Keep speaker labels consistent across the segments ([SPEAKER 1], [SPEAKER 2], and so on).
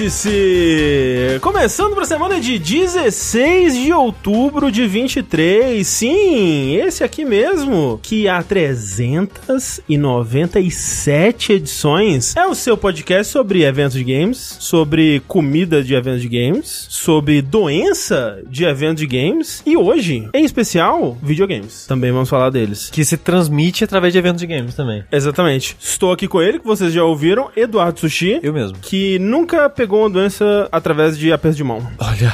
[SPEAKER 1] Vértice! Começando para a semana de 16 de outubro de 23. Sim, esse aqui mesmo, que há 397 edições. É o seu podcast sobre eventos de games, sobre comida de eventos de games, sobre doença de eventos de games e hoje, em especial, videogames. Também vamos falar deles.
[SPEAKER 2] Que se transmite através de eventos de games também.
[SPEAKER 1] Exatamente. Estou aqui com ele, que vocês já ouviram, Eduardo Sushi.
[SPEAKER 2] Eu mesmo.
[SPEAKER 1] Que nunca pegou uma doença através de aperto de mão.
[SPEAKER 2] Olha.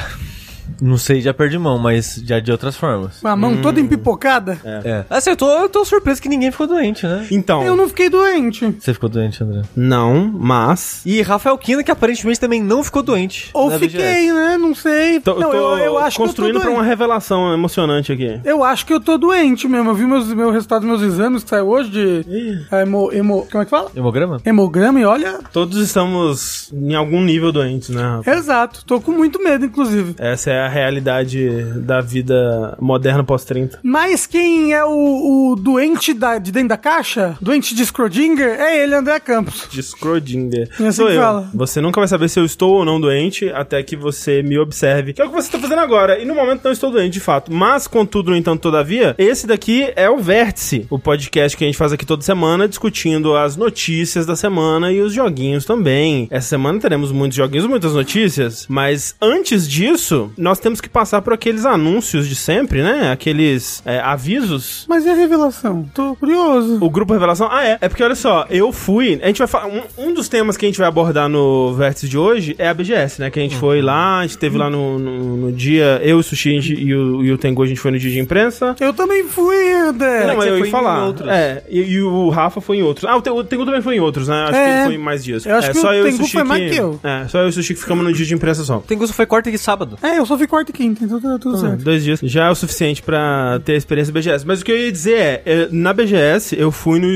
[SPEAKER 2] Não sei já perdi mão, mas já de outras formas.
[SPEAKER 3] Com a
[SPEAKER 1] Hum.
[SPEAKER 3] mão toda empipocada?
[SPEAKER 2] É. Assim, eu tô, eu tô surpreso que ninguém ficou doente, né?
[SPEAKER 1] Então.
[SPEAKER 3] Eu não fiquei doente.
[SPEAKER 2] Você ficou doente, André.
[SPEAKER 1] Não, mas.
[SPEAKER 2] E Rafael Quina, que aparentemente também não é ficou doente.
[SPEAKER 3] Ou
[SPEAKER 2] na
[SPEAKER 3] fiquei,
[SPEAKER 2] BGS.
[SPEAKER 3] né? Não sei.
[SPEAKER 1] Tô,
[SPEAKER 3] não,
[SPEAKER 1] tô
[SPEAKER 3] eu, eu acho
[SPEAKER 1] construindo
[SPEAKER 3] que
[SPEAKER 1] pra um
[SPEAKER 3] eu tô
[SPEAKER 1] uma
[SPEAKER 3] doente.
[SPEAKER 1] revelação emocionante aqui.
[SPEAKER 3] Eu acho que eu tô doente mesmo. Eu vi meus, meu resultado dos meus exames que saiu hoje de. ah, Hemo, hemo, como é que fala?
[SPEAKER 2] Hemograma?
[SPEAKER 3] Hemograma e olha.
[SPEAKER 1] Todos estamos em algum nível doentes, né? Rafa?
[SPEAKER 3] Exato. Tô com muito medo, inclusive.
[SPEAKER 1] Essa é a realidade da vida moderna pós-30.
[SPEAKER 3] Mas quem é o, o doente da, de dentro da caixa? Doente de Schrödinger? É ele, André Campos.
[SPEAKER 1] De Schrödinger.
[SPEAKER 3] É assim
[SPEAKER 1] Sou
[SPEAKER 3] que
[SPEAKER 1] eu.
[SPEAKER 3] fala.
[SPEAKER 1] Você nunca vai saber se eu estou ou não doente até que você me observe. Que é o que você está fazendo agora. E no momento não estou doente, de fato. Mas, contudo, no entanto, todavia, esse daqui é o Vértice. O podcast que a gente faz aqui toda semana, discutindo as notícias da semana e os joguinhos também. Essa semana teremos muitos joguinhos, muitas notícias. Mas antes disso, nós temos que passar por aqueles anúncios de sempre, né? Aqueles é, avisos
[SPEAKER 3] Mas e a revelação? Tô curioso.
[SPEAKER 1] o grupo Revelação? Ah, é. É porque olha só, eu fui. A gente vai falar. Um, um dos temas que a gente vai abordar no vértice de hoje é a BGS, né? Que a
[SPEAKER 3] Uhum.
[SPEAKER 1] gente foi lá, a gente teve lá no, no, no dia. Eu, o Sushi a gente- e o, e o Tengu, a gente foi no dia de imprensa.
[SPEAKER 3] Eu também fui, André.
[SPEAKER 1] Não,
[SPEAKER 2] que
[SPEAKER 1] mas
[SPEAKER 2] você
[SPEAKER 1] eu
[SPEAKER 2] foi
[SPEAKER 1] ia
[SPEAKER 2] em
[SPEAKER 1] falar.
[SPEAKER 2] outros.
[SPEAKER 1] É, e, e o Rafa foi em outros. Ah, o Te- o Tengu também foi em outros, né? Acho que
[SPEAKER 3] É.
[SPEAKER 1] ele foi em mais dias.
[SPEAKER 3] Eu acho
[SPEAKER 1] é,
[SPEAKER 3] que o
[SPEAKER 1] e
[SPEAKER 3] Tengu
[SPEAKER 1] Sushi
[SPEAKER 3] foi mais que eu.
[SPEAKER 1] É, só eu e o Sushi que ficamos no dia de imprensa só.
[SPEAKER 2] Tem gosto foi quarta e sábado.
[SPEAKER 3] É, eu só fui quarta e quinta, então tá tudo
[SPEAKER 1] Ah,
[SPEAKER 3] certo.
[SPEAKER 1] Dois dias já é o suficiente pra ter a experiência BGS. Mas o que eu ia dizer é, é, na BGS eu fui no,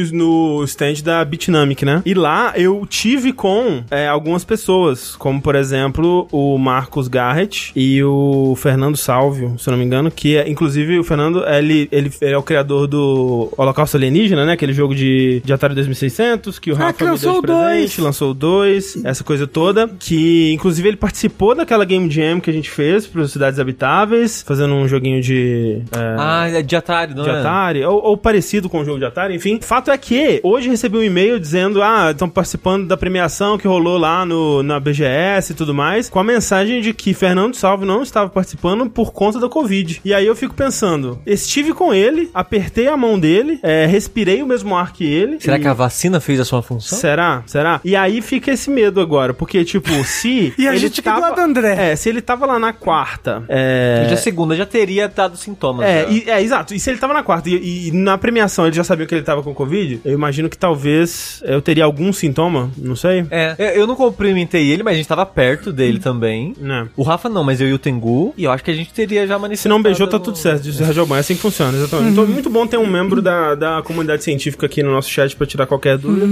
[SPEAKER 1] no stand da Bitnamic, né? E lá eu tive com é, algumas pessoas, como por exemplo o Marcos Garrett e o Fernando Salvio, se eu não me engano, que é, inclusive o Fernando, ele, ele, ele é o criador do Holocausto Alienígena, né? Aquele jogo de, de Atari 2600, que o Rafa
[SPEAKER 3] que
[SPEAKER 1] me deu
[SPEAKER 3] lançou
[SPEAKER 1] de
[SPEAKER 3] Ah, o dois.
[SPEAKER 1] presente, lançou o 2, essa coisa toda, que inclusive ele participou daquela Game Jam que a gente fez para Cidades Habitáveis, fazendo um joguinho de... é,
[SPEAKER 2] Ah, é de Atari, não
[SPEAKER 1] de
[SPEAKER 2] é?
[SPEAKER 1] Atari, ou, ou parecido com o jogo de Atari, enfim. Fato é que hoje recebi um e-mail dizendo: ah, estão participando da premiação que rolou lá no, na BGS e tudo mais, com a mensagem de que Fernando Salvo não estava participando por conta da Covid. E aí eu fico pensando: estive com ele, apertei a mão dele, é, respirei o mesmo ar que ele.
[SPEAKER 2] Será
[SPEAKER 1] e-
[SPEAKER 2] que a vacina fez a sua função?
[SPEAKER 1] Será? Será? E aí fica esse medo agora, porque, tipo, se.
[SPEAKER 3] E a
[SPEAKER 1] ele
[SPEAKER 3] gente aqui do lado do André.
[SPEAKER 1] É, se ele tava lá na quarta. É.
[SPEAKER 2] Já segunda já teria dado sintomas.
[SPEAKER 1] É,
[SPEAKER 2] já.
[SPEAKER 1] e- é, exato. E se ele tava na quarta e, e na premiação ele já sabia que ele tava com Covid, eu imagino que talvez eu teria algum sintoma, não sei.
[SPEAKER 2] É, eu- eu não cumprimentei ele, mas a gente tava perto dele também.
[SPEAKER 1] Né?
[SPEAKER 2] O Rafa não, mas eu e o Tengu, e eu acho que a gente teria já manifestado.
[SPEAKER 1] Se não beijou, tá tudo
[SPEAKER 2] certo.
[SPEAKER 1] certo. Disse Rajal Ban. É assim que funciona, exatamente. Então, muito bom ter um membro da, da comunidade científica aqui no nosso chat pra tirar qualquer dúvida.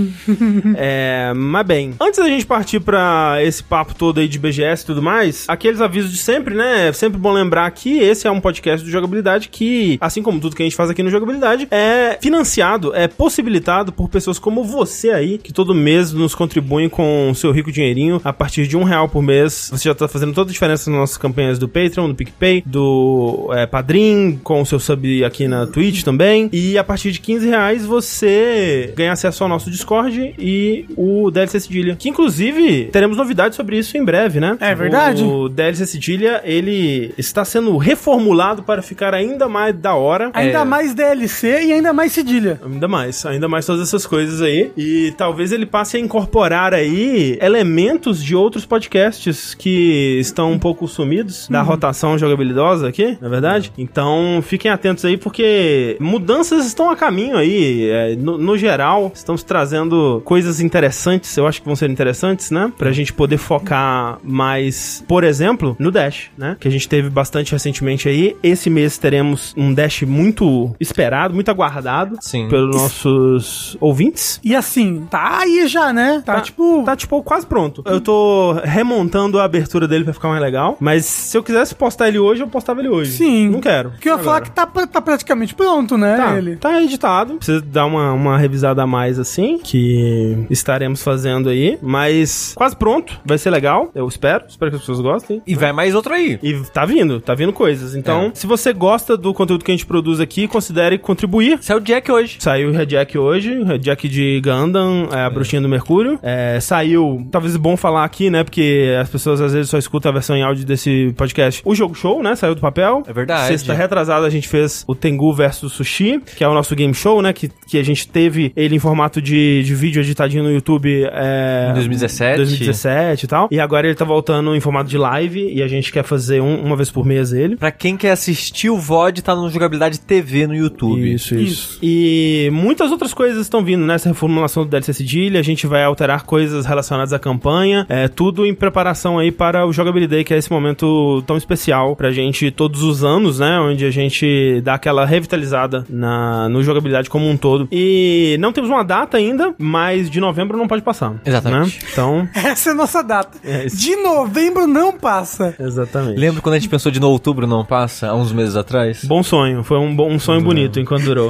[SPEAKER 1] é, mas bem, antes da gente partir pra esse papo todo aí de BGS e tudo mais, aqueles avisos de sempre, né? É sempre bom lembrar que esse é um podcast de jogabilidade que, assim como tudo que a gente faz aqui no Jogabilidade, é financiado, é possibilitado por pessoas como você aí, que todo mês nos contribuem com o seu rico dinheirinho a partir de um real por mês. Você já tá fazendo toda a diferença nas nossas campanhas do Patreon, do PicPay, do é, Padrim, com o seu sub aqui na Twitch também. E a partir de 15 reais você ganha acesso ao nosso Discord e o DLC Cedilha. Que inclusive teremos novidades sobre isso em breve, né?
[SPEAKER 3] É verdade.
[SPEAKER 1] O DLC Cedilha, ele está sendo reformulado para ficar ainda mais da hora.
[SPEAKER 3] Ainda
[SPEAKER 2] É.
[SPEAKER 3] mais DLC e ainda mais cedilha.
[SPEAKER 1] Ainda mais, ainda mais todas essas coisas aí. E talvez ele passe a incorporar aí elementos de outros podcasts que estão um pouco sumidos da rotação jogabilidosa aqui, na verdade. Então fiquem atentos aí, porque mudanças estão a caminho aí. É, no, no geral, estamos trazendo coisas interessantes, eu acho que vão ser interessantes, né? Pra gente poder focar mais, por exemplo, no Dash. Dash, né? Que a gente teve bastante recentemente aí. Esse mês teremos um Dash muito esperado, muito aguardado
[SPEAKER 2] Sim.
[SPEAKER 1] pelos nossos ouvintes.
[SPEAKER 3] E assim, tá aí já, né? Tá, tipo.
[SPEAKER 1] Tá, tipo, quase pronto. Eu tô remontando a abertura dele pra ficar mais legal. Mas se eu quisesse postar ele hoje, eu postava ele hoje.
[SPEAKER 3] Sim.
[SPEAKER 1] Não quero.
[SPEAKER 3] Porque eu ia falar
[SPEAKER 1] Agora.
[SPEAKER 3] que tá, pra- tá praticamente pronto, né?
[SPEAKER 1] Tá,
[SPEAKER 3] Ele.
[SPEAKER 1] tá editado. Precisa dar uma, uma revisada a mais, assim, que estaremos fazendo aí. Mas quase pronto. Vai ser legal, eu espero. Espero que as pessoas gostem.
[SPEAKER 2] E vai mais outro aí.
[SPEAKER 1] E tá vindo, tá vindo coisas. Então, se você gosta do conteúdo que a gente produz aqui, considere contribuir.
[SPEAKER 2] Saiu é o Jack hoje.
[SPEAKER 1] Saiu o Red Jack hoje, o Red Jack de Gundam, é, a bruxinha do Mercúrio. É, saiu, talvez bom falar aqui, né? Porque as pessoas às vezes só escutam a versão em áudio desse podcast. O jogo show, né? Saiu do papel.
[SPEAKER 2] É verdade.
[SPEAKER 1] Sexta retrasada a gente fez o Tengu versus Sushi, que é o nosso game show, né? Que, que a gente teve ele em formato de, de vídeo editadinho no YouTube. É,
[SPEAKER 2] Em 2017.
[SPEAKER 1] 2017 e tal. E agora ele tá voltando em formato de live e a gente quer fazer um- uma vez por mês ele.
[SPEAKER 2] Pra quem quer assistir o VOD, tá no Jogabilidade TV no YouTube.
[SPEAKER 3] isso.
[SPEAKER 1] E muitas outras coisas estão vindo nessa reformulação do DLC Cedilha. A gente vai alterar coisas relacionadas à campanha. É tudo em preparação aí para o Jogabilidade, que é esse momento tão especial pra gente todos os anos, né? Onde a gente dá aquela revitalizada na, no jogabilidade como um todo. E não temos uma data ainda, mas de novembro não pode passar.
[SPEAKER 2] Exatamente.
[SPEAKER 1] né? Então.
[SPEAKER 3] Essa é a nossa data.
[SPEAKER 1] É isso.
[SPEAKER 3] De novembro não passa.
[SPEAKER 1] Exatamente.
[SPEAKER 2] Lembra quando a gente pensou de no outubro não passa, há uns meses atrás?
[SPEAKER 1] Bom sonho, foi um, bom, um sonho bonito enquanto durou.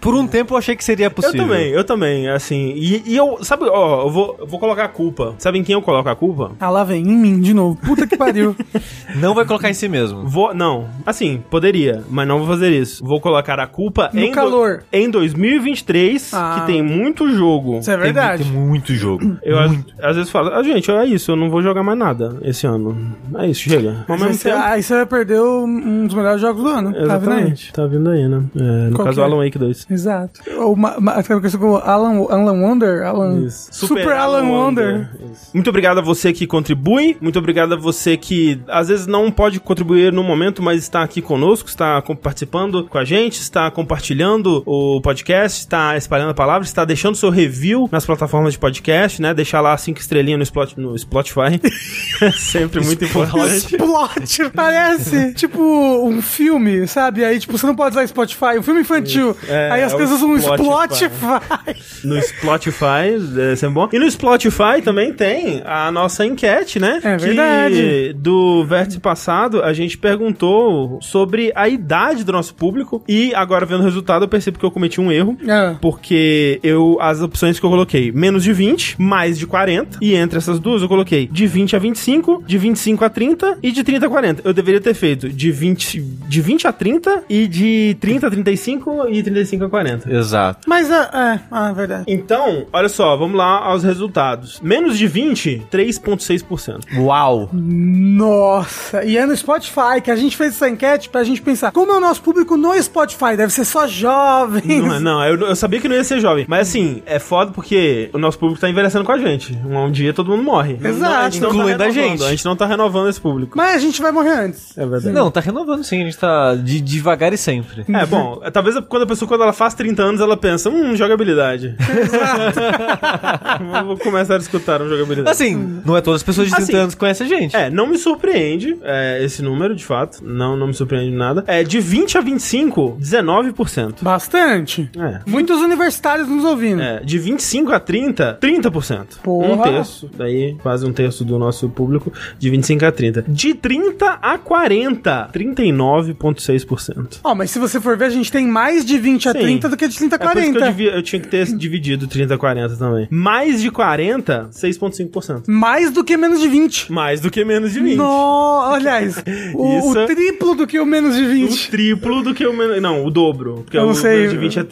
[SPEAKER 2] Por um tempo eu achei que seria possível.
[SPEAKER 1] Eu também, eu também, assim. E, e eu, sabe, ó, eu vou, eu vou colocar a culpa. Sabe em quem eu coloco a culpa?
[SPEAKER 3] Ah, lá vem em mim de novo. Puta que pariu.
[SPEAKER 2] Não vai colocar em si mesmo.
[SPEAKER 1] Vou, não, assim, poderia, mas não vou fazer isso. Vou colocar a culpa
[SPEAKER 3] No
[SPEAKER 1] em do-
[SPEAKER 3] calor.
[SPEAKER 1] em 2023,
[SPEAKER 3] Ah.
[SPEAKER 1] que tem muito jogo.
[SPEAKER 3] Isso é verdade.
[SPEAKER 2] Tem muito jogo.
[SPEAKER 1] Eu às, às vezes falo, ah, gente, é isso, eu não vou jogar mais nada esse ano. É isso, chega. Ao
[SPEAKER 3] Mas
[SPEAKER 1] mesmo
[SPEAKER 3] aí você-
[SPEAKER 1] tempo.
[SPEAKER 3] Aí você vai perder um dos melhores jogos do ano. Tá vendo aí?
[SPEAKER 1] Exatamente. Tá vindo aí, né? É, no
[SPEAKER 3] Qual
[SPEAKER 1] caso,
[SPEAKER 3] que é?
[SPEAKER 1] Alan Wake 2.
[SPEAKER 3] Exato. Ou ma, ma, sabe o que eu sou? Alan, Alan Wonder? Alan,
[SPEAKER 1] Isso.
[SPEAKER 3] Super, Alan, Wonder.
[SPEAKER 1] Isso. Muito obrigado a você que contribui, muito obrigado a você que às vezes não pode contribuir no momento, mas está aqui conosco, está com- participando com a gente, está compartilhando o podcast, está espalhando a palavra, está deixando seu review nas plataformas de podcast, né? Deixar lá cinco estrelinhas no, Splot- no Spotify. é sempre muito importante.
[SPEAKER 3] Explode, parece tipo um filme, sabe? Aí, tipo, você não pode usar Spotify, um filme infantil.
[SPEAKER 1] É,
[SPEAKER 3] aí as
[SPEAKER 1] é o
[SPEAKER 3] pessoas usam
[SPEAKER 1] Spotify.
[SPEAKER 3] Spotify.
[SPEAKER 1] No Spotify, é sempre bom. E no Spotify também tem a nossa enquete, né?
[SPEAKER 3] É
[SPEAKER 1] Que
[SPEAKER 3] verdade.
[SPEAKER 1] do vértice passado, a gente perguntou sobre a idade do nosso público. E agora, vendo o resultado, eu percebo que eu cometi um erro.
[SPEAKER 3] Ah.
[SPEAKER 1] Porque eu, as opções que eu coloquei, menos de 20, mais de 40. E entre essas duas, eu coloquei de 20 a 25, de 25 a 30 e de 30 a 40. Eu deveria ter feito de 20, de 20 a 30 e de 30 a 35 e 35 a 40.
[SPEAKER 2] Exato.
[SPEAKER 3] Mas ah, é, ah, verdade.
[SPEAKER 1] Então, olha só, vamos lá aos resultados. Menos de 20, 3,6%.
[SPEAKER 2] Uau.
[SPEAKER 3] Nossa, e é no Spotify que a gente fez essa enquete pra gente pensar como é o nosso público no Spotify, deve ser só jovens.
[SPEAKER 1] Não, é- não eu, eu sabia que não ia ser jovem. Mas assim, é foda porque o nosso público tá envelhecendo com a gente. Um, um dia todo mundo morre.
[SPEAKER 3] Exato,
[SPEAKER 1] Não, a gente não tá
[SPEAKER 2] incluindo a
[SPEAKER 1] renovando,
[SPEAKER 2] gente.
[SPEAKER 1] A gente não tá renovando esse público.
[SPEAKER 3] Mas a gente vai morrer antes.
[SPEAKER 1] É verdade.
[SPEAKER 2] Não, tá renovando sim, a gente tá de, devagar e sempre.
[SPEAKER 1] É, bom, é, talvez quando a pessoa, quando ela faz 30 anos, ela pensa, hum, jogabilidade. Eu vou começar a escutar um jogabilidade.
[SPEAKER 2] Assim, não é todas as pessoas de 30
[SPEAKER 1] Assim,
[SPEAKER 2] anos que conhecem a gente.
[SPEAKER 1] É, não me surpreende é, esse número, de fato. Não, não me surpreende nada. É, de 20 a 25, 19%.
[SPEAKER 3] Bastante.
[SPEAKER 1] É.
[SPEAKER 3] Muitos universitários nos ouvindo.
[SPEAKER 1] É, de 25 a 30, 30%.
[SPEAKER 3] Porra.
[SPEAKER 1] Um terço, daí quase um terço do nosso público, de 25 a 30. De 30 a 40, 39,6%.
[SPEAKER 3] Ó, mas se você for ver, a gente tem mais de 20 a
[SPEAKER 1] Sim.
[SPEAKER 3] 30 do que de 30 a
[SPEAKER 1] É por isso que
[SPEAKER 3] 40.
[SPEAKER 1] eu, devia- eu tinha que ter dividido 30 a 40 também. Mais de 40, 6,5%.
[SPEAKER 3] Mais do que menos de 20.
[SPEAKER 1] Mais do que menos de 20.
[SPEAKER 3] Nossa, aliás, o,
[SPEAKER 1] Isso
[SPEAKER 3] o
[SPEAKER 1] é-
[SPEAKER 3] triplo do que o menos de
[SPEAKER 1] O
[SPEAKER 3] 20.
[SPEAKER 1] triplo do que o menos. Não, o dobro. Porque
[SPEAKER 3] Eu não
[SPEAKER 1] o
[SPEAKER 3] sei.
[SPEAKER 1] menos de 20 é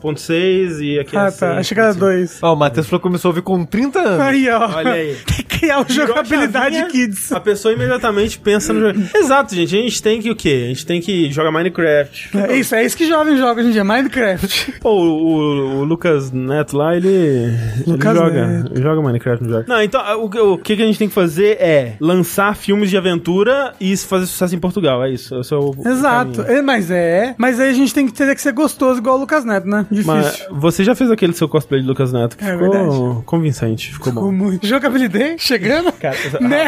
[SPEAKER 1] 3,6 e aqui é
[SPEAKER 3] Ah,
[SPEAKER 1] 6,
[SPEAKER 3] tá. Achei que era 2.
[SPEAKER 2] Ó, o Matheus falou que começou a ouvir com 30 anos.
[SPEAKER 3] Aí, ó.
[SPEAKER 1] Olha aí.
[SPEAKER 3] Tem que criar o
[SPEAKER 1] Virou a
[SPEAKER 3] jogabilidade
[SPEAKER 1] chavinha,
[SPEAKER 3] Kids.
[SPEAKER 1] A pessoa imediatamente pensa no jogo. Exato, gente. A gente tem que o quê? A gente tem que jogar Minecraft.
[SPEAKER 3] É isso, é isso que jovem joga hoje em dia, Minecraft.
[SPEAKER 1] Pô, o, o Lucas Neto lá, ele,
[SPEAKER 3] Lucas
[SPEAKER 1] ele joga, joga Minecraft, não joga. Não, então, ah, o, que- o que que a gente tem que fazer é lançar filmes de aventura e isso fazer sucesso em Portugal, é isso. Esse é o- o
[SPEAKER 3] Exato.
[SPEAKER 1] caminho.
[SPEAKER 3] É, mas é. Mas aí a gente tem que ter que ser gostoso igual o Lucas Neto, né? Difícil.
[SPEAKER 1] Mas você já fez aquele seu cosplay de Lucas Neto, que
[SPEAKER 3] É
[SPEAKER 1] ficou
[SPEAKER 3] verdade.
[SPEAKER 1] convincente, ficou bom.
[SPEAKER 3] Como- Jogabilidade? chegando?
[SPEAKER 1] Cara,
[SPEAKER 3] Né?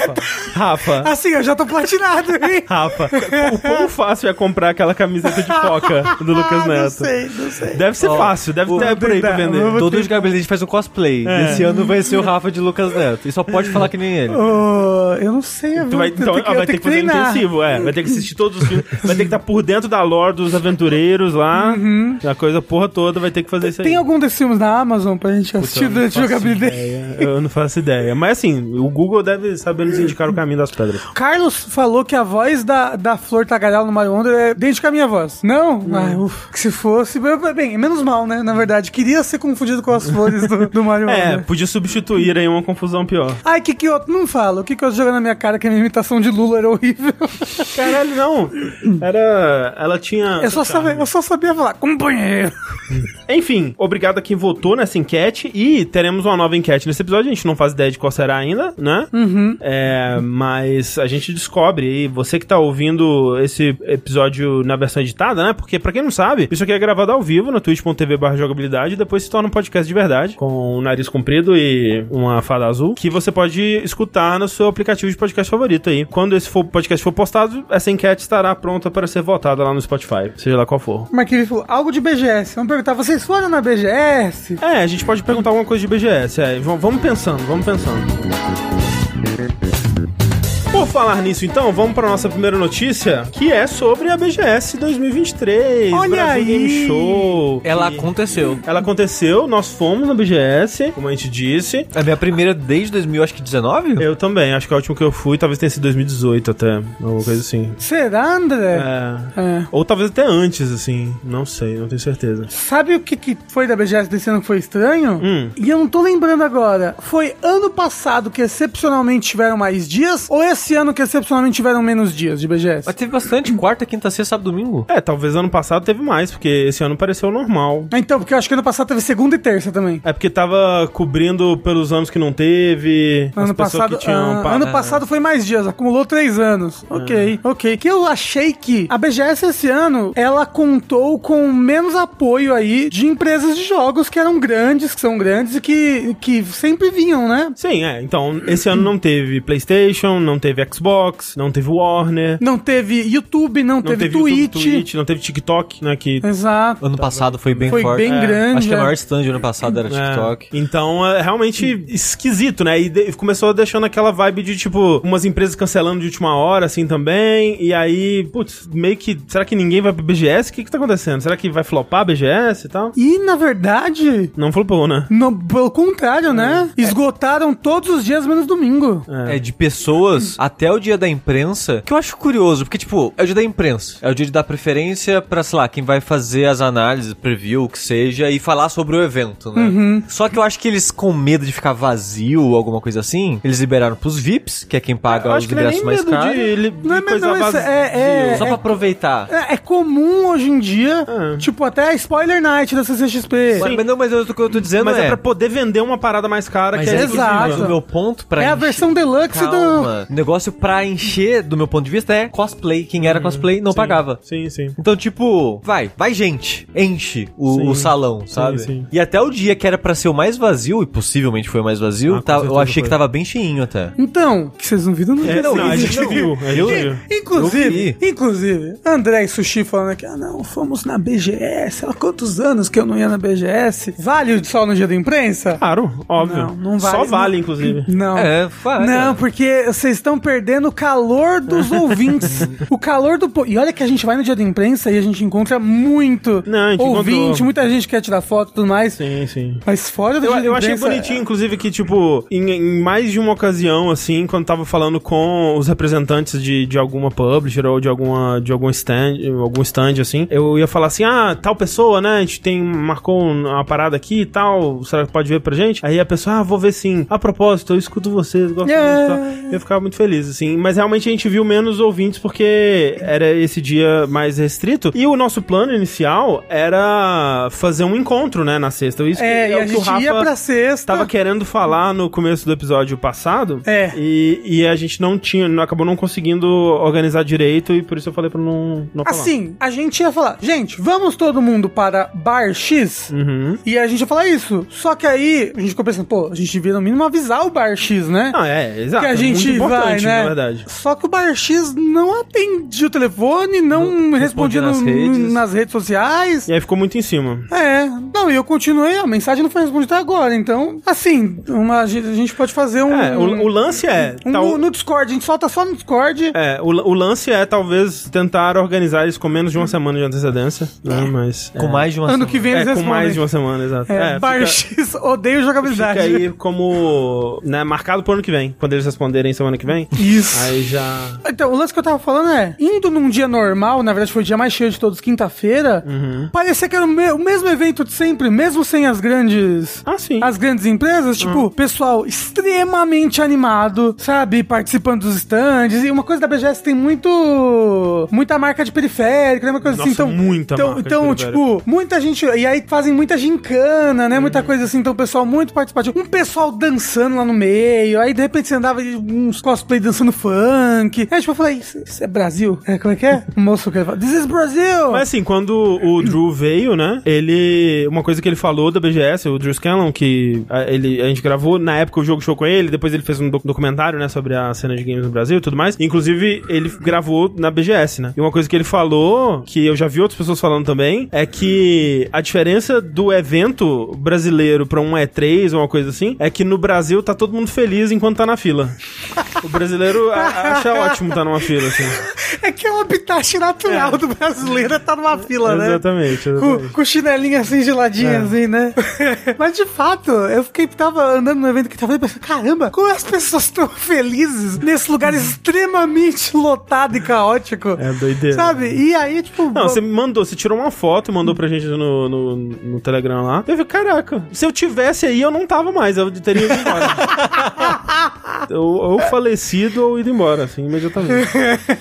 [SPEAKER 1] Rafa, Rafa,
[SPEAKER 3] Assim, eu já tô platinado, hein?
[SPEAKER 1] Rafa, o quão fácil é comprar aquela camiseta de foca do Lucas Neto?
[SPEAKER 3] Ah, Não sei, não sei.
[SPEAKER 1] Deve ser
[SPEAKER 2] Ó,
[SPEAKER 1] fácil, deve
[SPEAKER 2] o-
[SPEAKER 1] ter por aí pra vender.
[SPEAKER 3] Eu vou
[SPEAKER 2] Todos
[SPEAKER 3] ter- É.
[SPEAKER 2] os Gabriel a gente faz um cosplay. Esse ano vai ser o Rafa de Lucas Neto. E só pode falar que nem ele.
[SPEAKER 3] Ô, eu não sei, eu
[SPEAKER 1] Tu
[SPEAKER 3] vou
[SPEAKER 1] vai,
[SPEAKER 3] eu
[SPEAKER 1] então,
[SPEAKER 3] tenho que-
[SPEAKER 1] ah,
[SPEAKER 3] eu
[SPEAKER 1] vai ter
[SPEAKER 3] tenho
[SPEAKER 1] que fazer intensivo, é. Vai ter que assistir todos os filmes. Vai ter que estar por dentro da lore dos aventureiros lá. A coisa porra toda, vai ter que fazer isso aí.
[SPEAKER 3] Uhum. Tem algum desses filmes na Amazon pra gente assistir
[SPEAKER 1] eu não
[SPEAKER 3] durante o
[SPEAKER 1] faço
[SPEAKER 3] jogabilidade?
[SPEAKER 1] ideia, Eu não faço ideia. Mas assim, o Google deve saber nos indicar o caminho das pedras.
[SPEAKER 3] Carlos falou que a voz da, da Flor Tagarela no Mario Wonder é idêntica à minha voz. Não? Ai, ufa. Que se fosse. Bem, menos mal, né? Na verdade, queria ser confundido com as flores do, do Mario
[SPEAKER 1] É,
[SPEAKER 3] Wonder.
[SPEAKER 1] podia substituir aí uma confusão pior.
[SPEAKER 3] Ai, que que outro? Não fala. O que que eu jogo na minha cara que a minha imitação de Lula era horrível.
[SPEAKER 1] Caralho, não. Era. Ela tinha.
[SPEAKER 3] Eu só sabia, eu só sabia falar, companheiro.
[SPEAKER 1] Enfim, obrigado a quem votou nessa enquete e teremos uma nova enquete nesse episódio. A gente não faz ideia de qual será ainda, né? Uhum. mas a gente descobre. E você que tá ouvindo esse episódio na versão editada, né? Porque, pra quem não sabe, isso aqui é gravado ao vivo na twitch.tv barra jogabilidade e depois se torna um podcast de verdade, com o nariz comprido e uma fada azul, que você pode escutar no seu aplicativo de podcast favorito aí. Quando esse for- podcast for postado, essa enquete estará pronta para ser votada lá no Spotify, seja lá qual for.
[SPEAKER 3] Mas que ele falou, algo de BGS. Vamos perguntar, vocês foram na BGS?
[SPEAKER 1] É, a gente pode perguntar alguma coisa de BGS. É, v- vamos pensando, vamos pensando. Por falar nisso, então, vamos para nossa primeira notícia, que é sobre a BGS 2023.
[SPEAKER 3] Olha
[SPEAKER 1] Brasil Game
[SPEAKER 3] aí!
[SPEAKER 1] Show.
[SPEAKER 2] Ela
[SPEAKER 1] que-
[SPEAKER 2] aconteceu.
[SPEAKER 1] Ela aconteceu, nós fomos na BGS, como a gente disse.
[SPEAKER 2] É a minha primeira desde 2000, acho que 19?
[SPEAKER 1] Eu também, acho que a última que eu fui talvez tenha sido 2018 até, alguma coisa assim.
[SPEAKER 3] Será, André?
[SPEAKER 1] É.
[SPEAKER 3] É.
[SPEAKER 1] Ou talvez até antes, assim. Não sei, não tenho certeza.
[SPEAKER 3] Sabe o que, que foi da BGS desse ano que foi estranho?
[SPEAKER 1] Hum.
[SPEAKER 3] E eu não tô lembrando agora. Foi ano passado que excepcionalmente tiveram mais dias? Ou esse ano que excepcionalmente tiveram menos dias de BGS?
[SPEAKER 2] Mas teve bastante quarta, quinta, sexta, sábado, domingo.
[SPEAKER 1] É, talvez ano passado teve mais, porque esse ano pareceu normal.
[SPEAKER 3] Então, porque eu acho que ano passado teve segunda e terça também.
[SPEAKER 1] É porque tava cobrindo pelos anos que não teve. as
[SPEAKER 3] Ano
[SPEAKER 1] pessoas
[SPEAKER 3] passado,
[SPEAKER 1] que tinham.
[SPEAKER 3] ah,
[SPEAKER 1] pa- é. Ah.
[SPEAKER 3] ano passado foi mais dias, acumulou três anos. Ok, ok. Que eu achei que a BGS esse ano, ela contou com menos apoio aí de empresas de jogos que eram grandes, que são grandes e que, que sempre vinham, né?
[SPEAKER 1] Sim, é. Então, esse ano não teve PlayStation, não teve Xbox, não teve Warner,
[SPEAKER 3] Não teve YouTube, não,
[SPEAKER 1] não
[SPEAKER 3] teve,
[SPEAKER 1] teve,
[SPEAKER 3] Twitch.
[SPEAKER 1] YouTube, Twitch, não teve TikTok, né? Que.
[SPEAKER 3] Exato.
[SPEAKER 2] Ano passado foi bem
[SPEAKER 3] Tá Foi
[SPEAKER 2] forte.
[SPEAKER 3] bem
[SPEAKER 2] É.
[SPEAKER 3] grande,
[SPEAKER 2] Acho que
[SPEAKER 3] é.
[SPEAKER 2] a maior stand do ano passado era
[SPEAKER 1] É,
[SPEAKER 2] TikTok.
[SPEAKER 1] Então é realmente esquisito, né? E de- começou deixando aquela vibe de tipo, umas empresas cancelando de última hora, assim também. E aí, putz, meio que. Será que ninguém vai pro BGS? O que que tá acontecendo? Será que vai flopar a BGS e tal?
[SPEAKER 3] E, na verdade,
[SPEAKER 1] Não flopou, né?
[SPEAKER 3] no, pelo contrário, né?
[SPEAKER 1] É.
[SPEAKER 3] Esgotaram todos os dias, menos domingo.
[SPEAKER 2] É. de pessoas até o dia da imprensa, que eu acho curioso, porque, tipo, é o dia da imprensa. É o dia de dar preferência pra, sei lá, quem vai fazer as análises, preview, o que seja, e falar sobre o evento, né? Só que eu acho que eles, com medo de ficar vazio ou alguma coisa assim, eles liberaram pros VIPs, que é quem paga
[SPEAKER 1] Eu
[SPEAKER 2] os ingressos mais caros.
[SPEAKER 1] li-
[SPEAKER 3] Não é
[SPEAKER 1] de
[SPEAKER 3] medo,
[SPEAKER 1] coisa
[SPEAKER 3] não, isso
[SPEAKER 1] vazia.
[SPEAKER 3] é- é-
[SPEAKER 2] Só pra aproveitar.
[SPEAKER 3] É, é comum hoje em dia,
[SPEAKER 1] Ah.
[SPEAKER 3] tipo, até a spoiler night da CCXP.
[SPEAKER 2] Mas, mas não, mas eu, o que eu tô dizendo
[SPEAKER 1] Mas é,
[SPEAKER 2] é...
[SPEAKER 1] pra poder vender uma parada mais cara
[SPEAKER 2] Mas
[SPEAKER 1] que
[SPEAKER 2] é
[SPEAKER 1] é
[SPEAKER 3] exato.
[SPEAKER 2] exato. O meu ponto pra
[SPEAKER 3] É a
[SPEAKER 2] encher-
[SPEAKER 3] versão deluxe
[SPEAKER 2] Calma. O negócio pra encher, do meu ponto de vista, é cosplay. Quem era cosplay não pagava.
[SPEAKER 1] Sim, sim.
[SPEAKER 2] Então, tipo, vai, vai gente, enche
[SPEAKER 1] Sim.
[SPEAKER 2] o, o salão, sabe?
[SPEAKER 1] sim.
[SPEAKER 2] E até o dia que era pra ser o mais vazio, e possivelmente foi o mais vazio,
[SPEAKER 1] Ah, com
[SPEAKER 2] tá- eu
[SPEAKER 1] certeza
[SPEAKER 2] achei
[SPEAKER 1] foi.
[SPEAKER 2] que tava bem cheinho até.
[SPEAKER 3] do. Então, que vocês não viram não.
[SPEAKER 1] É,
[SPEAKER 3] viram.
[SPEAKER 1] não, a
[SPEAKER 2] isso
[SPEAKER 1] gente
[SPEAKER 2] não.
[SPEAKER 1] viu. A gente
[SPEAKER 2] Eu-
[SPEAKER 1] viu.
[SPEAKER 3] Inclusive,
[SPEAKER 2] Eu
[SPEAKER 3] inclusive, André e Sushi falando aqui, ah não, fomos na BGS, há quantos anos que eu não ia na BGS? Vale só no dia da imprensa?
[SPEAKER 1] Claro, óbvio.
[SPEAKER 3] Não, não vale.
[SPEAKER 1] Só vale, inclusive.
[SPEAKER 3] Não.
[SPEAKER 2] É, fala.
[SPEAKER 3] Não, porque vocês estão perdendo o calor dos ouvintes. O calor do. po- E olha que a gente vai no dia da imprensa e a gente encontra muito
[SPEAKER 1] Não, a gente
[SPEAKER 3] ouvinte,
[SPEAKER 1] encontrou.
[SPEAKER 3] muita gente quer tirar foto e tudo mais.
[SPEAKER 1] Sim, sim.
[SPEAKER 3] Mas fora do
[SPEAKER 1] Eu,
[SPEAKER 3] dia
[SPEAKER 1] eu
[SPEAKER 3] da
[SPEAKER 1] achei
[SPEAKER 3] imprensa, é.
[SPEAKER 1] bonitinho, inclusive, que, tipo, em, em mais de uma ocasião, assim, quando tava falando com os representantes de, de alguma publisher ou de alguma de algum stand, algum stand, assim, eu ia falar assim, ah, tal pessoa, né, a gente tem, marcou um, uma parada aqui e tal, será que pode ver pra gente? Aí a pessoa, ah, vou ver sim. A propósito, eu escuto vocês, gosto muito
[SPEAKER 3] É.
[SPEAKER 1] e tal. Eu ficava muito feliz. deles, assim. Mas realmente a gente viu menos ouvintes porque era esse dia mais restrito. E o nosso plano inicial era fazer um encontro, né, na sexta. Isso
[SPEAKER 3] É,
[SPEAKER 1] que
[SPEAKER 3] e
[SPEAKER 1] o
[SPEAKER 3] a
[SPEAKER 1] que
[SPEAKER 3] gente
[SPEAKER 1] o Rafa
[SPEAKER 3] ia pra sexta.
[SPEAKER 1] tava querendo falar no começo do episódio passado.
[SPEAKER 3] É.
[SPEAKER 1] E, e a gente não tinha, não- acabou não conseguindo organizar direito e por isso eu falei pra não, não falar.
[SPEAKER 3] Assim, a gente ia falar, gente, vamos todo mundo para Bar X?
[SPEAKER 1] Uhum.
[SPEAKER 3] E a gente ia falar isso. Só que aí a gente ficou pensando, pô, a gente devia no mínimo avisar o Bar X, né?
[SPEAKER 1] Ah, é, exato.
[SPEAKER 3] que a
[SPEAKER 1] é muito
[SPEAKER 3] gente vai,
[SPEAKER 1] importante,
[SPEAKER 3] né?
[SPEAKER 1] na verdade.
[SPEAKER 3] Só que o Bar X não atendia o telefone, não
[SPEAKER 2] respondia
[SPEAKER 3] respondia no-
[SPEAKER 2] nas
[SPEAKER 3] nas, redes.
[SPEAKER 2] redes.
[SPEAKER 3] sociais.
[SPEAKER 1] E aí ficou muito em cima.
[SPEAKER 3] É, não, e eu continuei, a mensagem não foi respondida até agora, então, assim, uma- a gente a gente pode fazer um...
[SPEAKER 1] É, o, o lance é.
[SPEAKER 3] um
[SPEAKER 1] tal-
[SPEAKER 3] no, no Discord, a gente solta só no Discord.
[SPEAKER 1] É, o, o lance é talvez tentar organizar isso com menos de uma
[SPEAKER 3] Hum.
[SPEAKER 1] semana de antecedência, né? Mas.
[SPEAKER 2] Com
[SPEAKER 1] é,
[SPEAKER 2] mais de uma
[SPEAKER 3] ano que vem
[SPEAKER 1] é,
[SPEAKER 3] eles
[SPEAKER 1] com
[SPEAKER 3] respondem.
[SPEAKER 1] mais de uma semana, exato.
[SPEAKER 3] É,
[SPEAKER 1] fica-
[SPEAKER 3] Bar X, odeio
[SPEAKER 1] Fica
[SPEAKER 3] jogabilidade.
[SPEAKER 1] aí como. Né, marcado pro ano que vem. Quando eles responderem semana que vem.
[SPEAKER 3] Isso.
[SPEAKER 1] Aí já.
[SPEAKER 3] Então, o lance que eu tava falando é, indo num dia normal, na verdade foi o dia mais cheio de todos, quinta-feira,
[SPEAKER 1] Uhum.
[SPEAKER 3] parecia que era o, me- o mesmo evento de sempre, mesmo sem as grandes...
[SPEAKER 1] Ah, sim. Hum.
[SPEAKER 3] As grandes empresas, tipo, pessoal extremamente animado, sabe? Participando dos stands. E uma coisa da BGS tem muito. muita marca de periférico, né? Uma coisa
[SPEAKER 1] Nossa,
[SPEAKER 3] assim. Então,
[SPEAKER 1] muita
[SPEAKER 3] então,
[SPEAKER 1] marca de
[SPEAKER 3] então
[SPEAKER 1] periférico. Uhum.
[SPEAKER 3] tipo, muita gente. E aí fazem muita gincana, né? Muita coisa assim. Então, o pessoal muito participativo. Um pessoal dançando lá no meio. Aí, de repente, você andava de uns cosplay dançando funk. Aí, tipo, eu falei, isso, isso é Brasil? É, como é que é? O moço que ele fala, This is Brazil!
[SPEAKER 1] Mas assim, quando o Drew veio, né? Ele. Uma coisa que ele falou da BGS, o Drew Scanlon, que a, ele, a gente gravou, na época o jogo show com ele, depois ele fez um doc- documentário, né, sobre a cena de games no Brasil e tudo mais. Inclusive, ele gravou na BGS, né? E uma coisa que ele falou, que eu já vi outras pessoas falando também, é que a diferença do evento brasileiro pra um E3 ou uma coisa assim, é que no Brasil tá todo mundo feliz enquanto tá na fila. O brasileiro a- acha ótimo estar tá numa fila, assim.
[SPEAKER 3] É que é o habitat natural do brasileiro é tá numa fila, né?
[SPEAKER 1] Exatamente, exatamente.
[SPEAKER 3] Com, com chinelinho assim, geladinho,
[SPEAKER 1] É.
[SPEAKER 3] assim, né? Mas de fato, eu fiquei, tava andando no evento que tava e pensando, caramba, como as pessoas estão felizes nesse lugar extremamente lotado e caótico.
[SPEAKER 1] Uhum. É doideira.
[SPEAKER 3] Sabe? E aí, tipo.
[SPEAKER 1] Não, você me mandou, você tirou uma foto e mandou pra gente no, no, no Telegram lá. Eu falei, caraca, se eu tivesse aí, eu não tava mais, eu teria ido embora. eu, ou falecido ou ido embora, assim, imediatamente.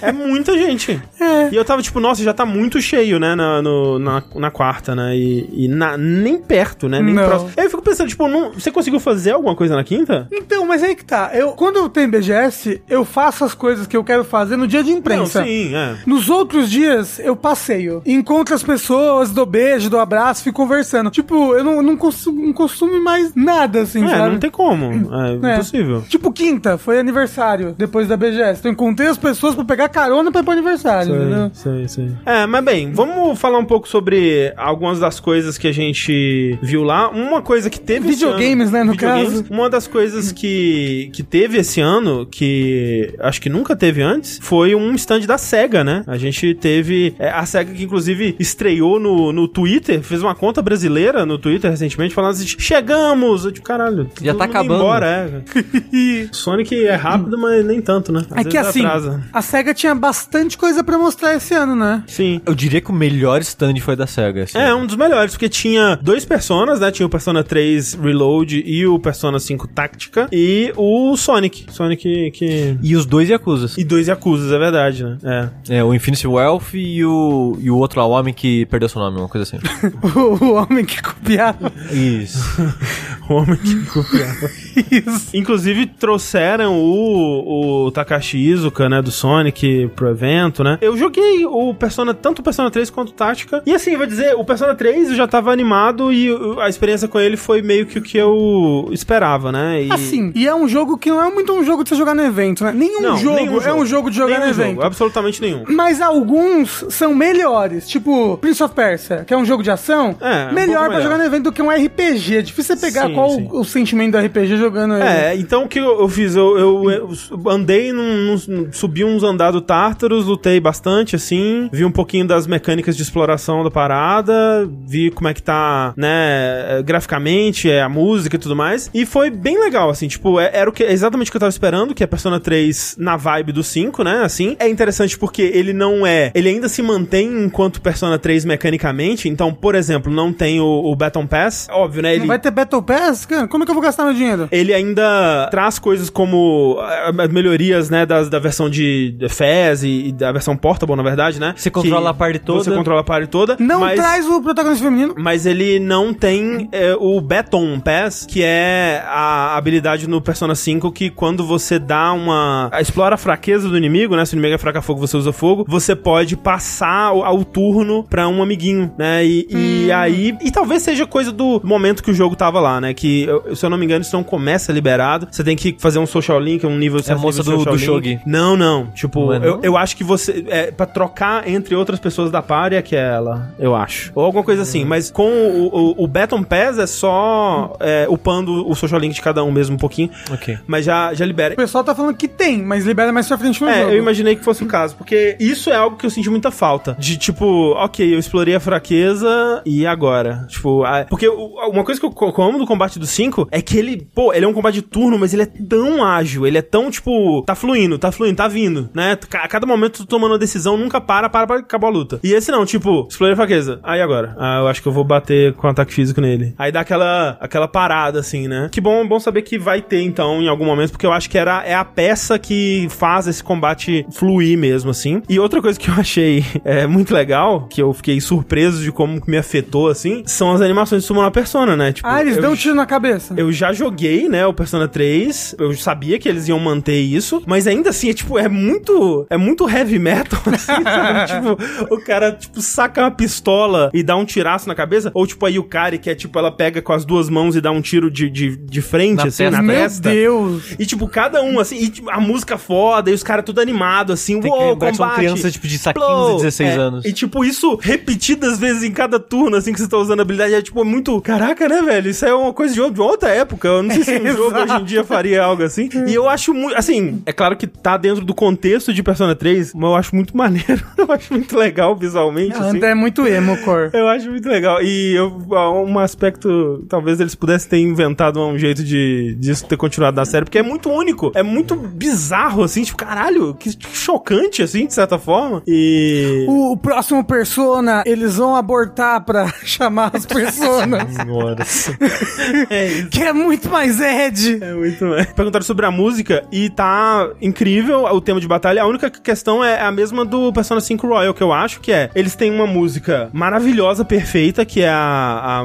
[SPEAKER 1] É muita gente.
[SPEAKER 3] É.
[SPEAKER 1] E eu tava tipo, nossa, já tá muito cheio, né, na, no- na, na quarta, né, e, e na- nem perto, né, nem
[SPEAKER 3] Não.
[SPEAKER 1] próximo. Aí eu fico pensando, tipo, não- você conseguiu fazer alguma coisa na quinta?
[SPEAKER 3] Então, mas aí que tá. Eu, quando eu tenho BGS, eu faço as coisas que eu quero fazer no dia de imprensa.
[SPEAKER 1] Não, sim, é.
[SPEAKER 3] Nos outros dias, eu passeio. Encontro as pessoas, dou beijo, dou abraço, fico conversando. Tipo, eu não, não, consumo, não consumo mais nada, assim,
[SPEAKER 1] É,
[SPEAKER 3] sabe?
[SPEAKER 1] não tem como. É,
[SPEAKER 3] É.
[SPEAKER 1] impossível.
[SPEAKER 3] Tipo, quinta, foi aniversário, depois da BGS. Então, encontrei as pessoas pra pegar carona pra ir pro aniversário, entendeu?
[SPEAKER 1] Sei, sei, sei. É, mas bem, vamos falar um pouco sobre algumas das coisas que a gente viu lá. Uma coisa que teve
[SPEAKER 3] Videogames,
[SPEAKER 1] esse ano,
[SPEAKER 3] né, no
[SPEAKER 1] videogames.
[SPEAKER 3] caso.
[SPEAKER 1] Uma das coisas que, que teve esse ano, que acho que nunca teve antes, foi um stand da SEGA, né? A gente teve é, a SEGA que, inclusive, estreou no, no Twitter, fez uma conta brasileira no Twitter recentemente, falando assim, chegamos! Eu, tipo, caralho,
[SPEAKER 2] Já
[SPEAKER 1] todo
[SPEAKER 2] tá
[SPEAKER 1] mundo
[SPEAKER 2] acabando.
[SPEAKER 1] Embora, é. Sonic é rápido, mas nem tanto, né? Às
[SPEAKER 3] É que
[SPEAKER 1] vezes
[SPEAKER 3] assim,
[SPEAKER 1] atrasa.
[SPEAKER 3] a SEGA tinha bastante coisa pra mostrar esse ano, né?
[SPEAKER 1] Sim.
[SPEAKER 2] Eu diria que o melhor stand foi da SEGA. assim.
[SPEAKER 1] É, um dos melhores, porque tinha dois personas, né? Tinha o Persona 3 Reload e o Persona 5 Táctica e o Sonic. Sonic que...
[SPEAKER 2] E os dois Yakuzas.
[SPEAKER 1] E dois Yakuzas, é verdade, né? É.
[SPEAKER 2] É, o Infinity Wealth e o, e o outro lá, o homem que perdeu seu nome, uma coisa assim.
[SPEAKER 3] O, o homem que copiava
[SPEAKER 2] Isso.
[SPEAKER 1] O homem que copiava.
[SPEAKER 3] isso.
[SPEAKER 1] Inclusive, trouxeram o, o Takashi Izuka, né? Do Sonic pro evento, né? Eu joguei o Persona, tanto o Persona 3 quanto o Tática. E assim, vou dizer, o Persona 3 eu já tava animado e uh, a experiência com ele foi meio que o que eu esperava, né? E...
[SPEAKER 3] Assim, e é um jogo que não é muito um jogo de você jogar no evento, né? Nenhum,
[SPEAKER 1] Não,
[SPEAKER 3] jogo,
[SPEAKER 1] nenhum
[SPEAKER 3] é um jogo de jogar
[SPEAKER 1] Nenhum
[SPEAKER 3] no evento.
[SPEAKER 1] jogo, absolutamente nenhum.
[SPEAKER 3] Mas alguns são melhores, tipo Prince of Persia, que é um jogo de ação,
[SPEAKER 1] É, um pouco
[SPEAKER 3] melhor pra
[SPEAKER 1] melhor.
[SPEAKER 3] jogar no evento do que um RPG. É difícil você pegar
[SPEAKER 1] Sim,
[SPEAKER 3] qual
[SPEAKER 1] sim.
[SPEAKER 3] o, o sentimento do RPG jogando ele.
[SPEAKER 1] É, então o que eu, eu fiz? Eu, eu- eu andei, num, num- subi uns andados tártaros, lutei bastante, assim, vi um pouquinho das mecânicas de exploração da parada, vi como é que tá, né, eh, graficamente, é, a música e tudo mais, e foi bem legal, assim, tipo, é- era o que, exatamente o que eu tava esperando, que é Persona 3 na vibe do 5, né, assim, é interessante porque ele não é, ele ainda se mantém enquanto Persona 3 mecanicamente, então, por exemplo, não tem o, o Baton Pass, óbvio, né, ele...
[SPEAKER 3] Vai ter Battle Pass? 10? Cara, como é que eu vou gastar meu dinheiro?
[SPEAKER 1] Ele ainda traz coisas como ah, as melhorias, né, das, da versão de FES e, e da versão portable, na verdade, né?
[SPEAKER 2] Você controla a party toda.
[SPEAKER 1] Você controla a party toda.
[SPEAKER 3] Não
[SPEAKER 1] mas...
[SPEAKER 3] traz o protagonista feminino.
[SPEAKER 1] Mas ele não tem é, o Baton Pass, que é a habilidade no Persona 5 que quando você dá uma. explora a fraqueza do inimigo, né? Se o inimigo é fraco a fogo, você usa fogo. Você pode passar o, ao turno pra um amiguinho, né? E, e aí. E talvez seja coisa do momento que o jogo tava lá, né? Que, eu- se eu não me engano, isso não começa liberado. Você tem que fazer um social link, um nível certo
[SPEAKER 2] É moça
[SPEAKER 1] nível de
[SPEAKER 2] do- do
[SPEAKER 1] social link.
[SPEAKER 2] Shogi.
[SPEAKER 1] Não, não. Tipo,
[SPEAKER 2] Não é
[SPEAKER 1] eu,
[SPEAKER 2] não?
[SPEAKER 1] eu acho que você. É, pra trocar entre outras pessoas da party é que é ela, eu acho. Ou alguma coisa assim. Mas com o, o, o Baton Pass é só é, upando o social link de cada um mesmo um pouquinho.
[SPEAKER 2] Ok.
[SPEAKER 1] Mas já, já libera.
[SPEAKER 3] O pessoal tá falando que tem, mas libera mais pra frente no
[SPEAKER 1] É,
[SPEAKER 3] jogo.
[SPEAKER 1] eu imaginei que fosse o caso, porque isso é algo que eu senti muita falta. De tipo, ok, eu explorei a fraqueza e agora? Tipo, a- porque o- uma coisa que eu co- que eu amo do combate do 5 é que ele, pô, ele é um combate de turno, mas ele é tão ágil, ele é tão, tipo, tá fluindo, tá fluindo, tá vindo, né? Ca- A cada momento tu tomando uma decisão, nunca para, para, para, acabou a luta. E esse não, tipo, explorei a fraqueza. Aí agora? Ah, eu acho que eu vou bater com um ataque físico nele. Aí dá aquela, aquela parada, assim, né? Que bom, bom saber que vai ter, então, em algum momento, porque eu acho que era, é a peça que faz esse combate fluir mesmo, assim. E outra coisa que eu achei é, muito legal, que eu fiquei surpreso de como me afetou, assim, são as animações de Summoner Persona, né? Tipo,
[SPEAKER 3] Ah, eles
[SPEAKER 1] eu
[SPEAKER 3] dão um tiro na cabeça.
[SPEAKER 1] eu já joguei, né, o Persona 3. Eu sabia que eles iam manter isso, mas ainda assim, é tipo, é muito. É muito heavy metal, assim, sabe? Tipo, o cara, tipo, saca uma pistola e dá um tiraço na cabeça. Ou tipo a Yukari, que é tipo, ela pega com as duas mãos e dá um tiro de, de, de frente,
[SPEAKER 2] Na
[SPEAKER 1] assim,
[SPEAKER 2] testa.
[SPEAKER 1] na
[SPEAKER 3] Meu
[SPEAKER 1] testa.
[SPEAKER 3] Deus.
[SPEAKER 1] E, tipo, cada um, assim, e tipo, a música foda, e os caras tudo animado, assim,
[SPEAKER 2] Tem que
[SPEAKER 1] uou,
[SPEAKER 2] lembrar que são
[SPEAKER 1] combate.
[SPEAKER 2] crianças, tipo, de 15,
[SPEAKER 1] Blow.
[SPEAKER 2] 16
[SPEAKER 1] É,
[SPEAKER 2] anos.
[SPEAKER 1] E, tipo, isso repetidas vezes em cada turno, assim, que você tá usando a habilidade, é, tipo, muito... Caraca, né, velho? Isso é uma coisa de, de outra época. Eu não sei se um jogo hoje em dia faria algo assim. E eu acho muito... Assim, é claro que tá dentro do contexto de Persona 3, mas eu acho muito maneiro. Eu acho muito legal visualmente, assim.
[SPEAKER 3] Anda é muito emo, Cor.
[SPEAKER 1] Eu acho muito legal. E eu, um aspecto. Talvez eles pudessem ter inventado um jeito de disso ter continuado na série, porque é muito único. É muito bizarro, assim, tipo, caralho, que chocante, assim, de certa forma. E.
[SPEAKER 3] O, o próximo Persona, eles vão abortar pra chamar as personas.
[SPEAKER 1] Senhora. é isso.
[SPEAKER 3] que é muito mais Ed.
[SPEAKER 1] É muito mais. Perguntaram sobre a música e tá incrível o tema de batalha. A única questão é a mesma do Persona 5 Royal, que eu acho, que é. Eles têm uma música maravilhosa, perfeita, que é a,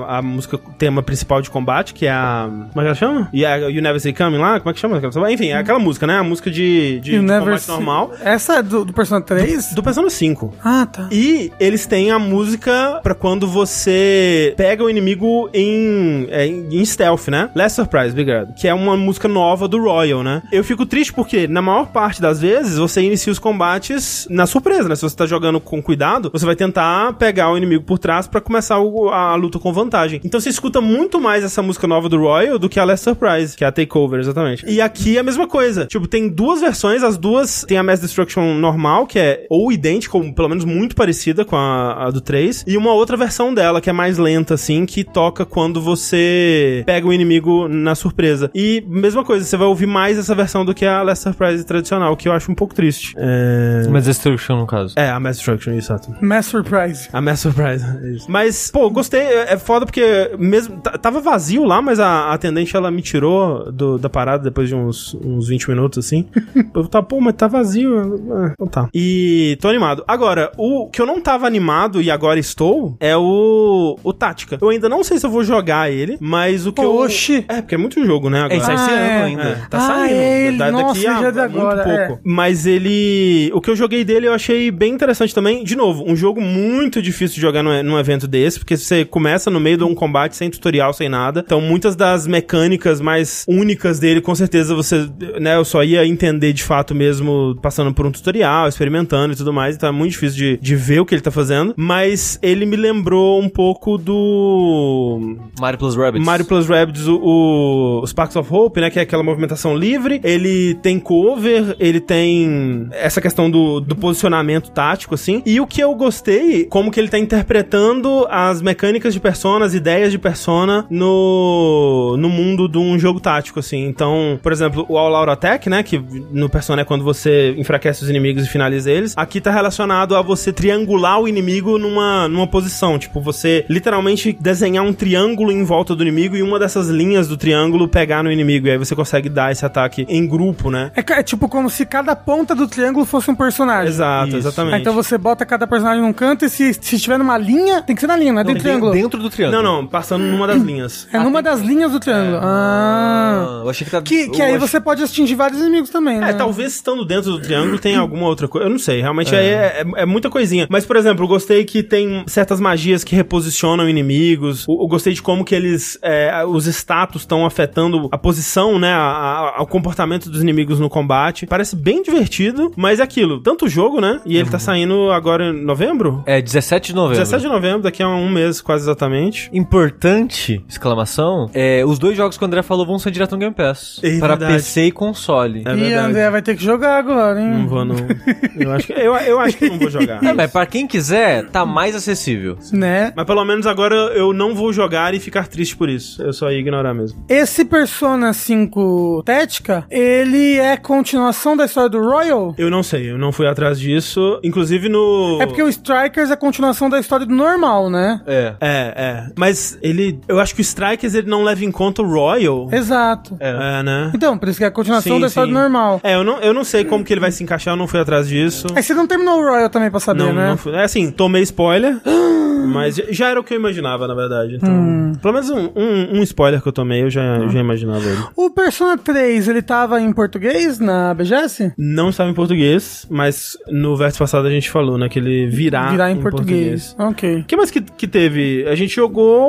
[SPEAKER 1] a, a música tema principal de combate, que é a. Como é que ela chama? E a You Never See Coming lá? Como é que chama? aquela- Enfim, é aquela música, né? A música de, de, de combate normal.
[SPEAKER 3] Essa é do, do Persona 3?
[SPEAKER 1] Do Persona 5.
[SPEAKER 3] Ah, tá.
[SPEAKER 1] E eles têm a música pra quando você pega o inimigo em, é, em em stealth, né? Last Surprise, obrigado. Que é uma música nova do Royal, né? Eu fico triste porque, na maior parte das vezes, você inicia os combates na surpresa, né? Se você tá jogando com cuidado, você vai tentar pegar o inimigo por trás pra começar o- a luta com vantagem. Então você escuta muito mais essa música nova do Royal do que a Last Surprise, que é a Takeover, exatamente. E aqui é a mesma coisa. Tipo, tem duas versões, as duas tem a Mass Destruction normal, que é ou idêntica, ou pelo menos muito parecida com a, a do 3, e uma outra versão dela, que é mais lenta, assim, que toca quando você pega o inimigo na surpresa. E mesma coisa, você vai ouvir mais essa versão do que a Last Surprise tradicional, que eu acho um pouco triste. É,
[SPEAKER 2] Mas Destruction, no caso.
[SPEAKER 1] é a Mass Destruction, exato.
[SPEAKER 3] Mass Surprise.
[SPEAKER 1] A Mass Surprise. Isso. Mas, pô, gostei. É é foda porque mesmo. t- Tava vazio lá, mas a, a atendente ela me tirou do- da parada depois de uns, uns 20 minutos, assim. eu tava, pô, mas tá vazio. Ah, Então tá. E tô animado. Agora, o que eu não tava animado e agora estou é o. o Tática. Eu ainda não sei se eu vou jogar ele, mas o que
[SPEAKER 3] Oxi.
[SPEAKER 1] eu. É, porque é muito jogo, né? Agora.
[SPEAKER 2] É, sai
[SPEAKER 3] Ah,
[SPEAKER 2] esse
[SPEAKER 3] é.
[SPEAKER 2] ano
[SPEAKER 1] É,
[SPEAKER 2] ainda.
[SPEAKER 1] tá
[SPEAKER 3] Ah,
[SPEAKER 1] saindo.
[SPEAKER 3] é, ele- nossa, ele já é
[SPEAKER 1] muito
[SPEAKER 3] de agora,
[SPEAKER 1] ah, um pouco. Mas ele. O que eu joguei dele eu achei bem interessante também. De novo, um jogo muito difícil de jogar num, num evento desse, porque você começa no meio de um combate sem tutorial, sem nada. Então, muitas das mecânicas mais únicas dele, com certeza você. Né, eu só ia entender de fato mesmo passando por um tutorial, experimentando e tudo mais. Então, é muito difícil de, de ver o que ele tá fazendo. Mas ele me lembrou um pouco do.
[SPEAKER 2] Mario Plus Rabbits.
[SPEAKER 1] Mario Plus Rabbids, o, o, os Sparks of Hope, né? Que é aquela movimentação livre. Ele tem cover, ele tem essa questão do, do posicionamento tático, assim. E o que eu gostei, como que ele tá interpretando as mecânicas de Persona, as ideias de Persona no, no mundo de um jogo tático, assim. Então, por exemplo, o All Out Attack, né? Que no Persona é quando você enfraquece os inimigos e finaliza eles. Aqui tá relacionado a você triangular o inimigo numa, numa posição. Tipo, você literalmente desenhar um triângulo em volta do inimigo inimigo e uma dessas linhas do triângulo pegar no inimigo. E aí você consegue dar esse ataque em grupo, né?
[SPEAKER 3] É, ca- é tipo como se cada ponta do triângulo fosse um personagem.
[SPEAKER 1] Exato,
[SPEAKER 2] Isso.
[SPEAKER 1] exatamente.
[SPEAKER 3] Ah, então você bota cada personagem num canto e se, se estiver numa linha, tem que ser na linha, não é dentro do triângulo.
[SPEAKER 2] Dentro do
[SPEAKER 1] Não,
[SPEAKER 2] triângulo.
[SPEAKER 1] não, passando numa das linhas.
[SPEAKER 3] É numa das linhas do triângulo. Ah.
[SPEAKER 2] Ah, eu achei que tá.
[SPEAKER 3] Que, que
[SPEAKER 2] eu
[SPEAKER 3] aí
[SPEAKER 2] achei-
[SPEAKER 3] você pode atingir vários inimigos também, né?
[SPEAKER 1] É, talvez estando dentro do triângulo tem alguma outra coisa. Eu não sei, realmente aí é, é- é muita coisinha. Mas, por exemplo, eu gostei que tem certas magias que reposicionam inimigos. Eu, eu gostei de como que eles. é, os status estão afetando a posição, né? A, a- o comportamento dos inimigos no combate. Parece bem divertido, mas é aquilo. Tanto o jogo, né? E ele tá saindo agora em novembro?
[SPEAKER 2] É 17 de novembro.
[SPEAKER 1] 17 de novembro, daqui a um mês quase exatamente.
[SPEAKER 2] Importante, exclamação, é, os dois jogos que o André falou vão ser direto no Game Pass.
[SPEAKER 1] É
[SPEAKER 2] para
[SPEAKER 1] verdade.
[SPEAKER 2] PC e console.
[SPEAKER 1] É
[SPEAKER 3] e
[SPEAKER 1] verdade.
[SPEAKER 3] André vai ter que jogar agora, hein?
[SPEAKER 1] Não vou, não. Eu acho que eu, eu acho que eu não vou jogar.
[SPEAKER 2] É, mas pra quem quiser, tá mais acessível.
[SPEAKER 3] Né?
[SPEAKER 1] Mas pelo menos agora eu não vou jogar e ficar triste por isso. Eu só ia ignorar mesmo.
[SPEAKER 3] Esse Persona 5 Tética, ele é continuação da história do Royal?
[SPEAKER 1] Eu não sei, eu não fui atrás disso. Inclusive no.
[SPEAKER 3] É porque o Strikers é continuação da história do normal, né?
[SPEAKER 2] É.
[SPEAKER 1] É, é. Mas ele. Eu acho que o Strikers ele não leva em conta o Royal.
[SPEAKER 3] Exato.
[SPEAKER 1] É, né?
[SPEAKER 3] Então, por isso que é a continuação
[SPEAKER 1] Sim,
[SPEAKER 3] da história
[SPEAKER 1] sim.
[SPEAKER 3] do normal.
[SPEAKER 1] É, eu não, eu não sei como que ele vai se encaixar, eu não fui atrás disso.
[SPEAKER 3] Aí você não terminou o Royal também pra saber,
[SPEAKER 1] Não,
[SPEAKER 3] né?
[SPEAKER 1] não fui. É assim, tomei spoiler. mas já era o que eu imaginava, na verdade. Então,
[SPEAKER 3] Hum.
[SPEAKER 1] Pelo menos um, um, um spoiler que eu tomei, eu já, eu já imaginava ele.
[SPEAKER 3] O Persona 3, ele tava em português na BGS?
[SPEAKER 1] Não estava em português, mas no verso passado a gente falou, né? Que ele virá,
[SPEAKER 3] Virar em, português.
[SPEAKER 1] O
[SPEAKER 3] Ok.
[SPEAKER 1] que mais que, que teve? A gente jogou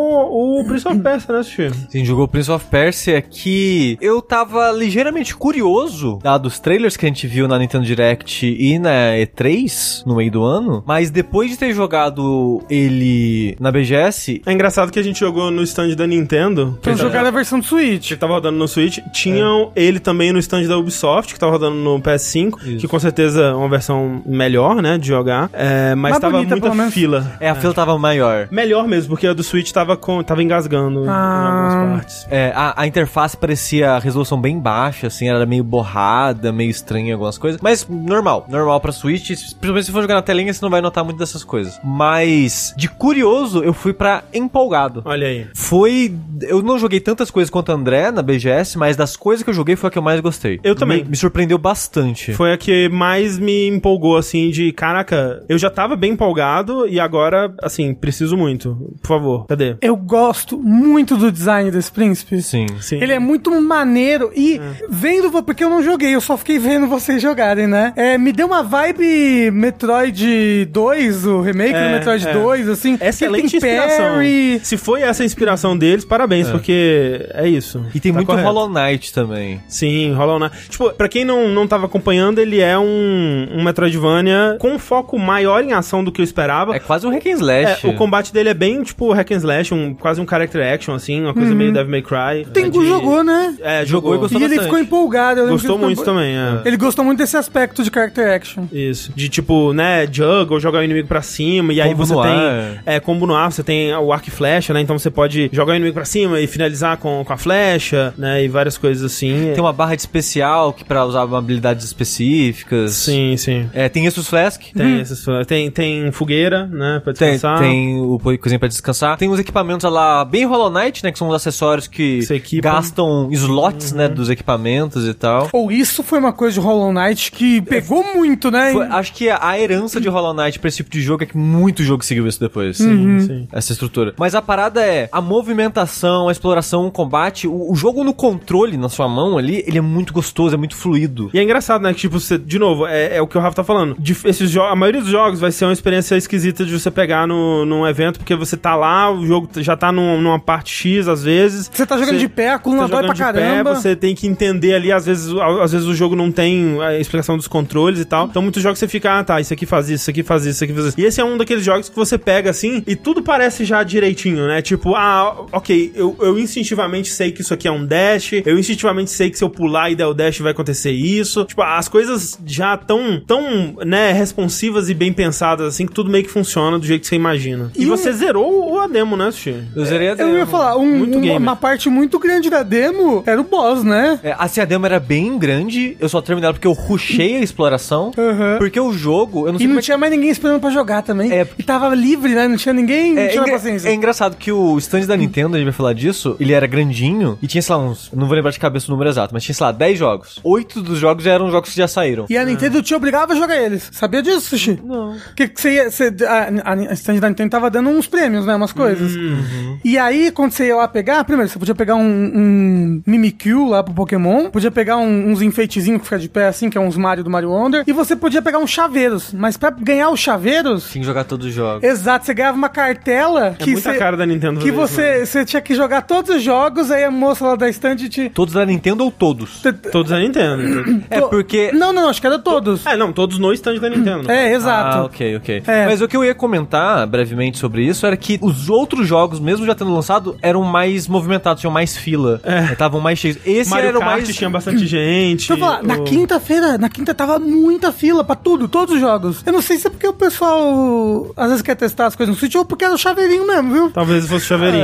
[SPEAKER 1] o Prince of Persia, né, Sushi?
[SPEAKER 2] Sim, jogou Prince of Persia é que eu tava ligeiramente curioso, dado os trailers que a gente viu na Nintendo Direct e na E3 no meio do ano, mas depois de ter jogado ele na BGS,
[SPEAKER 1] É engraçado que a gente jogou no stand da Nintendo.
[SPEAKER 3] Então
[SPEAKER 1] que
[SPEAKER 3] jogaram a versão do Switch.
[SPEAKER 1] que tava rodando no Switch. Tinham
[SPEAKER 3] É.
[SPEAKER 1] ele também no stand da Ubisoft, que tava rodando no PS5,
[SPEAKER 2] Isso.
[SPEAKER 1] que com certeza é uma versão melhor, né, de jogar. É, mas
[SPEAKER 3] Mais
[SPEAKER 1] tava
[SPEAKER 3] bonita, pelo
[SPEAKER 1] muita
[SPEAKER 3] menos.
[SPEAKER 1] fila.
[SPEAKER 2] é, a fila tava maior.
[SPEAKER 1] Melhor mesmo, porque a do Switch tava, com, tava engasgando em
[SPEAKER 3] Ah.
[SPEAKER 1] algumas partes.
[SPEAKER 2] É, a, a interface parecia a resolução bem baixa, assim, era meio borrada, meio estranha algumas coisas. Mas normal, normal pra Switch. Principalmente se for jogar na telinha, você não vai notar muito dessas coisas. Mas, de curioso, eu fui pra empolgado.
[SPEAKER 1] Olha aí.
[SPEAKER 2] Foi. Eu não joguei tantas coisas quanto o André na BGS, mas das coisas que eu joguei foi a que eu mais gostei.
[SPEAKER 1] Eu também.
[SPEAKER 2] Me, me surpreendeu bastante.
[SPEAKER 1] Foi a que mais me empolgou, assim, de caraca, eu já tava bem empolgado e agora, assim, preciso muito. Por favor, cadê?
[SPEAKER 3] Eu gosto muito do design desse príncipe.
[SPEAKER 2] Sim.
[SPEAKER 1] Sim. É.
[SPEAKER 3] Ele é muito maneiro e vendo, vo- porque eu não joguei, eu só fiquei vendo vocês jogarem, né? É, me deu uma vibe Metroid 2, o remake
[SPEAKER 1] É,
[SPEAKER 3] do Metroid
[SPEAKER 1] é.
[SPEAKER 3] 2, assim. que
[SPEAKER 1] Excelente
[SPEAKER 3] tem
[SPEAKER 1] inspiração.
[SPEAKER 3] parry.
[SPEAKER 1] Se foi essa a inspiração deles, parabéns, porque é isso.
[SPEAKER 2] E tem
[SPEAKER 1] Tá
[SPEAKER 2] muito
[SPEAKER 1] correto.
[SPEAKER 2] Hollow Knight também.
[SPEAKER 1] Sim, Hollow Knight. Tipo, pra quem não, não tava acompanhando, ele é um, um Metroidvania com um foco maior em ação do que eu esperava.
[SPEAKER 2] É quase um hack and
[SPEAKER 1] É,
[SPEAKER 2] slash.
[SPEAKER 1] o combate dele é bem, tipo, hack and slash, um, quase um character action, assim, uma coisa meio Devil May Cry. É
[SPEAKER 3] O Uhum. Tengu
[SPEAKER 1] de-
[SPEAKER 3] jogou, né?
[SPEAKER 1] É, jogou,
[SPEAKER 2] Jogou e gostou
[SPEAKER 3] E ele
[SPEAKER 2] bastante.
[SPEAKER 3] ficou empolgado. Eu lembro que
[SPEAKER 1] Gostou
[SPEAKER 3] ele
[SPEAKER 1] muito
[SPEAKER 3] ficou
[SPEAKER 1] também, é.
[SPEAKER 3] empol- Ele gostou muito desse aspecto de character action.
[SPEAKER 1] Isso. De tipo, né, juggle, jogar o inimigo pra cima, e aí
[SPEAKER 2] Combo
[SPEAKER 1] você
[SPEAKER 2] no
[SPEAKER 1] tem.
[SPEAKER 2] ar.
[SPEAKER 1] É, combo no ar, você tem o arco e flecha, né? Então você pode jogar o inimigo pra cima e finalizar com, com a flecha, né? E várias coisas assim.
[SPEAKER 2] Tem uma barra de especial que para usar habilidades específicas.
[SPEAKER 1] Sim, sim.
[SPEAKER 2] É, tem isso os Flask.
[SPEAKER 3] Uhum.
[SPEAKER 1] Tem, essas, tem, tem fogueira, né? Pra
[SPEAKER 2] Tem,
[SPEAKER 1] descansar.
[SPEAKER 2] tem o po- coisinha pra descansar. Tem uns equipamentos lá bem Hollow Knight, né? Que são os acessórios que
[SPEAKER 1] Você equipa.
[SPEAKER 2] gastam slots, né?
[SPEAKER 1] Uhum.
[SPEAKER 2] Dos equipamentos e tal.
[SPEAKER 3] Ou isso foi uma coisa de Hollow Knight que pegou muito, né?
[SPEAKER 2] Foi- acho que a herança de Hollow Knight pra esse tipo de jogo é que muito jogo seguiu isso depois.
[SPEAKER 3] Uhum.
[SPEAKER 1] Sim, sim.
[SPEAKER 2] Essa estrutura. Mas a parada é a movimentação, a exploração, o combate. O, o jogo no controle, na sua mão ali, ele é muito gostoso, é muito fluido.
[SPEAKER 1] E é engraçado, né? Que, tipo, você, de novo, é, é o que o Rafa tá falando. Dif- esses jo- a maioria dos jogos vai ser uma experiência esquisita de você pegar no, num evento, porque você tá lá, o jogo t- já tá num- numa parte X às vezes.
[SPEAKER 3] Você tá jogando
[SPEAKER 1] Você-
[SPEAKER 3] de pé, a
[SPEAKER 1] Você
[SPEAKER 3] coluna dói
[SPEAKER 1] jogando
[SPEAKER 3] pra
[SPEAKER 1] de
[SPEAKER 3] caramba.
[SPEAKER 1] Pé, você tem que entender ali, às vezes, a- às vezes o jogo não tem a explicação dos controles e tal. Então, muitos jogos você fica, ah, tá, isso aqui faz isso, isso aqui faz isso, isso aqui faz isso. E esse é um daqueles jogos que você pega assim e tudo parece já direitinho, né? Tipo, ah, ok, eu, eu instintivamente sei que isso aqui é um dash, eu instintivamente sei que se eu pular e der o dash vai acontecer isso. Tipo, as coisas já tão, tão, né, responsivas e bem pensadas assim que tudo meio que funciona do jeito que você imagina. E,
[SPEAKER 3] E um-
[SPEAKER 1] você zerou o a demo, né, Sushi?
[SPEAKER 2] Eu zerei a demo.
[SPEAKER 3] Eu ia falar, um-
[SPEAKER 1] Muito
[SPEAKER 3] um-
[SPEAKER 1] gamer.
[SPEAKER 3] uma parte muito grande da demo era o boss, né?
[SPEAKER 2] É, assim, a demo era bem grande, eu só terminei ela porque eu rushei a exploração.
[SPEAKER 3] Aham.
[SPEAKER 2] Porque o jogo, eu não
[SPEAKER 3] E
[SPEAKER 2] sei
[SPEAKER 3] não
[SPEAKER 2] como é que-
[SPEAKER 3] tinha mais ninguém esperando pra jogar também.
[SPEAKER 2] É.
[SPEAKER 3] E tava livre, né? Não tinha ninguém, não
[SPEAKER 2] É,
[SPEAKER 3] tinha mais
[SPEAKER 2] engra-
[SPEAKER 3] paciência.
[SPEAKER 2] é engraçado que o stand da Nintendo, a gente vai falar disso, ele era grandinho e tinha, sei lá, uns. Não vou lembrar de cabeça o número exato, mas tinha, sei lá, 10 jogos. Oito dos jogos já eram jogos que já saíram.
[SPEAKER 1] Ah.
[SPEAKER 3] E a Nintendo te obrigava a jogar eles. Sabia disso, Sushi? Não. Que que você ia, você- a, a, a stand da Nintendo tava dando uns prêmios, né? Umas coisas.
[SPEAKER 1] Uhum.
[SPEAKER 3] E aí, quando você ia lá pegar, primeiro, você podia pegar um, um Mimikyu lá pro Pokémon, podia pegar um- uns enfeitezinhos que fica de pé assim, que é uns Mario do Mario Wonder, e você podia pegar uns chaveiros. Mas pra ganhar os chaveiros...
[SPEAKER 2] Tinha que jogar todos os jogos.
[SPEAKER 3] Exato, você ganhava uma cartela
[SPEAKER 1] É
[SPEAKER 3] que
[SPEAKER 1] muita
[SPEAKER 3] você-
[SPEAKER 1] cara da Nintendo
[SPEAKER 3] que
[SPEAKER 1] fazer isso, né?
[SPEAKER 3] você, você tinha que jogar todos os jogos, aí a moça lá da stand te...
[SPEAKER 2] Todos da Nintendo ou todos?
[SPEAKER 1] Todos da Nintendo. então.
[SPEAKER 2] É porque.
[SPEAKER 3] Não, não, acho que era todos.
[SPEAKER 1] é, não, todos no stand da Nintendo.
[SPEAKER 3] É,
[SPEAKER 2] Ah,
[SPEAKER 3] exato.
[SPEAKER 2] ok, ok.
[SPEAKER 3] É.
[SPEAKER 2] Mas o que eu ia comentar brevemente sobre isso era que os outros jogos, mesmo já tendo lançado, eram mais movimentados, tinham mais fila.
[SPEAKER 3] É.
[SPEAKER 2] Estavam mais cheios. Esse
[SPEAKER 1] Mario
[SPEAKER 2] era o
[SPEAKER 1] Kart
[SPEAKER 2] mais.
[SPEAKER 1] tinha bastante gente.
[SPEAKER 3] Deixa eu falar, na
[SPEAKER 1] o-
[SPEAKER 3] quinta-feira, na quinta tava muita fila pra tudo, todos os jogos. Eu não sei se é porque o pessoal eh, às vezes quer testar as coisas no Switch ou porque era o chaveirinho mesmo, viu?
[SPEAKER 1] Talvez fosse chaveirinho.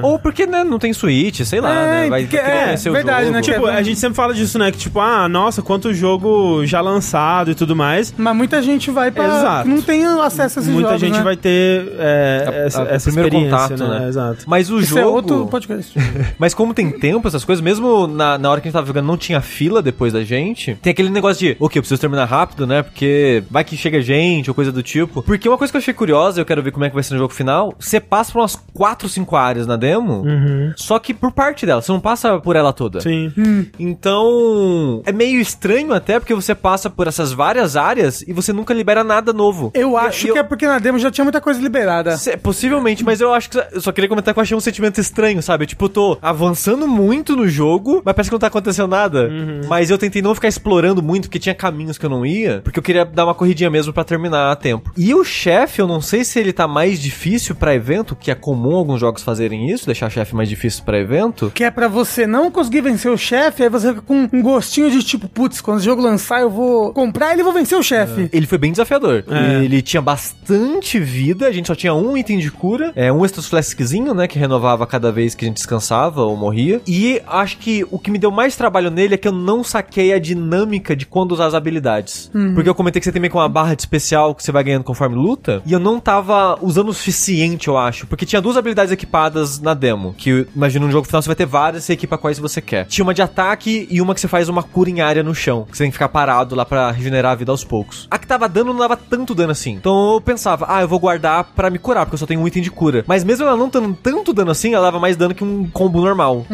[SPEAKER 1] é.
[SPEAKER 2] Ou porque né, não tem Switch, sei lá,
[SPEAKER 3] É,
[SPEAKER 2] né? Vai
[SPEAKER 3] porque-
[SPEAKER 2] vai querer
[SPEAKER 3] é,
[SPEAKER 2] conhecer o
[SPEAKER 3] verdade,
[SPEAKER 2] jogo.
[SPEAKER 3] né,
[SPEAKER 1] Tipo, a gente sempre fala disso, né? Que tipo, ah, nossa, quanto jogo já lançado e tudo mais.
[SPEAKER 3] Mas muita gente vai pra.
[SPEAKER 1] Exato.
[SPEAKER 3] Não tem acesso a esses
[SPEAKER 1] Muita
[SPEAKER 3] jogos.
[SPEAKER 1] gente
[SPEAKER 3] né?
[SPEAKER 1] vai ter é, essa,
[SPEAKER 2] A-
[SPEAKER 1] essa
[SPEAKER 2] primeiro
[SPEAKER 1] experiência,
[SPEAKER 2] contato,
[SPEAKER 1] né?
[SPEAKER 2] né?
[SPEAKER 1] Exato.
[SPEAKER 2] Mas o
[SPEAKER 3] Isso
[SPEAKER 2] jogo.
[SPEAKER 3] é outro podcast.
[SPEAKER 2] Mas como tem tempo, essas coisas, mesmo na, na hora que a gente tava jogando não tinha fila depois da gente, tem aquele negócio de, ok, eu preciso terminar rápido, né? Porque vai que chega gente ou coisa do tipo. Porque uma coisa que eu achei curiosa, eu quero ver como é que vai ser no jogo final, você passa por umas 4, 5 áreas na demo,
[SPEAKER 3] Uhum.
[SPEAKER 2] só que por parte dela, você não passa por ela toda.
[SPEAKER 1] Sim.
[SPEAKER 3] Hum.
[SPEAKER 2] Então, é meio estranho até, porque você passa por essas várias áreas e você nunca libera nada novo.
[SPEAKER 3] Eu
[SPEAKER 2] E-
[SPEAKER 3] acho
[SPEAKER 2] e eu-
[SPEAKER 3] que é porque na demo já tinha muita coisa liberada.
[SPEAKER 2] Se- possivelmente, mas eu acho que. Eu só queria comentar que eu achei um sentimento estranho, sabe? Tipo, eu tô avançando muito no jogo, mas parece que não tá acontecendo nada. Mas eu tentei não ficar explorando muito, porque tinha caminhos que eu não ia, porque eu queria dar uma corridinha mesmo pra terminar a tempo. E o chefe, eu não sei se ele tá mais difícil pra evento, que é comum alguns jogos fazerem isso, deixar chefe mais difícil pra evento.
[SPEAKER 3] Que é pra você não conseguir vencer o chefe, aí você fica com um gostinho de tipo, putz, quando o jogo lançar eu vou comprar ele e vou vencer o chefe.
[SPEAKER 2] Ele foi bem desafiador.
[SPEAKER 1] É.
[SPEAKER 2] Ele tinha bastante vida, a gente só tinha um item de cura, é um extra flaskzinho, né, que renovava cada vez que a gente descansava ou morria. E acho que o que me deu mais trabalho nele é que eu não saquei a dinâmica de quando usar as habilidades. Porque eu comentei que você tem meio que uma barra de especial que você vai ganhando conforme luta, e eu não tava usando o suficiente, eu acho, porque tinha duas habilidades equipadas na demo, que eu imagino no jogo final você vai ter várias, você equipa quais você quer. Tinha uma de ataque e uma que você faz uma cura em área no chão, que você tem que ficar parado lá pra regenerar a vida aos poucos. A que tava dando não dava tanto dano assim. Então eu pensava, ah, eu vou guardar pra me curar, porque eu só tenho um item de cura. Mas mesmo ela não dando tanto dano assim, ela dava mais dano que um combo normal.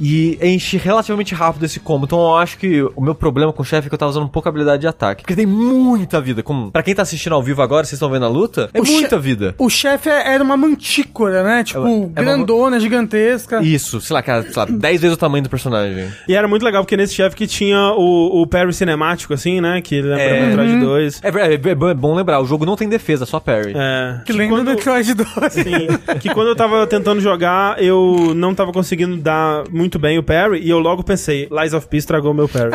[SPEAKER 2] E enche relativamente rápido esse combo. Então eu acho que o meu problema com o chefe é que eu tava usando pouca habilidade de ataque. Porque tem muita vida. Como, pra quem tá assistindo ao vivo agora, vocês estão vendo a luta, é
[SPEAKER 3] O che-
[SPEAKER 2] muita vida.
[SPEAKER 3] O chefe é, era uma mantícora, né? Tipo,
[SPEAKER 2] É uma- é uma-
[SPEAKER 3] grandona, gigantesca.
[SPEAKER 2] Isso, sei lá, cara, sei lá, 10 vezes o tamanho do personagem.
[SPEAKER 1] E era muito legal, porque nesse chefe que tinha o, o parry cinemático, assim, né? Que lembra
[SPEAKER 2] É.
[SPEAKER 1] atrás
[SPEAKER 3] Uhum.
[SPEAKER 1] de dois.
[SPEAKER 2] É, ver- é, ver- é bom- é bom lembrar, o jogo não tem defesa, só parry.
[SPEAKER 1] É.
[SPEAKER 3] Que lembra
[SPEAKER 1] quando-
[SPEAKER 3] do Metroid 2.
[SPEAKER 1] Sim, que quando eu tava tentando jogar, eu não tava conseguindo dar muito bem o parry, e eu logo pensei, Lies of P estragou meu parry.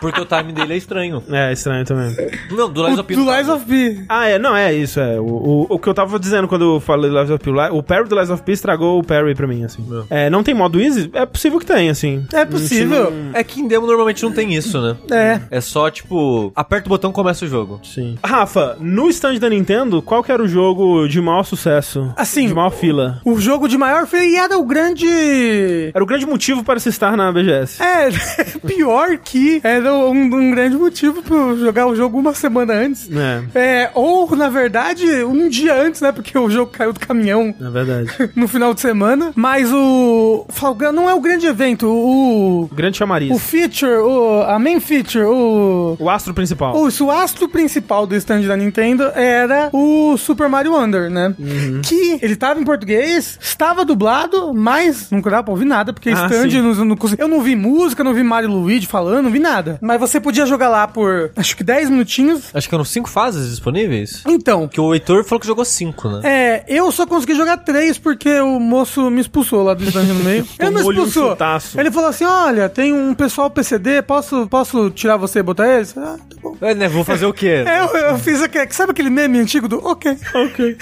[SPEAKER 2] Porque o time dele é estranho.
[SPEAKER 1] é, estranho também.
[SPEAKER 2] Não, do Lies
[SPEAKER 3] O,
[SPEAKER 2] of P. tá.
[SPEAKER 3] do Lies of P.
[SPEAKER 1] Ah, é, não, é isso, é. O, o, o que eu tava dizendo quando eu falei Lies of P, o li- o parry do Lies of P estragou o parry pra mim, assim. É, não tem modo easy? É possível que tenha, assim.
[SPEAKER 3] É possível.
[SPEAKER 2] É que em demo normalmente não tem isso, né?
[SPEAKER 3] É.
[SPEAKER 2] É só, tipo, aperta o botão e começa o jogo.
[SPEAKER 1] Sim. Rafa, no stand da Nintendo, qual que era o jogo de maior sucesso?
[SPEAKER 3] Assim-
[SPEAKER 1] De maior fila?
[SPEAKER 3] O jogo de maior foi e era o grande.
[SPEAKER 1] Era o grande motivo para se estar na BGS.
[SPEAKER 3] É, pior que era um, um grande motivo pra eu jogar o jogo uma semana antes.
[SPEAKER 1] É,
[SPEAKER 3] É, ou, na verdade, um dia antes, né? Porque o jogo caiu do caminhão
[SPEAKER 1] na é verdade.
[SPEAKER 3] no final de semana. Mas o. Falga não é o grande evento. O.
[SPEAKER 1] O grande chamariz.
[SPEAKER 3] O feature, o, a main feature, o.
[SPEAKER 1] O astro principal.
[SPEAKER 3] O isso, o astro principal do stand da Nintendo era o Super Mario Wonder, né?
[SPEAKER 1] Uhum.
[SPEAKER 3] Que ele tava em português, estava dublado, mas não dava pra ouvir nada, porque
[SPEAKER 1] Ah,
[SPEAKER 3] stand
[SPEAKER 1] sim.
[SPEAKER 3] não, não consegui- Eu não vi música, não vi Mario e Luigi falando, não vi nada. Mas você podia jogar lá por acho que 10 minutinhos.
[SPEAKER 2] Acho que eram cinco fases disponíveis.
[SPEAKER 3] Então.
[SPEAKER 2] Que o Heitor falou que jogou cinco, né?
[SPEAKER 3] É, eu só consegui jogar três porque o moço me expulsou lá do stand no meio. Ele me
[SPEAKER 1] Tomou-lhe um
[SPEAKER 3] expulsou.
[SPEAKER 1] chutaço.
[SPEAKER 3] Ele falou assim: olha, tem um pessoal PCD, posso, posso tirar você e botar eles? Ah, tá bom.
[SPEAKER 2] É, né, vou fazer o quê?
[SPEAKER 3] É, eu, eu fiz aquele. Sabe aquele meme antigo do ok?
[SPEAKER 1] Né? Ok.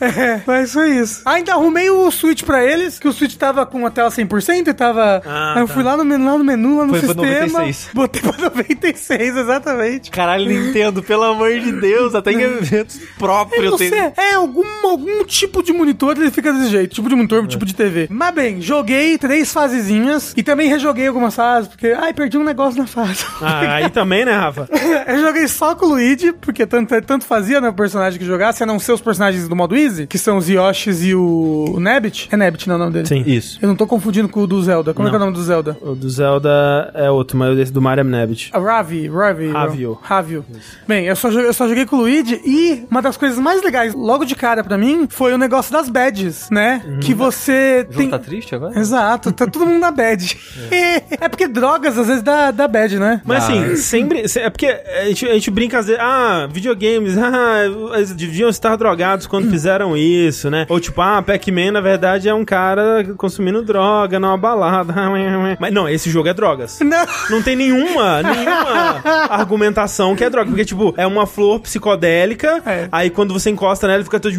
[SPEAKER 3] é, mas foi isso. Ainda arrumei o Switch pra eles, que o Switch tava com a tela 100% e tava.
[SPEAKER 1] Ah,
[SPEAKER 3] aí eu
[SPEAKER 1] tá.
[SPEAKER 3] fui lá no, menu- lá no menu, lá no
[SPEAKER 2] Foi pra
[SPEAKER 3] sistema.
[SPEAKER 2] 96.
[SPEAKER 3] Botei pra 96, exatamente.
[SPEAKER 2] Caralho, Nintendo, pelo amor de Deus, até em eventos próprios
[SPEAKER 3] Eu
[SPEAKER 2] eu
[SPEAKER 3] não
[SPEAKER 2] tenho.
[SPEAKER 3] sei, é algum, algum tipo de monitor ele fica desse jeito, tipo de monitor,
[SPEAKER 1] É.
[SPEAKER 3] tipo de TV. Mas bem, joguei três fasezinhas e também rejoguei algumas fases, porque, ai, perdi um negócio na fase.
[SPEAKER 1] Ah, aí também, né, Rafa?
[SPEAKER 3] Eu joguei só com o Luigi, porque tanto, tanto fazia no personagem que jogasse, a não ser os personagens do modo Easy, que são os Yoshis e o, o Nabbit. É Nabbit, não é o nome dele?
[SPEAKER 1] Sim.
[SPEAKER 2] Isso.
[SPEAKER 3] Eu não tô confundindo com o do Zelda. Como é que é o nome do Zelda?
[SPEAKER 1] O do Zelda é outro, mas esse do Mario é Nabbit.
[SPEAKER 3] A Ravi, Ravi. né?
[SPEAKER 1] Ravio.
[SPEAKER 3] Ravio. Bem, eu só, jo- eu só joguei com o Luigi e uma das coisas mais legais, logo de cara pra mim, foi o negócio das badges, né?
[SPEAKER 1] Uhum.
[SPEAKER 3] Que você
[SPEAKER 2] O
[SPEAKER 3] tem...
[SPEAKER 2] jogo tá triste agora?
[SPEAKER 3] Exato, tá todo mundo na bad. é porque drogas às vezes dá, dá bad, né?
[SPEAKER 1] Mas
[SPEAKER 2] Ah.
[SPEAKER 1] assim, sempre. se- É porque a gente, a gente brinca às vezes, ah, videogames, ah, eles deviam estar drogados quando fizeram isso, né? Ou tipo, ah, Pac-Man na verdade é um cara consumindo droga numa balada. Mas não, esse jogo é drogas.
[SPEAKER 3] Não.
[SPEAKER 1] Não tem nenhuma, nenhuma argumentação que é droga. Porque, tipo, é uma flor psicodélica,
[SPEAKER 3] É.
[SPEAKER 1] aí quando você encosta nela, ele fica todo de.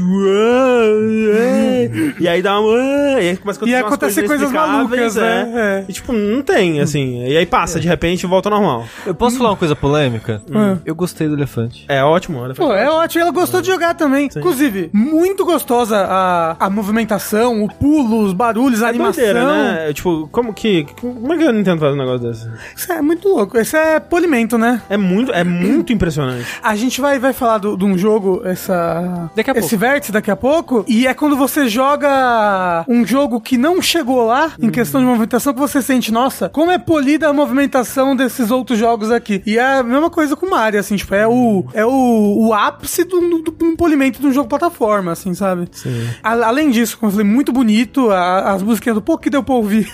[SPEAKER 1] e aí dá uma. E aí começa a
[SPEAKER 3] E
[SPEAKER 1] umas
[SPEAKER 3] acontece coisas
[SPEAKER 1] inexplicáveis,
[SPEAKER 3] malucas, né? É.
[SPEAKER 1] E, tipo, não tem, assim. E aí passa de repente e volta ao normal.
[SPEAKER 3] É.
[SPEAKER 2] Eu posso falar uma coisa polêmica?
[SPEAKER 3] Hum. Ah.
[SPEAKER 2] Eu gostei do elefante.
[SPEAKER 1] É ótimo, olha.
[SPEAKER 3] Pô, é ótimo, ela gostou de jogar também. Inclusive, muito gostosa a, a movimentação, o pulo, os barulhos, a animação.
[SPEAKER 1] É Doideira, né? Tipo, como que. Como é que a Nintendo faz um negócio desse?
[SPEAKER 3] Isso é muito louco. Isso é polimento, né?
[SPEAKER 1] É muito, é muito impressionante.
[SPEAKER 3] A gente vai, vai falar do- de um jogo, essa,
[SPEAKER 2] Daqui a
[SPEAKER 3] esse
[SPEAKER 2] pouco.
[SPEAKER 3] vértice daqui a pouco, e é quando você joga um jogo que não chegou lá,
[SPEAKER 2] Uhum.
[SPEAKER 3] em questão de movimentação, que você sente, nossa, como é polida a movimentação desses outros jogos aqui. E é a mesma coisa com o Mario, assim, tipo, é
[SPEAKER 2] Uhum.
[SPEAKER 3] o, é o, o ápice do, do, do polimento de um jogo plataforma, assim, sabe?
[SPEAKER 1] Sim.
[SPEAKER 3] A- além disso, como eu falei, muito bonito, a- as musiquinhas do pouco que deu pra ouvir,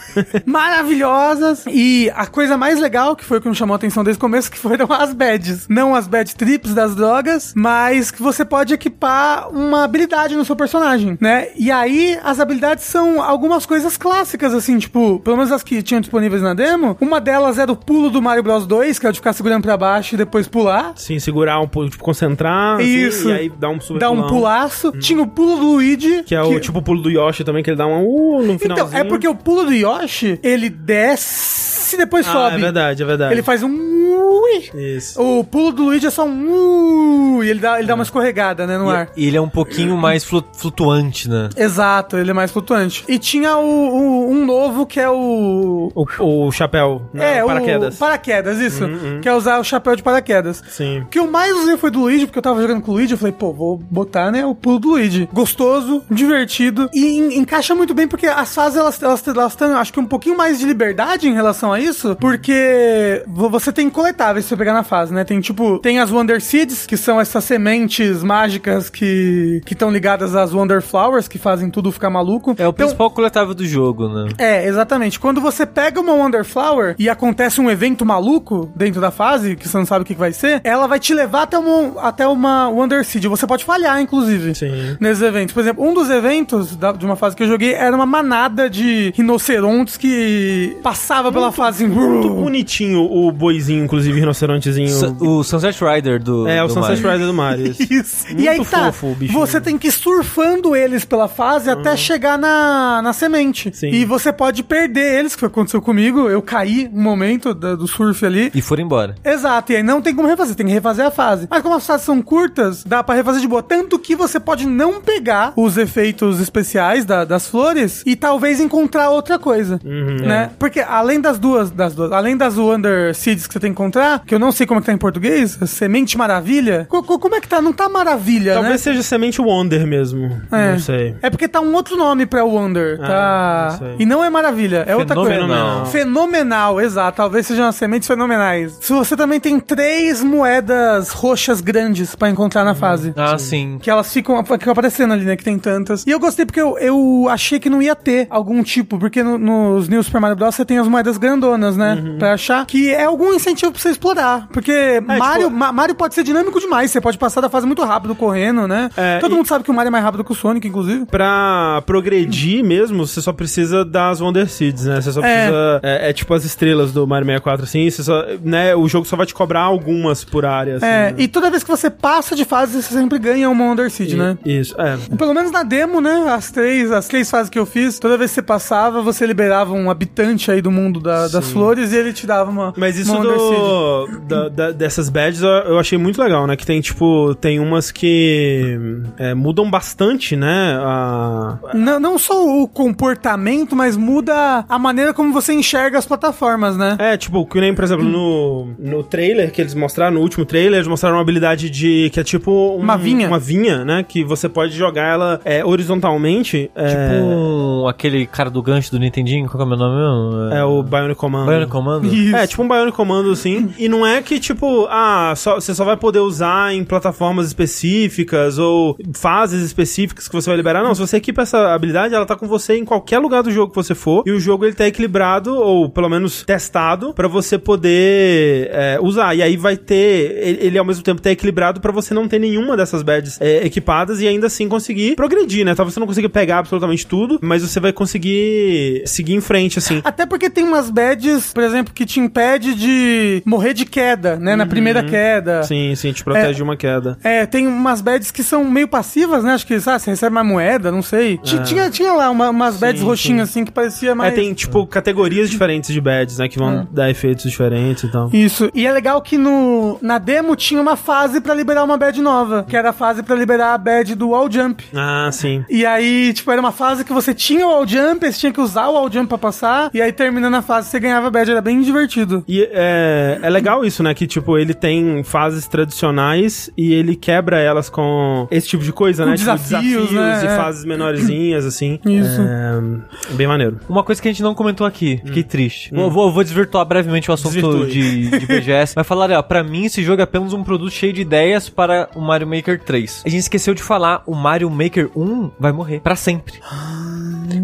[SPEAKER 3] maravilhosas. E a coisa mais legal, que foi o que me chamou a atenção desde o começo, que foram as badges. Não as bad trips das drogas, mas que você pode equipar uma habilidade no seu personagem, né? E aí, as habilidades são algumas coisas clássicas, assim, tipo, pelo menos as que tinham disponíveis na demo. Uma delas era o pulo do Mario Bros 2, que é o de ficar segurando pra baixo e depois pular.
[SPEAKER 1] Sim, segurar um pouco, tipo, concentrar.
[SPEAKER 3] Isso.
[SPEAKER 1] Assim, e aí dá um super
[SPEAKER 3] Dá um
[SPEAKER 1] pulão.
[SPEAKER 3] pulaço. Tinha o pulo do Luigi.
[SPEAKER 1] Hum. Que é o tipo o pulo do Yoshi também, que ele dá uma uh no finalzinho.
[SPEAKER 3] Então, é porque o pulo do Yoshi, ele desce e depois
[SPEAKER 1] ah,
[SPEAKER 3] sobe.
[SPEAKER 1] é verdade, é verdade.
[SPEAKER 3] Ele faz um ui.
[SPEAKER 1] Isso.
[SPEAKER 3] O pulo do Luigi é só um ui. Ele dá, ele dá uma escorregada, né, no ar.
[SPEAKER 2] E ele é um pouquinho mais flu- flutuante, né?
[SPEAKER 3] Exato, ele é mais flutuante. E tinha o, o- um novo que é o.
[SPEAKER 1] O, o chapéu, né?
[SPEAKER 3] é,
[SPEAKER 1] o paraquedas.
[SPEAKER 3] o paraquedas, isso. Que é usar o chapéu de paraquedas.
[SPEAKER 1] Sim.
[SPEAKER 3] O que eu mais usei foi do Luigi, porque eu tava jogando com o Luigi. Eu falei, pô, vou botar, né, o pulo do Luigi. Gostoso, divertido e en- encaixa muito bem, porque as fases elas, elas, elas têm, acho que, um pouquinho mais de liberdade em relação a isso, porque vo- você tem coletáveis se você pegar na fase, né? Tem tipo, tem as Wonder Seeds, que são essas sementes mágicas que estão ligadas às Wonder Flowers, que fazem tudo ficar maluco.
[SPEAKER 2] É o
[SPEAKER 3] Então,
[SPEAKER 2] principal coletável do jogo, né?
[SPEAKER 3] é, exatamente. Quando você pega uma Wonder Flower e acontece um evento maluco dentro da fase, que você não sabe o que que vai ser, ela vai te levar até uma, até uma Wonder Seed. Você pode falhar, inclusive.
[SPEAKER 1] Sim.
[SPEAKER 3] Nesses eventos. Por exemplo, um dos eventos da- de uma fase que eu joguei era uma manada de rinocerontes que passava pela fase.
[SPEAKER 1] Muito bonitinho o boizinho, inclusive, rinocerontezinho.
[SPEAKER 3] É.
[SPEAKER 2] Su- O Sunset Rider do.
[SPEAKER 1] é, o
[SPEAKER 2] do
[SPEAKER 1] Sunset
[SPEAKER 2] Mario.
[SPEAKER 1] Rider do Mario. isso.
[SPEAKER 3] Isso.
[SPEAKER 1] Muito
[SPEAKER 3] e aí tá,
[SPEAKER 1] fofo o bichinho. Uhum.
[SPEAKER 3] você tem que ir surfando eles pela fase até chegar na, na semente.
[SPEAKER 1] Sim.
[SPEAKER 3] E você pode perder eles, que foi o que aconteceu comigo. Eu caí um momento da- do surf ali.
[SPEAKER 2] E foram embora.
[SPEAKER 3] Exato, e aí não tem como refazer, tem que refazer a fase. Mas como as fases são curtas, dá pra refazer de boa. Tanto que você pode não pegar os efeitos especiais da- das flores e talvez encontrar outra coisa, né? Porque além das duas, das duas, além das Wonder Seeds que você tem que encontrar, que eu não sei como é que tá em português, Semente Maravilha, co- co- como é que tá? Não tá Maravilha,
[SPEAKER 1] Talvez
[SPEAKER 3] né?
[SPEAKER 1] seja semente Wonder mesmo.
[SPEAKER 3] É.
[SPEAKER 1] Não sei.
[SPEAKER 3] É porque tá um outro nome pra Wonder,
[SPEAKER 1] Ah,
[SPEAKER 3] tá?
[SPEAKER 1] não sei.
[SPEAKER 3] E não é maravilha, é outra coisa.
[SPEAKER 2] Fenomenal.
[SPEAKER 3] Fenomenal, exato. Talvez sejam as sementes fenomenais. Se você também tem três moedas roxas grandes pra encontrar
[SPEAKER 1] Uhum.
[SPEAKER 3] na fase.
[SPEAKER 2] Ah, sim.
[SPEAKER 3] Que elas ficam, ficam aparecendo ali, né? Que tem tantas. E eu gostei porque eu, eu achei que não ia ter algum tipo, porque no- nos New Super Mario Bros. você tem as moedas grandonas, né? Pra achar. Que é algum incentivo pra você explorar. Porque Mario,
[SPEAKER 1] Uhum. tipo-
[SPEAKER 3] Ma- Mario pode ser dinâmico demais, você pode passar da fase muito rápido correndo, né?
[SPEAKER 1] É,
[SPEAKER 3] Todo
[SPEAKER 1] e-
[SPEAKER 3] mundo sabe que o Mario é mais rápido que o Sonic, inclusive.
[SPEAKER 1] Pra progredir mesmo, você só precisa das Wonder Seeds, né? Você só
[SPEAKER 3] É.
[SPEAKER 1] precisa. É, é tipo as estrelas do Mario 64, assim. Você só, né, o jogo só vai te cobrar algumas por área, assim.
[SPEAKER 3] É,
[SPEAKER 1] né?
[SPEAKER 3] e toda vez que você passa de fase, você sempre ganha uma Wonder Seed, né?
[SPEAKER 1] Isso, é.
[SPEAKER 3] Pelo menos na demo, né? As três, as três fases que eu fiz, toda vez que você passava, você liberava um habitante aí do mundo da- das flores e ele te dava uma.
[SPEAKER 1] Mas isso
[SPEAKER 3] uma Wonder Seed.
[SPEAKER 1] do, da- da- dessas badges eu- eu achei muito legal, né? Que tem, tipo, tem umas que é, mudam bastante, né? A,
[SPEAKER 3] Não, não só o comportamento, mas muda a maneira como você enxerga as plataformas, né?
[SPEAKER 1] É, tipo, que nem, por exemplo, no, no trailer que eles mostraram, no último trailer, eles mostraram uma habilidade de. que é tipo. um-
[SPEAKER 3] Uma vinha.
[SPEAKER 1] Uma vinha, né? Que você pode jogar ela é, horizontalmente. é,
[SPEAKER 2] Tipo aquele cara do gancho do Nintendinho, qual que é o meu nome mesmo?
[SPEAKER 1] É o Bionic Command.
[SPEAKER 2] Bionic Commando?
[SPEAKER 3] Isso.
[SPEAKER 1] É, tipo um Bionic Commando, assim. E não é que, tipo, ah, só, você só vai poder usar em plataformas específicas ou fases específicas que você vai liberar. Não, se você equipa essa habilidade, ela tá com você em qualquer lugar do jogo que você for. E o jogo, ele tá equilibrado, ou pelo menos testado, pra você poder é, usar. E aí vai ter... Ele, ele, ao mesmo tempo, tá equilibrado pra você não ter nenhuma dessas badges é, equipadas e ainda assim conseguir progredir, né? Talvez você não consiga pegar absolutamente tudo, mas você vai conseguir seguir em frente, assim.
[SPEAKER 3] Até porque tem umas badges, por exemplo, que te impede de morrer de queda, né? Na primeira queda.
[SPEAKER 1] Uhum. Sim, sim, te protege de uma queda.
[SPEAKER 3] É, tem umas badges que são meio passivas, né? Acho que, sabe, você recebe mais moeda, não sei. Ti- Tinha, tinha lá uma- umas badges roxinhas, assim, que parecia mais...
[SPEAKER 1] É, tem, tipo, categorias diferentes de badges, né? Que vão
[SPEAKER 3] É.
[SPEAKER 1] dar efeitos diferentes e tal.
[SPEAKER 3] Isso. E é legal que no, na demo tinha uma fase pra liberar uma badge nova, que era a fase pra liberar a badge do wall jump.
[SPEAKER 1] Ah, sim.
[SPEAKER 3] E aí, tipo, era uma fase que você tinha o wall jump, aí você tinha que usar o wall jump pra passar, e aí terminando a fase você ganhava a badge, era bem divertido.
[SPEAKER 1] E é, é legal isso, né? Que, tipo, ele tem fases tradicionais e ele quebra elas com esse tipo de coisa,
[SPEAKER 3] Com
[SPEAKER 1] né? Tipo,
[SPEAKER 3] desafios, né?
[SPEAKER 1] e
[SPEAKER 3] É.
[SPEAKER 1] fases menorzinhas, assim.
[SPEAKER 3] Isso.
[SPEAKER 1] É, bem maneiro.
[SPEAKER 2] Uma coisa que a gente não comentou aqui, fiquei triste. Vou, vou- vou desvirtuar brevemente o assunto
[SPEAKER 1] Desvirtue.
[SPEAKER 2] de, de BGS. Mas falar, ó, pra mim esse jogo é apenas um produto cheio de ideias para o Mario Maker 3. A gente esqueceu de falar, o Mario Maker 1 vai morrer pra sempre.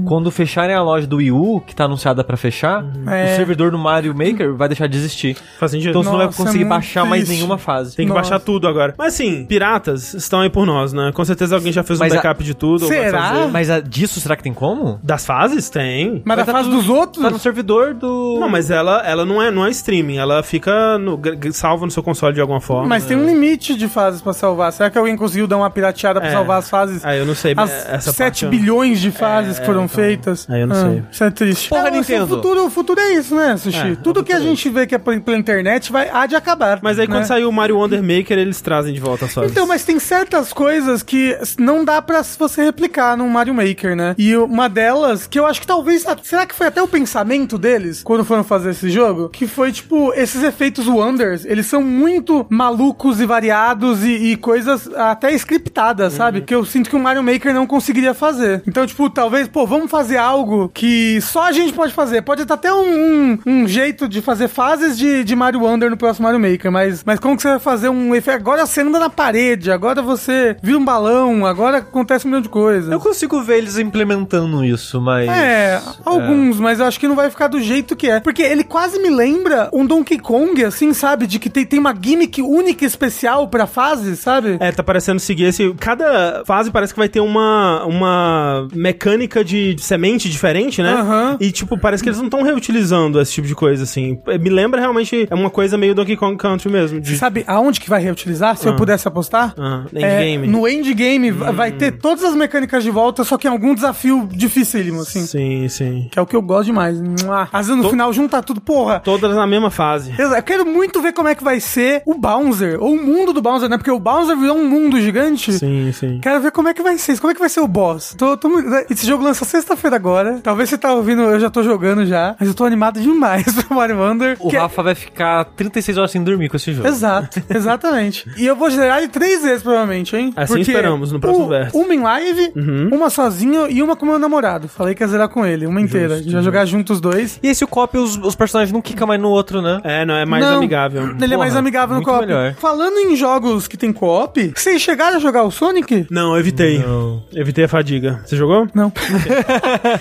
[SPEAKER 2] Quando fecharem a loja do Wii U, que tá anunciada pra fechar,
[SPEAKER 3] É.
[SPEAKER 2] o servidor do Mario Maker vai deixar de existir.
[SPEAKER 1] Faz sentido.
[SPEAKER 2] Então você não vai
[SPEAKER 3] Nossa, é
[SPEAKER 2] conseguir
[SPEAKER 3] muito
[SPEAKER 2] baixar mais
[SPEAKER 3] triste.
[SPEAKER 2] nenhuma fase.
[SPEAKER 1] tem que
[SPEAKER 3] Nossa.
[SPEAKER 1] baixar tudo agora. Mas, assim, piratas estão aí por nós, né? Com certeza alguém já fez um
[SPEAKER 2] Mas a-
[SPEAKER 1] backup de tudo. ou vai
[SPEAKER 3] Será?
[SPEAKER 1] fazer.
[SPEAKER 2] Mas a- disso, será que tem como?
[SPEAKER 1] Das fases? Tem.
[SPEAKER 3] Mas,
[SPEAKER 2] Mas
[SPEAKER 3] a
[SPEAKER 2] tá
[SPEAKER 3] fase
[SPEAKER 2] tudo-
[SPEAKER 3] dos outros...
[SPEAKER 2] Tá no servidor do.
[SPEAKER 1] Não, mas ela, ela não, é, não é streaming, ela fica no, gra- gra- salva no seu console de alguma forma.
[SPEAKER 3] Mas tem um limite de fases pra salvar. Será que alguém conseguiu dar uma pirateada pra
[SPEAKER 1] né? É.
[SPEAKER 3] salvar as fases?
[SPEAKER 1] Ah, eu não sei.
[SPEAKER 3] As
[SPEAKER 1] essa
[SPEAKER 3] 7
[SPEAKER 1] parte eu-
[SPEAKER 3] bilhões de fases que foram feitas.
[SPEAKER 1] Aí eu não sei.
[SPEAKER 3] Isso é triste.
[SPEAKER 2] Porra,
[SPEAKER 3] É, assim,
[SPEAKER 2] Nintendo.
[SPEAKER 3] O futuro, o futuro é isso, né, Sushi?
[SPEAKER 1] É,
[SPEAKER 3] Tudo que a gente vê que é pela pela internet vai, há de acabar.
[SPEAKER 1] Mas aí
[SPEAKER 3] né?
[SPEAKER 1] quando saiu o Mario Wonder Maker, eles trazem de volta só.
[SPEAKER 3] Então, mas tem certas coisas que não dá pra você replicar num Mario Maker, né? E uma delas, que eu acho que talvez. Será que foi até o pensamento deles quando foram fazer esse jogo? Que foi tipo, esses efeitos Wonders, eles são muito malucos e variados e, e coisas até scriptadas, sabe? Que eu sinto que o Mario Maker não conseguiria fazer. Então, tipo, talvez, pô, vamos fazer algo que só a gente pode fazer. Pode ter até um, um- um jeito de fazer fases de, de Mario Wonder no próximo Mario Maker, mas, mas como que você vai fazer um efeito? Agora você anda na parede, agora você vira um balão, agora acontece um milhão de coisas.
[SPEAKER 2] Eu consigo ver eles implementando isso, mas.
[SPEAKER 3] É, alguns, mas eu acho que não vai ficar do jeito que é. Porque ele quase me lembra um Donkey Kong, assim, sabe? De que tem, tem uma gimmick única e especial pra fase, sabe?
[SPEAKER 1] É, tá parecendo seguir esse. Cada fase parece que vai ter uma, uma mecânica de semente diferente, né?
[SPEAKER 3] Aham.
[SPEAKER 1] E, tipo, parece que eles não estão reutilizando esse tipo de coisa, assim. É, Me lembra realmente. É uma coisa meio Donkey Kong Country mesmo. De...
[SPEAKER 3] Sabe aonde que vai reutilizar, se eu pudesse apostar?
[SPEAKER 1] Ah,
[SPEAKER 3] É,
[SPEAKER 1] endgame. Hum.
[SPEAKER 3] no endgame va- vai ter todas as mecânicas de volta, só que em algum desafio dificílimo, assim.
[SPEAKER 1] Sim, sim.
[SPEAKER 3] Que é o que eu gosto demais. Mua. Às vezes no final juntar tudo, porra.
[SPEAKER 1] Todas na mesma fase.
[SPEAKER 3] Eu eu quero muito ver como é que vai ser o Bowser, ou o mundo do Bowser, né? Porque o Bowser virou um mundo gigante.
[SPEAKER 1] Sim, sim.
[SPEAKER 3] Quero ver como é que vai ser isso, como é que vai ser o boss. Tô- tô muito- Esse jogo lança sexta-feira agora. Talvez você tá ouvindo, eu já tô jogando já. Mas eu tô animado demais pro Mario Wonder.
[SPEAKER 2] O
[SPEAKER 3] que- é
[SPEAKER 2] Rafa vai ficar 36 horas sem dormir com esse jogo.
[SPEAKER 3] Exato, exatamente. e eu vou zerar ele três vezes, provavelmente, hein?
[SPEAKER 1] Assim esperamos, no próximo
[SPEAKER 3] o-
[SPEAKER 1] verso. Uhum.
[SPEAKER 3] Uma em live, uma sozinho e uma com meu namorado. Falei que ia zerar com ele, uma inteira. A gente vai jogar juntos os dois.
[SPEAKER 2] E esse o copy, os, os personagens não quicam mais no outro, né?
[SPEAKER 1] É, não, é mais
[SPEAKER 3] Não,
[SPEAKER 1] amigável.
[SPEAKER 3] Ele é mais
[SPEAKER 2] Porra,
[SPEAKER 3] amigável no
[SPEAKER 2] muito
[SPEAKER 3] co-op.
[SPEAKER 2] melhor.
[SPEAKER 3] Falando em jogos que tem co-op, vocês chegaram a jogar o Sonic?
[SPEAKER 2] É.
[SPEAKER 1] Não, eu evitei.
[SPEAKER 2] Não.
[SPEAKER 1] Evitei a fadiga. Você jogou?
[SPEAKER 3] Não.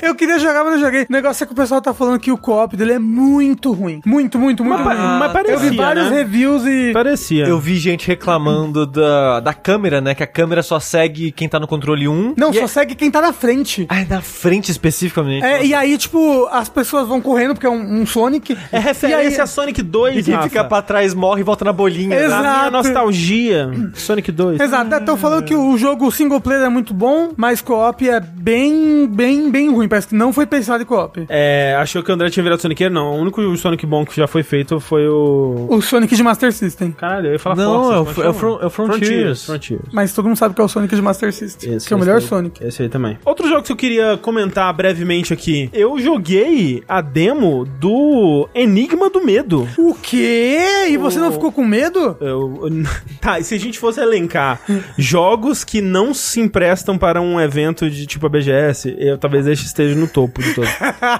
[SPEAKER 3] Eu queria jogar, mas não joguei. O negócio é que o pessoal tá falando que o co-op dele é muito ruim. Muito, muito, muito
[SPEAKER 1] Mas, pa-
[SPEAKER 3] ruim.
[SPEAKER 1] mas parecia,
[SPEAKER 3] Eu vi vários
[SPEAKER 1] né?
[SPEAKER 3] reviews e.
[SPEAKER 1] Parecia.
[SPEAKER 2] Eu vi gente reclamando da, da câmera, né? Que a câmera só segue quem tá no controle 1.
[SPEAKER 3] Não,
[SPEAKER 2] e
[SPEAKER 1] é
[SPEAKER 3] só segue quem tá na frente.
[SPEAKER 2] Ah, é na frente especificamente.
[SPEAKER 3] É, e aí, tipo, as pessoas vão correndo, porque é um, um Sonic.
[SPEAKER 1] É referência a
[SPEAKER 3] E
[SPEAKER 1] Sonic 2,
[SPEAKER 2] E quem fica
[SPEAKER 1] Rafa.
[SPEAKER 2] pra trás morre e volta na bolinha. né?
[SPEAKER 3] Exato.
[SPEAKER 1] Na minha nostalgia, Sonic 2.
[SPEAKER 3] aí, exato, estão falando que o jogo single player é muito bom, mas co-op é bem, bem, bem ruim. Parece que não foi pensado em co-op.
[SPEAKER 1] É, achou que o André tinha virado Soniqueiro? Não, o único Sonic bom que já foi feito foi o...
[SPEAKER 3] O Sonic de Master System.
[SPEAKER 1] Caralho, eu ia falar
[SPEAKER 2] Não,
[SPEAKER 1] Forces,
[SPEAKER 2] é o
[SPEAKER 1] mas
[SPEAKER 2] Fr- é o
[SPEAKER 1] chama.
[SPEAKER 2] Fron- é o Frontiers.
[SPEAKER 1] Frontiers.
[SPEAKER 3] Mas todo mundo sabe que é o Sonic de Master System.
[SPEAKER 1] Esse,
[SPEAKER 3] que é o
[SPEAKER 1] esse
[SPEAKER 3] melhor
[SPEAKER 1] aí.
[SPEAKER 3] Sonic.
[SPEAKER 1] Esse aí também. Outro jogo que eu queria comentar brevemente aqui. Eu joguei a demo do Enigma do Medo.
[SPEAKER 3] O quê? E você não ficou com medo?
[SPEAKER 1] Eu- eu- tá, e se a gente fosse elencar jogos que não se emprestam para um evento de tipo a BGS, eu talvez este esteja no topo de todo.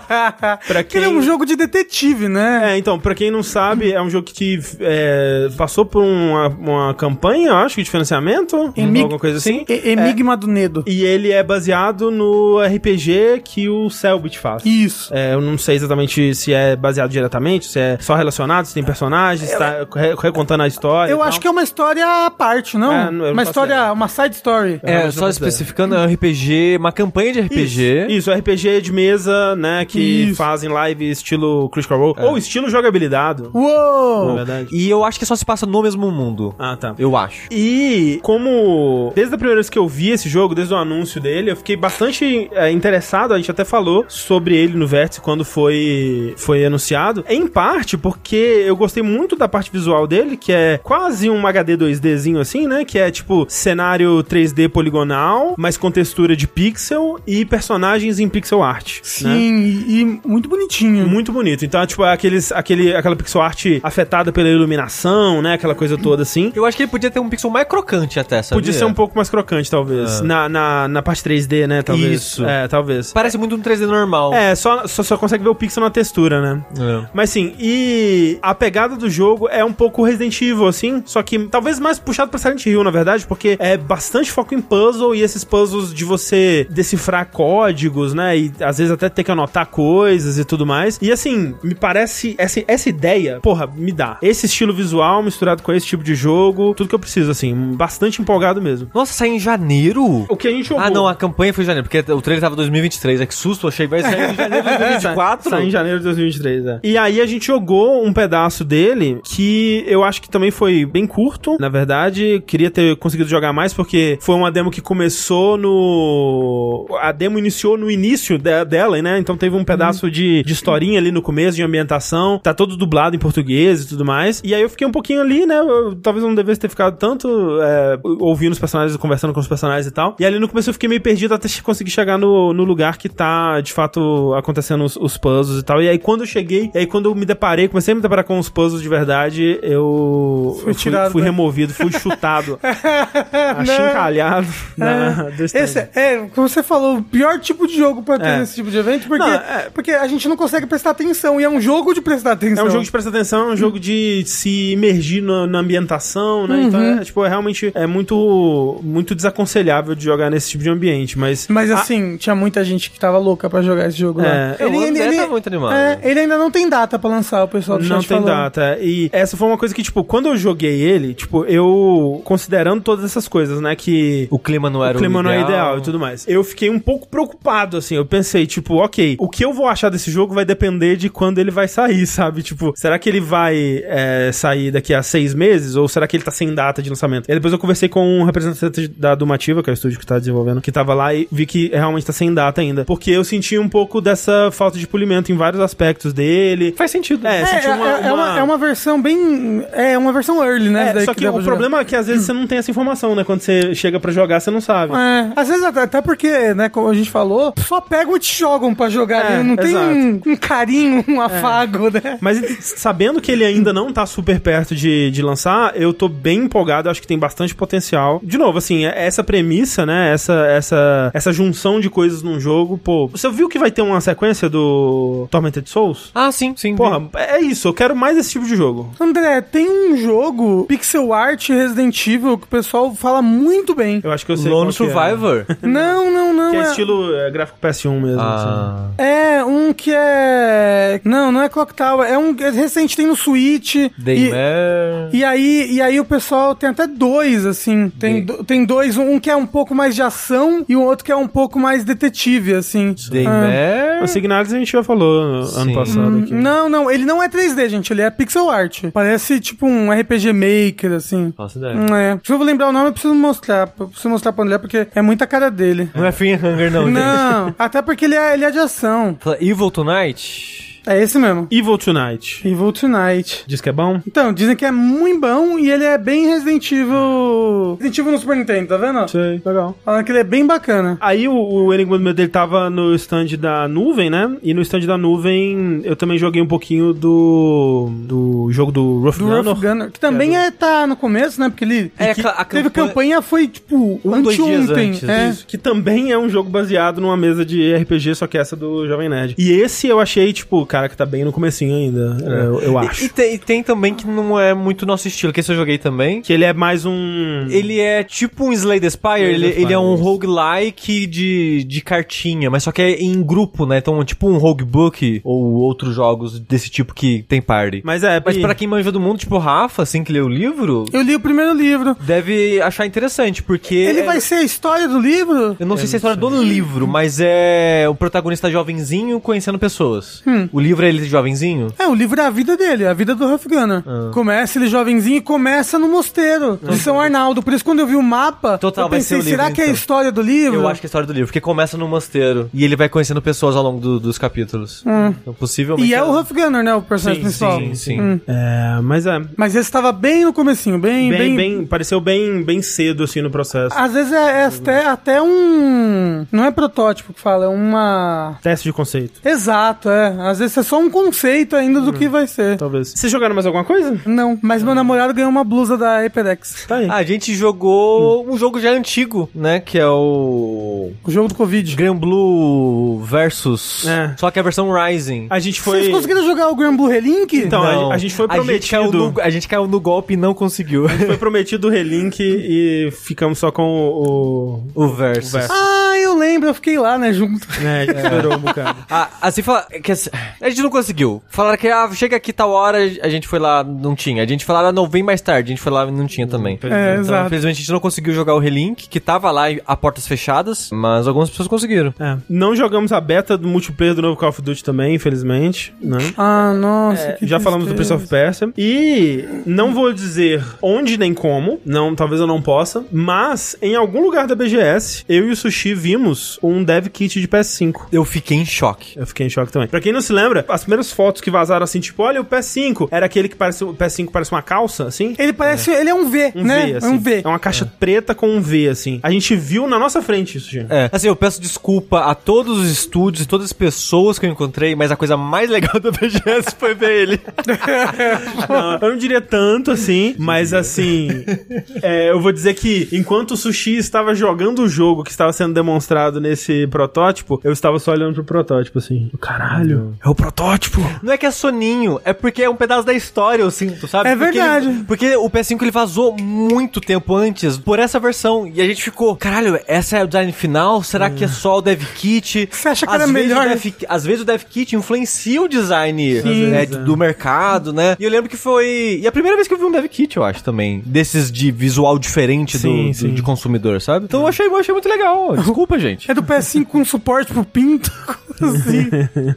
[SPEAKER 1] Pra
[SPEAKER 3] Que ele é um jogo de detetive, né?
[SPEAKER 1] É, então, pra quem não sabe, é um jogo que é, passou por uma, uma campanha, acho que de financiamento,
[SPEAKER 3] Emig-
[SPEAKER 1] alguma coisa assim.
[SPEAKER 3] E- Enigma do Nedo.
[SPEAKER 1] E ele é baseado no RPG que o Selbit faz.
[SPEAKER 3] Isso.
[SPEAKER 1] É, eu não sei exatamente se é baseado diretamente, se é só relacionado, se tem personagens, se tá re- recontando a história.
[SPEAKER 3] Eu acho que é uma história à parte, não?
[SPEAKER 1] então- É, não, eu não
[SPEAKER 3] uma
[SPEAKER 1] faço
[SPEAKER 3] história,
[SPEAKER 1] ideia.
[SPEAKER 3] uma side story.
[SPEAKER 1] É,
[SPEAKER 2] É,
[SPEAKER 1] mas
[SPEAKER 2] só
[SPEAKER 1] não
[SPEAKER 2] especificando, é um RPG, uma campanha de RPG.
[SPEAKER 1] Isso, RPG de mesa, né? Que
[SPEAKER 3] Isso.
[SPEAKER 1] fazem live estilo Critical Role. Ou estilo jogabilidado. Na
[SPEAKER 3] Uou!
[SPEAKER 1] verdade.
[SPEAKER 2] E eu acho que só se passa no mesmo mundo.
[SPEAKER 1] Ah, tá.
[SPEAKER 2] Eu acho.
[SPEAKER 1] E como desde a primeira vez que eu vi esse jogo, desde o anúncio dele, eu fiquei bastante é, interessado. A gente até falou sobre ele no Vértice quando foi, foi anunciado. Em parte porque eu gostei muito da parte visual dele, que é quase um HD 2Dzinho assim, né? Que é tipo cenário 3D poligonal, mas com textura de pixel e personagens em pixel art. né?
[SPEAKER 3] Sim, e, e muito bonitinho.
[SPEAKER 1] Muito bonito. Então, tipo, é aqueles, aquele, aquela pixel art afetada pela iluminação, né? Aquela coisa toda assim.
[SPEAKER 2] Eu acho que ele podia ter um pixel mais crocante até, sabia? Ah.
[SPEAKER 1] Podia ser um pouco mais crocante, talvez. Na, na, na parte 3D, né? Talvez.
[SPEAKER 2] Isso.
[SPEAKER 1] É, talvez.
[SPEAKER 2] Parece muito um 3D normal.
[SPEAKER 1] É, só, só, só consegue ver o pixel na textura, né?
[SPEAKER 2] É.
[SPEAKER 1] Mas sim, e a pegada do jogo é um pouco Resident Evil, assim, só que talvez mais puxado pra Silent Hill, na verdade, porque é bastante foco em puzzle e esses puzzles de você decifrar códigos, né? E às vezes até ter que anotar coisas e tudo mais. E assim, me parece essa, essa ideia, porra, me dá. Esse estilo visual misturado com esse tipo de jogo, tudo que eu preciso, assim, bastante empolgado mesmo.
[SPEAKER 2] Nossa, sai em janeiro?
[SPEAKER 1] O que a gente jogou.
[SPEAKER 2] Ah, não, a campanha foi em janeiro, porque o trailer tava em 2023. É que susto, achei que vai sair em janeiro de 2024.
[SPEAKER 1] Saiu em É, janeiro de 2023, é. E aí a gente jogou um pedaço dele que eu acho que também foi bem curto, na verdade. Queria ter conseguido jogar mais porque foi uma demo que começou no. A demo iniciou no início de- dela, né? Então teve um pedaço de, de historinha ali no começo, de ambientação. Tá todo dublado em português e tudo mais. E aí eu fiquei um pouquinho ali, né? Eu talvez não devesse ter ficado tanto é, ouvindo os personagens, conversando com os personagens e tal. E ali no começo eu fiquei meio perdido até che- conseguir chegar no, no lugar que tá, de fato, acontecendo os, os puzzles e tal. E aí quando eu cheguei, e aí quando eu me deparei, comecei a me deparar com os puzzles de verdade, eu, eu fui,
[SPEAKER 3] tirado
[SPEAKER 1] fui
[SPEAKER 3] da-
[SPEAKER 1] removido, fui chutado, achincalhado na, do stand.
[SPEAKER 3] Esse é, é, como você falou, o pior tipo de jogo pra ter
[SPEAKER 1] É.
[SPEAKER 3] esse tipo de evento, porque,
[SPEAKER 1] Não, é.
[SPEAKER 3] porque a gente não consegue prestar atenção, e é um jogo de prestar
[SPEAKER 1] É
[SPEAKER 3] atenção.
[SPEAKER 1] um jogo de prestar atenção, é um jogo de se imergir na, na ambientação, né? Então,
[SPEAKER 3] Uhum.
[SPEAKER 1] é, tipo, é realmente é muito, muito desaconselhável de jogar nesse tipo de ambiente, mas...
[SPEAKER 3] Mas
[SPEAKER 1] a-
[SPEAKER 3] assim, tinha muita gente que tava louca pra jogar esse jogo lá.
[SPEAKER 1] Ah. É.
[SPEAKER 2] É, o André tá muito animado.
[SPEAKER 3] é, ele ainda não tem data pra lançar, o pessoal do
[SPEAKER 1] Não tem
[SPEAKER 3] chat falou.
[SPEAKER 1] data. E essa foi uma coisa que, tipo, quando eu joguei ele, tipo, eu considerando todas essas coisas, né? Que
[SPEAKER 2] O clima não
[SPEAKER 3] um
[SPEAKER 2] era
[SPEAKER 1] o clima não é ideal e tudo mais. Eu fiquei um pouco preocupado, assim. Eu pensei, tipo, ok, o que eu vou achar desse jogo vai depender de quando ele vai sair, sabe? Tipo, será que ele vai é, sair daqui a seis meses? Ou será que ele tá sem data de lançamento? E aí depois eu conversei com um representante da Dumativa, que é o estúdio que tá desenvolvendo, que tava lá e vi que realmente tá sem data ainda. Porque eu senti um pouco dessa falta de polimento em vários aspectos dele. Faz sentido. É,
[SPEAKER 3] É,
[SPEAKER 1] senti
[SPEAKER 3] é-
[SPEAKER 1] uma-
[SPEAKER 3] é- é uma,
[SPEAKER 1] uma-
[SPEAKER 3] é uma versão bem. É uma versão early, né?
[SPEAKER 1] É,
[SPEAKER 3] daí
[SPEAKER 1] só que,
[SPEAKER 3] dá
[SPEAKER 1] o
[SPEAKER 3] pra jogar.
[SPEAKER 1] problema é que às vezes você não tem essa informação, né? Quando você chega pra jogar, você não sabe.
[SPEAKER 3] É, às vezes até, até porque, né, como a gente falou, só pegam e te jogam pra jogar,
[SPEAKER 1] É,
[SPEAKER 3] né? Não tem
[SPEAKER 1] exato. É.
[SPEAKER 3] um, um carinho, um afago, né?
[SPEAKER 1] Mas e- sabendo que ele ainda não tá super perto de, de lançar, eu tô bem empolgado, acho que tem bastante potencial. De novo, assim, é- essa premissa, né? Essa, essa, essa junção de coisas num jogo, pô. Você viu que vai ter uma sequência do Tormented Souls?
[SPEAKER 2] Ah, sim, sim.
[SPEAKER 1] Porra, é isso, eu quero mais esse tipo de jogo.
[SPEAKER 3] André, tem um jogo pixel art Resident Evil que o pessoal fala muito bem.
[SPEAKER 1] Eu acho que eu sei. qual
[SPEAKER 2] Lone
[SPEAKER 1] que é.
[SPEAKER 2] Survivor.
[SPEAKER 3] Não, não, não.
[SPEAKER 1] Que é
[SPEAKER 3] é-
[SPEAKER 1] estilo gráfico, é gráfico PS1 mesmo. assim.
[SPEAKER 2] Ah,
[SPEAKER 3] É um que é. Não, não é Clock Tower. É um é recente, tem no Switch. e...
[SPEAKER 2] Daymare.
[SPEAKER 3] E aí, e aí o pessoal tem até dois, assim. Tem,
[SPEAKER 2] Bem.
[SPEAKER 3] do- tem dois, um que é um pouco mais de ação e o outro que é um pouco mais detetive, assim.
[SPEAKER 1] Ah. O
[SPEAKER 2] Daymare.
[SPEAKER 1] Signalis a gente já falou ano
[SPEAKER 2] Sim.
[SPEAKER 1] passado aqui.
[SPEAKER 3] Não, não, ele não é 3D, gente, ele é pixel art. Parece tipo um RPG Maker, assim.
[SPEAKER 2] Nossa
[SPEAKER 1] Hum.
[SPEAKER 2] ideia.
[SPEAKER 3] Não é. Se eu vou lembrar o nome, eu preciso mostrar. Eu preciso mostrar pra André, porque é muita cara dele.
[SPEAKER 2] Não é Free Hunger, não. gente.
[SPEAKER 3] Não, até porque ele é, ele é de ação.
[SPEAKER 2] Fala, Evil Tonight?
[SPEAKER 3] É esse mesmo.
[SPEAKER 1] Evil Tonight.
[SPEAKER 3] Evil Tonight.
[SPEAKER 1] Diz que é bom?
[SPEAKER 3] Então, dizem que é muito bom e ele é bem Resident Evil. Resident Evil no Super Nintendo, tá vendo?
[SPEAKER 1] Sei, legal.
[SPEAKER 3] Falando que ele é bem bacana.
[SPEAKER 1] Aí o, o Enigma do Medo, ele tava no stand da nuvem, né? E no stand da nuvem eu também joguei um pouquinho do, do jogo do Rough
[SPEAKER 3] Do
[SPEAKER 1] Gunner.
[SPEAKER 3] Rough Gunner, que também é, tá no começo, né? Porque ele
[SPEAKER 2] É,
[SPEAKER 3] que
[SPEAKER 2] a- a
[SPEAKER 3] teve
[SPEAKER 2] campanha-
[SPEAKER 3] campanha foi tipo
[SPEAKER 2] Um, dois dias
[SPEAKER 3] anteontem.
[SPEAKER 2] antes,
[SPEAKER 3] é.
[SPEAKER 2] isso.
[SPEAKER 1] Que também é um jogo baseado numa mesa de RPG, só que essa do Jovem Nerd. E esse eu achei, tipo, cara, que tá bem no comecinho ainda, é, eu, eu acho.
[SPEAKER 2] E, e tem, e tem também que não é muito nosso estilo, que esse eu joguei também.
[SPEAKER 1] que ele é mais um...
[SPEAKER 2] Ele é tipo um Slay the Spire, ele,
[SPEAKER 1] the Spire,
[SPEAKER 2] ele é um
[SPEAKER 1] isso.
[SPEAKER 2] roguelike de, de cartinha, mas só que é em grupo, né? Então, tipo um roguebook ou outros jogos desse tipo que tem party. Mas,
[SPEAKER 1] Mas é... e-
[SPEAKER 2] pra quem manja do mundo, tipo o Rafa, assim, que lê o livro,
[SPEAKER 3] Eu li o primeiro livro.
[SPEAKER 2] deve achar interessante, porque...
[SPEAKER 3] Ele
[SPEAKER 2] é-
[SPEAKER 3] vai ser a história do livro?
[SPEAKER 2] Eu não sei se é a história do livro, mas é o protagonista jovenzinho conhecendo pessoas. O livro é ele jovenzinho?
[SPEAKER 3] É, o livro é a vida dele, é a vida do Ruff Gunner.
[SPEAKER 2] Ah.
[SPEAKER 3] Começa ele jovenzinho e começa no mosteiro de São Arnaldo. Por isso, quando eu vi o
[SPEAKER 2] Total,
[SPEAKER 3] mapa, eu
[SPEAKER 2] Então tá, vai ser
[SPEAKER 3] pensei,
[SPEAKER 2] o livro,
[SPEAKER 3] será que é a
[SPEAKER 2] então.
[SPEAKER 3] história do livro?
[SPEAKER 2] Eu acho que é a história do livro, porque começa no mosteiro e ele vai conhecendo pessoas ao longo do- dos capítulos. Então, possivelmente.
[SPEAKER 3] E é o Ruff Gunner, né? O personagem
[SPEAKER 2] Sim,
[SPEAKER 3] principal.
[SPEAKER 2] sim, sim.
[SPEAKER 1] É, mas é...
[SPEAKER 3] Mas esse tava bem no comecinho, bem,
[SPEAKER 1] Bem,
[SPEAKER 3] bem,
[SPEAKER 1] bem, pareceu bem, bem cedo, assim, no processo.
[SPEAKER 3] Às vezes é, é até, até um. Não é protótipo que fala, é uma.
[SPEAKER 1] Teste de conceito,
[SPEAKER 3] Exato, é. Às vezes é só um conceito ainda
[SPEAKER 2] Hum.
[SPEAKER 3] do que vai ser.
[SPEAKER 1] talvez. Vocês jogaram mais alguma coisa?
[SPEAKER 3] Não, mas meu namorado ganhou uma blusa da HyperX.
[SPEAKER 1] Tá aí.
[SPEAKER 2] A gente jogou
[SPEAKER 1] Hum.
[SPEAKER 2] um jogo já antigo, né? Que é o.
[SPEAKER 3] O jogo do Covid.
[SPEAKER 2] Grand Blue versus.
[SPEAKER 1] É.
[SPEAKER 2] Só que a versão Rising.
[SPEAKER 1] A gente foi...
[SPEAKER 3] Vocês conseguiram jogar o Grand Blue Relink?
[SPEAKER 1] Então, a gente- a gente foi
[SPEAKER 2] A gente, caiu
[SPEAKER 1] prometido.
[SPEAKER 2] no, a gente caiu no golpe e não conseguiu.
[SPEAKER 1] Foi prometido o relink e ficamos só com o. o-
[SPEAKER 2] o Versus.
[SPEAKER 1] O Versus.
[SPEAKER 3] Ah, eu lembro, eu fiquei lá, né, junto.
[SPEAKER 1] né, esperou um bocado.
[SPEAKER 2] Ah, assim fala. que assim- a gente não conseguiu. Falaram que ah, chega aqui tal hora, a gente foi lá, não tinha. A gente falaram, ah, não, vem mais tarde, a gente foi lá e não tinha também.
[SPEAKER 1] Hum,
[SPEAKER 3] É,
[SPEAKER 2] Então,
[SPEAKER 3] exato.
[SPEAKER 2] infelizmente a gente não conseguiu jogar o Relink, que tava lá a portas fechadas, mas algumas pessoas conseguiram.
[SPEAKER 1] É. Não jogamos a beta do multiplayer do novo Call of Duty também, infelizmente. Né?
[SPEAKER 3] Ah, nossa. que
[SPEAKER 1] É, Já falamos do Prince
[SPEAKER 3] tristeza.
[SPEAKER 1] of Persia. E não vou dizer onde nem como, não, talvez eu não possa, mas em algum lugar da BGS, eu e o Sushi vimos um dev kit de PS5.
[SPEAKER 2] Eu fiquei em choque.
[SPEAKER 1] Eu fiquei em choque também. Pra quem não se lembra, as primeiras fotos que vazaram assim, tipo, olha o PS5, era aquele que parece o PS5 parece uma calça, assim?
[SPEAKER 3] Ele parece. Ele é um V,
[SPEAKER 1] Um
[SPEAKER 3] né?
[SPEAKER 1] V, assim.
[SPEAKER 3] É um V.
[SPEAKER 1] É uma caixa preta com um V, assim. A gente viu na nossa frente isso, gente.
[SPEAKER 2] É, assim, eu peço desculpa a todos os estúdios e todas as pessoas que eu encontrei, mas a coisa mais legal da BGS foi ver ele.
[SPEAKER 1] Não, eu não diria tanto assim, mas assim. é, eu vou dizer que enquanto o sushi estava jogando o jogo que estava sendo demonstrado nesse protótipo, eu estava só olhando pro protótipo, assim. Caralho, é o protótipo!
[SPEAKER 2] Não é que é soninho, é porque é um pedaço da história, eu sinto, sabe?
[SPEAKER 3] É
[SPEAKER 2] Porque ele-
[SPEAKER 3] verdade.
[SPEAKER 2] Porque, o PS5 ele vazou muito tempo antes por essa versão. E a gente ficou, caralho, essa é o design final? Será que é só o dev kit?
[SPEAKER 3] Você acha que era
[SPEAKER 2] vezes
[SPEAKER 3] melhor?
[SPEAKER 2] o dev- às vezes o dev kit influencia o design
[SPEAKER 1] Sim.
[SPEAKER 2] né,
[SPEAKER 1] Às vezes,
[SPEAKER 2] do mercado, né? E eu lembro que foi. E a primeira vez que eu vi um dev kit, eu acho também. Desses de visual diferente do-
[SPEAKER 1] Sim,
[SPEAKER 2] do,
[SPEAKER 1] sim.
[SPEAKER 2] de consumidor, sabe? Então eu achei, eu achei muito legal. Desculpa, gente.
[SPEAKER 3] É do PS5 com suporte pro pinto. como assim?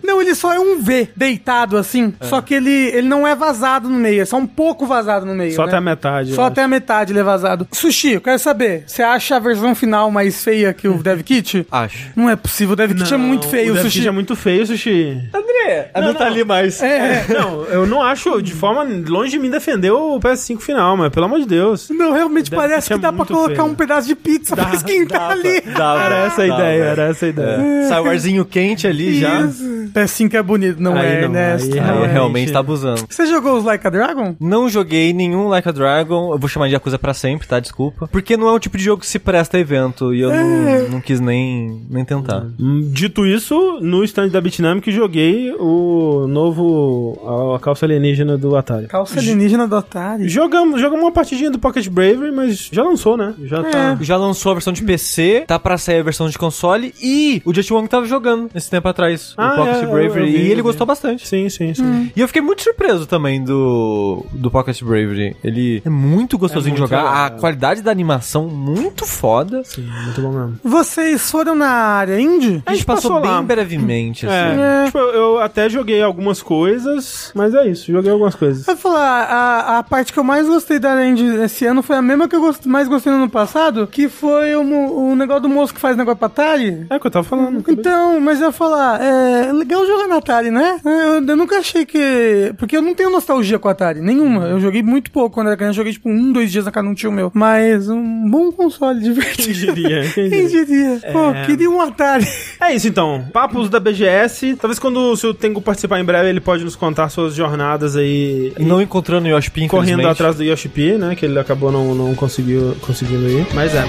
[SPEAKER 3] Não, ele só é um V deitado assim.
[SPEAKER 1] É.
[SPEAKER 3] Só que ele, ele não é vazado no meio, é só um pouco vazado no meio.
[SPEAKER 1] Só
[SPEAKER 3] né?
[SPEAKER 1] até a metade.
[SPEAKER 3] Só
[SPEAKER 1] eu
[SPEAKER 3] até a metade ele é vazado. Sushi, eu quero saber, você acha a versão final mais feia que o Dev Kit?
[SPEAKER 2] Acho.
[SPEAKER 3] Não é possível, o Dev Kit
[SPEAKER 1] acho.
[SPEAKER 3] é muito feio,
[SPEAKER 1] o
[SPEAKER 3] o
[SPEAKER 1] Dev
[SPEAKER 3] sushi.
[SPEAKER 1] Kit é muito feio, sushi.
[SPEAKER 2] André, não, tá ali mais.
[SPEAKER 3] É,
[SPEAKER 1] Não, eu não acho de forma longe de mim defender o PS5 final, mas pelo amor de Deus.
[SPEAKER 3] não, realmente
[SPEAKER 1] Dev
[SPEAKER 3] parece
[SPEAKER 1] Kit
[SPEAKER 3] que
[SPEAKER 1] é
[SPEAKER 3] dá pra
[SPEAKER 1] muito
[SPEAKER 3] colocar
[SPEAKER 1] feio.
[SPEAKER 3] um pedaço de pizza
[SPEAKER 1] Tá
[SPEAKER 3] pra esquentar ali.
[SPEAKER 2] Dá, É.
[SPEAKER 3] É.
[SPEAKER 1] Era essa a ideia, era essa a ideia.
[SPEAKER 2] Sai o arzinho quente ali já.
[SPEAKER 3] Isso. PS5 é bonito, não
[SPEAKER 1] Aí
[SPEAKER 3] é,
[SPEAKER 1] não,
[SPEAKER 3] Ernesto?
[SPEAKER 1] aí
[SPEAKER 3] não
[SPEAKER 2] Aí
[SPEAKER 3] é.
[SPEAKER 2] realmente tá abusando.
[SPEAKER 3] Você jogou os Like a Dragon?
[SPEAKER 2] Não joguei nenhum Like a Dragon. Eu vou chamar de Yakuza pra sempre, tá? Desculpa. Porque não é um tipo de jogo que se presta a evento. E eu
[SPEAKER 1] É.
[SPEAKER 2] não, não quis nem, nem tentar.
[SPEAKER 1] Hum, Dito isso, no stand da Bitnamic joguei o novo. a, a calça alienígena do Atari.
[SPEAKER 3] Calça alienígena do Atari.
[SPEAKER 1] Jogamos, jogamos uma partidinha do Pocket Bravery, mas já lançou, né? Já tá.
[SPEAKER 2] Já lançou a versão de PC, tá pra sair a versão de console e o Just Wong tava jogando esse tempo atrás,
[SPEAKER 1] Ah,
[SPEAKER 2] o Pocket
[SPEAKER 1] é, eu-
[SPEAKER 2] Bravery,
[SPEAKER 1] eu vi,
[SPEAKER 2] e
[SPEAKER 1] eu
[SPEAKER 2] ele
[SPEAKER 1] vi.
[SPEAKER 2] gostou bastante.
[SPEAKER 1] Sim, sim, sim.
[SPEAKER 2] E eu fiquei muito surpreso também do, do Pocket Bravery. Ele é muito gostosinho
[SPEAKER 1] É
[SPEAKER 2] de
[SPEAKER 1] muito
[SPEAKER 2] jogar,
[SPEAKER 1] legal,
[SPEAKER 2] a
[SPEAKER 1] é.
[SPEAKER 2] qualidade da animação muito foda.
[SPEAKER 1] Sim, muito bom mesmo.
[SPEAKER 3] Vocês foram na área indie?
[SPEAKER 2] A gente passou,
[SPEAKER 1] passou lá.
[SPEAKER 2] bem brevemente, assim.
[SPEAKER 1] É, tipo, eu, eu até joguei algumas coisas, mas é isso, joguei algumas coisas.
[SPEAKER 3] Eu vou falar, a, a parte que eu mais gostei da área indie esse ano foi a mesma que eu gost- mais gostei no ano passado, que foi o, mo- o negócio do moço que faz negócio pra Atari.
[SPEAKER 1] É o que eu tava falando. acabei de-
[SPEAKER 3] Então, mas eu ia falar, é legal jogar na Atari, né? Eu, eu nunca achei que. Porque eu não tenho nostalgia com a Atari,
[SPEAKER 1] Uhum.
[SPEAKER 3] nenhuma. Eu joguei muito pouco quando era criança, joguei tipo um, dois dias na casa de um tio meu. Mas um bom console, divertido.
[SPEAKER 1] Quem diria, quem
[SPEAKER 3] Quem
[SPEAKER 1] diria.
[SPEAKER 3] diria? Pô, queria um Atari.
[SPEAKER 1] É isso então. Papos da BGS. Talvez quando o seu Tengu participar em breve, ele pode nos contar suas jornadas aí.
[SPEAKER 2] Não encontrando o Yoshi Pin,
[SPEAKER 1] Correndo
[SPEAKER 2] infelizmente.
[SPEAKER 1] atrás do Yoshi P, né? Que ele acabou não, não conseguiu, conseguindo ir. Mas é.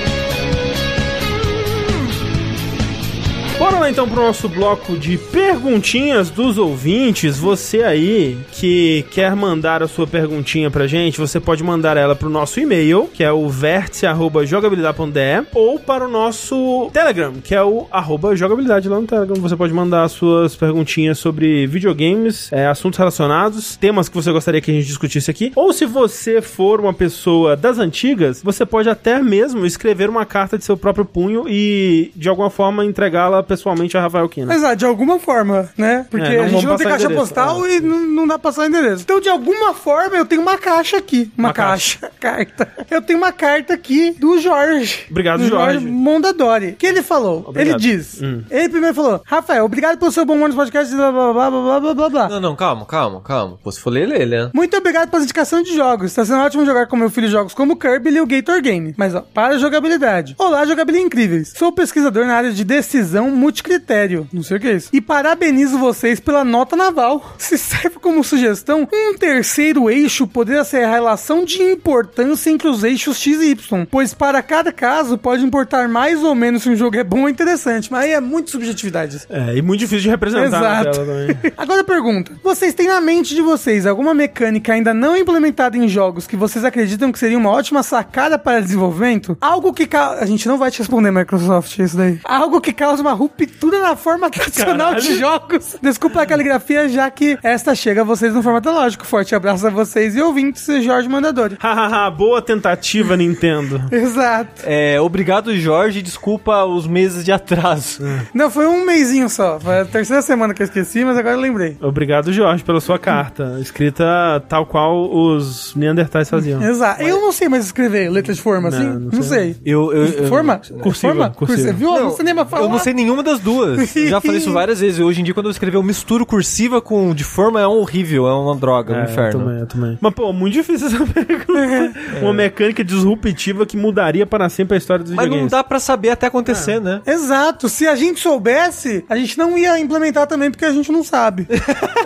[SPEAKER 1] Bora lá então pro nosso bloco de perguntinhas dos ouvintes. Você aí que quer mandar a sua perguntinha pra gente, você pode mandar ela pro nosso e-mail, que é o vértice.jogabilidade.de, ou para o nosso Telegram, que é o arroba jogabilidade lá no Telegram. Então, Você pode mandar as suas perguntinhas sobre videogames, é, assuntos relacionados, temas que você gostaria que a gente discutisse aqui. Ou se você for uma pessoa das antigas, você pode até mesmo escrever uma carta de seu próprio punho e, de alguma forma, entregá-la pessoalmente a Rafael Kina.
[SPEAKER 3] Exato, de alguma forma, né? Porque
[SPEAKER 1] É, não
[SPEAKER 3] a
[SPEAKER 1] vamos
[SPEAKER 3] gente não tem
[SPEAKER 1] passar
[SPEAKER 3] caixa
[SPEAKER 1] endereço, é.
[SPEAKER 3] postal e não, não dá pra passar o endereço. Então, de alguma forma, eu tenho uma caixa aqui. Uma,
[SPEAKER 1] Uma
[SPEAKER 3] caixa.
[SPEAKER 1] caixa.
[SPEAKER 3] Carta. Eu tenho uma carta aqui do Jorge.
[SPEAKER 1] Obrigado,
[SPEAKER 3] do
[SPEAKER 1] Jorge.
[SPEAKER 3] Mondadori. Que ele falou.
[SPEAKER 1] Obrigado.
[SPEAKER 3] Ele diz.
[SPEAKER 1] Hum.
[SPEAKER 3] Ele primeiro falou: Rafael, obrigado pelo seu bom humor nos podcasts. Blá, blá, blá, blá, blá, blá, blá, blá.
[SPEAKER 2] Não, não, calma, calma, calma. Pô, se for ler, lê, né?
[SPEAKER 3] Muito obrigado pela indicação de jogos. Está sendo ótimo jogar com meu filho jogos como Kirby e o Gator Game. Mas ó, para a jogabilidade. Olá, jogabilidade incríveis. Sou pesquisador na área de decisão multicritério. Não sei o que é isso. E parabenizo vocês pela nota naval. Se serve como sugestão, um terceiro eixo poderia ser a relação de importância entre os eixos X e Y. Pois para cada caso pode importar mais ou menos se um jogo é bom ou interessante. Mas aí é muito subjetividade.
[SPEAKER 1] É, e muito difícil de representar na
[SPEAKER 3] Exato.
[SPEAKER 1] tela também.
[SPEAKER 3] Agora pergunta: vocês têm na mente de vocês alguma mecânica ainda não implementada em jogos que vocês acreditam que seria uma ótima sacada para desenvolvimento? Algo que ca... a gente não vai te responder, Microsoft, isso daí. Algo que causa uma ruptura na forma tradicional de jogos. Desculpa a caligrafia, já que esta chega a vocês no formato lógico. Forte abraço a vocês e ouvintes, Jorge Mandadori.
[SPEAKER 1] Hahaha, boa tentativa, Nintendo.
[SPEAKER 3] Exato.
[SPEAKER 2] É, obrigado, Jorge. Desculpa os meses de atraso.
[SPEAKER 1] É.
[SPEAKER 3] Não, foi um mêsinho só. Foi a terceira semana que eu esqueci, mas agora eu lembrei.
[SPEAKER 1] Obrigado, Jorge, pela sua carta. Escrita tal qual os Neandertais faziam.
[SPEAKER 3] Exato. Eu não sei mais escrever letra de forma assim.
[SPEAKER 1] não
[SPEAKER 3] Não
[SPEAKER 1] sei.
[SPEAKER 3] sei.
[SPEAKER 2] Eu, eu, eu-
[SPEAKER 3] Forma?
[SPEAKER 1] Cursiva,
[SPEAKER 3] Forma?
[SPEAKER 1] cursiva.
[SPEAKER 3] Viu? Não, você nem vai falar.
[SPEAKER 2] Eu não sei nenhuma das duas. Já falei isso várias vezes. Hoje em dia, quando eu escrevo, eu misturo cursiva com de forma, é um horrível, é uma droga, é, um
[SPEAKER 1] Eu
[SPEAKER 2] inferno. É.
[SPEAKER 1] também, eu também. Mas, pô, muito difícil essa pergunta. Uma mecânica disruptiva que mudaria para sempre a história dos
[SPEAKER 2] Mas não
[SPEAKER 1] videogames.
[SPEAKER 2] dá pra saber até
[SPEAKER 1] É.
[SPEAKER 2] acontecer, né?
[SPEAKER 3] Exato. Se a gente soubesse, a gente não ia implementar também, porque a gente não sabe.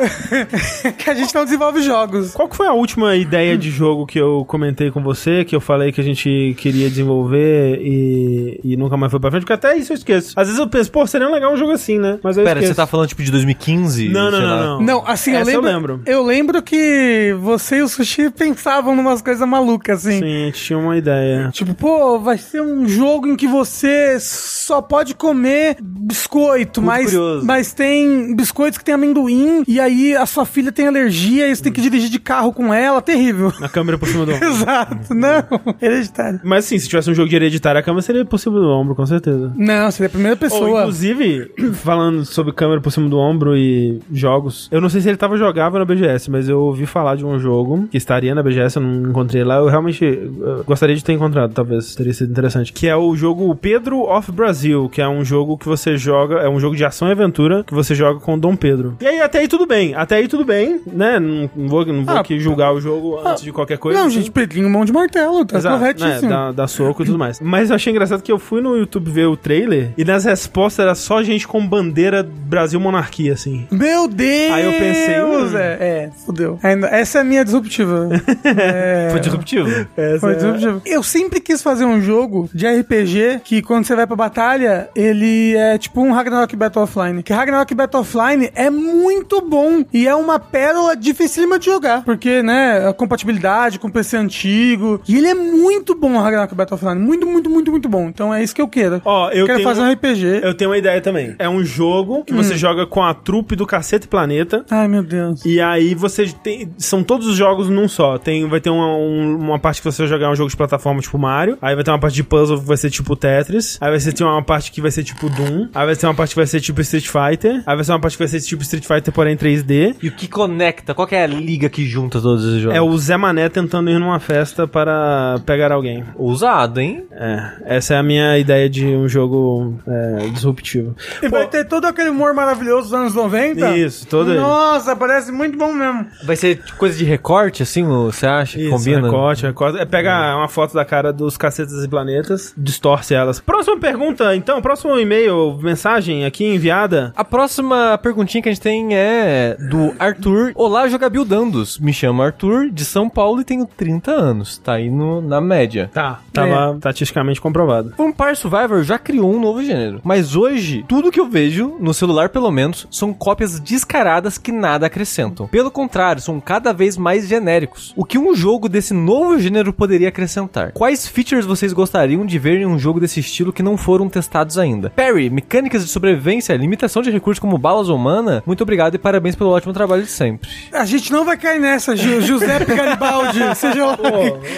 [SPEAKER 3] que a gente não desenvolve jogos.
[SPEAKER 1] Qual que foi a última ideia de jogo que eu comentei com você, que eu falei que a gente queria desenvolver e, e nunca mais foi pra frente? Porque até isso eu esqueço. Às vezes eu penso, pô, seria legal um jogo assim, né? Mas eu
[SPEAKER 2] Pera,
[SPEAKER 1] esqueço.
[SPEAKER 2] você tá falando tipo de 2015?
[SPEAKER 1] Não, não,
[SPEAKER 2] sei
[SPEAKER 1] não,
[SPEAKER 2] lá.
[SPEAKER 1] não.
[SPEAKER 3] Não, assim, eu
[SPEAKER 1] Essa eu
[SPEAKER 3] lembro,
[SPEAKER 1] lembro.
[SPEAKER 3] eu lembro que você e o Sushi pensavam numas coisas malucas, assim.
[SPEAKER 1] Sim, a gente tinha uma ideia.
[SPEAKER 3] Tipo, pô, vai ser um jogo em que você só pode comer biscoito, mas,
[SPEAKER 2] curioso.
[SPEAKER 3] mas tem biscoitos que tem amendoim, e aí a sua filha tem alergia, e você tem que dirigir de carro com ela. Terrível.
[SPEAKER 1] A câmera por cima do ombro.
[SPEAKER 3] Exato, não. Hereditário.
[SPEAKER 1] Mas sim, se tivesse um jogo de hereditário, a câmera seria por cima do ombro, com certeza.
[SPEAKER 3] Não, seria a primeira
[SPEAKER 1] Ou,
[SPEAKER 3] pessoa.
[SPEAKER 1] inclusive, falando sobre câmera por cima do ombro e jogos, eu não sei se ele tava jogável na BGS, mas eu ouvi falar de um jogo que estaria na BGS, eu não encontrei lá. Eu realmente eh, gostaria de ter encontrado, talvez teria sido interessante. Que é o jogo Pedro of Brasil, que é um jogo que você joga, é um jogo de ação e aventura que você joga com o Dom Pedro. E aí, até aí tudo bem, até aí tudo bem, né? Não, não vou, não vou
[SPEAKER 3] Ah,
[SPEAKER 1] aqui julgar o jogo antes de qualquer coisa.
[SPEAKER 3] não,
[SPEAKER 1] assim.
[SPEAKER 3] gente, Pedrinho mão de martelo, tá
[SPEAKER 1] Exato,
[SPEAKER 3] corretíssimo.
[SPEAKER 1] né, dá, dá soco e tudo mais. Mas eu achei engraçado que eu fui no YouTube ver o trailer e nas respostas era só gente com bandeira Brasil Monarquia, assim.
[SPEAKER 3] Meu Deus!
[SPEAKER 1] Aí eu pensei, hum.
[SPEAKER 3] é, é, fudeu. Ainda- Essa é a minha disruptiva. É,
[SPEAKER 2] Foi disruptivo.
[SPEAKER 1] Essa
[SPEAKER 3] foi
[SPEAKER 1] é-
[SPEAKER 3] disruptiva. Eu sempre quis fazer um jogo de RPG que quando você vai pra batalha, ele é tipo um Ragnarok Battle Offline. Que Ragnarok Battle Offline é muito bom e é uma pérola dificílima de jogar. Porque, né, a compatibilidade com o PC antigo. E ele é muito bom, o Ragnarok Battle Offline. Muito, muito, muito, muito bom. Então é isso que eu quero.
[SPEAKER 1] Ó, eu
[SPEAKER 3] quero
[SPEAKER 1] tenho-
[SPEAKER 3] fazer Hum. um RPG.
[SPEAKER 1] Eu tenho uma ideia também. É um jogo que você joga com a trupe do Cacete Planeta.
[SPEAKER 3] Ai, meu Deus.
[SPEAKER 1] E aí você tem. São todos os jogos num só. Tem, vai ter uma, um- uma parte que você vai jogar um jogo de plataforma tipo Mario. Aí vai ter uma parte de puzzle que vai ser tipo Tetris. Aí vai ser ter uma parte que vai ser tipo Doom. Aí vai ter uma parte que vai ser tipo Street Fighter. Aí vai ser uma parte que vai ser tipo Street Fighter, porém 3D.
[SPEAKER 2] E o que conecta? Qual que é a liga que junta todos esses jogos?
[SPEAKER 1] É o Zé Mané tentando ir numa festa para pegar alguém.
[SPEAKER 2] Ousado, hein?
[SPEAKER 1] É, essa é a minha ideia de um jogo é, disruptivo.
[SPEAKER 3] E vai ter todo aquele humor maravilhoso dos anos 90.
[SPEAKER 1] Isso, todo ele.
[SPEAKER 3] Nossa, parece muito bom mesmo.
[SPEAKER 2] Vai ser coisa de recorte, assim, você acha? que
[SPEAKER 1] Isso,
[SPEAKER 2] combina?
[SPEAKER 1] recorte, recorte. É, pega uma foto da cara dos cacetas e planetas, distorce elas. Próxima pergunta, então, próximo e-mail, mensagem aqui enviada.
[SPEAKER 2] A próxima perguntinha que a gente tem é do Arthur. Olá, jogabilddandos. Me chamo Arthur, de São Paulo e tenho 30 anos. Tá aí no, na média.
[SPEAKER 1] Tá,
[SPEAKER 3] É.
[SPEAKER 1] tava estatisticamente comprovado.
[SPEAKER 2] Vampire Survivor já criou um novo gênero, mas hoje tudo que eu vejo, no celular pelo menos, são cópias descaradas que nada acrescentam. Pelo contrário, são cada vez mais genéricos. O que um jogo desse novo gênero poderia acrescentar? Quais features vocês gostariam de ver em um jogo desse estilo que não foram testados ainda? Perry, mecânicas de sobrevivência, limitação de recursos como balas ou mana, muito obrigado e parabéns pelo ótimo trabalho de sempre.
[SPEAKER 3] A gente não vai cair nessa, Ju, Giuseppe Garibaldi, seja lá.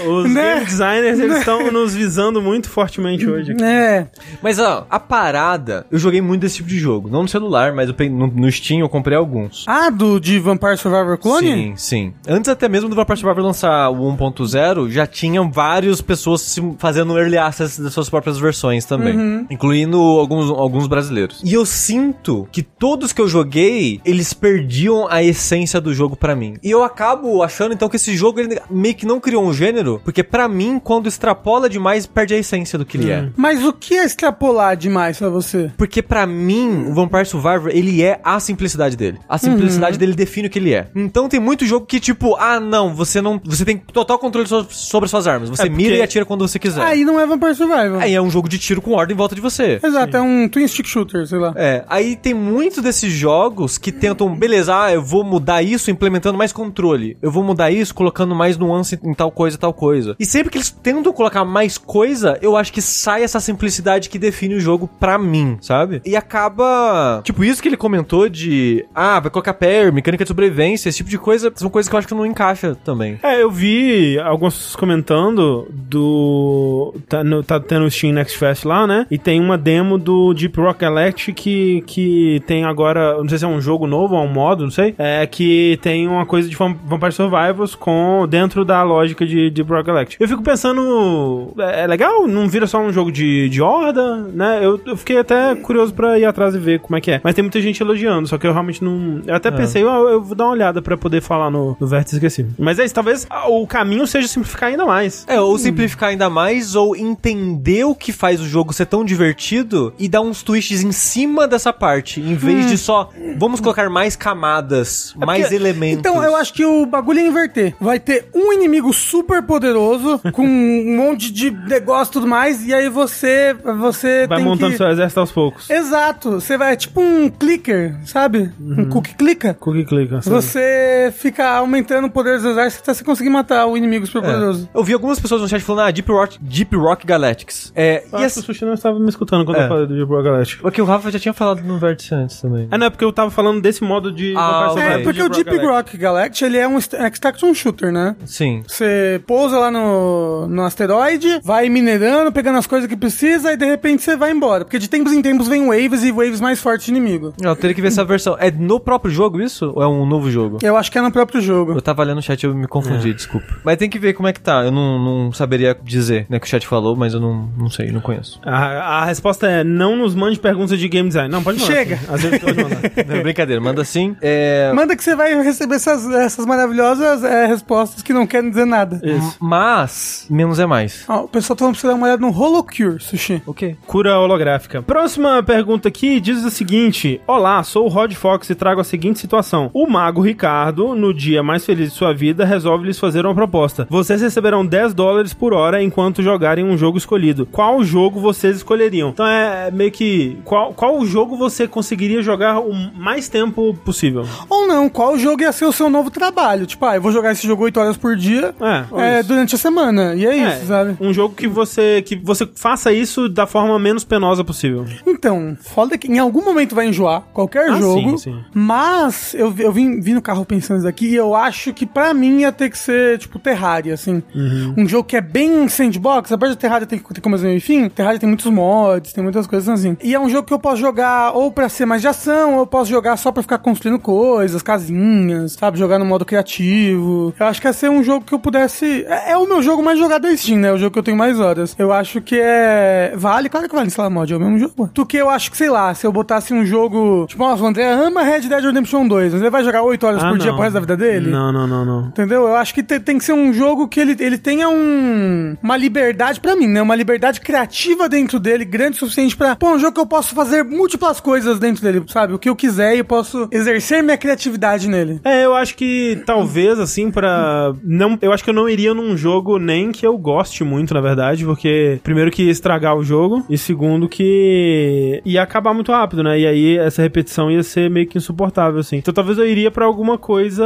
[SPEAKER 1] Os
[SPEAKER 3] Né?
[SPEAKER 1] game designers, eles estão nos visando muito fortemente hoje. aqui.
[SPEAKER 3] É,
[SPEAKER 2] Mas ó, a parada, eu joguei muito desse tipo de jogo. Não no celular, mas eu pe- no, no Steam eu comprei alguns.
[SPEAKER 3] Ah, do de Vampire Survivor Clone?
[SPEAKER 2] Sim, sim. Antes até mesmo do Vampire Survivor lançar o 1.0, já tinham várias pessoas se fazendo early access das suas próprias versões também. Incluindo alguns, alguns brasileiros. E eu sinto que todos que eu joguei, eles perdiam a essência do jogo pra mim. E eu acabo achando então que esse jogo ele meio que não criou um gênero, porque pra mim, quando extrapola demais, perde a essência do que ele é.
[SPEAKER 3] Mas o que é extrapolar demais pra você?
[SPEAKER 2] Porque pra mim, o Vampire Survivor, ele é a simplicidade dele. A
[SPEAKER 1] Uhum.
[SPEAKER 2] simplicidade dele define o que ele é. Então tem muito jogo que tipo, ah, não, você não, você tem total controle so- sobre suas armas. Você
[SPEAKER 1] É, porque-
[SPEAKER 2] mira e atira quando você quiser. Aí,
[SPEAKER 3] Aí não é Vampire Survivor.
[SPEAKER 2] é um jogo de tiro com ordem em volta de você.
[SPEAKER 3] Exato, é um Twin Stick Shooter, sei lá.
[SPEAKER 2] É, aí tem muito desses jogos que tentam, beleza, ah, eu vou mudar isso implementando mais controle. Eu vou mudar isso colocando mais nuance em tal coisa, tal coisa. E sempre que eles tentam colocar mais coisa, eu acho que sai essa simplicidade que define o jogo pra mim, sabe? E acaba, tipo, isso que ele comentou de, ah, vai colocar pair, mecânica de sobrevivência, esse tipo de coisa, são coisas que eu acho que não encaixa também.
[SPEAKER 1] É, eu vi algumas pessoas comentando do. Tá, no- tá tendo o Steam Next Fest lá, né? E tem uma demo do Deep Rock Elect que, que tem agora. Não sei se é um jogo novo ou um modo, não sei. É que tem uma coisa de Vamp- Vampire Survivors com, dentro da lógica de Deep Rock Elect. Eu fico pensando. É, é legal? Não vira só um jogo de, de horda, né? Eu, eu fiquei até curioso pra ir atrás e ver como é que é. Mas tem muita gente elogiando, só que eu realmente não. Eu até
[SPEAKER 2] É.
[SPEAKER 1] pensei, "Ah, eu vou dar uma olhada pra poder falar no, no Vértice Esquecido. Mas é isso, talvez ah, o caminho seja simplificar ainda mais.
[SPEAKER 2] É, ou simplificar ainda mais, ou entender o que faz o jogo ser tão divertido e dar uns twists em cima dessa parte, em vez de só vamos colocar mais camadas, mais elementos.
[SPEAKER 3] Então, eu acho que o bagulho é inverter. Vai ter um inimigo super poderoso, com um monte de negócio e tudo mais, e aí você, você
[SPEAKER 1] Vai
[SPEAKER 3] tem
[SPEAKER 1] montando
[SPEAKER 3] que...
[SPEAKER 1] seu exército aos poucos.
[SPEAKER 3] Exato, você vai, é tipo um clicker, sabe? Um cookie clicker.
[SPEAKER 1] Cookie clica. sabe?
[SPEAKER 3] Você fica aumentando o poder dos exércitos até você conseguir matar o inimigo super poderoso.
[SPEAKER 2] É. Eu vi algumas pessoas no chat falando, ah, Deep Rock, Deep Rock Galactics. É,
[SPEAKER 1] Eu
[SPEAKER 2] e
[SPEAKER 1] acho que o
[SPEAKER 2] assim,
[SPEAKER 1] Sushi não estava me escutando quando
[SPEAKER 2] É.
[SPEAKER 1] eu falei do Deep Rock Elect.
[SPEAKER 2] o que o Rafa já tinha falado no vértice antes também.
[SPEAKER 1] Ah, não, é porque eu tava falando desse modo de.
[SPEAKER 2] Ah,
[SPEAKER 1] Vampire
[SPEAKER 2] ok.
[SPEAKER 1] Survivors
[SPEAKER 3] É,
[SPEAKER 1] do
[SPEAKER 3] porque o
[SPEAKER 1] Rock
[SPEAKER 3] Deep
[SPEAKER 1] Elect.
[SPEAKER 3] Rock Galactic, ele é um est- extraction shooter, né?
[SPEAKER 2] Sim.
[SPEAKER 3] Você pousa lá no, no asteroide, vai minerando, pegando as coisas que precisa e de repente você vai embora. Porque de tempos em tempos vem waves e waves mais fortes de inimigo.
[SPEAKER 2] Eu teria que ver essa versão. É no próprio jogo isso? Ou é um novo jogo?
[SPEAKER 3] Eu acho que é no próprio
[SPEAKER 2] Eu
[SPEAKER 3] jogo.
[SPEAKER 2] tava lendo o chat e eu me confundi, desculpa. Mas tem que ver como é que tá. Eu não, não saberia dizer, né, que o chat falou, mas eu não, não sei, não conheço.
[SPEAKER 1] A, a resposta é: não nos mande perguntas de game design. Não, pode mandar.
[SPEAKER 3] Chega.
[SPEAKER 1] sim. Às vezes pode mandar.
[SPEAKER 2] Não, brincadeira, manda sim. É,
[SPEAKER 3] Manda que você vai receber essas, essas maravilhosas eh, respostas que não querem dizer nada.
[SPEAKER 2] É.
[SPEAKER 1] Isso.
[SPEAKER 2] mas, menos é mais.
[SPEAKER 3] Ó, o pessoal tá falando pra você dar uma olhada no Holocure, Sushi.
[SPEAKER 2] Ok.
[SPEAKER 1] Cura holográfica. Próxima Uma pergunta aqui diz o seguinte: Olá, sou o Rod Fox e trago a seguinte situação. O mago Ricardo, no dia mais feliz de sua vida, resolve lhes fazer uma proposta. Vocês receberão 10 dólares por hora enquanto jogarem um jogo escolhido. Qual jogo vocês escolheriam? Então é meio que qual, qual jogo você conseguiria jogar o mais tempo possível?
[SPEAKER 3] Ou não, qual jogo ia ser o seu novo trabalho? Tipo, ah, eu vou jogar esse jogo 8 horas por dia
[SPEAKER 1] É, ou
[SPEAKER 3] é,
[SPEAKER 1] isso.
[SPEAKER 3] durante a semana. E é, isso,
[SPEAKER 1] É,
[SPEAKER 3] sabe?
[SPEAKER 1] Um jogo que você que você faça isso da forma menos penosa possível.
[SPEAKER 3] Então, foda que em algum momento vai enjoar qualquer
[SPEAKER 1] Ah,
[SPEAKER 3] jogo.
[SPEAKER 1] sim, sim.
[SPEAKER 3] Mas eu, vi- eu vim, vim no carro pensando isso daqui e eu acho que pra mim ia ter que ser, tipo, Terraria, assim.
[SPEAKER 1] Uhum.
[SPEAKER 3] Um jogo que é bem sandbox. Apesar de Terraria tem, tem começo meio e fim, Terraria tem muitos mods, tem muitas coisas assim. E é um jogo que eu posso jogar ou pra ser mais de ação, ou eu posso jogar só pra ficar construindo coisas, casinhas, sabe? Jogar no modo criativo. Eu acho que ia ser um jogo que eu pudesse... É, é o meu jogo mais jogado da Steam, né? É o jogo que eu tenho mais horas. Eu acho que é... Vale, claro que vale instalar mod, é o mesmo jogo. Do que eu acho que, sei lá, se eu botasse um jogo... Tipo, nossa, o André ama Red Dead Redemption 2, mas ele vai jogar 8 horas
[SPEAKER 1] Ah,
[SPEAKER 3] por dia
[SPEAKER 1] não.
[SPEAKER 3] pro resto da vida dele?
[SPEAKER 1] Não, não, não, não.
[SPEAKER 3] Entendeu? Eu acho que te- tem que ser um jogo que ele, ele tenha um, uma liberdade pra mim, né? Uma liberdade criativa dentro dele, grande o suficiente pra. Pô, um jogo que eu posso fazer múltiplas coisas dentro dele, sabe? O que eu quiser e eu posso exercer minha criatividade nele.
[SPEAKER 1] É, eu acho que talvez assim pra não, eu acho que eu não iria num jogo nem que eu goste muito, na verdade, porque primeiro que ia estragar o jogo e segundo que ia acabar muito rápido, né? E aí essa repetição ia ser meio que insuportável assim. Então talvez eu iria pra alguma coisa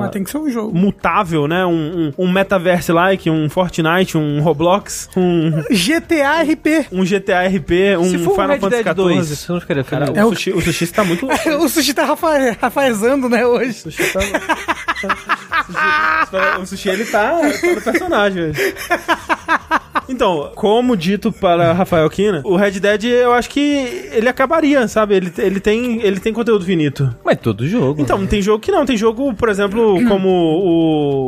[SPEAKER 3] Mas tem que ser um jogo.
[SPEAKER 1] mutável, né? Um, um, um metaverse like, um Fortnite, um Roblox, um
[SPEAKER 3] GTA RP.
[SPEAKER 1] um GTA RP, um
[SPEAKER 2] Se for um
[SPEAKER 1] Final
[SPEAKER 2] Red
[SPEAKER 1] Fantasy
[SPEAKER 2] Dead 2,
[SPEAKER 1] XIV.
[SPEAKER 2] você não ficaria feliz.
[SPEAKER 1] Cara,
[SPEAKER 3] É
[SPEAKER 1] o,
[SPEAKER 3] o-
[SPEAKER 1] sushi, o sushi tá muito louco.
[SPEAKER 3] o sushi tá rafa- rafazando, né, hoje.
[SPEAKER 1] O sushi, tá... o sushi- o sushi, ele tá, tá no personagem hoje. Então, como dito para Rafael Kina, o Red Dead eu acho que ele acabaria, sabe? Ele, ele, tem, ele tem conteúdo finito.
[SPEAKER 2] Mas todo jogo.
[SPEAKER 1] Então, tem jogo que não. Tem jogo, por exemplo, como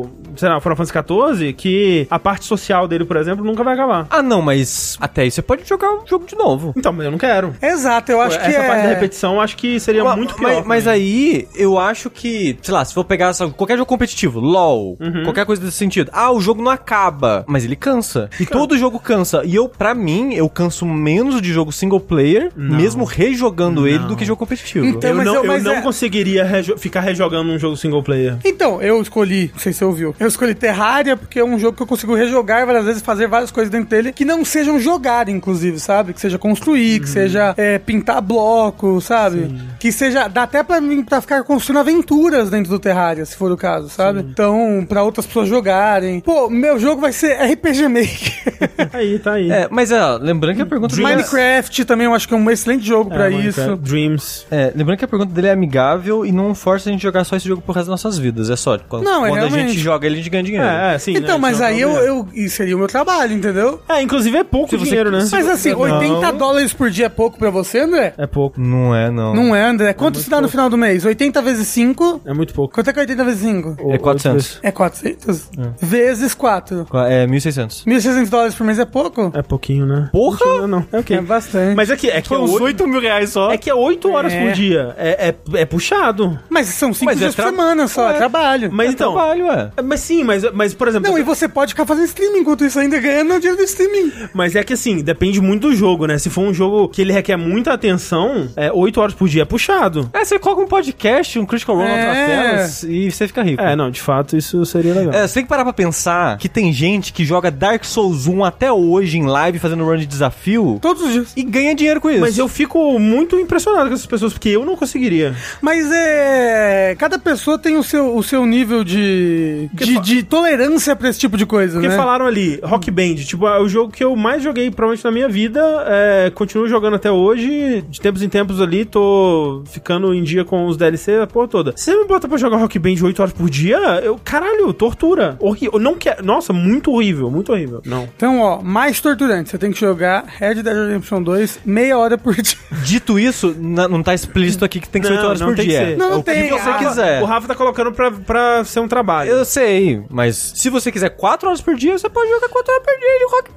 [SPEAKER 1] o. Sei lá, o Final Fantasy XIV, que a parte social dele, por exemplo, nunca vai acabar.
[SPEAKER 2] Ah, não, mas até aí você pode jogar o jogo de novo.
[SPEAKER 1] Então, mas eu não quero.
[SPEAKER 3] Exato, eu acho que
[SPEAKER 1] Essa
[SPEAKER 3] é...
[SPEAKER 1] parte da repetição eu acho que seria
[SPEAKER 2] Ma-
[SPEAKER 1] muito
[SPEAKER 2] ma-
[SPEAKER 1] pior.
[SPEAKER 2] Mas, aí, eu acho que, sei lá, se for pegar sabe, qualquer jogo competitivo, LOL, qualquer coisa desse sentido. Ah, o jogo não acaba. Mas ele cansa. E todo jogo cansa. E eu, pra mim, eu canso menos de jogo single player, mesmo rejogando ele, do que jogo competitivo.
[SPEAKER 3] Então-
[SPEAKER 1] eu
[SPEAKER 3] mas
[SPEAKER 1] não,
[SPEAKER 3] eu-
[SPEAKER 1] eu
[SPEAKER 3] mas
[SPEAKER 1] não
[SPEAKER 3] é-
[SPEAKER 1] conseguiria rejo- ficar rejogando um jogo single player.
[SPEAKER 3] Então, eu escolhi, não sei se você ouviu, eu escolhi Terraria porque é um jogo que eu consigo rejogar várias vezes, fazer várias coisas dentro dele que não sejam jogar, inclusive, sabe? Que seja construir,
[SPEAKER 1] Uhum.
[SPEAKER 3] que seja é, pintar bloco, sabe? Que seja, dá até pra mim, pra ficar construindo aventuras dentro do Terraria, se for o caso, sabe? Então, pra outras pessoas jogarem. Pô, meu jogo vai ser RPG Maker.
[SPEAKER 1] Aí, tá aí.
[SPEAKER 2] É, mas é, lembrando que a pergunta dele é-
[SPEAKER 3] Minecraft também eu acho que é um excelente jogo pra isso.
[SPEAKER 1] Dreams.
[SPEAKER 2] É, lembrando que a pergunta dele é amigável e não força a gente a jogar só esse jogo pro resto das nossas vidas. É só quando,
[SPEAKER 3] Não, é
[SPEAKER 2] quando a
[SPEAKER 3] realmente.
[SPEAKER 2] gente joga ele, a gente ganha dinheiro.
[SPEAKER 1] É, é, sim.
[SPEAKER 3] Então,
[SPEAKER 1] né,
[SPEAKER 3] mas
[SPEAKER 1] isso é um
[SPEAKER 3] aí eu,
[SPEAKER 1] problema.
[SPEAKER 3] eu. Isso seria o meu trabalho, entendeu?
[SPEAKER 1] É, inclusive é pouco
[SPEAKER 2] Se você-
[SPEAKER 1] dinheiro, né?
[SPEAKER 3] Mas assim, 80 dólares por dia é pouco pra você, André?
[SPEAKER 1] É pouco.
[SPEAKER 2] Não é, não.
[SPEAKER 3] Não é, André. Quanto se dá no final do mês? 80 vezes 5.
[SPEAKER 1] É muito pouco.
[SPEAKER 3] Quanto é que é 80 vezes 5?
[SPEAKER 2] É 400.
[SPEAKER 3] É 400?
[SPEAKER 1] É.
[SPEAKER 3] Vezes 4.
[SPEAKER 2] Qua- É, 1.600.
[SPEAKER 3] 1.600 dólares por mês é pouco?
[SPEAKER 1] É pouquinho, né?
[SPEAKER 2] Porra!
[SPEAKER 1] Não, não. É ok.
[SPEAKER 3] É bastante.
[SPEAKER 1] Mas é que é que é
[SPEAKER 2] uns
[SPEAKER 1] oito-
[SPEAKER 2] 8 mil reais só.
[SPEAKER 1] é que é 8 horas
[SPEAKER 3] É.
[SPEAKER 1] por dia. É, é, é puxado.
[SPEAKER 3] Mas são 5
[SPEAKER 2] Mas é
[SPEAKER 3] dias por
[SPEAKER 2] tra-
[SPEAKER 3] semana só, é trabalho.
[SPEAKER 1] Mas então.
[SPEAKER 2] trabalho, é.
[SPEAKER 1] Mas sim, mas, mas por exemplo.
[SPEAKER 3] Não, e você pode ficar fazendo streaming enquanto isso ainda ganhando dinheiro do streaming.
[SPEAKER 1] Mas é que assim, depende muito do jogo, né? Se for um jogo que ele requer muita atenção, é 8 horas por dia é puxado.
[SPEAKER 2] É, você coloca um podcast, um Critical Role
[SPEAKER 3] É.
[SPEAKER 2] atrás delas e você fica rico.
[SPEAKER 1] É, não, de fato isso seria legal.
[SPEAKER 2] É, você tem que parar pra pensar que tem gente que joga Dark Souls 1 até hoje em live fazendo run de desafio
[SPEAKER 3] Todos os dias.
[SPEAKER 2] e ganha dinheiro com isso.
[SPEAKER 1] Mas eu fico muito impressionado com essas pessoas, porque eu não conseguiria.
[SPEAKER 3] Mas é. Cada pessoa tem o seu, o seu nível de. De,
[SPEAKER 1] fa-
[SPEAKER 3] de tolerância pra esse tipo de coisa,
[SPEAKER 1] Porque
[SPEAKER 3] né?
[SPEAKER 1] falaram ali, Rock Band, tipo, é o jogo que eu mais joguei provavelmente na minha vida, é, continuo jogando até hoje, de tempos em tempos ali, tô ficando em dia com os DLC, a porra toda. Se você me bota pra jogar Rock Band 8 horas por dia, eu, caralho, tortura. Horrível. Não quero. Nossa, muito horrível, muito horrível. Não.
[SPEAKER 3] Então, ó, mais torturante. Você tem que jogar Red Dead Redemption 2 meia hora por dia.
[SPEAKER 2] Dito isso, na- não tá explícito aqui que tem que ser
[SPEAKER 1] Não,
[SPEAKER 2] 8 horas
[SPEAKER 1] não
[SPEAKER 2] por
[SPEAKER 1] tem que
[SPEAKER 2] dia.
[SPEAKER 1] ser.
[SPEAKER 3] Não, não
[SPEAKER 2] É o
[SPEAKER 3] tem,
[SPEAKER 2] que você
[SPEAKER 3] Rafa.
[SPEAKER 2] quiser.
[SPEAKER 1] O Rafa tá colocando pra, pra ser um trabalho.
[SPEAKER 2] Eu sei, mas se você quiser 4 horas por dia, você pode jogar 4 horas por dia de Rock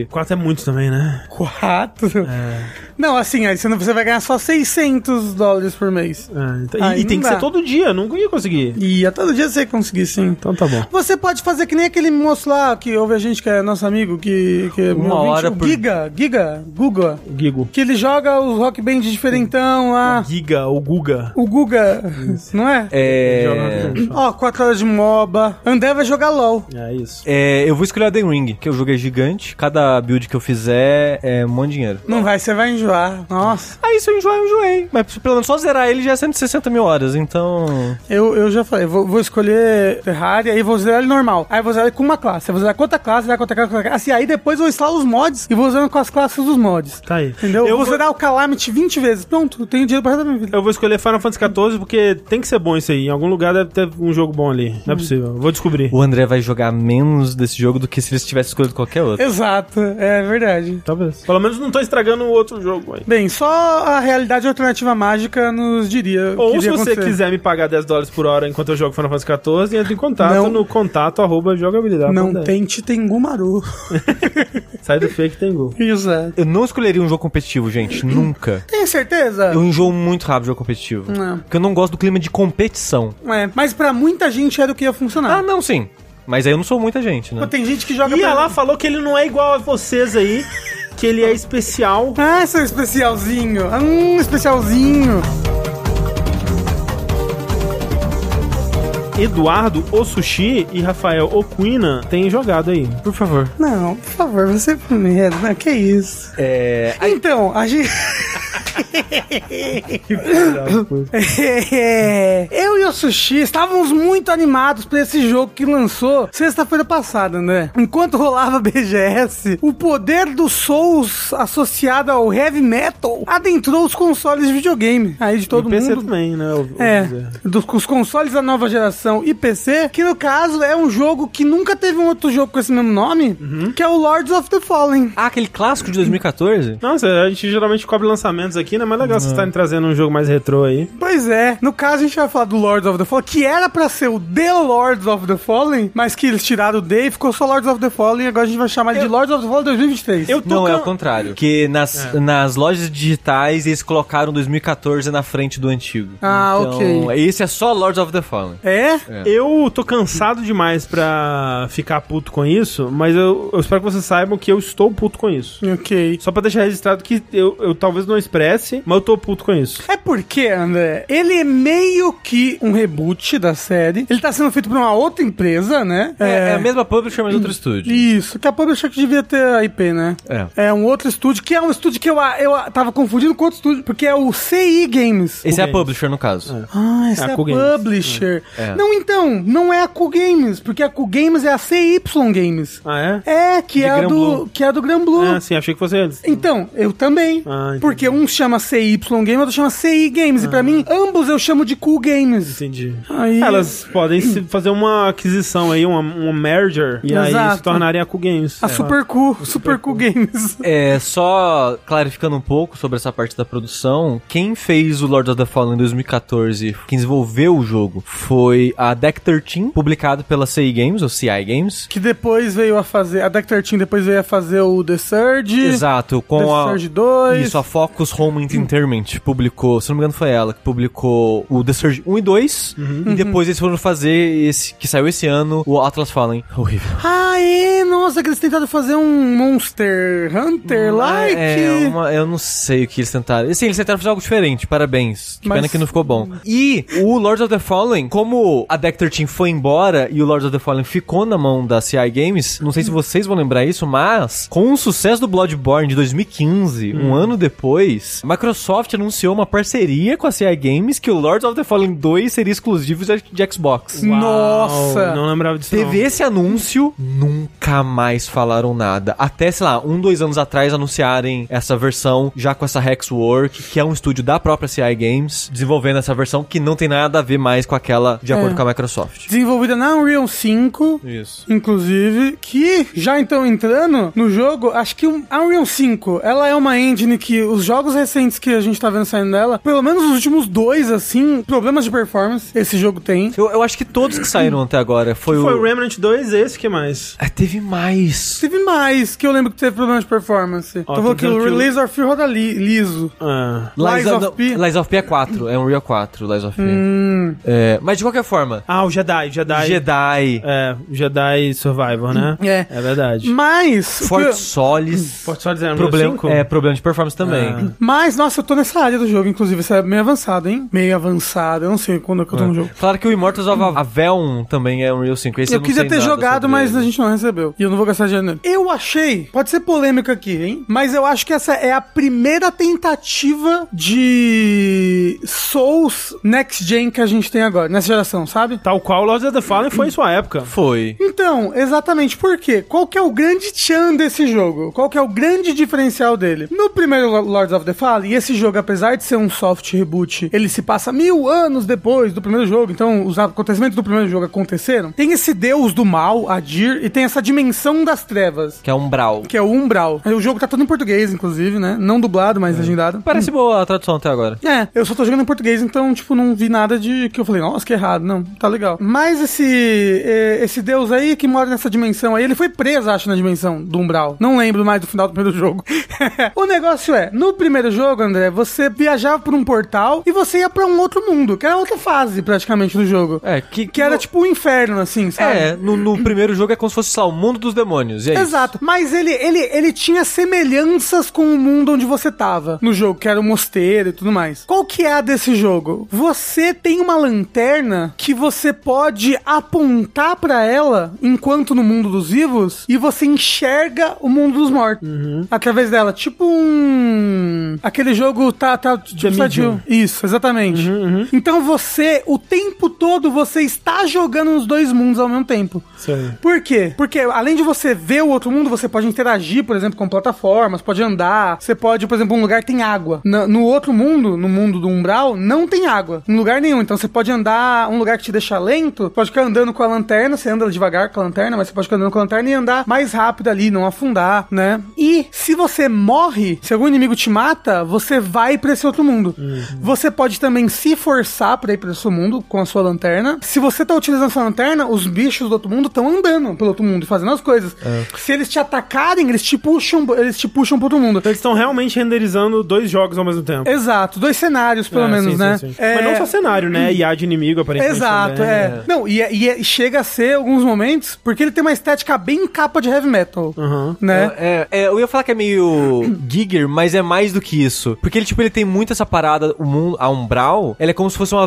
[SPEAKER 2] Band.
[SPEAKER 1] 4 é muito também, né?
[SPEAKER 3] Quatro?
[SPEAKER 2] É.
[SPEAKER 3] Não, assim, aí você, não- você vai ganhar só 600 dólares por mês.
[SPEAKER 1] É, então- e- e
[SPEAKER 3] Aí não
[SPEAKER 1] tem que
[SPEAKER 3] dá.
[SPEAKER 1] ser todo dia, não ia conseguir.
[SPEAKER 3] E a todo dia você ia conseguir, sim.
[SPEAKER 1] Então tá bom.
[SPEAKER 3] Você pode fazer que nem aquele moço lá que ouve a gente, que é nosso amigo, amigo que, que é
[SPEAKER 2] Uma
[SPEAKER 3] meu
[SPEAKER 2] hora
[SPEAKER 3] o
[SPEAKER 2] por-
[SPEAKER 3] Giga, Giga, Guga,
[SPEAKER 1] Gigo.
[SPEAKER 3] que ele joga o Rock Band diferentão lá.
[SPEAKER 1] Giga ou Guga.
[SPEAKER 3] O Guga, não é?
[SPEAKER 2] É...
[SPEAKER 3] Ó, 4 horas de MOBA. André vai jogar LOL.
[SPEAKER 1] É isso.
[SPEAKER 2] é, Eu vou escolher a Den Ring, que o jogo é gigante. Cada build que eu fizer é um monte de dinheiro.
[SPEAKER 3] Não vai, você vai enjoar. Nossa.
[SPEAKER 2] Aí se eu enjoar, eu enjoei. Mas pelo menos só zerar ele já é 160 mil horas, então...
[SPEAKER 3] Eu, eu já falei, vou, vou escolher Ferrari, aí vou zerar ele normal. Aí vou zerar ele com uma classe. Eu vou zerar com outra classe, zerar com outra classe, com outra classe. Assim, aí depois eu instalo os mods e vou usando com as classes dos mods.
[SPEAKER 1] Tá aí.
[SPEAKER 3] Entendeu? Eu
[SPEAKER 1] Eu
[SPEAKER 3] vou
[SPEAKER 1] vou-
[SPEAKER 3] zerar o Calamity 20 vezes. Pronto, tenho dinheiro pra resto da minha vida.
[SPEAKER 1] Eu vou escolher Final Fantasy XIV porque tem que ser bom isso aí. Em algum lugar deve ter um jogo bom ali. Não é possível. Vou descobrir.
[SPEAKER 2] O André vai jogar menos desse jogo do que se ele tivesse escolhido qualquer outro.
[SPEAKER 3] Exato, é verdade.
[SPEAKER 1] Talvez. Pelo menos não tô estragando o outro jogo aí.
[SPEAKER 3] Bem, só a realidade alternativa mágica nos diria. o que
[SPEAKER 1] Ou se
[SPEAKER 3] iria
[SPEAKER 1] você
[SPEAKER 3] acontecer.
[SPEAKER 1] quiser me pagar 10 dólares por hora enquanto eu jogo Final Fantasy XIV, entra em contato
[SPEAKER 3] Não.
[SPEAKER 1] no contato arroba jogabilidade.
[SPEAKER 3] Não tente Tengumaru.
[SPEAKER 1] Sai do fake, tem gol.
[SPEAKER 3] Exato.
[SPEAKER 2] Eu não escolheria um jogo competitivo, gente. Nunca.
[SPEAKER 3] Tem certeza?
[SPEAKER 2] Eu enjoo muito rápido jogo competitivo.
[SPEAKER 3] Não.
[SPEAKER 2] Porque eu não gosto do clima de competição.
[SPEAKER 3] É, mas pra muita gente era o que ia funcionar.
[SPEAKER 2] Ah, não, sim. Mas aí eu não sou muita gente,
[SPEAKER 3] Pô,
[SPEAKER 2] né?
[SPEAKER 3] Tem gente que joga
[SPEAKER 1] Ia
[SPEAKER 3] pra-
[SPEAKER 1] lá, falou que ele não é igual a vocês aí, que ele é especial.
[SPEAKER 3] Ah, seu especialzinho. Hum, especialzinho.
[SPEAKER 1] Eduardo O Sushi e Rafael Oquina têm jogado aí. Por favor.
[SPEAKER 3] Não, por favor, você primeiro. Né? Que isso?
[SPEAKER 2] É.
[SPEAKER 3] Então, a gente... Eu e o Sushi estávamos muito animados pra esse jogo que lançou sexta-feira passada, né? Enquanto rolava a BGS, o poder do Souls associado ao heavy metal adentrou os consoles de videogame. Aí de todo
[SPEAKER 1] o PC
[SPEAKER 3] mundo.
[SPEAKER 1] também, né? eu- eu
[SPEAKER 3] É,
[SPEAKER 1] dizer.
[SPEAKER 3] dos os consoles da nova geração e PC, que no caso é um jogo que nunca teve um outro jogo com esse mesmo nome,
[SPEAKER 1] Uhum.
[SPEAKER 3] que é o Lords of the Fallen.
[SPEAKER 2] Ah, aquele clássico de 2014?
[SPEAKER 1] Nossa, a gente geralmente cobre lançamentos aqui, né? Mas legal vocês estarem trazendo um jogo mais retrô aí.
[SPEAKER 3] Pois é, no caso a gente vai falar do Lords of the Fallen, que era pra ser o The Lords of the Fallen, mas que eles tiraram o The e ficou só Lords of the Fallen, e agora a gente vai chamar ele de Lords of the Fallen 2023.
[SPEAKER 1] Eu tô
[SPEAKER 2] Não, é
[SPEAKER 1] cam- É.
[SPEAKER 2] o contrário. Que nas, nas lojas digitais eles colocaram 2014 na frente do antigo.
[SPEAKER 3] Ah,
[SPEAKER 2] Então,
[SPEAKER 3] ok.
[SPEAKER 2] Esse é só Lords of the Fallen.
[SPEAKER 3] É?
[SPEAKER 1] Eu tô cansado demais pra ficar puto com isso, mas eu, eu espero que vocês saibam que eu estou puto com isso.
[SPEAKER 3] Ok.
[SPEAKER 1] Só pra deixar registrado que eu, eu talvez não expresse, mas eu tô puto com isso.
[SPEAKER 3] É porque, André, ele é meio que um reboot da série. Ele tá sendo feito por uma outra empresa, né? É,
[SPEAKER 2] É, é a mesma publisher, mas outro estúdio.
[SPEAKER 3] Isso, que a publisher que devia ter a IP, né?
[SPEAKER 2] É.
[SPEAKER 3] um outro estúdio, que é um estúdio que eu, a- eu a- tava confundindo com outro estúdio, porque é o CI Games.
[SPEAKER 2] Esse é a
[SPEAKER 1] Games.
[SPEAKER 2] publisher, no caso.
[SPEAKER 3] Ah, essa
[SPEAKER 1] É a
[SPEAKER 3] é a,
[SPEAKER 1] Cool Games.
[SPEAKER 3] publisher.
[SPEAKER 2] É.
[SPEAKER 3] Não, então, não é a Cool Games, porque a Cool Games é a CY Games.
[SPEAKER 1] Ah, é?
[SPEAKER 3] É, que, é a, do,
[SPEAKER 2] Granblue.
[SPEAKER 3] que é a do Granblue.
[SPEAKER 1] Ah, sim, achei que fosse antes.
[SPEAKER 3] Então, eu também.
[SPEAKER 1] Ah, entendi.
[SPEAKER 3] porque um chama CY Games, outro chama CI Games. E pra mim, ambos eu chamo de Cool Games.
[SPEAKER 1] Entendi.
[SPEAKER 3] Aí...
[SPEAKER 1] Elas podem se fazer uma aquisição aí, uma, uma merger, e aí
[SPEAKER 3] Exato.
[SPEAKER 1] se tornarem a Cool Games. É.
[SPEAKER 3] A Super Cool, Super Cool Games.
[SPEAKER 2] É, só clarificando um pouco sobre essa parte da produção, quem fez o Lord of the Fallen em 2014, quem desenvolveu o jogo, foi a Deck 13, publicado pela CI Games, ou CI Games.
[SPEAKER 3] Que depois veio a fazer. A Deck 13 depois veio a fazer o The Surge.
[SPEAKER 2] Exato,
[SPEAKER 3] The
[SPEAKER 2] com a...
[SPEAKER 3] Surge 2.
[SPEAKER 2] Isso, a Focus Home Entertainment publicou, se não me engano foi ela, que publicou o The Surge 1 e 2, e depois eles foram fazer esse, que saiu esse ano, o Atlas Fallen. Horrível.
[SPEAKER 3] Ah, é? Nossa, que eles tentaram fazer um Monster Hunter like.
[SPEAKER 2] É, uma- eu não sei o que eles tentaram. Sim, eles tentaram fazer algo diferente, parabéns. Que
[SPEAKER 3] Mas-
[SPEAKER 2] pena que não ficou bom. E o Lord of the Fallen, como a Deck 13 foi embora e o Lord of the Fallen ficou na mão da CI Games, não sei se vocês vão lembrar isso, mas com o sucesso do Bloodborne de 2015, um ano depois, a Microsoft anunciou uma parceria com a CI Games que o Lord of the Fallen 2 seria exclusivo de, de Xbox.
[SPEAKER 1] Uau,
[SPEAKER 3] Nossa.
[SPEAKER 1] Não lembrava disso.
[SPEAKER 2] Teve
[SPEAKER 1] não.
[SPEAKER 2] esse anúncio, nunca mais falaram nada. Até, sei lá, um, dois anos atrás anunciarem essa versão já com essa Hexwork, que é um estúdio da própria CI Games, desenvolvendo essa versão que não tem nada a ver mais com aquela de acordo com a Microsoft.
[SPEAKER 3] Desenvolvida na Unreal 5.
[SPEAKER 2] Isso.
[SPEAKER 3] Inclusive, que já então entrando no jogo, acho que o Unreal 5, ela é uma engine que os jogos recentes que a gente tá vendo saindo dela, pelo menos os últimos dois, assim, problemas de performance esse jogo tem.
[SPEAKER 2] Eu, eu acho que todos que saíram até agora foi,
[SPEAKER 1] Foi o
[SPEAKER 2] o.
[SPEAKER 1] Remnant 2, esse que mais?
[SPEAKER 2] Ah, teve mais.
[SPEAKER 3] Teve mais que eu lembro que teve problema de performance.
[SPEAKER 1] Ó,
[SPEAKER 3] Tô
[SPEAKER 1] tô
[SPEAKER 3] falando que
[SPEAKER 1] vendo
[SPEAKER 3] o
[SPEAKER 1] que o-
[SPEAKER 3] Release of Fear roda li- liso.
[SPEAKER 1] Ah.
[SPEAKER 3] Lies of
[SPEAKER 2] não,
[SPEAKER 3] P.
[SPEAKER 2] Lies of P é 4, é um Real 4, Lies of P.
[SPEAKER 3] Hum,
[SPEAKER 2] É, mas de qualquer forma,
[SPEAKER 1] Ah, o Jedi, Jedi.
[SPEAKER 2] Jedi,
[SPEAKER 1] É, Jedi Survivor, né?
[SPEAKER 3] é.
[SPEAKER 1] É verdade.
[SPEAKER 3] Mas. o que
[SPEAKER 2] Fort
[SPEAKER 3] eu-
[SPEAKER 2] Solis,
[SPEAKER 1] Forte Swords é
[SPEAKER 2] problema, é, problema de performance também.
[SPEAKER 1] Ah.
[SPEAKER 3] Mas, nossa, eu tô nessa área do jogo, inclusive. Isso é meio avançado, hein? Meio avançado. Eu não sei quando é que eu tô no jogo.
[SPEAKER 2] Claro que o Immortals of Avelm também é um Real 5. Esse
[SPEAKER 3] Eu
[SPEAKER 2] não
[SPEAKER 3] queria
[SPEAKER 2] sei
[SPEAKER 3] ter
[SPEAKER 2] nada
[SPEAKER 3] jogado,
[SPEAKER 2] sobre
[SPEAKER 3] mas
[SPEAKER 2] ele.
[SPEAKER 3] a gente não recebeu. E eu não vou gastar dinheiro nele. Eu achei, pode ser polêmica aqui, hein? Mas eu acho que essa é a primeira tentativa de Souls Next Gen que a gente tem agora, nessa geração, sabe?
[SPEAKER 1] Tal qual Lords of the Fallen foi em sua época.
[SPEAKER 2] Foi.
[SPEAKER 3] Então, exatamente por quê? Qual que é o grande tchan desse jogo? Qual que é o grande diferencial dele? No primeiro Lo- Lords of the Fallen, e esse jogo, apesar de ser um soft reboot, ele se passa mil anos depois do primeiro jogo, então os acontecimentos do primeiro jogo aconteceram. Tem esse deus do mal, Adir, e tem essa dimensão das trevas,
[SPEAKER 2] Que é um Brawl.
[SPEAKER 3] que é o Umbral. O jogo tá todo em português, inclusive, né? Não dublado, mas legendado.
[SPEAKER 2] Parece boa a tradução até agora.
[SPEAKER 3] É, eu só tô jogando em português, então, tipo, não vi nada de que eu falei, nossa, que errado, não, tá legal. Mas esse é, esse deus aí que mora nessa dimensão aí, ele foi preso, acho, na dimensão do Umbral. Não lembro mais do final do primeiro jogo. o negócio é, no primeiro jogo, André, você viajava por um portal e você ia pra um outro mundo, que era outra fase, praticamente, do jogo.
[SPEAKER 2] É, que,
[SPEAKER 3] Que era, tipo, um inferno, assim, sabe?
[SPEAKER 2] É, no, no primeiro jogo é como se fosse, sei lá, o mundo dos demônios. E é
[SPEAKER 3] Exato, mas ele, ele, ele tinha semelhanças com o mundo onde você tava no jogo, que era o mosteiro e tudo mais. Qual que é a desse jogo? Você tem uma lanterna que você pode apontar pra ela enquanto no mundo dos vivos e você enxerga o mundo dos mortos através dela. Tipo um. aquele jogo tá. tá tipo,
[SPEAKER 1] Medium.
[SPEAKER 3] Isso, exatamente. Então você, o tempo todo, você está jogando nos dois mundos ao mesmo tempo.
[SPEAKER 1] Isso aí.
[SPEAKER 3] Por quê? Porque além de você ver o outro mundo, você pode interagir, por exemplo, com plataformas, pode andar, você pode, por exemplo, um lugar tem água. Na- no outro mundo, no mundo do umbral, não tem água. Em lugar nenhum. Então você pode andar um lugar que te deixa lento, pode ficar andando com a lanterna, você anda devagar com a lanterna, mas você pode ficar andando com a lanterna e andar mais rápido ali, não afundar, né? E se você morre, se algum inimigo te mata, você vai pra esse outro mundo.
[SPEAKER 1] Uhum.
[SPEAKER 3] Você pode também se forçar pra ir pra esse mundo com a sua lanterna. Se você tá utilizando essa lanterna, os bichos do outro mundo estão andando pelo outro mundo e fazendo as coisas.
[SPEAKER 1] É.
[SPEAKER 3] Se eles te atacarem, eles te puxam, eles te puxam pro outro mundo.
[SPEAKER 1] Então eles estão realmente renderizando dois jogos ao mesmo tempo.
[SPEAKER 3] Exato, dois cenários pelo
[SPEAKER 1] É,
[SPEAKER 3] menos,
[SPEAKER 1] sim,
[SPEAKER 3] né?
[SPEAKER 1] sim, sim.
[SPEAKER 3] É,
[SPEAKER 1] Mas não só cenário, né? IA de inimigo, aparentemente.
[SPEAKER 3] Exato,
[SPEAKER 1] também. né?
[SPEAKER 3] é. Não, e, é- e é- e chega a ser alguns momentos, porque ele tem uma estética bem capa de heavy metal,
[SPEAKER 1] Aham.
[SPEAKER 3] né?
[SPEAKER 2] É, é, eu ia falar que é meio Giger, mas é mais do que isso. Porque ele, tipo, ele tem muito essa parada, o mundo, a Umbral, ela é como se fosse uma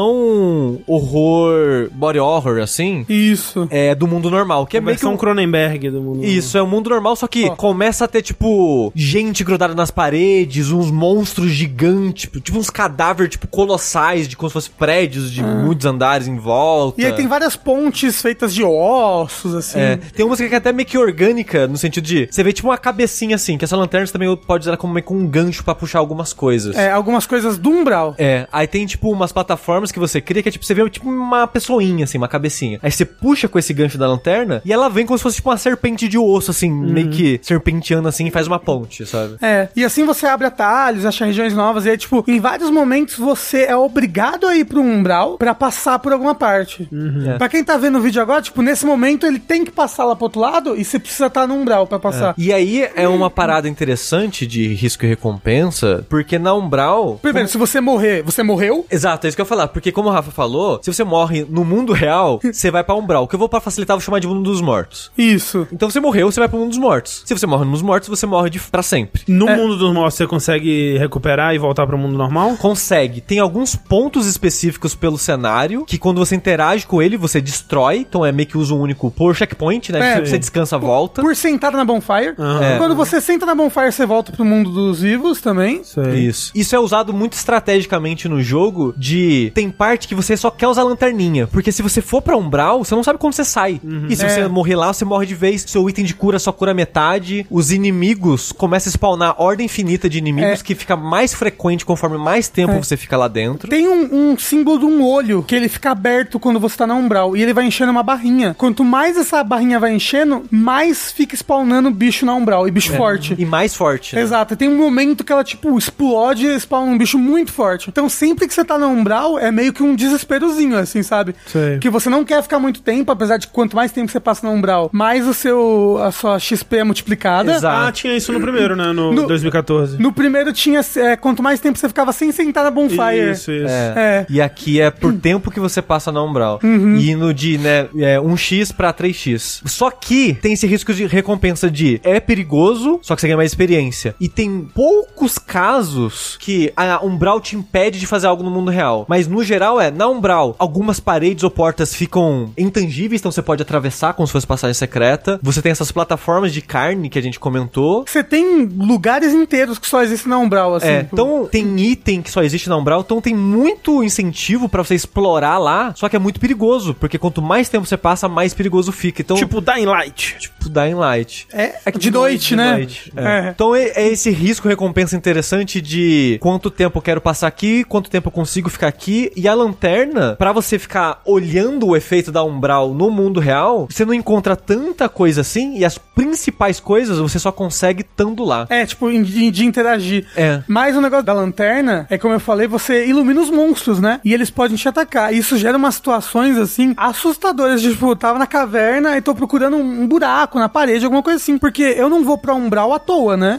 [SPEAKER 2] versão horror, body horror, assim,
[SPEAKER 3] Isso.
[SPEAKER 2] é, do mundo normal. Que é meio que
[SPEAKER 1] Versão
[SPEAKER 2] um...
[SPEAKER 1] Cronenberg do mundo.
[SPEAKER 2] Isso, é o mundo normal, só que
[SPEAKER 3] Hum. Ó.
[SPEAKER 2] começa a ter, tipo, gente grudada nas paredes, uns monstros gigantes, tipo, tipo uns cadáveres, tipo, colossais, de como se fossem prédios de muitos andares em volta.
[SPEAKER 3] Ah. E aí tem várias pontes feitas de ossos, assim.
[SPEAKER 2] Tá. É, tem uma música que é até meio que orgânica, no sentido de. Você vê tipo uma cabecinha assim, que essa lanterna você também pode usar ela como meio que um gancho pra puxar algumas coisas.
[SPEAKER 3] É, algumas coisas do umbral.
[SPEAKER 2] É, aí tem tipo umas plataformas que você cria que é tipo, você vê tipo uma pessoinha, assim, uma cabecinha. Aí você puxa com esse gancho da lanterna e ela vem como se fosse tipo uma serpente de osso, assim,
[SPEAKER 3] Hum.
[SPEAKER 2] meio que serpenteando assim e faz uma ponte, sabe?
[SPEAKER 3] É, e assim você abre atalhos, acha regiões novas, e aí, tipo, em vários momentos você é obrigado a ir pro umbral pra passar por alguma parte.
[SPEAKER 2] É.
[SPEAKER 3] Pra quem tá vendo o vídeo agora, tipo, nesse momento ele tem que passar lá pro outro lado e você precisa estar no umbral pra passar.
[SPEAKER 2] E aí é uma parada interessante de risco e recompensa, porque na Umbral
[SPEAKER 3] Primeiro, se você morrer, você morreu?
[SPEAKER 2] Exato, é isso que eu ia falar. Porque como o Rafa falou, se você morre no mundo real, você vai pra Umbral. O que eu vou pra facilitar, eu vou chamar de mundo dos mortos.
[SPEAKER 3] Isso.
[SPEAKER 2] Então você morreu, você vai pro mundo dos mortos. Se você morre no mundo dos mortos, você morre de para sempre.
[SPEAKER 1] No
[SPEAKER 3] É.
[SPEAKER 1] mundo dos mortos, você consegue recuperar e voltar pro mundo normal?
[SPEAKER 2] Consegue. Tem alguns pontos específicos pelo cenário que quando você interage com ele, você destrói. Então é meio que uso único por checkpoint, né?
[SPEAKER 3] É,
[SPEAKER 2] você, você descansa, volta.
[SPEAKER 3] Por sentada na bonfire.
[SPEAKER 1] Aham.
[SPEAKER 2] Tá. É.
[SPEAKER 3] Quando você senta na bonfire, você volta pro mundo dos vivos também.
[SPEAKER 1] Isso aí.
[SPEAKER 2] Isso. Isso é usado muito estrategicamente no jogo de tem parte que você só quer usar lanterninha, porque se você for pra umbral, você não sabe como você sai. E se
[SPEAKER 3] É.
[SPEAKER 2] você morrer lá, você morre de vez. Seu item de cura só cura metade. Os inimigos começam a spawnar ordem infinita de inimigos
[SPEAKER 3] É.
[SPEAKER 2] que fica mais frequente conforme mais tempo você fica lá dentro.
[SPEAKER 3] Tem um, um símbolo de um olho que ele fica aberto quando você tá na umbral e ele vai enchendo uma barrinha. Quanto mais essa barrinha vai
[SPEAKER 1] É.
[SPEAKER 3] enchendo, mais fica spawnando bicho na umbral e bicho forte.
[SPEAKER 2] E mais forte. né?
[SPEAKER 3] Exato, e tem um momento muito que ela, tipo, explode e spawna um bicho muito forte. Então sempre que você tá no umbral, é meio que um desesperozinho, assim, sabe?
[SPEAKER 1] Sei.
[SPEAKER 3] Que você não quer ficar muito tempo, apesar de quanto mais tempo você passa no umbral, mais o seu, a sua XP é multiplicada.
[SPEAKER 1] Ah, tinha isso no primeiro, né? No,
[SPEAKER 3] No-
[SPEAKER 1] 2014.
[SPEAKER 3] No primeiro tinha, é, quanto mais tempo você ficava sem sentar na bonfire.
[SPEAKER 1] Isso, isso.
[SPEAKER 2] É.
[SPEAKER 3] É.
[SPEAKER 2] E aqui é por tempo que você passa na umbral. E no de, né, é 1x pra 3x. Só que tem esse risco de recompensa de é perigoso, só que você ganha mais experiência. E tem poucos casos que a umbral te impede de fazer algo no mundo real. Mas no geral é, na umbral, algumas paredes ou portas ficam intangíveis, então você pode atravessar como se fosse passagem secreta. Você tem essas plataformas de carne que a gente comentou.
[SPEAKER 3] Você tem lugares inteiros que só existem na Umbral, assim.
[SPEAKER 2] É,
[SPEAKER 3] tipo,
[SPEAKER 2] então tem item que só existe na Umbral, então tem muito incentivo pra você explorar lá, só que é muito perigoso, porque quanto mais tempo você passa, mais perigoso fica. Então,
[SPEAKER 1] Tipo Dying Light.
[SPEAKER 2] tipo Dying Light.
[SPEAKER 3] É,
[SPEAKER 2] É que
[SPEAKER 3] de noite, né?
[SPEAKER 2] noite, é.
[SPEAKER 3] É.
[SPEAKER 2] Então é, é esse risco-recompensa interessante de quanto tempo eu quero passar aqui, quanto tempo eu consigo ficar aqui. E a lanterna, pra você ficar olhando o efeito da umbral no mundo real, você não encontra tanta coisa assim, e as principais coisas você só consegue estando lá.
[SPEAKER 3] É, tipo, em- de, de interagir.
[SPEAKER 2] É.
[SPEAKER 3] Mas o negócio da lanterna é, como eu falei, você ilumina os monstros, né? E eles podem te atacar. E isso gera umas situações, assim, assustadoras. de, Tipo, eu tava na caverna e tô procurando um um buraco na parede, alguma coisa assim. Porque eu não vou pra umbral à toa, né?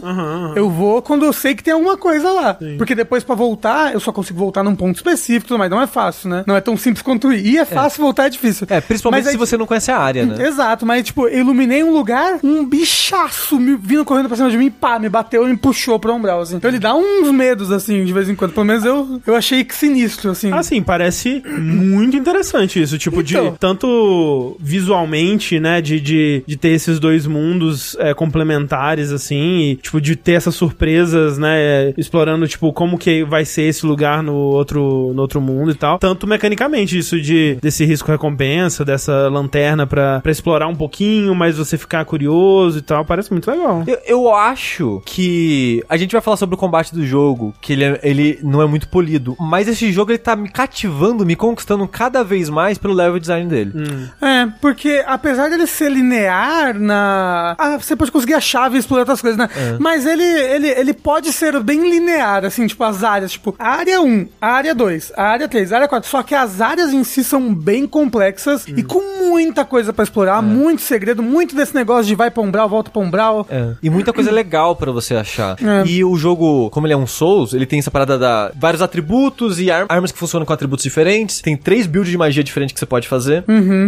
[SPEAKER 3] Eu vou quando eu sei que tem alguma coisa lá. Porque depois pra voltar, eu só consigo voltar num ponto específico, e tudo mais. não é fácil, né? Não é tão simples quanto ir. E é fácil, voltar é difícil.
[SPEAKER 2] É, principalmente
[SPEAKER 3] Mas aí-
[SPEAKER 2] se
[SPEAKER 3] Hum,
[SPEAKER 2] você não conhece a área, né?
[SPEAKER 3] Exato, mas tipo, eu iluminei um lugar, um bichaço me, vindo correndo pra cima de mim, pá, me bateu e me puxou pra umbral, assim. Então ele dá uns medos, assim, de vez em quando. Pelo menos eu, eu achei que sinistro, assim.
[SPEAKER 1] Assim, parece muito interessante isso. Tipo,
[SPEAKER 3] Então.
[SPEAKER 1] de tanto visualmente, né? De, de, de ter esses dois mundos é, complementares, assim, e, tipo, de ter essas surpresas, né? Explorando, tipo, como que vai ser esse lugar no outro, no outro mundo e tal. Tanto mecanicamente, isso de desse risco-recompensa, dessa lanterna pra, pra explorar um pouquinho, mas você ficar curioso e tal. Parece muito legal.
[SPEAKER 2] Eu, eu acho que a gente vai falar sobre o combate do jogo, que ele, é- ele não é muito polido, mas esse jogo ele tá me cativando, me conquistando cada vez mais pelo level design dele.
[SPEAKER 3] É, porque apesar dele ser linear na. Ah, você pode conseguir a chave e explorar outras coisas, né? Mas ele, ele, ele pode ser bem linear, assim, tipo, as áreas, tipo, área 1, área 2, área 3, área 4. Só que as áreas em si são bem complexas e com muita coisa pra explorar, muito segredo, muito desse negócio de vai pra um umbral, volta pra umbral.
[SPEAKER 2] É. E muita coisa legal pra você achar.
[SPEAKER 3] É.
[SPEAKER 2] E o jogo, como ele é um Souls, ele tem essa parada da vários atributos e ar- armas que funcionam com atributos diferentes. Tem três builds de magia diferentes que você pode fazer.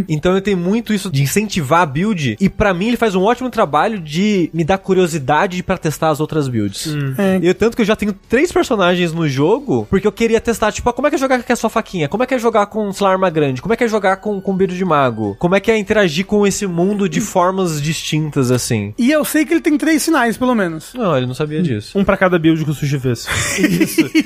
[SPEAKER 2] Então ele tem muito isso de incentivar a build. E pra mim ele faz um ótimo trabalho de me dar curiosidade pra testar as outras builds.
[SPEAKER 3] É.
[SPEAKER 2] E eu tanto que eu já tenho três personagens no jogo, porque eu queria testar, tipo, ah, como é que é jogar com a sua faquinha? Como é que é jogar com, sei lá, arma grande? Como é que é jogar com, com build de mago? Como é que é interagir com esse mundo de formas distintas, assim?
[SPEAKER 3] E eu sei que ele tem três sinais, pelo menos.
[SPEAKER 2] Não, ele não sabia disso.
[SPEAKER 1] Um pra cada build que o Sushi fez.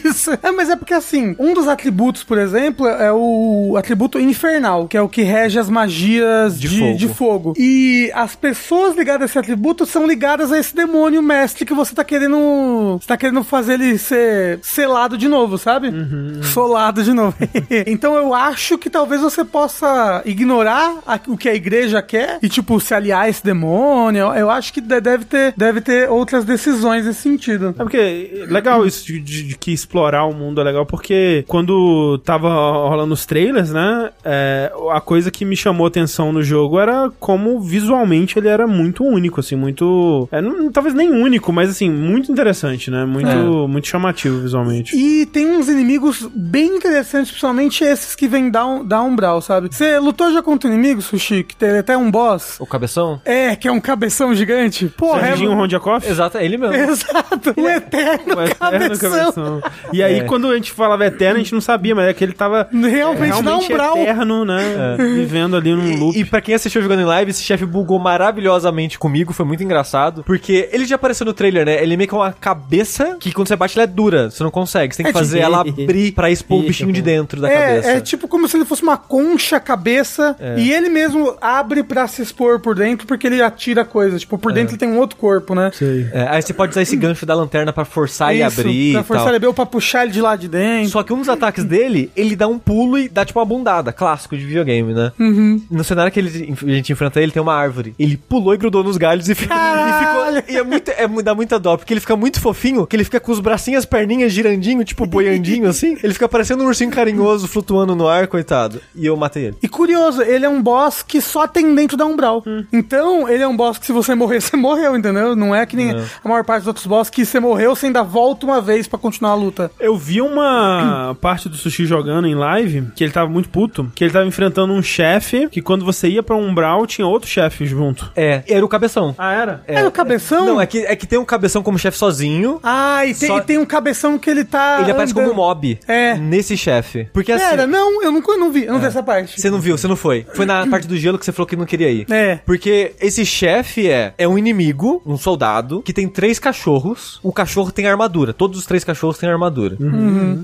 [SPEAKER 3] Isso. É, mas é porque assim, um dos atributos, por exemplo, é o atributo infernal, que é o que rege as magias
[SPEAKER 2] De
[SPEAKER 3] de, de
[SPEAKER 2] fogo.
[SPEAKER 3] fogo. E as pessoas ligadas a esse atributo são ligadas a esse demônio mestre que você tá querendo. Você tá querendo fazer ele ser selado de novo, sabe? uhum. Solado de novo. então eu acho que talvez você possa ignorar a- o que a igreja quer e, tipo, se aliar a esse demônio. Eu- Eu acho que de- deve ter, deve ter outras decisões nesse sentido.
[SPEAKER 1] É porque legal isso de, de- de que explorar o mundo é legal, porque quando tava rolando os trailers, né? é, a coisa que me chamou atenção no jogo era como visualmente ele era muito único, assim, muito. é, não- talvez nem único, mas assim, muito interessante, né? Muito,
[SPEAKER 2] É.
[SPEAKER 1] muito chamativo visualmente.
[SPEAKER 3] E tem uns inimigos bem interessantes, principalmente esses que vêm da, um- da Umbral, sabe? Você lutou já contra um inimigo, Sushi, que teve até um boss?
[SPEAKER 2] O cabeção?
[SPEAKER 3] É, que é um cabeção gigante. Porra, é...
[SPEAKER 1] Serginho Rondiakoff?
[SPEAKER 2] Exato, é ele mesmo.
[SPEAKER 3] Exato, o eterno,
[SPEAKER 1] O Um eterno
[SPEAKER 3] cabeção.
[SPEAKER 1] cabeção. E aí,
[SPEAKER 2] É.
[SPEAKER 1] quando a gente falava eterno, a gente não sabia, mas é que ele tava
[SPEAKER 3] Realmente, um na
[SPEAKER 1] É,
[SPEAKER 2] um
[SPEAKER 1] realmente
[SPEAKER 3] Umbral.
[SPEAKER 1] eterno,
[SPEAKER 2] É.
[SPEAKER 1] né? Vivendo ali num loop.
[SPEAKER 2] E, e pra quem assistiu jogando em live, esse chefe bugou maravilhosamente comigo, foi muito engraçado. Porque ele já apareceu no trailer, né? Ele é meio que é uma cabeça que quando você bate ela é dura, você não consegue. Você tem que
[SPEAKER 1] É de-
[SPEAKER 2] fazer ela abrir pra expor o bichinho de dentro da cabeça.
[SPEAKER 3] É, é tipo como se ele fosse uma concha cabeça e ele mesmo abre pra se expor por dentro porque ele atira coisa. Tipo, por dentro ele tem um outro corpo, né?
[SPEAKER 1] Sei.
[SPEAKER 2] É, aí você pode usar esse gancho da lanterna pra forçar e
[SPEAKER 3] Isso,
[SPEAKER 2] abrir.
[SPEAKER 3] Pra
[SPEAKER 2] e
[SPEAKER 3] forçar
[SPEAKER 2] tal.
[SPEAKER 3] ele bem ou pra puxar ele de lá de dentro.
[SPEAKER 2] Só que um dos ataques dele, ele dá um pulo e dá tipo uma bundada, clássico de videogame, né?
[SPEAKER 3] Uhum.
[SPEAKER 2] No cenário que ele, a gente enfrenta ele, tem uma árvore. Ele pulou e grudou nos galhos e, fi- e ficou
[SPEAKER 3] olha.
[SPEAKER 2] E é muito, é, mu- dá muita dó, porque ele fica muito fofinho, que ele fica com os bracinhos, as perninhas girandinho, tipo boiandinho assim. Ele fica parecendo um ursinho carinhoso flutuando no ar, coitado. E eu matei ele.
[SPEAKER 3] E curioso, ele é um boss que só tem dentro da Umbral.
[SPEAKER 2] Hum.
[SPEAKER 3] Então, ele é um boss que se você morrer, você morreu, entendeu? Não é que nem a maior parte dos outros boss que você morreu, você ainda volta uma vez pra continuar a luta.
[SPEAKER 1] Eu vi uma parte do Sushi jogando em live, que ele tava muito puto, que ele tava enfrentando um chefe, que quando você ia pra um Umbral, tinha outro chefe junto.
[SPEAKER 2] É, era o cabeção.
[SPEAKER 1] Ah, era?
[SPEAKER 3] É, o cabeção?
[SPEAKER 2] Não, é que, é que tem um cabeção como chefe sozinho.
[SPEAKER 3] Ah, e tem,
[SPEAKER 2] Só-
[SPEAKER 3] e tem um cabeção que ele tá.
[SPEAKER 2] Ele aparece como
[SPEAKER 3] andando.
[SPEAKER 2] mob
[SPEAKER 3] É.
[SPEAKER 2] nesse chefe. Porque assim. É.
[SPEAKER 3] Pera, não, eu nunca eu não vi, eu não vi essa parte.
[SPEAKER 2] Você não viu, você não foi. Foi na parte do gelo que você falou que não queria ir.
[SPEAKER 3] É.
[SPEAKER 2] Porque esse chefe é, é um inimigo, um soldado, que tem três cachorros. O cachorro tem armadura. Todos os três cachorros têm armadura.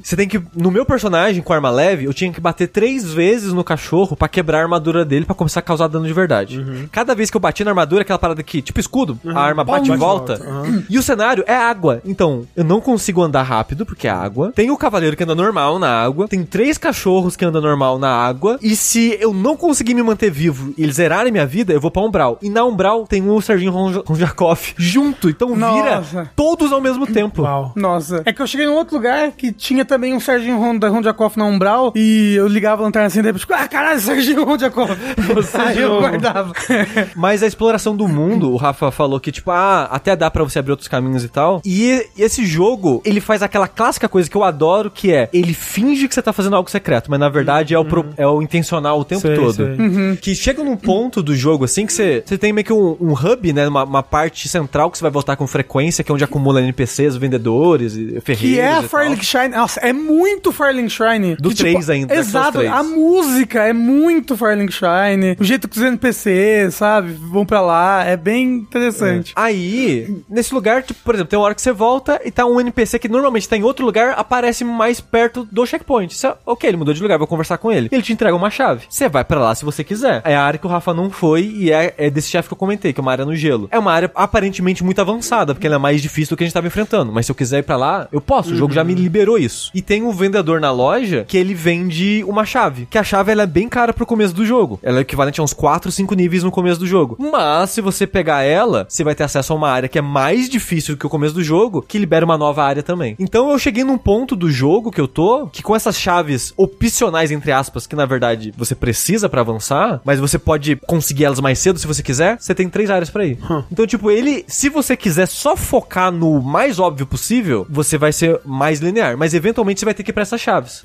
[SPEAKER 2] Você tem que. No meu personagem, com arma leve, eu tinha que bater três vezes no cachorro pra quebrar a armadura dele pra começar a causar dano de verdade. Cada vez que eu bati na armadura, aquela parada aqui, tipo escudo, a arma bate em volta. E o cenário é água. Então, eu não consigo andar rápido, porque é água. Tem o cavaleiro que anda normal na água. Tem três cachorros que andam normal na água. E se eu não conseguir me manter vivo e eles zerarem minha vida, eu vou pra Umbral. E na Umbral tem o Serginho Ron- Ronjakov junto. Então
[SPEAKER 3] Nossa.
[SPEAKER 2] vira todos ao mesmo tempo.
[SPEAKER 1] Uau.
[SPEAKER 3] Nossa. É que eu cheguei num outro lugar que tinha também um Serginho Honda Rondiakoff na Umbral e eu ligava a lanterna assim, daí eu tipo, ah, caralho, Serginho Rondiakoff.
[SPEAKER 1] Você
[SPEAKER 3] Aí
[SPEAKER 1] de
[SPEAKER 3] eu
[SPEAKER 1] novo.
[SPEAKER 3] guardava.
[SPEAKER 2] Mas a exploração do mundo, o Rafa falou que, tipo, ah, até dá pra você abrir outros caminhos e tal. E esse jogo, ele faz aquela clássica coisa que eu adoro, que é ele finge que você tá fazendo algo secreto, mas na verdade é, o pro- é o intencional o tempo
[SPEAKER 1] Sei,
[SPEAKER 2] todo.
[SPEAKER 1] sei.
[SPEAKER 3] Uhum.
[SPEAKER 2] Que chega num ponto do jogo, assim, que você, você tem meio que um, um hub, né? Uma, uma parte central que você vai voltar com frequência, que é onde acumula NPCs, vendedores, e ferreiros.
[SPEAKER 3] Que é a
[SPEAKER 2] e tal.
[SPEAKER 3] Firelink Shine. Nossa, é muito Firelink Shine.
[SPEAKER 2] Do
[SPEAKER 3] Que, tipo,
[SPEAKER 2] três ainda, daqueles
[SPEAKER 3] Exato.
[SPEAKER 2] três.
[SPEAKER 3] A música é muito Firelink Shine. O jeito que os NPCs, sabe, vão pra lá. É bem interessante.
[SPEAKER 2] Aí, nesse lugar, tipo, por exemplo, tem uma hora que você volta e tá um NPC que normalmente tá em outro lugar, aparece mais perto do checkpoint. Você, ok, ele mudou de lugar, vou conversar com ele. Ele te entrega uma chave. Você vai pra lá se você quiser. É a área que o Rafa não foi e é, é desse chefe que eu comentei, que é uma área no gelo. É uma área aparentemente muito avançada, porque ela é mais difícil do que a gente tava enfrentando. Mas se eu quiser ir pra lá, eu posso. O jogo já me liberou isso. E tem um vendedor na loja que ele vende uma chave. Que a chave ela é bem cara pro começo do jogo. Ela é equivalente a uns 4, 5 níveis no começo do jogo. Mas se você pegar ela, você vai ter acesso a uma área que é mais difícil do que o começo do jogo, que libera uma nova área também. Então eu cheguei num ponto do jogo que eu tô, que com essas chaves opcionais, entre aspas, que na verdade você precisa pra avançar, mas você pode conseguir elas mais cedo se você quiser, você tem três áreas pra ir. Então, tipo, ele, se você quiser só focar no mais óbvio possível, você vai ser mais linear, mas eventualmente você vai ter que ir pra essas chaves.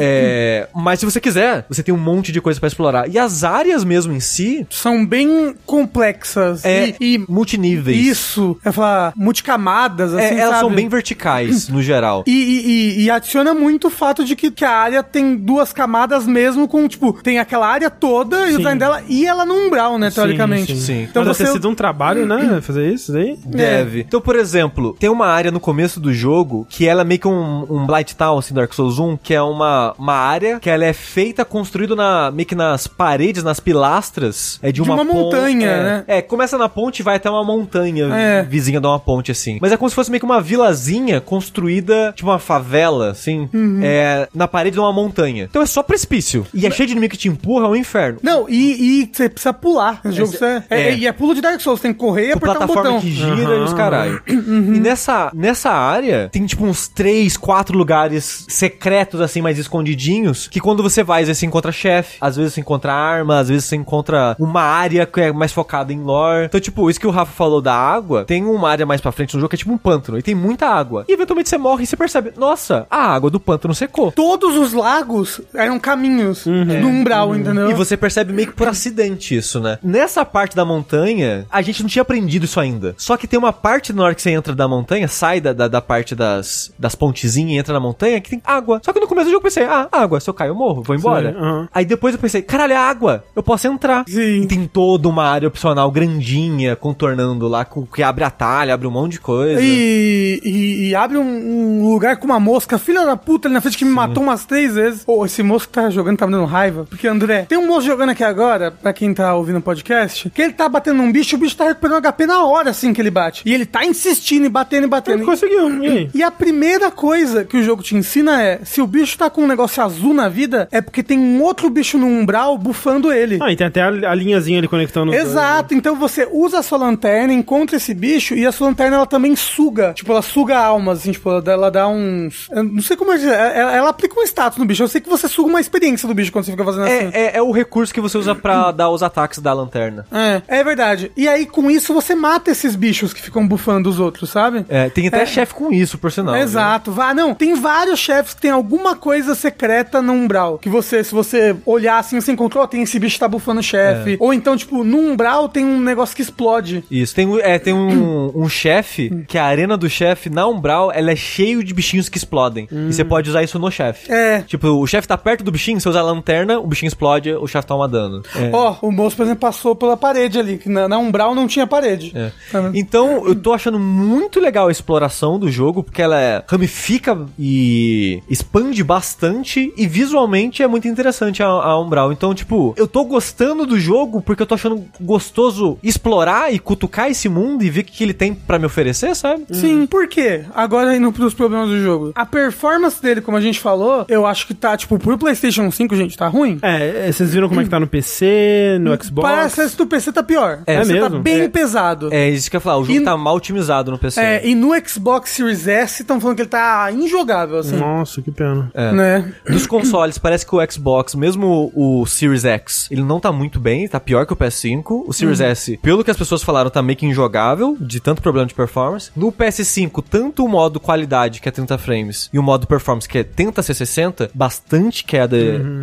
[SPEAKER 2] É, mas se você quiser, você tem um monte de coisa pra explorar. E as áreas mesmo em si
[SPEAKER 3] São bem complexas.
[SPEAKER 2] é
[SPEAKER 3] E, e
[SPEAKER 2] multiníveis.
[SPEAKER 3] isso, eu ia falar, multicamadas,
[SPEAKER 2] É,
[SPEAKER 3] assim,
[SPEAKER 2] elas são
[SPEAKER 3] sabe?
[SPEAKER 2] bem verticais, no geral.
[SPEAKER 3] E, e- e- e adiciona muito o fato de que, que a área tem duas camadas mesmo com, tipo, tem aquela área toda e o
[SPEAKER 1] Sim.
[SPEAKER 3] design dela e ela no umbral, né, teoricamente.
[SPEAKER 1] Sim.
[SPEAKER 2] Sim.
[SPEAKER 1] Então Mas deve
[SPEAKER 3] é
[SPEAKER 1] ter sido um trabalho, né? Fazer isso daí.
[SPEAKER 2] Deve. Então, por exemplo, tem uma área no começo do jogo que ela é meio que um, um Blight Town, assim, do Dark Souls 1, que é uma, uma área que ela é feita, construída na, meio que nas paredes, nas pilastras. É de,
[SPEAKER 3] De
[SPEAKER 2] uma,
[SPEAKER 3] uma
[SPEAKER 2] pon-
[SPEAKER 3] montanha,
[SPEAKER 2] é.
[SPEAKER 3] né?
[SPEAKER 2] É, começa na ponte e vai até uma montanha
[SPEAKER 3] É.
[SPEAKER 2] vizinha de uma ponte, assim. Mas é como se fosse meio que uma vilazinha construída, tipo uma favela, assim, é, na parede de uma montanha. Então é só precipício. E é cheio de inimigo que te empurra ao inferno.
[SPEAKER 3] Não, e, e você precisa pular. O jogo você- é,
[SPEAKER 2] é.
[SPEAKER 3] E é pulo de Dark Souls, tem que correr e
[SPEAKER 2] com
[SPEAKER 3] apertar um
[SPEAKER 2] plataforma
[SPEAKER 3] botão.
[SPEAKER 2] que gira e os
[SPEAKER 1] Aham.
[SPEAKER 2] caralho. E nessa, nessa área tem tipo uns três, quatro lugares secretos, assim, mais escondidinhos, que quando você vai, às vezes você encontra chefe, às vezes você encontra arma, às vezes você encontra uma área que é mais focada em lore. Então, tipo, isso que o Rafa falou da água, tem uma área mais pra frente no jogo que é tipo um pântano, e tem muita água. E eventualmente você morre e você percebe, nossa, a água do pântano secou.
[SPEAKER 3] Todos os lagos eram caminhos no umbral, entendeu?
[SPEAKER 2] Uhum. E você percebe meio que por acidente isso, né? Nessa parte da montanha, a gente não tinha aprendido isso ainda. Só que tem uma parte na hora que você entra da montanha, sai da, da, da parte das, das pontezinhas e entra na montanha, que tem água. Só que no começo do jogo eu pensei, ah, água, se eu caio eu morro, vou embora.
[SPEAKER 1] Sim, aham.
[SPEAKER 2] Aí depois eu pensei, caralho, é água, eu posso entrar.
[SPEAKER 3] Sim.
[SPEAKER 2] E tem toda uma área opcional grandinha, contornando lá, com, que abre a talha, abre um monte de coisa.
[SPEAKER 3] E, e- e abre um, um lugar com uma mosca, filha da puta ali na frente que me matou umas três vezes. Ô, esse moço que tá jogando tá me dando raiva. Porque, André, tem um moço jogando aqui agora, pra quem tá ouvindo o podcast, que ele tá batendo num bicho, o bicho tá recuperando HP na hora assim que ele bate. E ele tá insistindo e batendo e
[SPEAKER 1] Ele
[SPEAKER 3] batendo.
[SPEAKER 1] conseguiu. E aí?
[SPEAKER 3] E a primeira coisa que o jogo te ensina é: se o bicho tá com um negócio azul na vida, é porque tem um outro bicho no umbral bufando ele.
[SPEAKER 2] Ah, então
[SPEAKER 1] Ah, e tem até a, a linhazinha ali conectando. os dois, né?
[SPEAKER 3] Exato, então você usa a sua lanterna, encontra esse bicho e essa lanterna ela também suga. Tipo, ela suga almas, assim, tipo, ela, dá- ela dá uns. eu não sei como é. que- Ela, ela aplica um status no bicho. Eu sei que você suga uma experiência do bicho quando você fica fazendo assim.
[SPEAKER 2] É, é, é o recurso que você usa pra dar os ataques da lanterna.
[SPEAKER 3] É, é verdade. E aí, com isso, você mata esses bichos que ficam bufando os outros, sabe?
[SPEAKER 2] É, tem até
[SPEAKER 3] É.
[SPEAKER 2] chefe com isso, por sinal. viu?
[SPEAKER 3] Exato, vá. Não, tem vários chefes que tem alguma coisa secreta no umbral. Que você, se você olhar assim, você encontrou, ó, tem esse bicho que tá bufando o chefe. Ou então, tipo, no umbral tem um negócio que explode.
[SPEAKER 2] Isso, tem, um- é, tem um, um chefe, que a arena do chefe na Umbral, ela é cheio de bichinhos que explodem. E você pode usar isso no chefe.
[SPEAKER 3] Hum. É.
[SPEAKER 2] Tipo, o chefe tá perto do bichinho, você usa a lanterna, o bichinho explode, o chefe toma dano. É.
[SPEAKER 3] Ó, o moço, por exemplo, passou pela parede ali, que na, na umbral não tinha parede.
[SPEAKER 2] É.
[SPEAKER 3] Tá vendo?
[SPEAKER 2] Então, eu tô achando muito legal a exploração do jogo, porque ela é- ramifica e expande bastante, e visualmente é muito interessante a, a Umbral. Então, tipo, eu tô gostando do jogo porque eu tô achando gostoso explorar e cutucar esse mundo e ver o que que ele tem pra me oferecer, sabe?
[SPEAKER 3] Sim, por quê? Agora indo pros problemas do jogo. A performance dele, como a gente falou, eu acho que tá, tipo, pro PlayStation 5, gente, tá ruim.
[SPEAKER 1] É, é, vocês viram como é que tá no PC, no Xbox?
[SPEAKER 3] Parece que do PC tá pior.
[SPEAKER 1] É
[SPEAKER 3] Você tá
[SPEAKER 1] mesmo?
[SPEAKER 3] bem
[SPEAKER 1] É.
[SPEAKER 3] pesado.
[SPEAKER 2] É isso que eu ia falar, o jogo
[SPEAKER 3] E-
[SPEAKER 2] tá mal otimizado no PC.
[SPEAKER 3] É, e no Xbox Series S estão falando que ele tá injogável, assim.
[SPEAKER 1] Nossa, que pena.
[SPEAKER 2] É.
[SPEAKER 3] Né?
[SPEAKER 2] Dos consoles, parece que o Xbox, mesmo o, o Series X, ele não tá muito bem, tá pior que o PS5. O
[SPEAKER 3] Uhum.
[SPEAKER 2] Series S, pelo que as pessoas falaram, tá meio que injogável, de tanto problema de performance. No PS5, tanto o modo qualidade, que é 30 frames, e o modo performance, que é tenta ser 60, bastante queda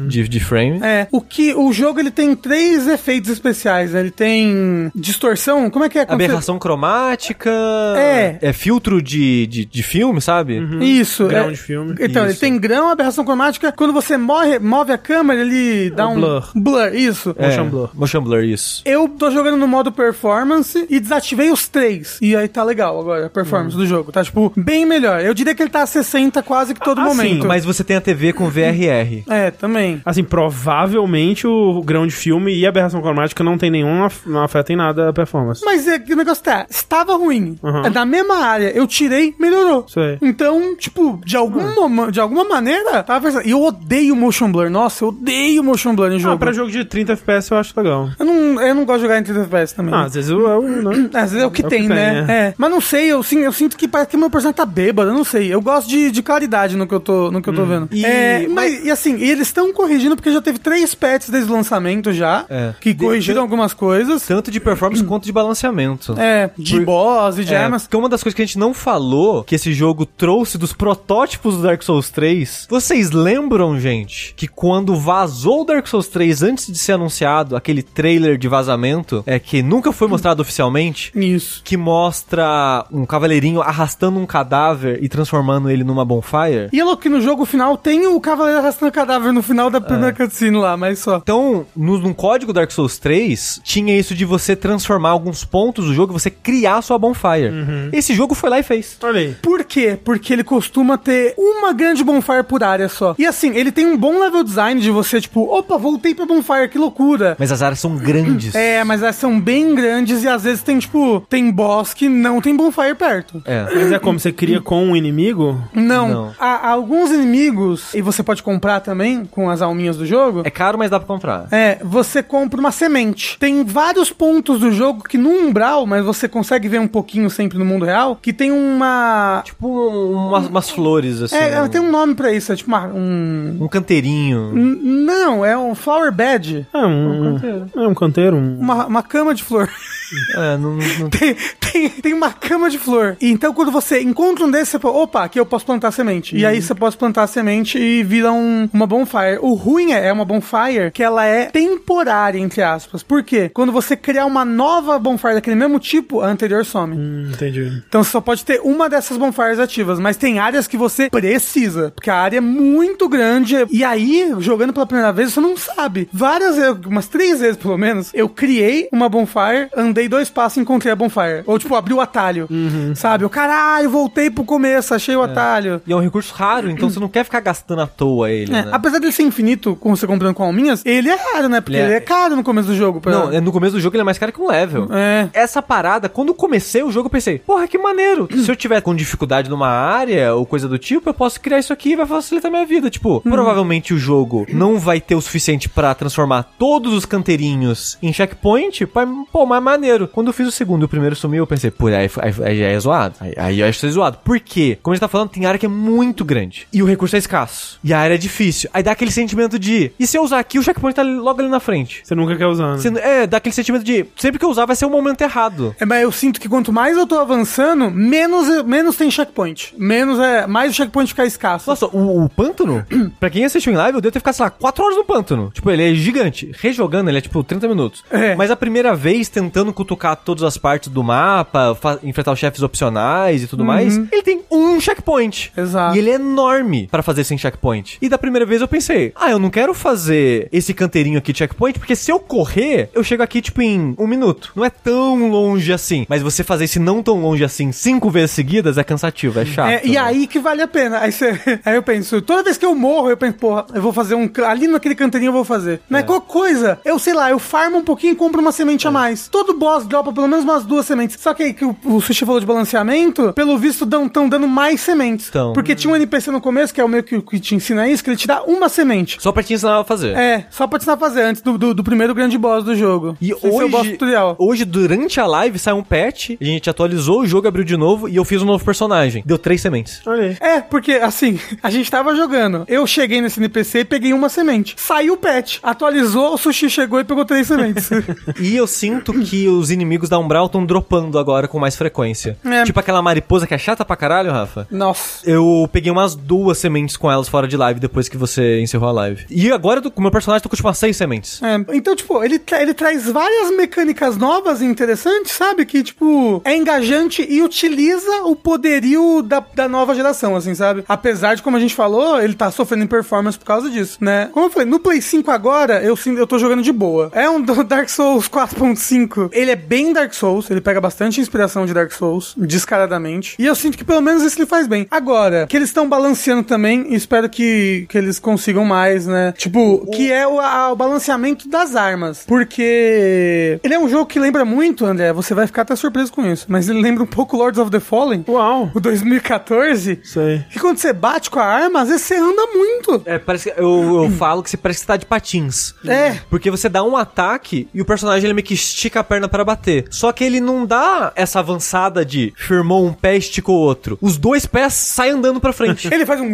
[SPEAKER 2] de, de frame.
[SPEAKER 3] É, o que o jogo ele tem três efeitos especiais, né? Ele tem distorção, como é que é? Quando
[SPEAKER 2] Aberração cromática.
[SPEAKER 3] É.
[SPEAKER 2] filtro de, de, de filme, sabe?
[SPEAKER 3] você- Isso.
[SPEAKER 1] Grau
[SPEAKER 3] é-
[SPEAKER 1] de filme.
[SPEAKER 3] Então, ele
[SPEAKER 2] Isso.
[SPEAKER 3] tem grão, aberração cromática. Quando você morre, move a câmera, ele dá
[SPEAKER 1] um
[SPEAKER 3] um...
[SPEAKER 1] blur.
[SPEAKER 3] Blur, isso.
[SPEAKER 2] É,
[SPEAKER 1] Motion blur.
[SPEAKER 2] Motion blur, isso.
[SPEAKER 3] Eu tô jogando no modo performance e desativei os três. E aí tá legal agora, a performance
[SPEAKER 1] Hum.
[SPEAKER 3] do jogo. Tá, tipo, bem melhor. Eu diria que ele tá a 60 quase que todo
[SPEAKER 1] Ah, sim,
[SPEAKER 3] momento.
[SPEAKER 2] Mas você tem a TV com VRR.
[SPEAKER 3] É, também.
[SPEAKER 1] Assim, provavelmente o grão de filme e a aberração cromática não tem nenhum, af- não afeta em nada a performance.
[SPEAKER 3] Mas é que o negócio tá, estava ruim.
[SPEAKER 1] Uhum.
[SPEAKER 3] Na mesma área, eu tirei, melhorou.
[SPEAKER 1] Sei.
[SPEAKER 3] Então, tipo, de
[SPEAKER 1] Ah.
[SPEAKER 3] alguma, ma- de alguma maneira, tava pensando. E eu odeio motion blur. Nossa, eu odeio motion blur em jogo.
[SPEAKER 1] Ah, pra jogo de 30 FPS eu acho legal.
[SPEAKER 3] eu, não, eu não gosto de jogar em 30 FPS também.
[SPEAKER 1] Ah, às vezes eu, eu né?
[SPEAKER 3] Às vezes é o que
[SPEAKER 1] É o que
[SPEAKER 3] tem,
[SPEAKER 1] tem,
[SPEAKER 3] né?
[SPEAKER 1] é.
[SPEAKER 3] É. Mas não sei, eu, sim, eu sinto que parece que meu personagem tá bêbado, eu não sei. Eu gosto de, de claridade no que eu tô, no que eu
[SPEAKER 1] Hum.
[SPEAKER 3] tô vendo.
[SPEAKER 2] E-
[SPEAKER 3] É, mas, e assim, e eles estão corrigindo, porque já teve três patches desde o lançamento já,
[SPEAKER 2] É.
[SPEAKER 3] que
[SPEAKER 2] De-
[SPEAKER 3] corrigiram algumas coisas.
[SPEAKER 2] Tanto de performance quanto de balanceamento.
[SPEAKER 3] É, de
[SPEAKER 2] Por-
[SPEAKER 3] boss e de
[SPEAKER 2] É,
[SPEAKER 3] armas.
[SPEAKER 2] porque uma das coisas que a gente não falou, que esse jogo trouxe dos protótipos do Dark Souls 3, vocês lembram, gente, que quando vazou o Dark Souls 3 antes de ser anunciado, aquele trailer de vazamento, é que nunca foi mostrado oficialmente,
[SPEAKER 3] Isso.
[SPEAKER 2] que mostra um cavaleirinho arrastando um cadáver e transformando ele numa bonfire?
[SPEAKER 3] E é louco que no jogo final tem o Cavaleiro arrastando o cadáver no final da
[SPEAKER 2] É.
[SPEAKER 3] primeira cutscene lá, mas só.
[SPEAKER 2] Então, no, no código Dark Souls 3, tinha isso de você transformar alguns pontos do jogo e você criar sua bonfire. Esse jogo foi lá e fez.
[SPEAKER 1] Olha aí.
[SPEAKER 3] Por quê? Porque ele costuma ter uma grande bonfire por área só. E assim, ele tem um bom level design de você, tipo, opa, voltei pra bonfire, que loucura.
[SPEAKER 2] Mas as áreas são grandes.
[SPEAKER 3] É, mas elas são bem grandes e às vezes tem, tipo, tem boss que não tem bonfire perto.
[SPEAKER 2] É.
[SPEAKER 1] Mas é como você cria com um inimigo?
[SPEAKER 3] Não.
[SPEAKER 2] Não.
[SPEAKER 3] Há, há alguns inimigos, e você pode comprar também com as alminhas do jogo.
[SPEAKER 2] É caro, mas dá pra comprar.
[SPEAKER 3] É, você compra uma semente. Tem vários pontos do jogo que no umbral, mas você consegue ver um pouquinho sempre no mundo real, que tem uma.
[SPEAKER 2] Tipo um- umas, umas flores, assim.
[SPEAKER 3] é,
[SPEAKER 2] um,
[SPEAKER 3] tem um nome pra isso, é tipo uma, um.
[SPEAKER 2] um canteirinho.
[SPEAKER 3] N- Não, é um flower bed.
[SPEAKER 1] É um, canteiro. É um canteiro. Um...
[SPEAKER 3] Uma, uma cama de flor.
[SPEAKER 2] É, não, não-
[SPEAKER 3] tem, tem, tem uma cama de flor. E então, quando você encontra um desses, você fala, opa, aqui eu posso plantar semente. E aí você pode plantar semente e vira um, uma bonfire. O ruim é, é uma bonfire que ela é temporária, entre aspas. Por quê? Quando você criar uma nova bonfire daquele mesmo tipo, a anterior some.
[SPEAKER 1] Hum, entendi.
[SPEAKER 3] Então você só pode ter uma dessas bonfires ativas, mas tem áreas que você precisa, porque a área é muito grande. E aí, jogando pela primeira vez, você não sabe. Várias, eu- umas três vezes pelo menos, eu criei uma bonfire, andei dois passos e encontrei a bonfire. Ou tipo, abri o atalho, sabe? Eu, caralho, voltei pro começo, achei o atalho.
[SPEAKER 2] E Uhum. é um recurso raro, então você não quer ficar gastando à toa ele,
[SPEAKER 3] É,
[SPEAKER 2] né?
[SPEAKER 3] apesar dele ser infinito, como você comprando com alminhas, ele é raro, né? Porque
[SPEAKER 2] Ele
[SPEAKER 3] ele
[SPEAKER 2] é-
[SPEAKER 3] é, caro no começo do jogo. pra-
[SPEAKER 2] Não, é, no começo do jogo ele é mais caro que um level.
[SPEAKER 3] É.
[SPEAKER 2] Essa parada, quando eu comecei o jogo, eu pensei, porra, que maneiro. Se eu tiver com dificuldade numa área ou coisa do tipo, eu posso criar isso aqui e vai facilitar minha vida. Tipo, provavelmente o jogo não vai ter o suficiente pra transformar todos os canteirinhos em checkpoint, pra, pô, mais maneiro. Quando eu fiz o segundo e o primeiro sumiu, eu pensei, pô, aí, aí, aí é zoado. Aí, aí eu acho que é zoado. Por quê? Como a gente tá falando, tem área que é muito grande. E o recurso é escasso. E a área é difícil. Aí dá aquele sentimento de. E se eu usar aqui, o checkpoint tá logo ali na frente.
[SPEAKER 1] Você nunca quer usar, né?
[SPEAKER 2] Você- é, dá aquele sentimento de. Sempre que eu usar, vai ser o momento errado.
[SPEAKER 3] É, mas eu sinto que quanto mais eu tô avançando, menos, menos tem checkpoint. Menos é. Mais o checkpoint fica escasso.
[SPEAKER 2] Nossa, o, o pântano, pra quem assistiu em live, eu devo ter ficado, sei lá, 4 horas no pântano. Tipo, ele é gigante. Rejogando, ele é tipo 30 minutos.
[SPEAKER 3] É.
[SPEAKER 2] Mas a primeira vez, tentando cutucar todas as partes do mapa, fa- enfrentar os chefes opcionais e tudo mais, ele tem um checkpoint.
[SPEAKER 3] Uhum. Exato.
[SPEAKER 2] E ele é enorme pra fazer sem checkpoint. E da primeira vez eu pensei, ah, eu não quero fazer esse canteirinho aqui de checkpoint, porque se eu correr, eu chego aqui, tipo, em um minuto. Não é tão longe assim. Mas você fazer esse não tão longe assim cinco vezes seguidas é cansativo, é chato.
[SPEAKER 3] É, e
[SPEAKER 2] né?
[SPEAKER 3] aí que vale a pena. Aí, você- aí eu penso, toda vez que eu morro, eu penso, porra, eu vou fazer um. cl- Ali naquele canteirinho eu vou fazer.
[SPEAKER 2] É.
[SPEAKER 3] Mas qualquer coisa, eu sei lá, eu farmo um pouquinho e compro uma semente a mais. Todo boss dropa pelo menos umas duas sementes. Só que aí que o, o Sushi falou de balanceamento, pelo visto estão dando mais sementes.
[SPEAKER 2] Tão.
[SPEAKER 3] Porque tinha um NPC no começo, que é o meio que, que te ensina isso, que ele te dá uma semente.
[SPEAKER 2] Só pra te ensinar a fazer.
[SPEAKER 3] É, só pra te ensinar a fazer antes do, do, do primeiro grande boss do jogo.
[SPEAKER 2] E
[SPEAKER 3] Esse é o boss
[SPEAKER 2] hoje,
[SPEAKER 3] tutorial.
[SPEAKER 2] hoje, durante a live, saiu um patch, a gente atualizou o jogo, abriu de novo e eu fiz um novo personagem. Deu três sementes.
[SPEAKER 1] Olha aí.
[SPEAKER 3] É, porque assim, a gente tava jogando. Eu cheguei nesse NPC e peguei uma semente. Saiu o pet, atualizou, o sushi chegou e pegou três sementes.
[SPEAKER 2] E eu sinto que os inimigos da Umbral estão dropando agora com mais frequência.
[SPEAKER 3] É.
[SPEAKER 2] Tipo aquela mariposa que é chata pra caralho, Rafa.
[SPEAKER 3] Nossa.
[SPEAKER 2] Eu peguei umas duas sementes com elas fora de live depois que você encerrou a live. E agora, eu tô- com o meu personagem, eu tô com tipo umas seis sementes.
[SPEAKER 3] É, então, tipo, ele, tra- ele traz várias mecânicas novas e interessantes, sabe? Que, tipo, é engajante e utiliza o poderio da, da nova geração, assim, sabe? Apesar de, como a gente falou, ele tá sofrendo em performance por causa disso, né? Como eu falei, no Play 5 agora, eu, sim- eu tô jogando de boa. É um do- Dark Souls 4.5. Ele é bem Dark Souls, ele pega bastante inspiração de Dark Souls, descaradamente. E eu sinto que pelo menos isso ele faz bem. Agora, que eles estão balanceando também, e espero que, que eles consigam mais, né? Tipo, que é o, a- o balanceamento das armas. Porque ele é um jogo que lembra muito, André, você vai ficar até surpreso com isso, mas ele lembra um pouco Lords of the Fallen,
[SPEAKER 1] Uau.
[SPEAKER 3] o 2014.
[SPEAKER 1] Isso aí.
[SPEAKER 3] E quando você bate com a arma, às vezes você anda muito.
[SPEAKER 2] É, parece que eu, eu falo que você parece que tá de patins.
[SPEAKER 3] É.
[SPEAKER 2] Porque você dá um ataque e o personagem ele meio que estica a perna pra bater. Só que ele não dá essa avançada de firmou um pé, esticou o outro. Os dois pés saem andando pra frente.
[SPEAKER 3] Ele faz um.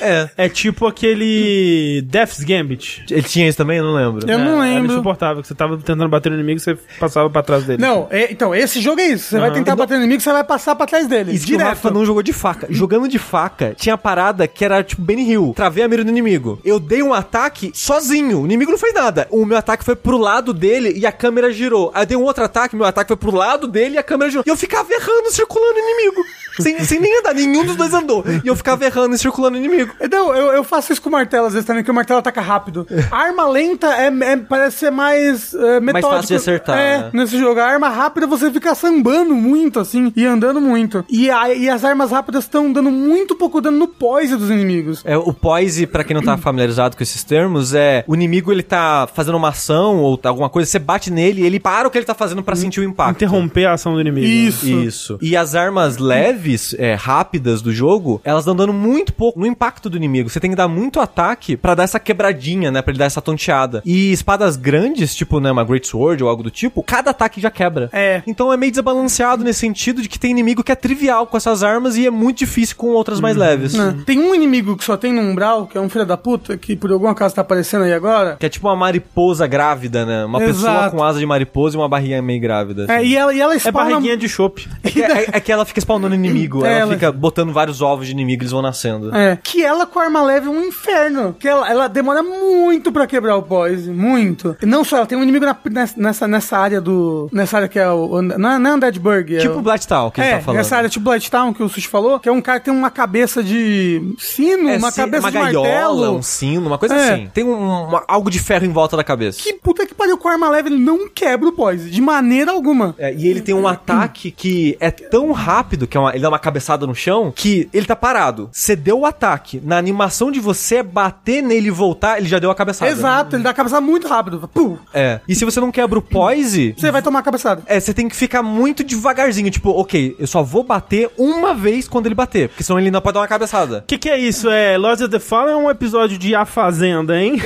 [SPEAKER 2] é.
[SPEAKER 1] É tipo aquele Death's Gambit.
[SPEAKER 2] Ele tinha isso também? Eu não lembro.
[SPEAKER 3] Eu não
[SPEAKER 1] É, Era
[SPEAKER 3] lembro.
[SPEAKER 1] insuportável, que você tava tentando bater no inimigo, você passava pra trás dele.
[SPEAKER 3] Não, é- então, esse jogo é isso. Você vai tentar bater no inimigo, você vai passar pra trás dele.
[SPEAKER 2] Isso que o Rafa não jogou de faca. Jogando de faca, tinha a parada que era tipo Benny Hill. Travei a mira do inimigo. Eu dei um ataque sozinho. O inimigo não fez nada. O meu ataque foi pro lado dele e a câmera girou. Aí eu dei um outro ataque, meu ataque foi pro lado dele e a câmera girou. E eu ficava errando, circulando o inimigo. sem, sem nem andar. Nenhum dos dois andou. E eu ficava errando e circulando o inimigo.
[SPEAKER 3] Não, eu, eu faço isso com o martelo às vezes também, que o martelo ataca rápido. A arma lenta é, é- parece ser mais é, metódico.
[SPEAKER 2] fácil de acertar,
[SPEAKER 3] É,
[SPEAKER 2] né?
[SPEAKER 3] nesse jogo. A arma rápida você fica sambando muito, assim, e andando muito. E, a- e as armas rápidas estão dando muito pouco dano no poise dos inimigos.
[SPEAKER 2] É, o poise, pra quem não tá familiarizado com esses termos, é o inimigo ele tá fazendo uma ação ou tá alguma coisa, você bate nele e ele para o que ele tá fazendo pra sentir o impacto.
[SPEAKER 1] Interromper a ação do inimigo.
[SPEAKER 3] Isso.
[SPEAKER 2] né? Isso. E as armas leves, é, rápidas do jogo, elas dão dando muito pouco no impacto do inimigo. Você tem que dar muito ataque pra dar essa quebradinha, né? Pra ele dar essa tonteada. E espadas grandes, tipo, né, uma Great Sword ou algo do tipo, cada ataque já quebra.
[SPEAKER 3] É.
[SPEAKER 2] Então é meio desbalanceado nesse sentido de que tem inimigo que é trivial com essas armas e é muito difícil com outras mais leves.
[SPEAKER 3] Né? Tem um inimigo que só tem no umbral, que é um filho da puta, que por algum acaso tá aparecendo aí agora.
[SPEAKER 2] Que é tipo uma mariposa grávida, né? Uma pessoa
[SPEAKER 3] Exato.
[SPEAKER 2] com asa de mariposa e uma barriga meio grávida.
[SPEAKER 3] É,
[SPEAKER 2] assim.
[SPEAKER 3] e ela, e ela
[SPEAKER 1] É
[SPEAKER 3] spawna...
[SPEAKER 1] barriguinha de chope.
[SPEAKER 2] É que, é- é que ela fica spawnando inimigo,
[SPEAKER 3] É,
[SPEAKER 2] ela,
[SPEAKER 3] ela-
[SPEAKER 2] fica botando vários ovos de inimigo e eles vão nascendo.
[SPEAKER 3] É, que ela com a arma leve é um inferno. Que ela, ela demora muito pra quebrar o boss, muito. E não só, ela tem um inimigo na- nessa- nessa, nessa área do. Nessa área que é o. Não é, não é Undeadburg, é.
[SPEAKER 2] Tipo o
[SPEAKER 3] o-
[SPEAKER 2] Black Tal, que ele
[SPEAKER 3] é,
[SPEAKER 2] tá falando.
[SPEAKER 3] essa área tipo Blighttown que o Sushi falou, que é um cara que tem uma cabeça de sino,
[SPEAKER 2] É,
[SPEAKER 3] tipo, uma
[SPEAKER 2] se-
[SPEAKER 3] cabeça
[SPEAKER 2] uma
[SPEAKER 3] de
[SPEAKER 2] gaiola,
[SPEAKER 3] martelo.
[SPEAKER 2] um sino, uma coisa
[SPEAKER 3] É.
[SPEAKER 2] assim. Tem um, uma- algo de ferro em volta da cabeça.
[SPEAKER 3] Que puta que pariu, com a arma leve ele não quebra o boss, de maneira alguma.
[SPEAKER 2] É, e ele tem um ataque que é tão rápido, que é uma- ele dá uma cabeçada no chão, que ele tá parado. Você deu o ataque, Sonic, na animação de você bater nele e voltar, ele já deu a cabeçada.
[SPEAKER 3] Exato, ele dá a cabeçada muito rápido. Pum!
[SPEAKER 2] É. E se você não quebra o poise,
[SPEAKER 3] Você vai tomar a cabeçada.
[SPEAKER 2] é, você tem que ficar muito devagarzinho. Tipo, ok, eu só vou bater uma vez quando ele bater, porque senão ele não pode dar uma cabeçada.
[SPEAKER 1] O que, que é isso? É Lords of the Fallen é um episódio de A Fazenda, hein?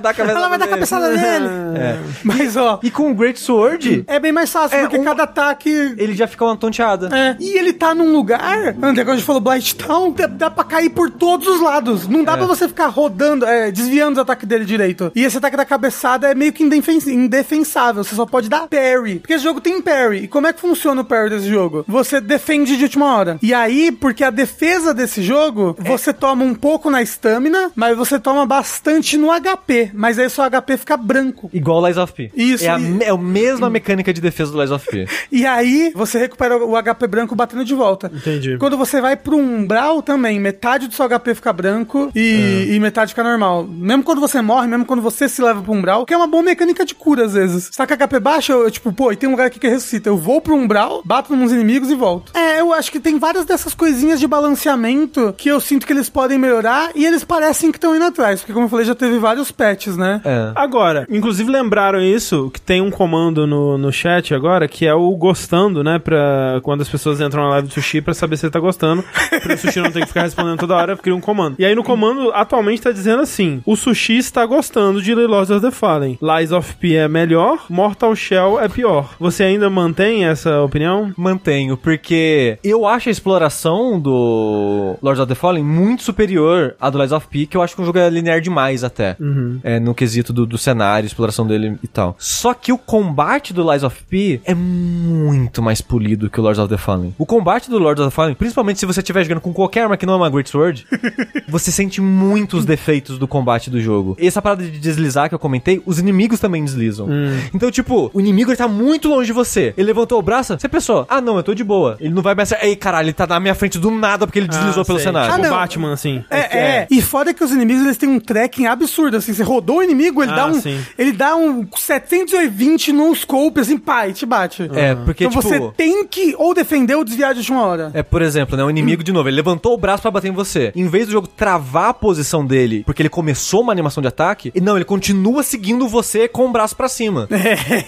[SPEAKER 2] Dá a cabeçada
[SPEAKER 3] Ela vai dar a
[SPEAKER 2] nele.
[SPEAKER 3] cabeçada nele.
[SPEAKER 2] É.
[SPEAKER 3] Mas, ó,
[SPEAKER 2] E com o Great Sword,
[SPEAKER 3] é bem mais fácil,
[SPEAKER 2] É,
[SPEAKER 3] porque
[SPEAKER 2] um-
[SPEAKER 3] cada ataque
[SPEAKER 2] ele já fica uma tonteada.
[SPEAKER 3] É. E ele tá num lugar, André, quando a gente falou Blight Town, dá, dá pra cair por todos os lados. Não dá pra você ficar rodando, é, desviando os ataques dele direito. E esse ataque da cabeçada é meio que indefen- indefensável. Você só pode dar parry. Porque esse jogo tem parry. E como é que funciona o parry desse jogo? Você defende de última hora. E aí, porque a defesa desse jogo, você toma um pouco na estamina, mas você toma bastante no HP. Mas aí seu HP fica branco.
[SPEAKER 2] Igual o Lies of P.
[SPEAKER 3] Isso,
[SPEAKER 2] É a,
[SPEAKER 3] e-
[SPEAKER 2] me- é a mesma mecânica de defesa do Lies of P.
[SPEAKER 3] E aí, você recupera o HP branco batendo de volta.
[SPEAKER 1] Entendi.
[SPEAKER 3] Quando você vai pro umbral também, metade do seu HP fica branco e, e metade fica normal. Mesmo quando você morre, mesmo quando você se leva pro umbral, que é uma boa mecânica de cura às vezes. Você tá com HP baixo, eu, eu, tipo, pô, e tem um lugar aqui que ressuscita. Eu vou pro umbral, bato nos inimigos e volto. É, eu acho que tem várias dessas coisinhas de balanceamento que eu sinto que eles podem melhorar e eles parecem que estão indo atrás. Porque, como eu falei, já teve vários patches, né?
[SPEAKER 2] É.
[SPEAKER 1] Agora, inclusive lembraram isso, que tem um comando no, no chat agora, que é o gostando, né? Pra quando as pessoas entram na live do sushi pra saber se ele tá gostando. Pra o sushi não ter que ficar respondendo toda hora, cria um comando. E aí no comando, atualmente tá dizendo assim: o sushi está gostando de The Lords of the Fallen. Lies of P é melhor, Mortal Shell é pior. Você ainda mantém essa opinião?
[SPEAKER 2] Mantenho, porque eu acho a exploração do Lords of the Fallen muito superior à do Lies of P, que eu acho que o jogo é linear demais até.
[SPEAKER 3] Uhum.
[SPEAKER 2] É, no quesito do, do cenário, exploração dele e tal. Só que o combate do Lies of P é muito mais polido que o Lords of the Fallen. O combate do Lords of the Fallen, principalmente se você estiver jogando com qualquer arma que não é uma Great Sword, você sente muitos defeitos do combate do jogo. E essa parada de deslizar que eu comentei, os inimigos também deslizam.
[SPEAKER 1] Hum.
[SPEAKER 2] Então, tipo, o inimigo ele tá muito longe de você. Ele levantou o braço, você pensou, ah não, eu tô de boa. Ele não vai me acertar. Ei, caralho, ele tá na minha frente do nada porque ele deslizou
[SPEAKER 1] Ah,
[SPEAKER 2] pelo
[SPEAKER 1] sei.
[SPEAKER 2] cenário.
[SPEAKER 1] Tipo
[SPEAKER 3] Ah, não.
[SPEAKER 1] Batman, assim.
[SPEAKER 3] É, é. E foda que os inimigos eles têm um tracking absurdo, assim. Você rodou o inimigo, ele
[SPEAKER 1] Ah,
[SPEAKER 3] dá um.
[SPEAKER 1] sim.
[SPEAKER 3] Ele dá um 720 no scope, assim, pá, e te bate.
[SPEAKER 2] É, porque,
[SPEAKER 3] Então
[SPEAKER 2] tipo-
[SPEAKER 3] você tem que ou defender ou desviar de última hora.
[SPEAKER 2] É, por exemplo, né? O inimigo, de novo, ele levantou o braço pra bater em você. Em vez do jogo travar a posição dele porque ele começou uma animação de ataque, e não, ele continua seguindo você com o braço pra cima.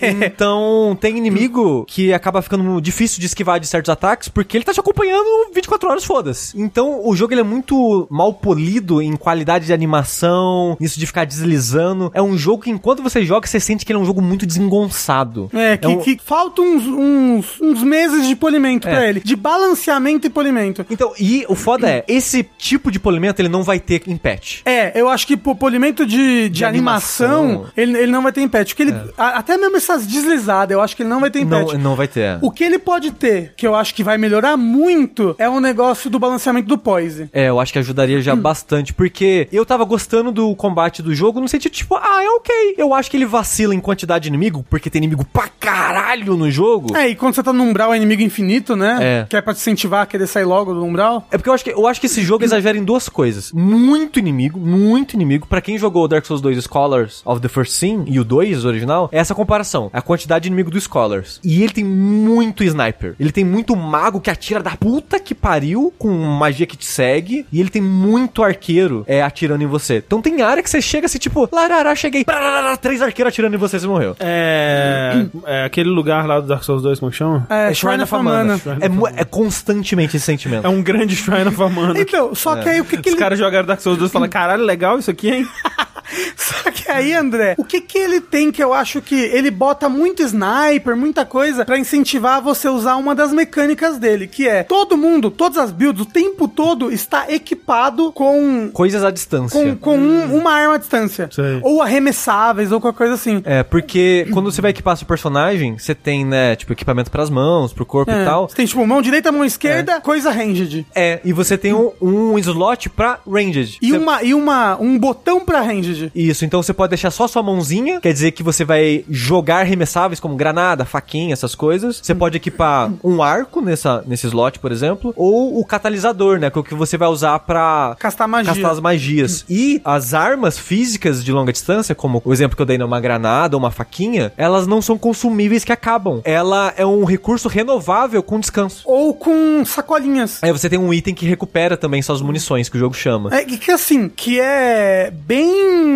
[SPEAKER 2] então, tem inimigo que acaba ficando difícil de esquivar de certos ataques porque ele tá te acompanhando 24 horas, foda-se. Então, o jogo ele é muito mal polido em qualidade de animação, nisso de ficar deslizando. É um jogo que, enquanto você joga, você sente que ele é um jogo muito desengonçado.
[SPEAKER 3] É, que,
[SPEAKER 2] um-
[SPEAKER 3] que faltam uns, uns, uns meses de polimento pra ele. De balanceamento e polimento.
[SPEAKER 2] Então, e o foda é, esse tipo de polimento ele não vai ter em patch.
[SPEAKER 3] É, eu acho que pô, polimento de, de, animação,
[SPEAKER 2] animação.
[SPEAKER 3] Ele, ele não vai ter impet. Porque ele. a- até mesmo essas deslizadas, eu acho que ele não vai ter impet.
[SPEAKER 2] Não, não vai ter.
[SPEAKER 3] O que ele pode ter, que eu acho que vai melhorar muito, é o negócio do balanceamento do poise.
[SPEAKER 2] É, eu acho que ajudaria já bastante, porque eu tava gostando do combate do jogo no sentido, tipo, ah, é ok. Eu acho que ele vacila em quantidade de inimigo, porque tem inimigo pra caralho no jogo.
[SPEAKER 3] É, e quando você tá no umbral é inimigo infinito, né?
[SPEAKER 2] É.
[SPEAKER 3] Que é pra te incentivar a querer sair logo do umbral.
[SPEAKER 2] É porque eu acho que eu acho que esse jogo exagera em duas coisas. Muito inimigo, muito inimigo. Pra quem jogou Dark Souls 2 Scholars of the First Sin e o 2 original, é essa comparação, a quantidade de inimigo do Scholars. E ele tem muito sniper. Ele tem muito mago que atira da puta que pariu com magia que te segue, e ele tem muito arqueiro é atirando em você. Então tem área que você chega assim tipo, larará, cheguei, prarará, três arqueiros atirando em você, você morreu.
[SPEAKER 1] É, é aquele lugar lá do Dark Souls 2, como que chama?
[SPEAKER 3] É, Famana.
[SPEAKER 2] É, mu- é constantemente esse sentimento.
[SPEAKER 1] É um grande Shrine of Amana.
[SPEAKER 3] Então, só que aí o que que
[SPEAKER 1] Os
[SPEAKER 3] ele...
[SPEAKER 1] caras jogaram Dark Souls 2 e falaram, caralho, legal isso aqui, hein?
[SPEAKER 3] Só que aí, André, o que que ele tem que eu acho que ele bota muito sniper, muita coisa pra incentivar você a usar uma das mecânicas dele, que é todo mundo, todas as builds, o tempo todo está equipado com
[SPEAKER 2] Coisas à distância.
[SPEAKER 3] com, com um- uma arma à distância.
[SPEAKER 1] Sei.
[SPEAKER 3] Ou arremessáveis, ou qualquer coisa assim.
[SPEAKER 2] É, porque quando você vai equipar seu personagem, você tem, né, tipo, equipamento pras mãos, pro corpo e
[SPEAKER 3] É,
[SPEAKER 2] tal.
[SPEAKER 3] Você tem tipo mão direita, mão esquerda, coisa ranged.
[SPEAKER 2] É, e você tem um, um slot pra ranged.
[SPEAKER 3] E,
[SPEAKER 2] Você-
[SPEAKER 3] uma, e uma, um botão pra ranged. longe.
[SPEAKER 2] Isso, então você pode deixar só sua mãozinha, quer dizer que você vai jogar arremessáveis como granada, faquinha, essas coisas. Você pode equipar um arco nessa, nesse slot, por exemplo, ou o catalisador, né, que é o que você vai usar pra
[SPEAKER 3] Castar magia.
[SPEAKER 2] castar as magias. E as armas físicas de longa distância, como o exemplo que eu dei numa granada ou uma faquinha, elas não são consumíveis que acabam. Ela é um recurso renovável com descanso.
[SPEAKER 3] Ou com sacolinhas.
[SPEAKER 2] Aí você tem um item que recupera também suas munições, que o jogo chama.
[SPEAKER 3] É, que que assim, que é bem.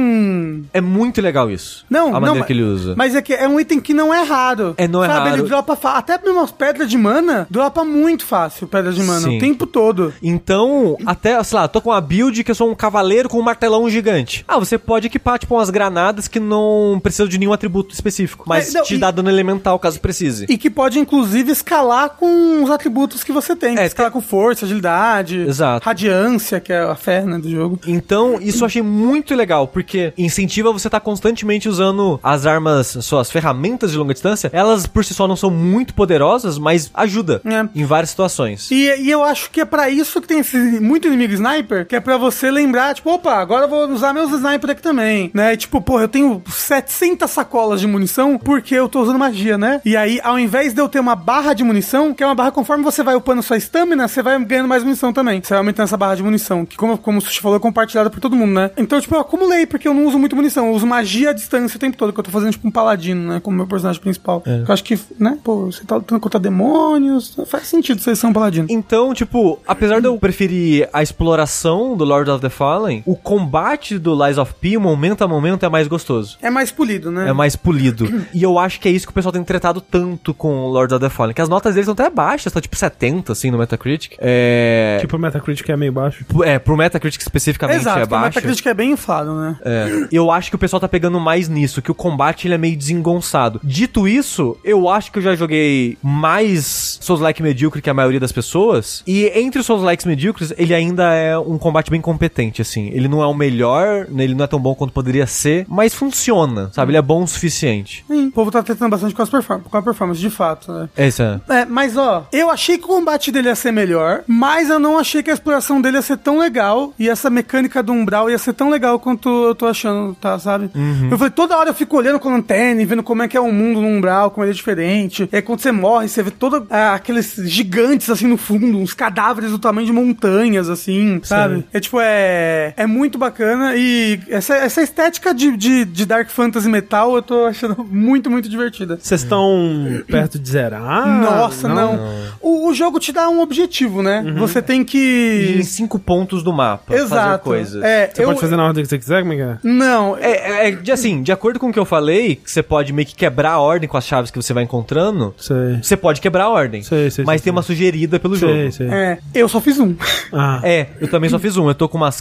[SPEAKER 2] É muito legal isso.
[SPEAKER 3] Não,
[SPEAKER 2] A
[SPEAKER 3] não.
[SPEAKER 2] maneira
[SPEAKER 3] mas-
[SPEAKER 2] que ele usa.
[SPEAKER 3] Mas é que é um item que não é raro.
[SPEAKER 2] É, não é
[SPEAKER 3] Sabe,
[SPEAKER 2] raro.
[SPEAKER 3] ele dropa. fa- Até mesmo as pedras de mana, dropa muito fácil pedra de mana o
[SPEAKER 2] Sim.
[SPEAKER 3] tempo todo.
[SPEAKER 2] Então, até, sei lá, tô com uma build que eu sou um cavaleiro com um martelão gigante. Ah, você pode equipar, tipo, umas granadas que não precisam de nenhum atributo específico, mas
[SPEAKER 3] É, não,
[SPEAKER 2] te
[SPEAKER 3] e-
[SPEAKER 2] dá dano elemental caso precise.
[SPEAKER 3] E que pode, inclusive, escalar com os atributos que você tem.
[SPEAKER 2] É,
[SPEAKER 3] escalar com força, agilidade,
[SPEAKER 2] Exato.
[SPEAKER 3] radiância, que é a fé né, do jogo.
[SPEAKER 2] Então, isso eu achei muito legal, porque incentiva você estar constantemente usando as armas, suas ferramentas de longa distância. Elas por si só não são muito poderosas, mas ajuda
[SPEAKER 3] É.
[SPEAKER 2] em várias situações.
[SPEAKER 3] E, e eu acho que é pra isso que tem esse muito inimigo sniper, que é pra você lembrar, tipo, opa, agora eu vou usar meus sniper aqui também, né? E, tipo, porra, eu tenho 700 sacolas de munição porque eu tô usando magia, né? E aí, ao invés de eu ter uma barra de munição, que é uma barra conforme você vai upando sua estamina, você vai ganhando mais munição também. Você vai aumentando essa barra de munição, que como, como o Sushi falou, é compartilhada por todo mundo, né? Então, tipo, eu acumulei, porque eu não uso muito munição, eu uso magia à distância o tempo todo, que eu tô fazendo, tipo, um paladino, né? Como meu personagem principal.
[SPEAKER 2] É.
[SPEAKER 3] Eu acho que, né, pô, você tá lutando contra demônios, faz sentido você ser um paladino.
[SPEAKER 2] Então, tipo, apesar de eu preferir a exploração do Lord of the Fallen, o combate do Lies of P, momento a momento, é mais gostoso.
[SPEAKER 3] É mais polido, né?
[SPEAKER 2] É mais polido. E eu acho que é isso que o pessoal tem tretado tanto com o Lord of the Fallen. Que as notas deles são até baixas, tá tipo 70, assim, no Metacritic. É.
[SPEAKER 1] Tipo, o Metacritic é meio baixo.
[SPEAKER 2] é, pro Metacritic especificamente
[SPEAKER 3] Tipo, Exato,
[SPEAKER 2] é
[SPEAKER 3] porque a
[SPEAKER 2] baixo.
[SPEAKER 3] Metacritic é bem inflado, né?
[SPEAKER 2] É. Eu acho que o pessoal tá pegando mais nisso, que o combate ele é meio desengonçado. Dito isso, eu acho que eu já joguei mais Souls-like medíocre que a maioria das pessoas. E entre os Souls-likes medíocres, ele ainda é um combate bem competente, assim. Ele não é o melhor, né, ele não é tão bom quanto poderia ser, mas funciona, sabe? Ele é bom o suficiente.
[SPEAKER 3] Sim, o povo tá tentando bastante com, as perform com a performance, de fato, né?
[SPEAKER 2] Essa.
[SPEAKER 3] É, mas ó, eu achei que o combate dele ia ser melhor, mas eu não achei que a exploração dele ia ser tão legal e essa mecânica do umbral ia ser tão legal quanto eu tô achando, tá, sabe? Eu falei, toda hora eu fico olhando com a lanterna e vendo como é que é o mundo no umbral, como ele é diferente. E aí quando você morre, você vê todos aqueles gigantes assim no fundo, uns cadáveres do tamanho de montanhas, assim, sabe? É tipo, é. É muito bacana e essa, essa estética de, de, de Dark Fantasy Metal eu tô achando muito, muito divertida.
[SPEAKER 1] Vocês estão perto de zerar? Ah,
[SPEAKER 3] Nossa, não. O, o jogo te dá um objetivo, né? Você tem
[SPEAKER 2] E em
[SPEAKER 3] que.
[SPEAKER 2] cinco pontos do mapa. Fazer
[SPEAKER 3] Exato.
[SPEAKER 2] coisas.
[SPEAKER 3] É,
[SPEAKER 1] Você
[SPEAKER 3] eu...
[SPEAKER 1] pode fazer na ordem que você quiser? Como é que é?
[SPEAKER 3] Não, é.
[SPEAKER 2] É, é, de- assim, de acordo com o que eu falei, que você pode meio que quebrar a ordem com as chaves que você vai encontrando.
[SPEAKER 1] Sei.
[SPEAKER 2] Você pode quebrar a ordem.
[SPEAKER 1] Sei, sei,
[SPEAKER 2] mas
[SPEAKER 1] sei,
[SPEAKER 2] tem uma sugerida pelo
[SPEAKER 1] Sei,
[SPEAKER 2] jogo.
[SPEAKER 1] sei.
[SPEAKER 3] é, Eu só fiz um.
[SPEAKER 1] Ah,
[SPEAKER 2] É, eu também só fiz um. Eu tô com umas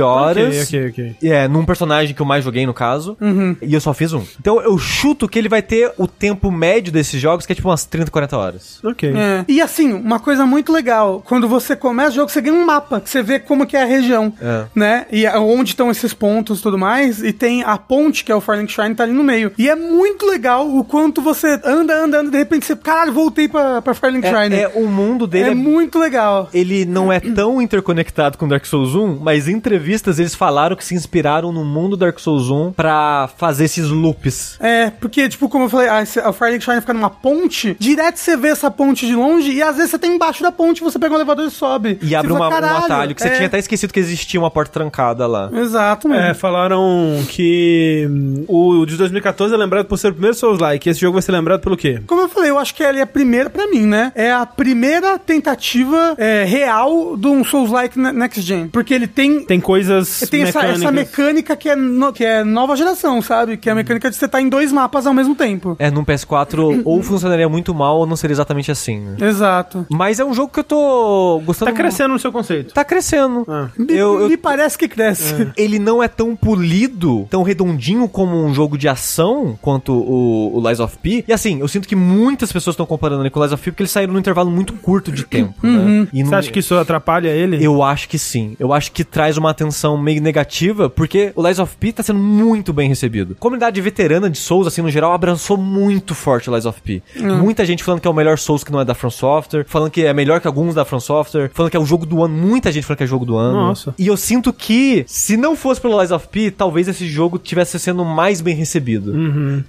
[SPEAKER 1] ok,
[SPEAKER 2] horas.
[SPEAKER 1] ok, ok.
[SPEAKER 2] É, num personagem que eu mais joguei, no caso.
[SPEAKER 3] Uhum.
[SPEAKER 2] E eu só fiz um. Então eu chuto que ele vai ter o tempo médio desses jogos, que é tipo umas 30, 40 horas.
[SPEAKER 1] Ok.
[SPEAKER 3] É. E assim, uma coisa muito legal, quando você começa o jogo, você ganha um mapa, que você vê como que é a região,
[SPEAKER 2] É.
[SPEAKER 3] né? E a- onde estão esses pontos e tudo mais, e tem a ponte, que é o Farling Shrine, tá ali no meio. E é muito legal o quanto você anda, anda, anda, de repente você, caralho, voltei pra, pra Farling Shrine.
[SPEAKER 1] né?
[SPEAKER 2] É, é, o mundo dele
[SPEAKER 3] é
[SPEAKER 2] é
[SPEAKER 3] muito legal.
[SPEAKER 2] ele não é tão interconectado com Dark Souls 1, mas em entrevistas eles falaram que se inspiraram no mundo Dark Souls 1 pra fazer esses loops.
[SPEAKER 3] É, porque, tipo, como eu falei, a, a Firelink Shrine fica numa ponte, direto você vê essa ponte de longe, e às vezes você tá embaixo da ponte, você pega um elevador e sobe.
[SPEAKER 2] E
[SPEAKER 3] Você
[SPEAKER 2] abre
[SPEAKER 3] fala,
[SPEAKER 2] uma, um
[SPEAKER 3] "Caralho",
[SPEAKER 2] atalho que você
[SPEAKER 3] é.
[SPEAKER 2] tinha até esquecido que existia uma porta trancada lá.
[SPEAKER 3] Exato mesmo.
[SPEAKER 1] É, falaram que hum, o de 2014 é lembrado por ser o primeiro Souls Like. Esse jogo vai ser lembrado pelo quê?
[SPEAKER 3] Como eu falei, eu acho que ela é a primeira, pra mim, né? É a primeira tentativa é, real de um Souls-like ne- Next Gen. Porque ele tem...
[SPEAKER 1] Tem coisas.
[SPEAKER 3] Tem essa, essa mecânica que é, no- que é nova geração, sabe? Que é a
[SPEAKER 2] Uhum.
[SPEAKER 3] mecânica de você estar em dois mapas ao mesmo tempo.
[SPEAKER 2] É, num PS4 ou funcionaria muito mal ou não seria exatamente assim. né?
[SPEAKER 3] Exato.
[SPEAKER 2] Mas é um jogo que eu tô gostando.
[SPEAKER 1] Tá crescendo no seu conceito.
[SPEAKER 2] Tá crescendo.
[SPEAKER 1] Ah.
[SPEAKER 3] Me,
[SPEAKER 2] Eu- eu-
[SPEAKER 3] me parece que cresce.
[SPEAKER 2] Ele não é tão polido, tão redondinho como um jogo de ação quanto o, o Lies of P. E assim, eu sinto que muitas pessoas estão comparando ele com o Lies of P porque eles saíram num intervalo muito curto de tempo, né? E
[SPEAKER 1] Uhum. Você
[SPEAKER 2] não-
[SPEAKER 1] acha que isso atrapalha ele?
[SPEAKER 2] Eu acho que sim. Eu acho que traz uma atenção meio negativa, porque o Lies of P tá sendo muito bem recebido. A comunidade veterana de Souls, assim, no geral, abraçou muito forte o Lies of P. Muita gente falando que é o melhor Souls que não é da From Software, falando que é melhor que alguns da From Software, falando que é o jogo do ano. Muita gente falando que é jogo do ano.
[SPEAKER 1] Nossa.
[SPEAKER 2] E eu sinto que, se não fosse pelo Lies Lies of P, talvez esse jogo tivesse sendo mais bem recebido.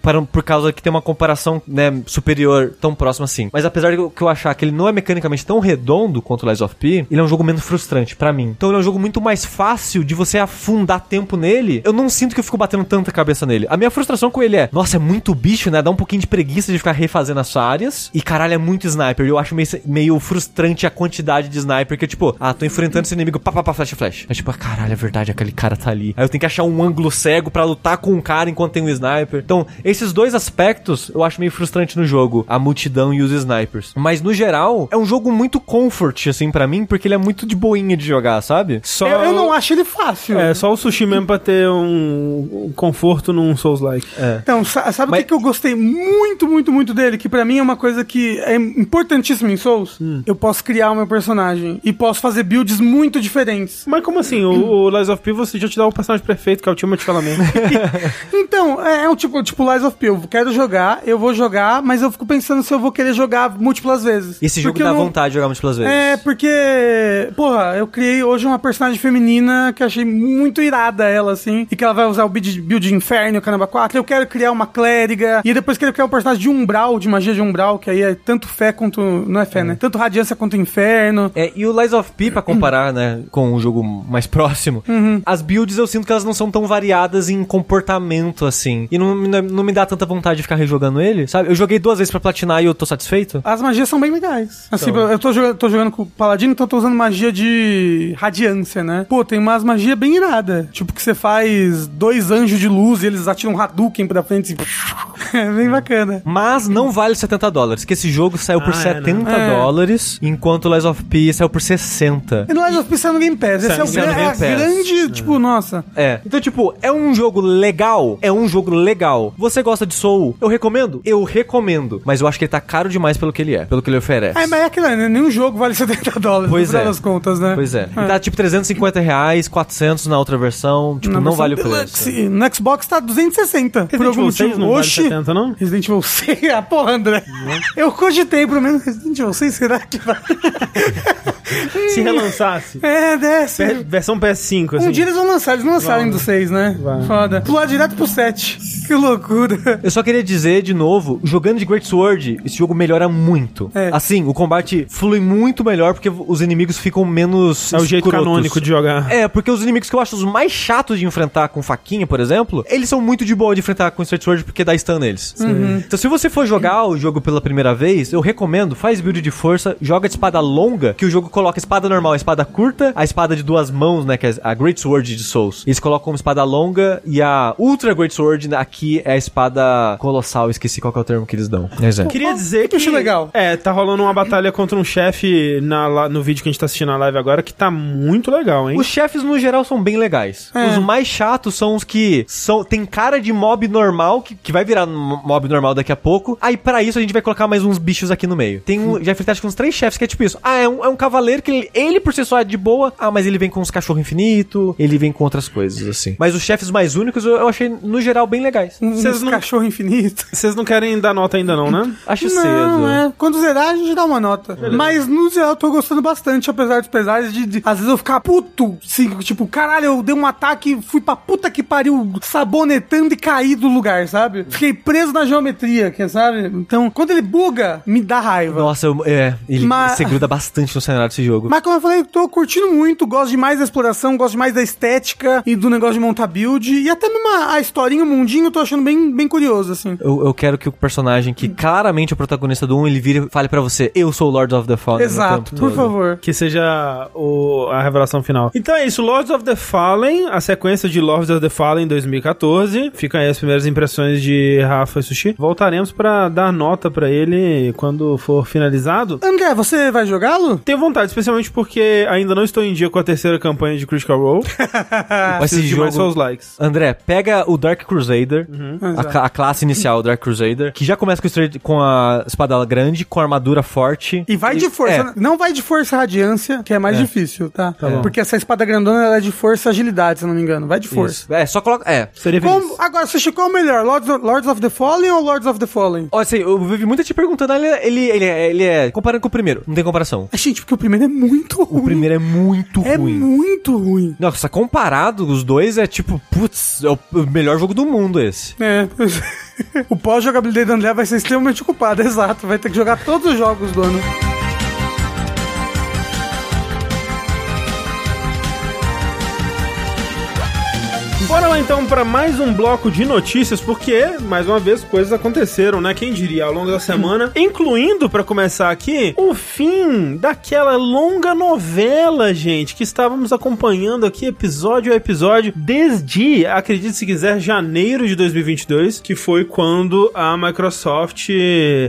[SPEAKER 2] Para, por causa que tem uma comparação, né, superior tão próxima assim. Mas apesar de eu- que eu achar que ele não é mecanicamente tão redondo quanto o Lies of P, ele é um jogo menos frustrante pra mim. Então ele é um jogo muito mais fácil de você afundar tempo nele. Eu não sinto que eu fico batendo tanta cabeça nele. A minha frustração com ele é, nossa, é muito bicho, né? Dá um pouquinho de preguiça de ficar refazendo as áreas. E caralho, é muito sniper. E eu acho meio, meio frustrante a quantidade de sniper que eu, tipo, ah, tô enfrentando esse inimigo, pá, pá, pá, flash, flash. Aí, tipo, ah, caralho, é verdade, aquele cara tá ali. Aí eu tenho que achar um ângulo cego pra lutar com um cara enquanto tem um sniper. Então, esses dois aspectos eu acho meio frustrante no jogo, a multidão e os snipers. Mas no geral, é um jogo muito comfort, assim, pra mim, porque ele é muito de boinha de jogar, sabe?
[SPEAKER 1] Só...
[SPEAKER 3] Eu, eu não acho ele fácil.
[SPEAKER 1] É, só o sushi mesmo pra ter um, um conforto num Souls-like.
[SPEAKER 2] É.
[SPEAKER 3] Então, sa- sabe o
[SPEAKER 2] Mas-
[SPEAKER 3] que, que eu gostei muito, muito, muito dele? Que pra mim é uma coisa que é importantíssima em Souls.
[SPEAKER 2] Hum.
[SPEAKER 3] Eu posso criar o meu personagem e posso fazer builds muito diferentes.
[SPEAKER 1] Mas como assim? O, o Lies of P você já te dá o personagem perfeito, que é o Timothy Chalamet.
[SPEAKER 3] Então, é, é um tipo, tipo Lies of P. Eu quero jogar, eu vou jogar, mas eu fico pensando se eu vou querer jogar múltiplas vezes.
[SPEAKER 2] Esse jogo
[SPEAKER 3] Porque eu
[SPEAKER 2] dá
[SPEAKER 3] não-
[SPEAKER 2] vontade de jogar múltiplas vezes.
[SPEAKER 3] É, porque, porra, eu criei hoje uma personagem feminina que eu achei muito irada ela, assim, e que ela vai usar o build, build Inferno, Caramba 4. Eu quero criar uma clériga, e depois quero criar um personagem de Umbral, de magia de Umbral, que aí é tanto fé quanto. Não é fé, né? Tanto radiância quanto inferno.
[SPEAKER 2] É, e o Lies of P, pra comparar, né, com um jogo mais próximo,
[SPEAKER 3] Uhum.
[SPEAKER 2] as builds eu sinto que elas não são tão variadas em comportamento, assim. E não, não, não me dá tanta vontade de ficar rejogando ele, sabe? Eu joguei duas vezes pra platinar e eu tô satisfeito.
[SPEAKER 3] As magias são bem legais. Assim,
[SPEAKER 2] São.
[SPEAKER 3] eu tô jogando, tô jogando com o Paladino, então eu tô usando magia de radiância, né? Pô, tem umas magias bem irada. Tipo que você faz dois anjos de luz e eles atiram um Hadouken pra frente. e É bem bacana.
[SPEAKER 2] Mas não vale 70 dólares, que esse jogo saiu por
[SPEAKER 1] Ah, é,
[SPEAKER 2] 70
[SPEAKER 3] né? É.
[SPEAKER 2] dólares, enquanto o Lies of P saiu por 60.
[SPEAKER 3] E no Lies of P saiu no Game Pass. Esse é,
[SPEAKER 2] Saiu
[SPEAKER 3] o
[SPEAKER 2] no
[SPEAKER 3] gran-
[SPEAKER 2] Game
[SPEAKER 3] é a
[SPEAKER 2] Pass.
[SPEAKER 3] grande, tipo, nossa.
[SPEAKER 2] É. Então, tipo, é um jogo legal? É um jogo legal. Você gosta de Soul? Eu recomendo? Eu recomendo. Mas eu acho que ele tá caro demais pelo que ele é, pelo que ele oferece.
[SPEAKER 3] É, mas é aquilo, né? Nenhum jogo vale 70 dólares,
[SPEAKER 2] Pois
[SPEAKER 3] no final
[SPEAKER 2] é.
[SPEAKER 3] das contas, né?
[SPEAKER 2] Pois é. Tá tipo 350 reais, 400 na outra versão. Tipo,
[SPEAKER 3] Na
[SPEAKER 2] não
[SPEAKER 3] versão
[SPEAKER 2] vale o preço.
[SPEAKER 3] Deluxe. No Xbox tá 260. por
[SPEAKER 1] Resident
[SPEAKER 3] algum
[SPEAKER 1] Evil 6
[SPEAKER 3] motivo.
[SPEAKER 1] não vale
[SPEAKER 3] Oxi.
[SPEAKER 1] 70, não?
[SPEAKER 3] Resident Evil 6, ah, porra, André. Eu cogitei, pelo menos, Resident Evil 6, será que vai?
[SPEAKER 1] Se relançasse.
[SPEAKER 3] É, desce.
[SPEAKER 1] Pe- versão PS5, assim.
[SPEAKER 3] Um dia eles vão lançar, eles não lançaram ainda o 6, né?
[SPEAKER 1] Vai.
[SPEAKER 3] Foda. Pular direto pro 7. Que loucura.
[SPEAKER 2] Eu só queria dizer de novo, jogando de Great Sword, esse jogo melhora muito.
[SPEAKER 3] É.
[SPEAKER 2] Assim, o combate flui muito melhor porque os inimigos ficam menos
[SPEAKER 1] É o jeito
[SPEAKER 2] escrotos.
[SPEAKER 1] canônico de jogar.
[SPEAKER 2] É, porque os inimigos que eu acho os mais chatos de enfrentar com faquinha, por exemplo, eles são muito de boa de enfrentar com Straight Sword porque dá stun neles. Então, se você for jogar o jogo pela primeira vez, eu recomendo, faz build de força, joga de espada longa, que o jogo coloca espada normal, espada curta, a espada de duas mãos, né, que é a Great Sword de Souls. Eles colocam uma espada longa e a Ultra Great Sword né, aqui é a espada colossal, esqueci qual que é o termo que eles dão. Mas é.
[SPEAKER 1] Queria dizer que.
[SPEAKER 3] que eu achei legal.
[SPEAKER 1] É, tá rolando uma batalha contra um chefe na, la- no vídeo que a gente tá assistindo na live agora que tá muito legal, hein?
[SPEAKER 2] Os chefes, no geral, são bem legais.
[SPEAKER 3] É.
[SPEAKER 2] Os mais chatos são os que são, tem cara de mob normal, que, que vai virar um mob normal daqui a pouco. Aí, pra isso, a gente vai colocar mais uns bichos aqui no meio. Tem um, já enfrentei acho que uns três chefes que é tipo isso. Ah, é um, é um cavaleiro que ele, ele por si só é de boa. Ah, mas ele vem com uns cachorro infinito, ele vem com outras coisas, assim. Mas os chefes mais únicos eu, eu achei, no geral, bem legais.
[SPEAKER 3] Um
[SPEAKER 1] Vocês não-
[SPEAKER 3] cachorro infinito.
[SPEAKER 1] Vocês não querem dar nota ainda, não, né?
[SPEAKER 2] Acho cedo.
[SPEAKER 3] Não, é. Quando zerar, a gente dá uma nota. Mas, no geral, eu tô gostando bastante, apesar dos pesares de, de- Às vezes eu ficar puto, assim, tipo, caralho, eu dei um ataque, fui pra puta que pariu, sabonetando e caí do lugar, sabe? Fiquei preso na geometria, quem sabe? Então, quando ele buga, me dá raiva.
[SPEAKER 2] Nossa, eu- é, ele
[SPEAKER 3] Mas-
[SPEAKER 2] se gruda bastante no cenário desse jogo.
[SPEAKER 3] Mas como eu falei, tô curtindo muito, gosto demais da exploração, gosto demais da estética e do negócio de montar build. E até mesmo a, a historinha, o mundinho, eu tô achando bem, bem curioso, assim.
[SPEAKER 2] Eu, eu quero que o personagem, que claramente é o protagonista do 1, ele vire e fale pra você, eu sou o Lord of the Fallen. o
[SPEAKER 3] Exato,
[SPEAKER 2] tempo
[SPEAKER 3] por
[SPEAKER 2] todo."
[SPEAKER 3] favor.
[SPEAKER 1] Que seja o- a revelação final. Então é isso, Lords of the Fallen, a sequência de Lords of the Fallen 2014. Ficam aí as primeiras impressões de Rafa e Sushi. Voltaremos pra dar nota pra ele quando for finalizado.
[SPEAKER 3] André, você vai jogá-lo?
[SPEAKER 1] Tenho vontade, especialmente porque ainda não estou em dia com a terceira campanha de Critical Role.
[SPEAKER 2] Mas
[SPEAKER 1] Preciso
[SPEAKER 2] Ah. esse
[SPEAKER 1] de mais um.
[SPEAKER 2] jogo...
[SPEAKER 1] seus likes.
[SPEAKER 2] André, pega o Dark Crusader, a,
[SPEAKER 3] Exato.
[SPEAKER 2] cla- a classe inicial Dark Crusader, que já começa com, o straight- com a espada grande, com a armadura forte.
[SPEAKER 3] E vai de força.
[SPEAKER 2] é.
[SPEAKER 3] né? Não vai de força radiância, que é mais difícil, tá?
[SPEAKER 1] bom.
[SPEAKER 3] Porque essa espada grandona ela é de força e agilidade, se eu não me engano. Vai de força.
[SPEAKER 2] Isso. É, só coloca... É.
[SPEAKER 1] Seria
[SPEAKER 3] Como, agora, você chegou o melhor? Lords of, Lords of the Fallen ou Lords of the Fallen?
[SPEAKER 2] Ó, assim, eu vivi muita te perguntando, ele, ele, ele, é- ele é... Comparando com o primeiro, não tem comparação.
[SPEAKER 3] Ah, Gente, porque o primeiro é muito ruim.
[SPEAKER 2] O primeiro é muito
[SPEAKER 3] é
[SPEAKER 2] ruim.
[SPEAKER 3] muito ruim.
[SPEAKER 2] Nossa, comparado, os dois é tipo, putz, é o o melhor jogo do mundo esse.
[SPEAKER 3] É. o pós-jogabilidade do André vai ser extremamente ocupado, exato. Vai ter que jogar todos os jogos do ano.
[SPEAKER 1] Bora lá então para mais um bloco de notícias, porque, mais uma vez, coisas aconteceram, né? Quem diria, ao longo da semana, incluindo, para começar aqui, o fim daquela longa novela, gente, que estávamos acompanhando aqui episódio a episódio desde, acredite se quiser, janeiro de 2022, que foi quando a Microsoft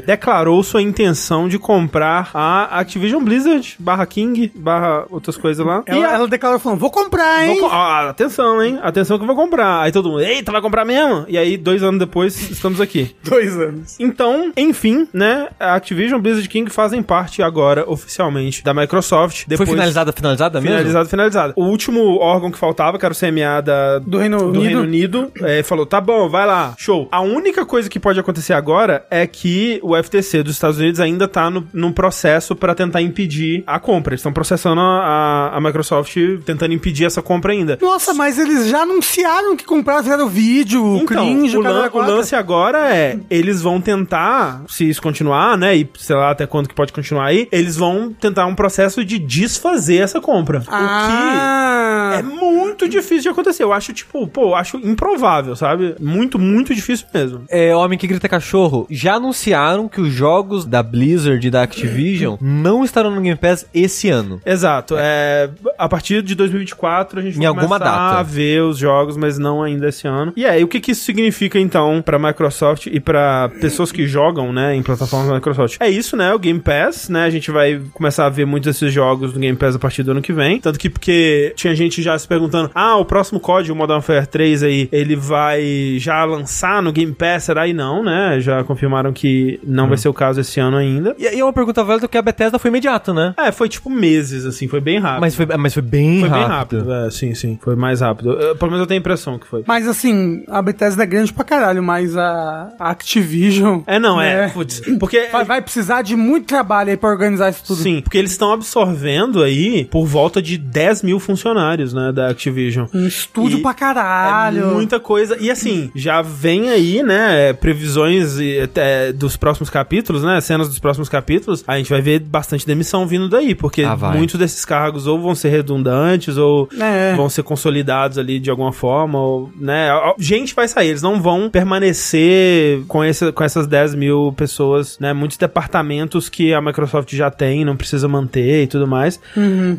[SPEAKER 1] declarou sua intenção de comprar a Activision Blizzard, barra King, barra outras coisas lá.
[SPEAKER 3] Ela,
[SPEAKER 1] E a-
[SPEAKER 3] ela declarou falando, vou comprar, hein?
[SPEAKER 1] Vou co- ah, atenção, hein? Atenção que eu vou comprar. Aí todo mundo, eita, vai comprar mesmo? E aí, dois anos depois, estamos aqui.
[SPEAKER 3] Dois anos.
[SPEAKER 1] Então, enfim, né? A Activision Blizzard King fazem parte agora, oficialmente, da Microsoft. Depois,
[SPEAKER 2] Foi finalizada, finalizada mesmo?
[SPEAKER 1] Finalizado, finalizado. O último órgão que faltava, que era o CMA da,
[SPEAKER 3] Do Reino
[SPEAKER 1] do
[SPEAKER 3] Unido.
[SPEAKER 1] Reino Unido, é, falou: tá bom, vai lá, show. A única coisa que pode acontecer agora é que o FTC dos Estados Unidos ainda tá no, num processo pra tentar impedir a compra. Eles estão processando a, a- a Microsoft, tentando impedir essa compra ainda.
[SPEAKER 3] Nossa, mas eles já anunciaram que compraram, fizeram vídeo, cringe,
[SPEAKER 1] Então, o,
[SPEAKER 3] caralho,
[SPEAKER 1] lan- o
[SPEAKER 3] quatro.
[SPEAKER 1] lance agora é, eles vão tentar, se isso continuar, né, e sei lá até quando que pode continuar aí, eles vão tentar um processo de desfazer essa compra. O que
[SPEAKER 3] Ah,
[SPEAKER 1] é muito difícil de acontecer. Eu acho, tipo, pô, eu acho improvável, sabe? Muito, muito difícil mesmo.
[SPEAKER 2] É, Homem que Grita Cachorro, já anunciaram que os jogos da Blizzard e da Activision não estarão no Game Pass esse ano.
[SPEAKER 1] Exato. É, a partir de 2024 a gente
[SPEAKER 2] Em
[SPEAKER 1] vai
[SPEAKER 2] alguma
[SPEAKER 1] começar
[SPEAKER 2] data.
[SPEAKER 1] a ver os jogos, mas não ainda esse ano. E aí, o que, que isso significa então pra Microsoft e pra pessoas que jogam, né, em plataformas da Microsoft? É isso, né? O Game Pass, né? A gente vai começar a ver muitos desses jogos no Game Pass a partir do ano que vem. Tanto que porque tinha gente já se perguntando: "Ah, o próximo código Modern Warfare 3 aí, ele vai já lançar no Game Pass?" Será e não, né? Já confirmaram que
[SPEAKER 2] Hum.
[SPEAKER 1] não vai ser o caso esse ano ainda.
[SPEAKER 2] E aí é uma pergunta válida que a Bethesda foi imediato, né?
[SPEAKER 1] É, foi tipo meses, assim, foi bem rápido.
[SPEAKER 2] Mas foi, mas foi bem
[SPEAKER 1] Foi
[SPEAKER 2] rápido.
[SPEAKER 1] bem rápido. É, sim, sim. Foi mais rápido. Eu- pelo menos eu tenho a impressão que foi.
[SPEAKER 3] mas assim, a Bethesda é grande pra caralho, mas a a Activision...
[SPEAKER 1] É, não, é.
[SPEAKER 3] né?
[SPEAKER 1] Putz, porque.
[SPEAKER 3] Vai, vai precisar de muito trabalho aí pra organizar isso tudo.
[SPEAKER 1] Sim, porque eles estão absorvendo aí por volta de 10 mil funcionários, né, da Activision.
[SPEAKER 3] Um estúdio
[SPEAKER 1] E
[SPEAKER 3] pra
[SPEAKER 1] É
[SPEAKER 3] caralho.
[SPEAKER 1] muita coisa. E assim, já vem aí, né, é, previsões e, até dos próximos capítulos, né, cenas dos próximos capítulos. A gente vai ver bastante demissão vindo daí, porque
[SPEAKER 2] Ah, vai.
[SPEAKER 1] muitos desses cargos ou vão ser redundantes ou
[SPEAKER 3] É.
[SPEAKER 1] vão ser consolidados ali de alguma forma, ou, né, a- a- gente vai sair, eles não vão permanecer com, esse, com essas 10 mil pessoas, né, muitos departamentos que a Microsoft já tem, não precisa manter e tudo mais.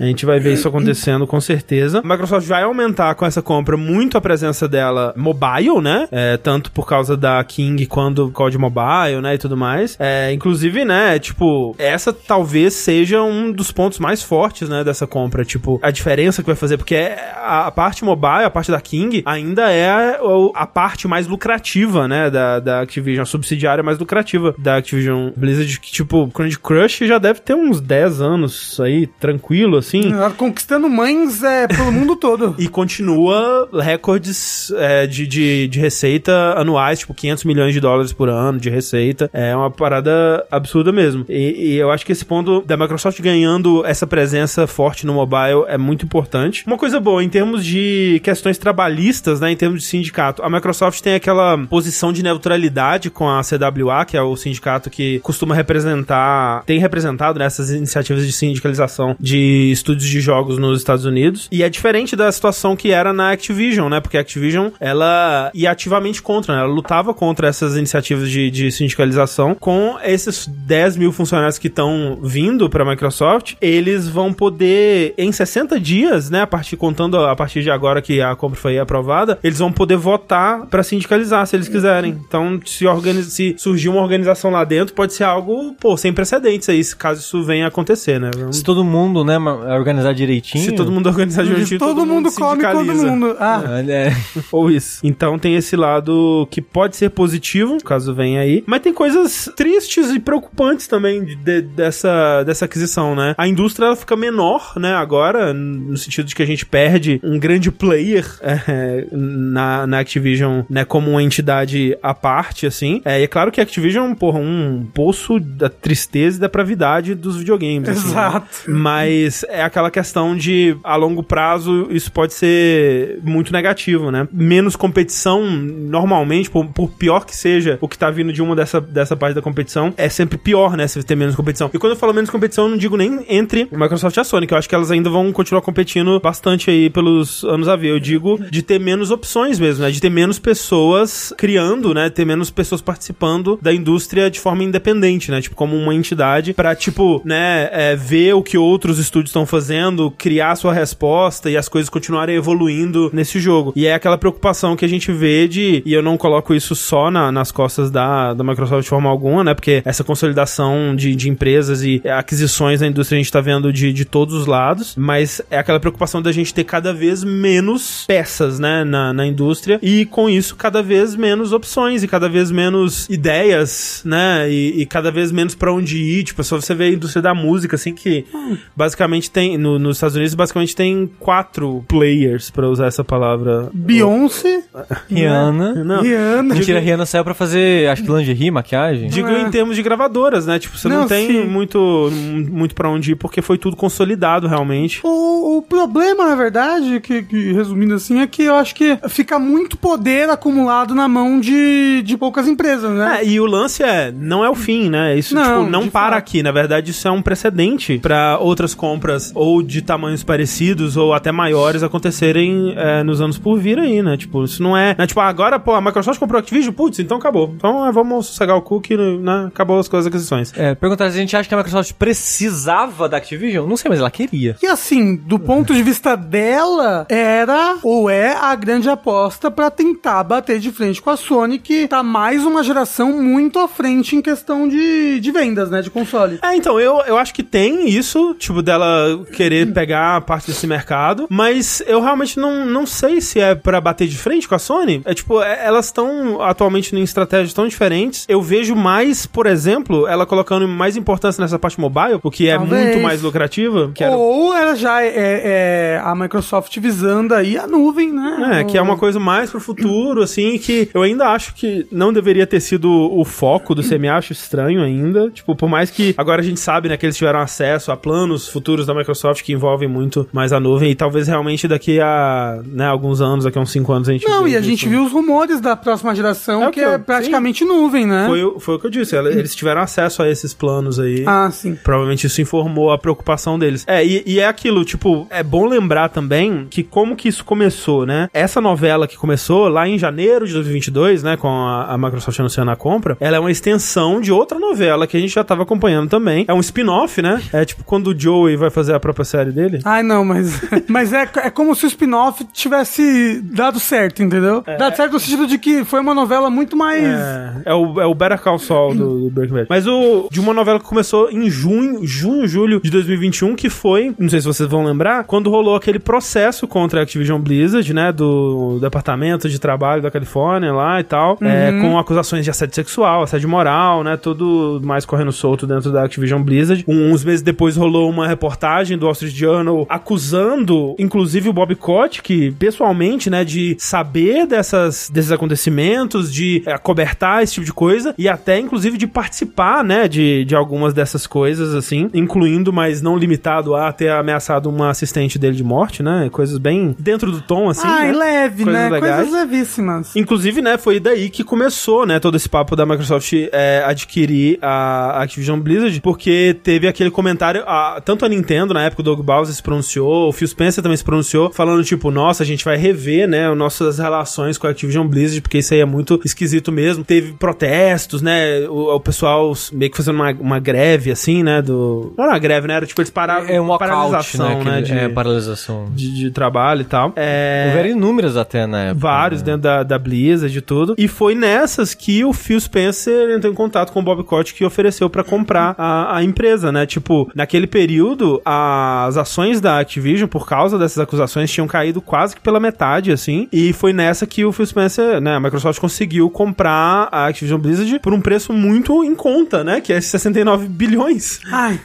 [SPEAKER 1] A gente vai ver isso acontecendo com certeza. A Microsoft vai aumentar com essa compra muito a presença dela mobile, né? É, tanto por causa da King quanto COD Mobile, né? E tudo mais. É, inclusive, né? Tipo, essa talvez seja um dos pontos mais fortes, né? Dessa compra. Tipo, a diferença que vai fazer, porque é, a, a parte mobile, a parte da King, ainda é o- a parte mais lucrativa, né? Da, da Activision, a subsidiária mais lucrativa da Activision Blizzard. Que, tipo, Candy Crush já deve ter uns 10 anos aí, tranquilo, assim.
[SPEAKER 3] Ela Conquistando mães é, pelo mundo todo.
[SPEAKER 1] E continua recordes é, de, de, de receita anuais, tipo 500 milhões de dólares por ano de receita. É uma parada absurda mesmo. E, e eu acho que esse ponto da Microsoft ganhando essa presença forte no mobile é muito importante. Uma coisa boa, em termos de questões trabalhistas, né, em termos de sindicato, a Microsoft tem aquela posição de neutralidade com a CWA, que é o sindicato que costuma representar, tem representado nessas iniciativas de sindicalização de estúdios de jogos nos Estados Unidos. E é diferente da situação que era na Activision, né? Porque a Activision, ela ia ativamente contra, né? Ela lutava contra essas iniciativas de, de sindicalização. Com esses 10 mil funcionários que estão vindo para a Microsoft, eles vão poder, em 60 dias, né? A partir, contando a partir de agora que a compra foi aprovada, eles vão poder votar para sindicalizar, se eles quiserem. Então, se, organiza, se surgir uma organização lá dentro, pode ser algo, pô, sem precedentes aí, se- caso isso venha a acontecer, né? Vamos-
[SPEAKER 2] Se todo mundo, né, ma- organizar direitinho.
[SPEAKER 1] se todo mundo organizar direitinho,
[SPEAKER 3] todo, mundo come todo
[SPEAKER 1] sindicaliza.
[SPEAKER 3] mundo. Ah,
[SPEAKER 2] É,
[SPEAKER 1] Ou isso. Então tem esse lado que pode ser positivo, caso venha aí. Mas tem coisas tristes e preocupantes também de- de- dessa, dessa aquisição, né? A indústria ela fica menor, né, agora, n- no sentido de que a gente perde um grande player é, é, na, na Activision, né, como uma entidade à parte, assim. É, e é claro que a Activision, porra, um poço da tristeza e da pravidade dos videogames. assim, né?
[SPEAKER 3] Exato.
[SPEAKER 1] Mas é aquela questão de a longo prazo isso pode ser muito negativo, né? Menos competição, normalmente, por, por pior que seja o que tá vindo de uma dessa, dessa parte da competição, é sempre pior, né? Se ter menos competição. E quando eu falo menos competição, eu não digo nem entre a Microsoft e a Sony, que eu acho que elas ainda vão continuar competindo bastante aí pelos anos a ver. Eu digo de ter menos opções mesmo, né? De ter menos pessoas criando, né? Ter menos pessoas participando da indústria de forma independente, né? Tipo, como uma entidade pra, tipo, né, é, ver o que outros estúdios estão fazendo, criar a sua resposta e as coisas continuarem evoluindo nesse jogo. E é aquela preocupação que a gente vê de, e eu não coloco isso só na- nas costas da, da Microsoft de forma alguma, né? Porque essa consolidação de, de empresas e É, aquisições na indústria a gente tá vendo de, de todos os lados, mas é aquela preocupação da gente ter cada vez menos peças, né, na, na indústria e com isso cada vez menos opções e cada vez menos ideias, né, e, e cada vez menos pra onde ir. Tipo, é só você ver a indústria da música, assim, que
[SPEAKER 3] Hum.
[SPEAKER 1] basicamente tem, no- nos Estados Unidos, basicamente tem quatro players, pra usar essa palavra.
[SPEAKER 3] Beyoncé,
[SPEAKER 2] Rihanna.
[SPEAKER 1] Não.
[SPEAKER 3] Rihanna.
[SPEAKER 2] Mentira, a Rihanna saiu pra fazer, acho que lingerie, maquiagem.
[SPEAKER 1] Digo
[SPEAKER 3] É.
[SPEAKER 1] em termos de gravadoras, né? Tipo, você não,
[SPEAKER 3] Não,
[SPEAKER 1] tem
[SPEAKER 3] sim.
[SPEAKER 1] muito, muito para onde ir, porque foi tudo consolidado realmente.
[SPEAKER 3] O, o problema, na verdade, que, que, resumindo assim, é que eu acho que fica muito poder acumulado na mão de, de poucas empresas, né?
[SPEAKER 1] É, e o lance é, não é o fim, né? Isso
[SPEAKER 3] Não,
[SPEAKER 1] tipo, não
[SPEAKER 3] de
[SPEAKER 1] para
[SPEAKER 3] fato.
[SPEAKER 1] aqui. Na verdade, isso é um precedente para outras compras ou de tamanhos parecidos ou até maiores acontecerem é, nos anos por vir aí, né? Tipo, isso não é. né? Tipo, ah, agora, pô, a Microsoft comprou a Activision, putz, então acabou. Então é, vamos sossegar o cu que né, acabou as coisas aquisições.
[SPEAKER 2] É, perguntaram se a gente acha que a Microsoft precisava da Activision. Não sei, mas ela queria.
[SPEAKER 3] E assim, do ponto de vista dela, era ou é a grande aposta pra tentar bater de frente com a Sony, que tá mais uma geração muito à frente em questão de, de vendas, né? De console.
[SPEAKER 1] É, então, eu, eu acho que tem isso, tipo, dela querer pegar a parte desse mercado, mas eu realmente não, não sei se é pra bater de frente com a Sony. É tipo, é- elas estão atualmente em estratégias tão diferentes. Eu vejo mais, por exemplo, ela colocando mais importância nessa parte mobile, o que é
[SPEAKER 3] Talvez.
[SPEAKER 1] muito mais lucrativa. Que era...
[SPEAKER 3] Ou ela já é, é- é a Microsoft visando aí a nuvem, né?
[SPEAKER 1] É, que é uma coisa mais pro futuro, assim, que eu ainda acho que não deveria ter sido o foco do CMA, acho estranho ainda. Tipo, por mais que agora a gente sabe, né, que eles tiveram acesso a planos futuros da Microsoft que envolvem muito mais a nuvem e talvez realmente daqui a, né, alguns anos, daqui a uns 5 anos a gente
[SPEAKER 3] Não, e a
[SPEAKER 1] veja
[SPEAKER 3] gente
[SPEAKER 1] isso.
[SPEAKER 3] viu os rumores da próxima geração,
[SPEAKER 1] É o
[SPEAKER 3] que
[SPEAKER 1] que eu-
[SPEAKER 3] é
[SPEAKER 1] sim.
[SPEAKER 3] praticamente nuvem, né?
[SPEAKER 1] Foi, o- foi o que eu disse, ela- eles tiveram acesso a esses planos aí.
[SPEAKER 3] Ah, sim.
[SPEAKER 1] Provavelmente isso informou a preocupação deles. É, e, e é aquilo, tipo, é bom lembrar também que como que isso começou, né? Essa novela que começou lá em janeiro de 2022, né, com a, a Microsoft anunciando a compra, ela é uma extensão de outra novela que a gente já tava acompanhando também. É um spin-off, né? É tipo quando o Joey vai fazer a própria série dele.
[SPEAKER 3] Ai, não, mas, mas é, é como se o spin-off tivesse dado certo, entendeu? Dado certo no sentido de que foi uma novela muito mais.
[SPEAKER 1] É, é o, é o Better Call Saul do, do Breaking Bad. Mas o de uma novela que começou em junho, junho, julho de 2021, que foi, não sei se vocês vão lembrar, quando rolou aquele processo contra a Activision Blizzard, né, do Departamento de Trabalho da Califórnia lá e tal, é, com acusações de assédio sexual, assédio moral, né, tudo mais correndo solto dentro da Activision Blizzard. Um- uns meses depois rolou uma reportagem do Wall Street Journal acusando, inclusive, o Bob Koch, que pessoalmente, né, de saber dessas, desses acontecimentos, de eh, acobertar esse tipo de coisa e até, inclusive, de participar, né, de, de algumas dessas coisas, assim, incluindo, mas não limitado a ter ameaçado uma assistente dele de morte, né, coisas bem dentro do tom, assim.
[SPEAKER 3] Ai,
[SPEAKER 1] né?
[SPEAKER 3] leve,
[SPEAKER 1] Coisas
[SPEAKER 3] né?
[SPEAKER 1] legais.
[SPEAKER 3] Coisas levíssimas.
[SPEAKER 1] Inclusive, né, foi daí que começou, né, todo esse papo da Microsoft é, adquirir a Activision Blizzard, porque teve aquele comentário, a- tanto a Nintendo, na época o Doug Bowser se pronunciou, o Phil Spencer também se pronunciou, falando tipo, nossa, a gente vai rever, né, as nossas relações com a Activision Blizzard, porque isso aí é muito esquisito mesmo. Teve protestos, né, o, o pessoal meio que fazendo uma, uma greve, assim, né, do... Não era uma greve, né, era tipo, eles pararam...
[SPEAKER 2] É um walkout, né?
[SPEAKER 1] paralisação,
[SPEAKER 2] aquele-
[SPEAKER 1] de,
[SPEAKER 2] É, paralisação.
[SPEAKER 1] de, de trabalho e tal. É...
[SPEAKER 2] Houveram inúmeras até na época.
[SPEAKER 1] Vários
[SPEAKER 2] né?
[SPEAKER 1] dentro da, da Blizzard e tudo. E foi nessas que o Phil Spencer entrou em contato com o Bob Koch que ofereceu pra comprar a, a empresa, né? Tipo, naquele período, as ações da Activision, por causa dessas acusações, tinham caído quase que pela metade, assim. E foi nessa que o Phil Spencer, né? A Microsoft conseguiu comprar a Activision Blizzard por um preço muito em conta, né? Que é 69 bilhões.
[SPEAKER 3] Ai.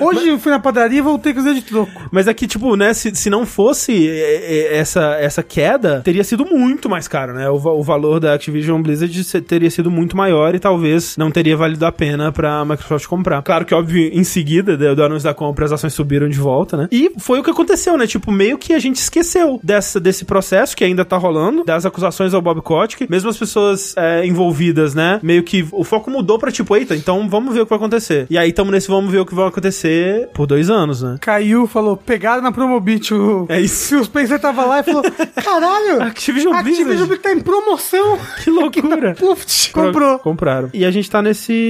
[SPEAKER 3] Hoje eu fui na padaria e voltei com os dedos de troco.
[SPEAKER 1] Mas é que, tipo, né, se, se não fosse é, é, essa- essa, essa queda, teria sido muito mais caro, né? O, va- o valor da Activision Blizzard se- teria sido muito maior e talvez não teria valido a pena pra Microsoft comprar. Claro que, óbvio, em seguida do do anúncio da compra, as ações subiram de volta, né? E foi o que aconteceu, né? Tipo, meio que a gente esqueceu dessa, desse processo que ainda tá rolando, das acusações ao Bob Kotick, mesmo as pessoas é, envolvidas, né? Meio que o foco mudou pra tipo, eita, então vamos ver o que vai acontecer. E aí tamo nesse vamos ver o que vai acontecer por dois anos, né?
[SPEAKER 3] Caiu, falou, pegaram na Promobit o...
[SPEAKER 1] É isso.
[SPEAKER 3] Se o Spencer tava lá e falou, caralho,
[SPEAKER 1] Activision
[SPEAKER 3] a Activision
[SPEAKER 1] Blizzard.
[SPEAKER 3] Blizzard tá em promoção.
[SPEAKER 1] Que loucura.
[SPEAKER 3] Pluft,
[SPEAKER 1] Pro-
[SPEAKER 3] comprou.
[SPEAKER 1] Compraram. E a gente tá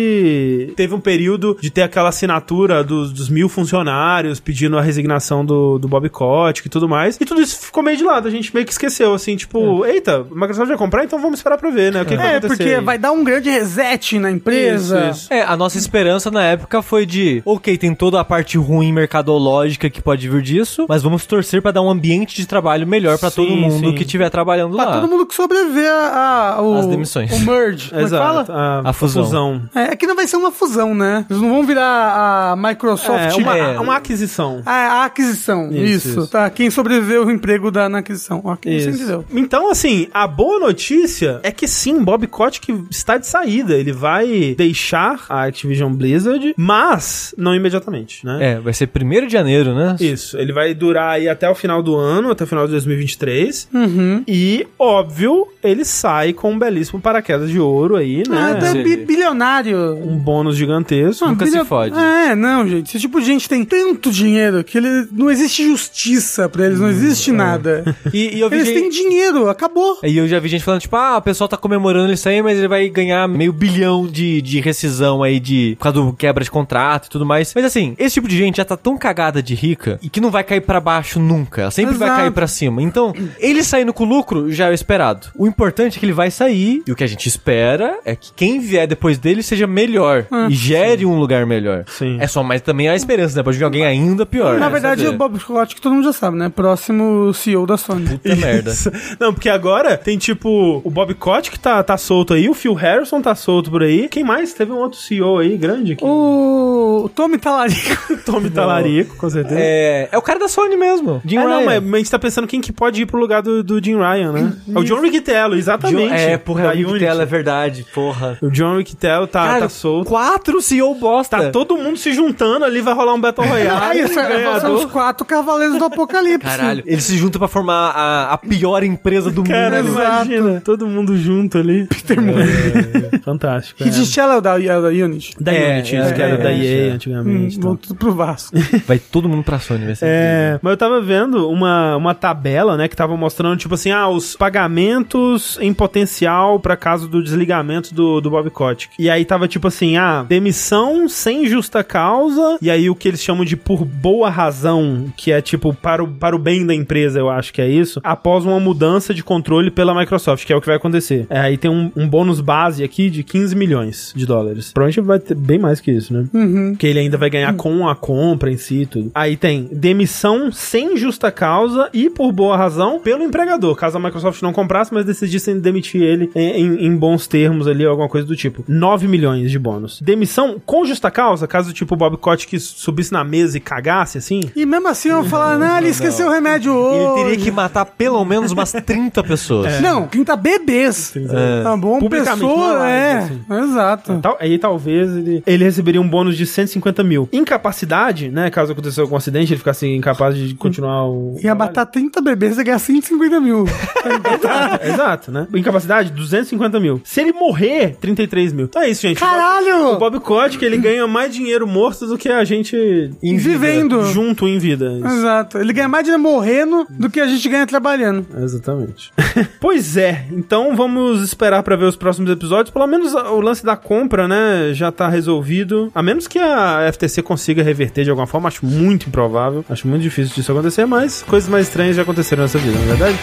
[SPEAKER 1] nesse. Teve um período de ter aquela assinatura dos, dos mil funcionários pedindo a resignação do, do Bob Kotick e tudo mais. E tudo isso ficou meio de lado. A gente meio que esqueceu, assim, tipo, eita, a Microsoft vai comprar, então vamos esperar pra ver, né? O que, que vai
[SPEAKER 3] É,
[SPEAKER 1] acontecer.
[SPEAKER 3] porque vai dar um grande reset na empresa.
[SPEAKER 1] Isso, isso.
[SPEAKER 2] É, a nossa esperança na época foi de, ok, tem toda a parte ruim mercadológica que pode vir disso, mas vamos torcer pra dar um ambiente de trabalho melhor pra todo
[SPEAKER 1] Sim,
[SPEAKER 2] mundo
[SPEAKER 1] sim.
[SPEAKER 2] que estiver trabalhando
[SPEAKER 3] Pra
[SPEAKER 2] lá.
[SPEAKER 3] todo mundo que sobreviver a, a- o,
[SPEAKER 2] As demissões.
[SPEAKER 3] O merge. Como é que
[SPEAKER 1] Exato.
[SPEAKER 3] fala?
[SPEAKER 1] A,
[SPEAKER 2] A fusão.
[SPEAKER 3] É, é que não vai ser uma fusão, né? Eles não vão virar a
[SPEAKER 1] É,
[SPEAKER 3] Microsoft.
[SPEAKER 1] uma,
[SPEAKER 2] é.
[SPEAKER 1] uma aquisição.
[SPEAKER 3] A, a aquisição. Isso,
[SPEAKER 1] Isso, isso.
[SPEAKER 3] Tá, quem sobreviveu o emprego da na aquisição. Ok, você entendeu.
[SPEAKER 1] Então, assim, a boa notícia é que sim, Bob Kotick está de saída. Ele vai deixar a Activision Blizzard, mas não imediatamente, né?
[SPEAKER 2] É, vai ser 1 de janeiro,
[SPEAKER 3] É.
[SPEAKER 2] né?
[SPEAKER 1] Isso, ele vai durar aí até o final do ano, até o final de 2023.
[SPEAKER 3] Uhum.
[SPEAKER 1] E, óbvio, ele sai com um belíssimo paraquedas de ouro aí,
[SPEAKER 3] Ah,
[SPEAKER 1] né?
[SPEAKER 3] tá
[SPEAKER 2] É, sim.
[SPEAKER 3] bi- bilionário.
[SPEAKER 1] um bônus gigantesco.
[SPEAKER 2] Nunca se
[SPEAKER 3] Bilio-
[SPEAKER 2] fode.
[SPEAKER 3] É, não, gente. Esse tipo de gente tem tanto dinheiro que ele, não existe justiça pra eles, não existe nada.
[SPEAKER 2] E, e Hum, é. eu vi
[SPEAKER 3] Eles
[SPEAKER 2] gente-
[SPEAKER 3] têm dinheiro, acabou.
[SPEAKER 2] E eu já vi gente falando, tipo, ah, o pessoal tá comemorando isso aí, mas ele vai ganhar meio bilhão de, de rescisão aí de. Por causa do quebra de contrato e tudo mais. Mas assim, esse tipo de gente já tá tão cagada de rica e que não vai cair pra baixo nunca. Ela sempre vai
[SPEAKER 3] Exato.
[SPEAKER 2] cair pra cima. Então, ele saindo com lucro já é o esperado. O importante é que ele vai sair e o que a gente espera é que quem vier depois dele seja melhor e gere um lugar melhor.
[SPEAKER 1] Ah, Sim.
[SPEAKER 2] É só mais também a esperança, né? Pode vir alguém ainda pior.
[SPEAKER 3] Na
[SPEAKER 2] né?
[SPEAKER 3] verdade,
[SPEAKER 2] Sabe?
[SPEAKER 3] o Bob Scott, que todo mundo já sabe, né? Próximo CEO da Sony.
[SPEAKER 2] Puta merda.
[SPEAKER 1] Isso. Não, porque agora tem tipo o Bob Kotick tá, tá solto aí, o Phil Harrison tá solto por aí. Quem mais? Teve um outro CEO aí grande que
[SPEAKER 3] O o Tommy Talarico.
[SPEAKER 1] Tommy Talarico, com certeza.
[SPEAKER 2] É, é o cara da Sony mesmo. Jim
[SPEAKER 1] É, não,
[SPEAKER 2] Ryan.
[SPEAKER 1] mas mas a gente tá pensando quem que pode ir pro lugar do, do Jim Ryan, né? É o John Riccitello, exatamente.
[SPEAKER 2] John- é, porra,
[SPEAKER 1] da
[SPEAKER 2] é o é Nick
[SPEAKER 1] Unity.
[SPEAKER 2] Tell, é verdade, porra.
[SPEAKER 1] O John Riccitello
[SPEAKER 2] Ah,
[SPEAKER 1] tá, tá solto.
[SPEAKER 2] quatro CEO bosta.
[SPEAKER 1] Tá todo mundo se juntando ali, vai rolar um Battle
[SPEAKER 3] Aí,
[SPEAKER 1] Royale.
[SPEAKER 2] é,
[SPEAKER 3] essa-
[SPEAKER 1] ganhador.
[SPEAKER 3] são os quatro cavaleiros do apocalipse.
[SPEAKER 2] Caralho, eles se juntam pra formar a, a pior empresa do
[SPEAKER 1] Cara,
[SPEAKER 2] mundo.
[SPEAKER 3] Exato.
[SPEAKER 1] imagina, todo mundo junto ali. Peter é, Fantástico.
[SPEAKER 3] Que Shell é o da, é o da Unity.
[SPEAKER 1] Da
[SPEAKER 2] É,
[SPEAKER 1] Unity,
[SPEAKER 2] é,
[SPEAKER 1] isso que era
[SPEAKER 2] é,
[SPEAKER 1] da
[SPEAKER 2] é,
[SPEAKER 1] EA
[SPEAKER 2] é.
[SPEAKER 3] Hum,
[SPEAKER 1] antigamente. e tal.
[SPEAKER 3] vão tudo pro Vasco.
[SPEAKER 2] Vai todo mundo pra Sony, vai ser incrível.
[SPEAKER 1] É, mas eu tava vendo uma, uma tabela, né, que tava mostrando, tipo assim, ah, os pagamentos em potencial pra caso do desligamento do, do Bob Kotick. E aí tava tipo assim, ah, demissão sem justa causa, e aí o que eles chamam de por boa razão, que é tipo para o, para o bem da empresa, eu acho que é isso, após uma mudança de controle pela Microsoft, que é o que vai acontecer. É, aí tem um, um bônus base aqui de 15 milhões de dólares. Provavelmente vai ter bem mais que isso, né?
[SPEAKER 2] Uhum.
[SPEAKER 1] Que ele ainda vai ganhar com a compra em si e tudo. Aí tem demissão sem justa causa e por boa razão pelo empregador. Caso a Microsoft não comprasse, mas decidisse demitir ele em, em- em bons termos ali, alguma coisa do tipo. 9 milhões de bônus. Demissão com justa causa, caso tipo o Bob Kotick subisse na mesa e cagasse assim.
[SPEAKER 3] E mesmo assim eu vou falar, não, ele esqueceu o remédio
[SPEAKER 2] Ele
[SPEAKER 3] hoje.
[SPEAKER 2] teria que É. matar pelo menos umas 30 pessoas.
[SPEAKER 3] Não, quem tá bebês.
[SPEAKER 1] É.
[SPEAKER 3] Tá bom?
[SPEAKER 1] Publicamente, na
[SPEAKER 3] Pessoa,
[SPEAKER 1] live,
[SPEAKER 3] é.
[SPEAKER 1] assim.
[SPEAKER 3] Exato.
[SPEAKER 1] Tal- aí talvez ele, ele receberia um bônus de 150 mil. Incapacidade, né? Caso acontecesse algum acidente, ele ficasse incapaz de continuar o.
[SPEAKER 3] Ia matar 30 bebês e ganhar 150 mil.
[SPEAKER 1] Exato, né? Incapacidade, 250 mil. Se ele morrer, 33 mil. Então é isso, gente. O
[SPEAKER 3] Caralho!
[SPEAKER 1] Bob Kotick, ele ganha mais dinheiro morto do que a gente... Em vida.
[SPEAKER 3] Vivendo.
[SPEAKER 1] Junto em vida.
[SPEAKER 2] é
[SPEAKER 1] É Isso.
[SPEAKER 3] Exato. Ele ganha mais dinheiro morrendo do que a gente ganha trabalhando.
[SPEAKER 1] Exatamente. pois é, então vamos esperar pra ver os próximos episódios. Pelo menos a- o lance da compra, né, já tá resolvido. A menos que a FTC consiga reverter de alguma forma, acho muito improvável. Acho muito difícil disso acontecer, mas coisas mais estranhas já aconteceram nessa vida, não é verdade?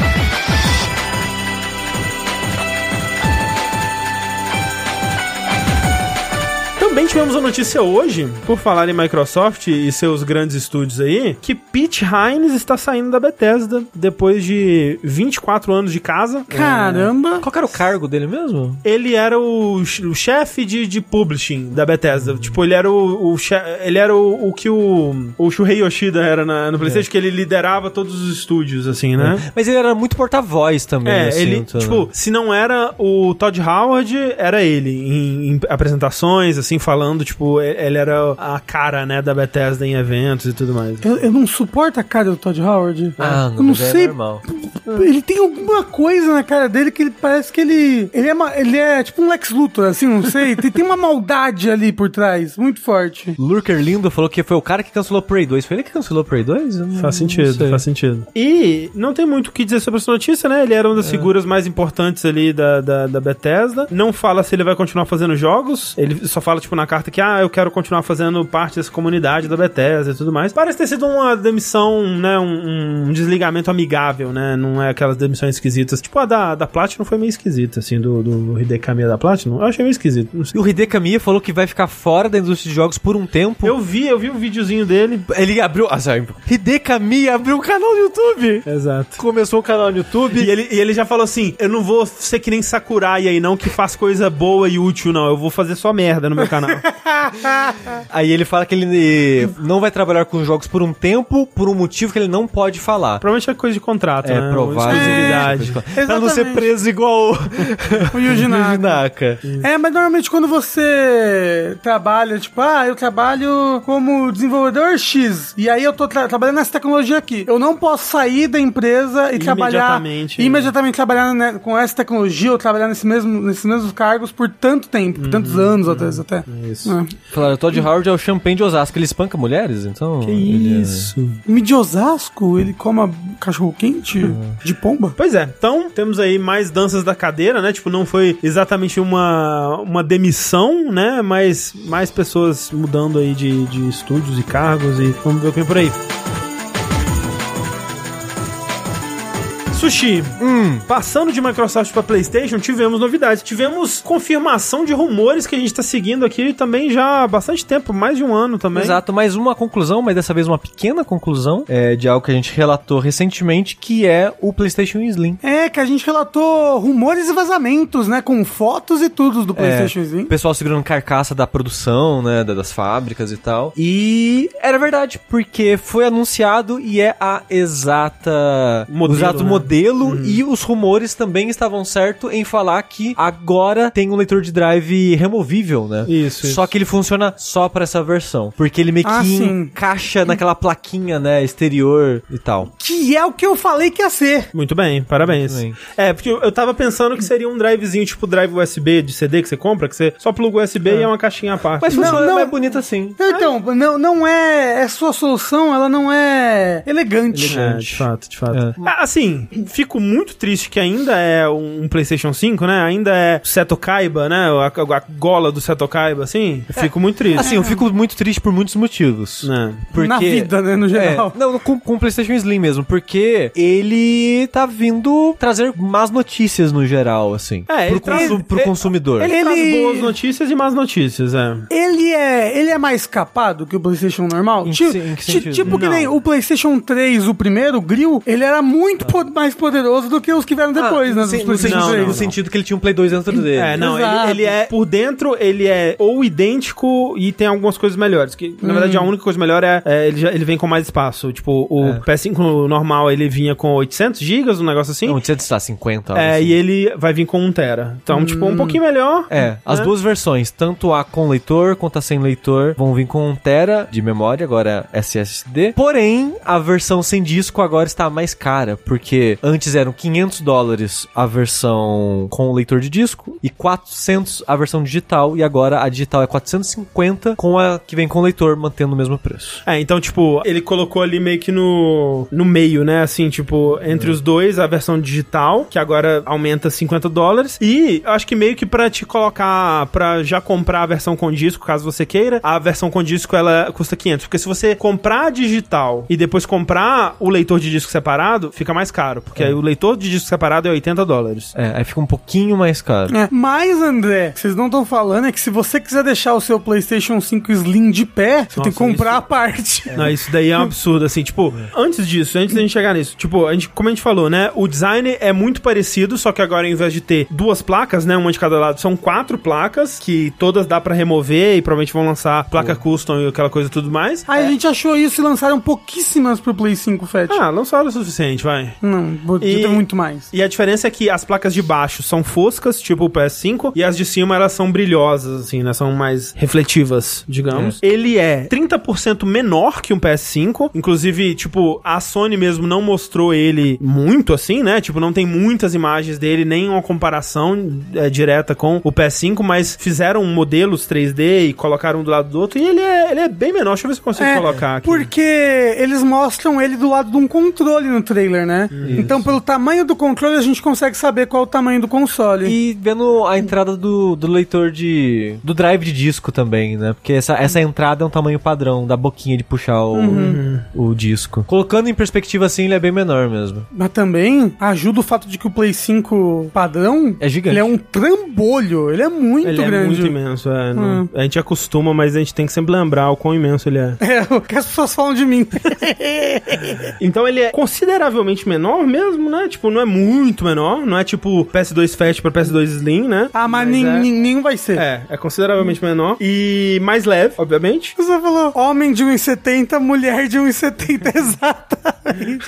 [SPEAKER 1] Também tivemos uma notícia hoje, por falar em Microsoft e seus grandes estúdios aí, que Pete Hines está saindo da Bethesda depois de 24 anos de casa. É.
[SPEAKER 3] Caramba.
[SPEAKER 2] É. Qual que era o cargo dele mesmo?
[SPEAKER 1] Ele era o, che- o chefe de, de publishing da Bethesda. Tipo, ele era o, o che- ele era o, o que o, o Shuhei Yoshida era na- no PlayStation, que ele liderava todos os estúdios, assim, né?
[SPEAKER 2] Mas ele era muito porta-voz também,
[SPEAKER 1] É,
[SPEAKER 2] eu
[SPEAKER 1] ele,
[SPEAKER 2] sinto, né?
[SPEAKER 1] tipo, se não era o Todd Howard, era ele em, em apresentações, assim, falando, tipo, e- ele era a cara, né, da Bethesda em eventos e tudo mais.
[SPEAKER 3] Eu, eu não suporto a cara do Todd Howard.
[SPEAKER 2] Ah,
[SPEAKER 3] eu
[SPEAKER 2] não,
[SPEAKER 3] não
[SPEAKER 2] mas é
[SPEAKER 3] sei.
[SPEAKER 2] normal.
[SPEAKER 3] Ele tem alguma coisa na cara dele que ele parece que ele. Ele é, ma- ele é tipo um Lex Luthor, assim, não sei. tem, tem uma maldade ali por trás, muito forte.
[SPEAKER 2] Lurker Lindo falou que foi o cara que cancelou Prey 2. Foi ele que cancelou Prey 2? Eu não-
[SPEAKER 1] Faz
[SPEAKER 2] não
[SPEAKER 1] sentido,
[SPEAKER 2] sei.
[SPEAKER 1] faz sentido. Hum, E não tem muito o que dizer sobre essa notícia, né? Ele era uma das figuras mais importantes ali da, da, da Bethesda. Não fala se ele vai continuar fazendo jogos. Ele só fala, tipo, na carta que, ah, eu quero continuar fazendo parte dessa comunidade da Bethesda e tudo mais. Parece ter sido uma demissão, né? Um, um desligamento amigável, né? Não é aquelas demissões esquisitas. Tipo, a da, da Platinum foi meio esquisita, assim, do, do Hideki Miya da Platinum. Eu achei meio esquisito, não sei.
[SPEAKER 2] E o Hideka Miya falou que vai ficar fora da indústria de jogos por um tempo.
[SPEAKER 1] Eu vi, eu vi um videozinho dele.
[SPEAKER 2] Ele abriu... Ah, sabe, Hideka Miya abriu um canal no YouTube!
[SPEAKER 1] Exato.
[SPEAKER 2] Começou o canal no YouTube...
[SPEAKER 1] E ele, e ele já falou assim: eu não vou ser que nem Sakurai aí, não, que faz coisa boa e útil, não. Eu vou fazer só merda no meu canal.
[SPEAKER 2] Aí ele fala que ele não vai trabalhar com jogos por um tempo, por um motivo que ele não pode falar.
[SPEAKER 1] Provavelmente é coisa de contrato,
[SPEAKER 2] É
[SPEAKER 1] né?
[SPEAKER 2] provável.
[SPEAKER 1] Exclusividade.
[SPEAKER 2] É, pra não ser
[SPEAKER 3] exatamente.
[SPEAKER 2] preso igual o
[SPEAKER 3] O Yuji
[SPEAKER 2] Yuji
[SPEAKER 3] Naka.
[SPEAKER 2] Naka.
[SPEAKER 3] É, mas normalmente quando você trabalha, tipo, ah, eu trabalho como desenvolvedor X, e aí eu tô tra- trabalhando nessa tecnologia aqui. Eu não posso sair da empresa e trabalhar
[SPEAKER 1] Imediatamente.
[SPEAKER 3] imediatamente trabalhar né, com essa tecnologia ou trabalhar nesse mesmo, nesses mesmos cargos por tanto tempo, por tantos anos, às vezes até.
[SPEAKER 1] Isso.
[SPEAKER 3] É.
[SPEAKER 2] Falaram, Todd Howard é o champanhe de Osasco, ele espanca mulheres, então...
[SPEAKER 1] Que
[SPEAKER 2] ele é-
[SPEAKER 1] isso.
[SPEAKER 3] Me de Osasco, ele coma cachorro quente de pomba?
[SPEAKER 1] Pois é, então temos aí mais danças da cadeira, né? Tipo, não foi exatamente uma, uma demissão, né? Mas mais pessoas mudando aí de, de estúdios e cargos e vamos ver o que vem por aí. Sushi,
[SPEAKER 2] Hum,
[SPEAKER 1] Passando de Microsoft pra PlayStation, tivemos novidades. Tivemos confirmação de rumores que a gente tá seguindo aqui também já há bastante tempo mais de um ano também.
[SPEAKER 2] Exato, mais uma conclusão, mas dessa vez uma pequena conclusão é, de algo que a gente relatou recentemente, que é o PlayStation Slim.
[SPEAKER 3] É, que a gente relatou rumores e vazamentos, né? Com fotos e tudo do
[SPEAKER 2] É,
[SPEAKER 3] PlayStation Slim.
[SPEAKER 2] o pessoal segurando carcaça da produção, né, da- das fábricas e tal. E era verdade, porque foi anunciado e é a exata
[SPEAKER 1] Modelo,
[SPEAKER 2] o exato
[SPEAKER 1] né?
[SPEAKER 2] modelo e os rumores também estavam certo em falar que agora tem um leitor de drive removível, né?
[SPEAKER 1] Isso,
[SPEAKER 2] Só que ele funciona só pra essa versão, porque ele meio que
[SPEAKER 3] Ah, sim.
[SPEAKER 2] encaixa naquela plaquinha, né, exterior e tal.
[SPEAKER 3] Que é o que eu falei que ia ser.
[SPEAKER 1] Muito bem, parabéns.
[SPEAKER 2] Muito bem.
[SPEAKER 1] É, porque eu eu tava pensando que seria um drivezinho tipo drive USB de CD que você compra, que você só pluga o USB e é uma caixinha à parte.
[SPEAKER 2] Mas
[SPEAKER 3] Não,
[SPEAKER 2] funciona
[SPEAKER 3] não.
[SPEAKER 2] mais bonito assim.
[SPEAKER 3] Então, não, não é. É sua solução, ela não é elegante.
[SPEAKER 1] É, de fato, de fato.
[SPEAKER 2] É.
[SPEAKER 1] Ah, Assim, fico muito triste que ainda é um PlayStation 5, né? Ainda é Seto Kaiba, né? A, a gola do Seto Kaiba, assim. Eu Fico muito triste.
[SPEAKER 2] Assim, eu fico muito triste por muitos motivos.
[SPEAKER 1] né?
[SPEAKER 2] Porque...
[SPEAKER 3] Na vida, né, no
[SPEAKER 2] É,
[SPEAKER 3] geral.
[SPEAKER 2] não, com, com o PlayStation Slim mesmo, porque ele tá vindo trazer más notícias no geral, assim.
[SPEAKER 1] É, ele
[SPEAKER 2] pro,
[SPEAKER 1] traz-
[SPEAKER 2] consu- pro
[SPEAKER 1] ele-
[SPEAKER 2] consumidor.
[SPEAKER 1] Ele,
[SPEAKER 3] Ele-
[SPEAKER 1] traz boas notícias e más notícias, é.
[SPEAKER 3] Ele é, ele é mais capado que o PlayStation normal?
[SPEAKER 2] Em
[SPEAKER 3] Ti-
[SPEAKER 2] que- em que
[SPEAKER 3] ti-
[SPEAKER 2] sentido?
[SPEAKER 3] tipo que
[SPEAKER 1] Não.
[SPEAKER 3] nem o PlayStation 3, o primeiro, o Grill, ele era muito po- mais poderoso do que os que vieram depois,
[SPEAKER 2] Ah. no,
[SPEAKER 3] né? dos
[SPEAKER 2] sen- no,
[SPEAKER 3] PlayStation
[SPEAKER 2] sentido,
[SPEAKER 1] não,
[SPEAKER 2] no
[SPEAKER 3] 3.
[SPEAKER 1] não.
[SPEAKER 2] sentido que ele tinha um Play 2 dentro dele.
[SPEAKER 1] É, não,
[SPEAKER 3] Exato.
[SPEAKER 1] ele, ele é. Por dentro, ele é ou idêntico e tem algumas coisas melhores. Que, na verdade, a única coisa melhor é, é, ele, já- ele vem com mais espaço. Tipo, o
[SPEAKER 2] É.
[SPEAKER 1] PS5 normal ele vinha com 800 GB, um negócio assim.
[SPEAKER 2] Não, tinha de estar 50.
[SPEAKER 1] é,
[SPEAKER 2] assim.
[SPEAKER 1] e ele vai vir com 1 tera. Então, tipo, um pouquinho melhor.
[SPEAKER 2] É, as
[SPEAKER 1] né?
[SPEAKER 2] duas versões, tanto a com leitor quanto a sem leitor, vão vir com 1 tera de memória, agora SSD. Porém, a versão sem disco agora está mais cara, porque antes eram 500 dólares a versão com leitor de disco e 400 a versão digital, e agora a digital é 450 com a que vem com leitor, mantendo o mesmo preço.
[SPEAKER 1] É, então, tipo, ele colocou ali meio que no, no meio, né? Assim, tipo, entre os dois, a versão digital, que agora aumenta 50 dólares. E eu acho que meio que pra te colocar, pra já comprar a versão com disco, caso você queira, a versão com disco ela custa 500. Porque se você comprar a digital e depois comprar o leitor de disco separado, fica mais caro. porque aí o leitor de disco separado é 80 dólares.
[SPEAKER 2] É, aí fica um pouquinho mais caro.
[SPEAKER 3] É, Mas, André, o que vocês não estão falando é que se você quiser deixar o seu PlayStation 5 Slim de pé, você tem que
[SPEAKER 1] Nossa,
[SPEAKER 3] comprar
[SPEAKER 1] isso-
[SPEAKER 3] a parte.
[SPEAKER 1] Não, isso daí é um absurdo, assim, tipo, antes disso, antes da gente chegar nisso, tipo, a gente, como a gente falou, né, o design é muito parecido, só que agora ao invés de ter duas placas, né, uma de cada lado, são quatro placas, que todas dá pra remover e provavelmente vão lançar placa custom e aquela coisa e tudo mais.
[SPEAKER 3] Aí a gente achou isso e lançaram pouquíssimas pro Play 5, Fat.
[SPEAKER 1] Ah, lançaram o suficiente, vai.
[SPEAKER 3] Não, podia
[SPEAKER 1] E-
[SPEAKER 3] ter muito mais.
[SPEAKER 1] E a diferença é que as placas de baixo são foscas, tipo o PS5, e as de cima elas são brilhosas, assim, né? São mais refletivas, digamos. Ele é 30% menor que um PS5. Inclusive, tipo, a Sony mesmo não mostrou ele muito assim, né? Tipo, não tem muitas imagens dele, nem uma comparação é, direta com o PS5, mas fizeram modelos 3D e colocaram um do lado do outro. E ele é, ele é bem menor. Deixa eu ver se eu consigo
[SPEAKER 3] É,
[SPEAKER 1] colocar aqui.
[SPEAKER 3] Porque eles mostram ele do lado de um controle no trailer, né? Então, pelo tamanho do controle, a gente consegue saber qual é o tamanho do console.
[SPEAKER 2] E vendo a entrada do, do leitor de. do drive de disco também, né? Porque essa, essa entrada é um tamanho padrão da boquinha de puxar o, o disco. Colocando em perspectiva assim, ele é bem menor mesmo.
[SPEAKER 3] Mas também ajuda o fato de que o Play 5 padrão
[SPEAKER 2] É gigante.
[SPEAKER 3] ele é um trambolho. Ele é muito
[SPEAKER 1] Ele é
[SPEAKER 3] grande.
[SPEAKER 1] muito imenso, é. não-
[SPEAKER 3] Hum.
[SPEAKER 1] A gente acostuma, mas a gente tem que sempre lembrar o quão imenso ele é.
[SPEAKER 3] É, o que as pessoas falam de mim.
[SPEAKER 1] Então ele é consideravelmente menor mesmo, né? Tipo, não é muito menor, não é tipo PS2 Fat pra PS2 Slim, né?
[SPEAKER 3] ah, mas,
[SPEAKER 1] Mas
[SPEAKER 3] nin-
[SPEAKER 1] é-
[SPEAKER 3] nin- nenhum vai ser.
[SPEAKER 1] É, é consideravelmente menor e mais leve, obviamente.
[SPEAKER 3] Você falou homem de 1,70, mulher de 1,70 exatamente.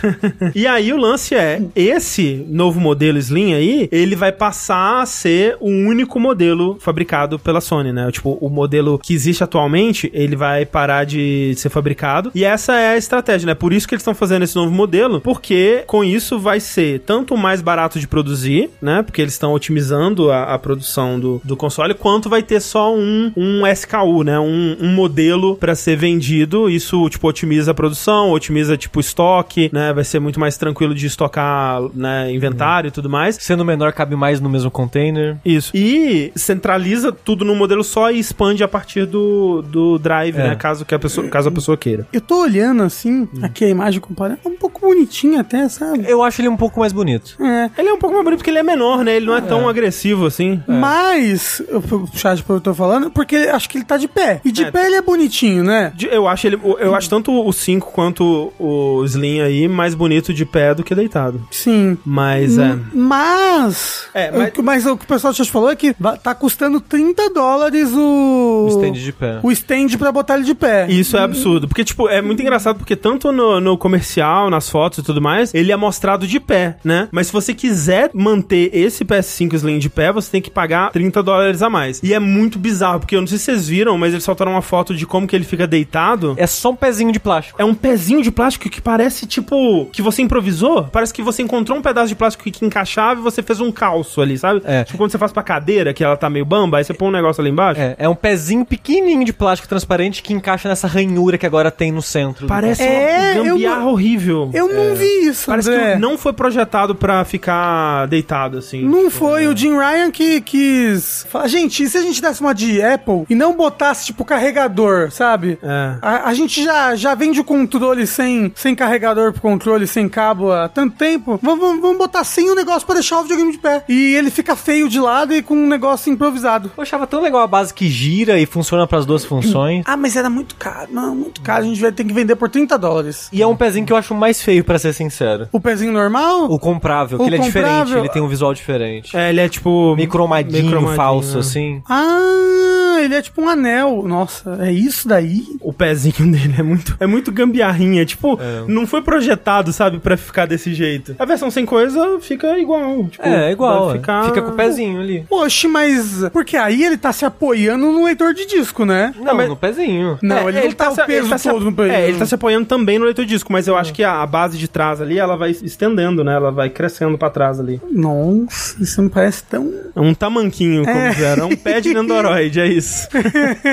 [SPEAKER 1] E aí o lance é, esse novo modelo Slim aí, ele vai passar a ser o único modelo fabricado pela Sony, né? Tipo, o modelo que existe atualmente, ele vai parar de ser fabricado. E essa é a estratégia, né? Por isso que eles estão fazendo esse novo modelo, porque com isso vai ser tanto mais barato de produzir, né? Porque eles estão otimizando a, a produção do, do console, quanto vai ter só um, um SKU, né? Um, um modelo pra ser vendido. Isso, tipo, otimiza a produção, otimiza, tipo, estoque, né? Vai ser muito mais tranquilo de estocar, né? Inventário e tudo mais.
[SPEAKER 2] Sendo menor, cabe mais no mesmo container.
[SPEAKER 1] Isso. E centraliza tudo num modelo só e expande a partir do, do drive,
[SPEAKER 2] É.
[SPEAKER 1] né? Caso, que a pessoa, caso a pessoa queira.
[SPEAKER 3] Eu tô olhando assim,
[SPEAKER 1] Hum.
[SPEAKER 3] aqui a imagem comparando, é um pouco bonitinha até, sabe?
[SPEAKER 2] Eu acho ele um pouco mais bonito.
[SPEAKER 3] É.
[SPEAKER 1] Ele é um pouco mais bonito porque ele é menor, né? Ele não é, tão agressivo assim.
[SPEAKER 3] Mas, eu vou puxar de eu tô falando, porque acho que ele tá de pé. E de
[SPEAKER 1] É.
[SPEAKER 3] pé ele é bonitinho, né?
[SPEAKER 1] De- Eu acho ele, eu acho tanto o 5 quanto o Slim aí mais bonito de pé do que deitado.
[SPEAKER 3] Sim.
[SPEAKER 1] Mas é.
[SPEAKER 3] Mas,
[SPEAKER 1] É,
[SPEAKER 3] o
[SPEAKER 1] mas-
[SPEAKER 3] que- mas... o que o pessoal te falou é que va- tá custando 30 dólares o.
[SPEAKER 2] O stand de pé.
[SPEAKER 3] O stand pra botar ele de pé.
[SPEAKER 1] E Isso é absurdo. Porque, tipo, é muito engraçado porque tanto no, no comercial, nas fotos e tudo mais, ele é mostrado de pé, né? Mas se você quiser manter esse PS5 Slim de pé, você tem que pagar 30 dólares a mais. E é muito bizarro, porque eu não sei se vocês viram, mas eles soltaram uma foto de como que ele fica deitado.
[SPEAKER 2] É só um pezinho de plástico.
[SPEAKER 1] É um pezinho de plástico que parece tipo que você improvisou. Parece que você encontrou um pedaço de plástico que encaixava e você fez um calço ali, sabe?
[SPEAKER 2] É.
[SPEAKER 1] Tipo quando você faz pra cadeira, que ela tá meio bamba, aí você põe um negócio ali embaixo.
[SPEAKER 2] É, é um pezinho pequenininho de plástico transparente que encaixa nessa ranhura que agora tem no centro. do
[SPEAKER 1] Parece
[SPEAKER 3] É,
[SPEAKER 1] uma
[SPEAKER 3] eu
[SPEAKER 1] gambiarra
[SPEAKER 3] não-
[SPEAKER 1] horrível.
[SPEAKER 3] Eu não é. vi isso,
[SPEAKER 1] É. Parece
[SPEAKER 3] André.
[SPEAKER 1] que não foi projetado pra ficar deitado assim.
[SPEAKER 3] Não foi o Jim Ryan que quis. falar, Gente, e se a gente desse uma de Apple e não botasse, tipo, carregador, sabe?
[SPEAKER 1] É.
[SPEAKER 3] A, a gente já, já vende o controle sem, sem carregador pro controle, sem cabo há tanto tempo. Vamos, vamos- vamos botar sem o negócio pra deixar o videogame de pé. E ele fica feio de lado e com um negócio improvisado.
[SPEAKER 2] Eu achava tão legal a base que gira e funciona pras duas funções.
[SPEAKER 3] Ah, mas era muito caro. Não, muito caro. A gente vai ter que vender por 30 dólares.
[SPEAKER 2] E é um pezinho que eu acho mais feio, pra ser sincero.
[SPEAKER 3] O pezinho normal?
[SPEAKER 2] O comprável,
[SPEAKER 3] O
[SPEAKER 2] que ele é
[SPEAKER 3] comprável-
[SPEAKER 2] diferente, ele tem um visual diferente.
[SPEAKER 1] É, ele é tipo
[SPEAKER 2] Meio cromadinho,
[SPEAKER 1] meio cromadinho,
[SPEAKER 2] falso,
[SPEAKER 1] né?
[SPEAKER 2] assim.
[SPEAKER 3] Ah, ele é tipo um anel. Nossa, é isso daí?
[SPEAKER 1] O pezinho dele é muito, é muito gambiarrinha. Tipo,
[SPEAKER 2] É.
[SPEAKER 1] não foi projetado, sabe, pra ficar desse jeito. A versão sem coisa fica igual. Tipo,
[SPEAKER 2] É, igual.
[SPEAKER 1] vai
[SPEAKER 2] é. Fica com o pezinho ali.
[SPEAKER 3] Poxa, mas. Porque aí ele tá se apoiando no leitor de disco, né?
[SPEAKER 2] Não,
[SPEAKER 1] Ah, mas-
[SPEAKER 2] no pezinho.
[SPEAKER 3] Não, ele, não tá,
[SPEAKER 1] se-
[SPEAKER 3] o peso
[SPEAKER 1] ele tá se-
[SPEAKER 3] todo no Hum. peito.
[SPEAKER 1] É, ele tá se apoiando também no leitor de disco, mas eu acho que a, a base de trás ali, ela vai estendendo, né? Ela vai crescendo pra trás ali.
[SPEAKER 3] Nossa, isso me parece tão.
[SPEAKER 1] É um tamanquinho, como
[SPEAKER 3] É.
[SPEAKER 1] fizeram. É um pé de Nendoroid, é isso. mas.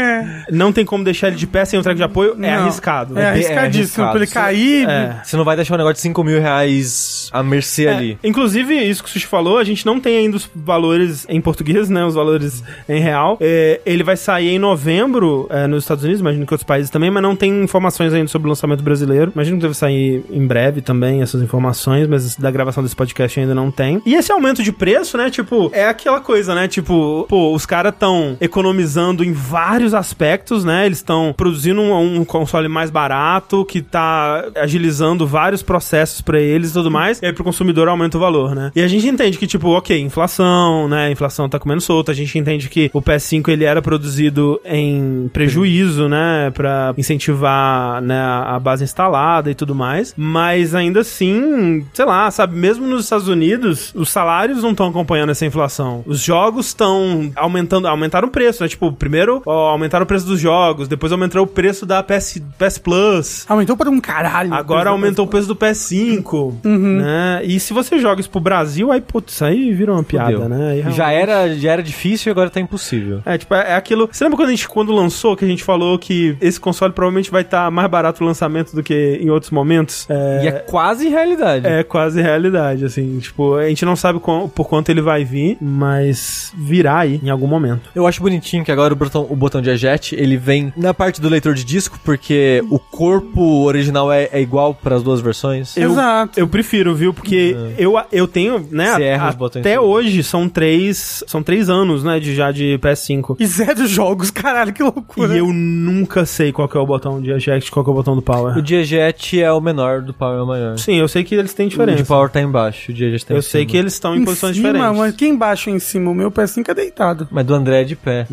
[SPEAKER 1] não tem como deixar ele de pé sem um treco de apoio, é
[SPEAKER 3] Não.
[SPEAKER 1] arriscado.
[SPEAKER 3] É
[SPEAKER 1] É.
[SPEAKER 3] arriscadíssimo.
[SPEAKER 2] arriscado.
[SPEAKER 3] pra ele cair.
[SPEAKER 2] Você não vai deixar um negócio de 5 mil reais à mercê
[SPEAKER 1] É,
[SPEAKER 2] ali.
[SPEAKER 1] Inclusive, isso que o Sushi falou, a gente não tem ainda os valores em português, né? Os valores em real. É, ele vai sair em novembro é, nos Estados Unidos, imagino que outros países também, mas não tem informações ainda sobre o lançamento brasileiro. Imagino que deve sair em breve também essas informações, mas da gravação desse podcast ainda não tem. E esse aumento de preço, né? Tipo, é aquela coisa, né? Tipo, pô, os caras estão economizando em vários aspectos, né? Eles estão produzindo um, um console mais barato, que tá agilizando vários processos pra eles e tudo mais. E aí pro consumidor aumenta o valor, né? E a gente entende que, tipo, ok, inflação, né? A inflação tá comendo solta. A gente entende que o PS5 ele era produzido em prejuízo, né? Pra incentivar né, a base instalada e tudo mais. Mas ainda assim, sei lá, sabe? Mesmo nos Estados Unidos, os salários não estão acompanhando essa inflação. Os jogos estão aumentando, aumentaram o preço, né? Tipo, primeiro ó, aumentaram o preço dos jogos, depois aumentou o preço da PS, PS Plus.
[SPEAKER 3] Aumentou para um caralho.
[SPEAKER 1] Agora aumentou o preço do PS5,
[SPEAKER 2] Uhum.
[SPEAKER 1] né? E se você joga isso pro Brasil, aí, putz, aí vira uma piada,
[SPEAKER 2] Fudeu.
[SPEAKER 1] né? Aí, realmente-
[SPEAKER 2] Já é? era, já era difícil e agora tá impossível.
[SPEAKER 1] é, tipo, é é aquilo. Você lembra quando a gente quando lançou que a gente falou que esse console provavelmente vai estar mais barato o lançamento do que em outros momentos? É,
[SPEAKER 2] E é quase realidade.
[SPEAKER 1] é quase realidade, assim. Tipo, a gente não sabe quão- por quanto ele vai vir, mas virá aí em algum momento.
[SPEAKER 2] Eu acho bonitinho que agora o botão, o botão de eject, ele vem na parte do leitor de disco, porque o corpo original é, é igual para as duas versões.
[SPEAKER 1] Eu-
[SPEAKER 3] Exato.
[SPEAKER 1] Eu prefiro, viu? Porque eu, eu tenho, né?
[SPEAKER 2] É. Você erra os botões
[SPEAKER 1] até
[SPEAKER 2] todos.
[SPEAKER 1] hoje são três, são três anos, né? De, já de PS5.
[SPEAKER 3] E zero jogos, caralho, que loucura.
[SPEAKER 1] E eu nunca sei qual que é o botão de eject, qual que é o botão do power.
[SPEAKER 2] O de eject é o menor, do power é o maior.
[SPEAKER 1] Sim, eu sei que eles têm
[SPEAKER 2] O de
[SPEAKER 1] diferença.
[SPEAKER 2] power tá embaixo, o de eject tá em
[SPEAKER 1] Eu sei
[SPEAKER 2] cima.
[SPEAKER 1] que eles estão em, posições
[SPEAKER 3] cima,
[SPEAKER 1] diferentes.
[SPEAKER 3] Mas aqui embaixo em cima, o meu PS5 é deitado.
[SPEAKER 2] Mas do André é de pé.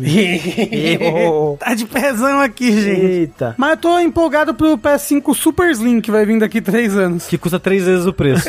[SPEAKER 3] tá de pezão aqui, gente.
[SPEAKER 1] Eita.
[SPEAKER 3] Mas eu tô empolgado pro PS5 Super Slim, que vai vir daqui três anos.
[SPEAKER 2] Que custa três vezes o preço.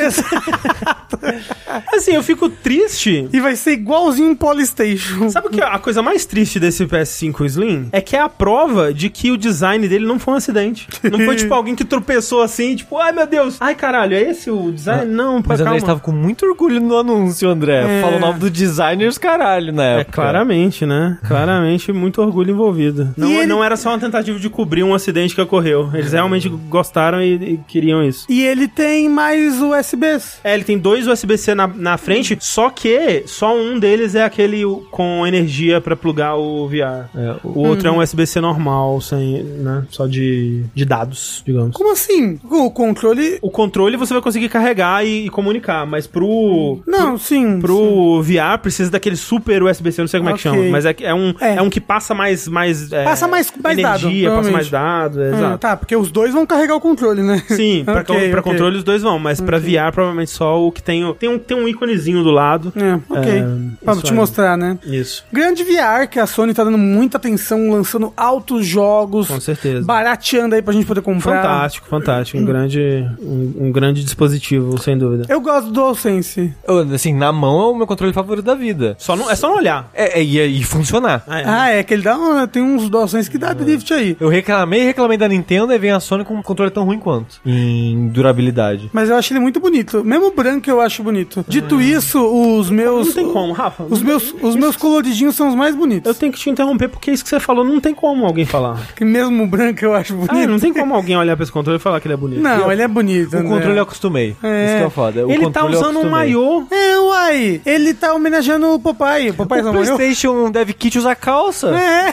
[SPEAKER 1] Assim, eu fico triste.
[SPEAKER 3] E vai ser igualzinho um Polystation.
[SPEAKER 1] Sabe o que é a coisa mais triste desse PS5 Slim? É que é a prova de que o design dele não foi um acidente. Não foi tipo alguém que tropeçou assim, tipo, ai meu Deus, ai caralho, é esse o design? não, pá,
[SPEAKER 2] Mas o
[SPEAKER 1] calma.
[SPEAKER 2] André estava com muito orgulho no anúncio, André.
[SPEAKER 1] É.
[SPEAKER 2] Falou o nome do designer e os caralho na
[SPEAKER 1] É,
[SPEAKER 2] época.
[SPEAKER 1] claramente, né? Claramente, muito orgulho envolvido. Não,
[SPEAKER 3] ele-
[SPEAKER 1] não era só uma tentativa de cobrir um acidente que ocorreu. Eles realmente gostaram e, e queriam isso.
[SPEAKER 3] E ele tem mais USBs.
[SPEAKER 1] É, ele tem dois USB-C na, na frente, só que só um deles é aquele com energia pra plugar o VR.
[SPEAKER 2] É, o-
[SPEAKER 1] O outro é um USB-C normal, sem, né? Só de, de dados, digamos.
[SPEAKER 3] Como assim? O controle.
[SPEAKER 1] O controle você vai conseguir carregar e, e comunicar, mas pro.
[SPEAKER 3] Não, sim.
[SPEAKER 1] Pro VR precisa daquele super USB-C, eu não sei como
[SPEAKER 3] Ok.
[SPEAKER 1] é que chama, mas é, é um,
[SPEAKER 3] É.
[SPEAKER 1] é. um que passa mais. mais é,
[SPEAKER 3] Passa mais- mais dado,
[SPEAKER 1] energia, passa
[SPEAKER 3] provavelmente.
[SPEAKER 1] mais dado, é,
[SPEAKER 3] Ah,
[SPEAKER 1] exato.
[SPEAKER 3] Tá, porque os dois vão carregar o controle, né?
[SPEAKER 1] Sim, pra,
[SPEAKER 3] Ok,
[SPEAKER 1] con- pra
[SPEAKER 3] ok.
[SPEAKER 1] controle os dois vão, mas pra VR provavelmente só o que tem. o- Tem um, tem um íconezinho do lado.
[SPEAKER 3] É, ok.
[SPEAKER 1] É,
[SPEAKER 3] pra
[SPEAKER 1] isso
[SPEAKER 3] te
[SPEAKER 1] aí.
[SPEAKER 3] mostrar, né?
[SPEAKER 1] Isso,
[SPEAKER 3] Grande VR, que a Sony tá dando muita atenção, lançando altos jogos,
[SPEAKER 1] com certeza.
[SPEAKER 3] barateando aí pra gente poder comprar.
[SPEAKER 1] Fantástico, fantástico. Um grande, um, um grande dispositivo, sem dúvida.
[SPEAKER 3] Eu gosto do DualSense.
[SPEAKER 2] Eu, Assim, na mão é o meu controle favorito da vida.
[SPEAKER 1] Só não, é só não olhar.
[SPEAKER 2] É, é, e, e funcionar.
[SPEAKER 1] Ah, é.
[SPEAKER 3] Ah, é, que ele dá. um- Tem uns DualSense que dá drift aí.
[SPEAKER 2] Eu reclamei, reclamei da Nintendo e vem a Sony com um controle tão ruim quanto. Em durabilidade.
[SPEAKER 3] Mas eu acho ele muito bonito. Mesmo branco eu acho bonito. Dito isso, os meus.
[SPEAKER 1] É. não tem como, Rafa.
[SPEAKER 3] Os meus, os meus coloridinhos são os mais
[SPEAKER 1] Eu
[SPEAKER 3] bonitos.
[SPEAKER 1] tenho que te interromper porque isso que você falou não tem como alguém falar.
[SPEAKER 3] Que mesmo branco eu acho bonito.
[SPEAKER 1] Ah, não tem como alguém olhar pra esse controle e falar que ele é bonito.
[SPEAKER 3] Não,
[SPEAKER 1] Eu-
[SPEAKER 3] ele é bonito.
[SPEAKER 2] O
[SPEAKER 3] André.
[SPEAKER 2] controle eu acostumei.
[SPEAKER 3] É.
[SPEAKER 2] Isso que é o foda. O
[SPEAKER 1] ele tá
[SPEAKER 2] controle eu
[SPEAKER 1] usando um
[SPEAKER 2] acostumei.
[SPEAKER 1] maiô.
[SPEAKER 3] É, uai. Ele tá homenageando o Popeye. O Popeye
[SPEAKER 1] tá
[SPEAKER 2] O
[SPEAKER 1] um
[SPEAKER 3] não morreu?
[SPEAKER 2] PlayStation Dev Kit usa calça.
[SPEAKER 3] É.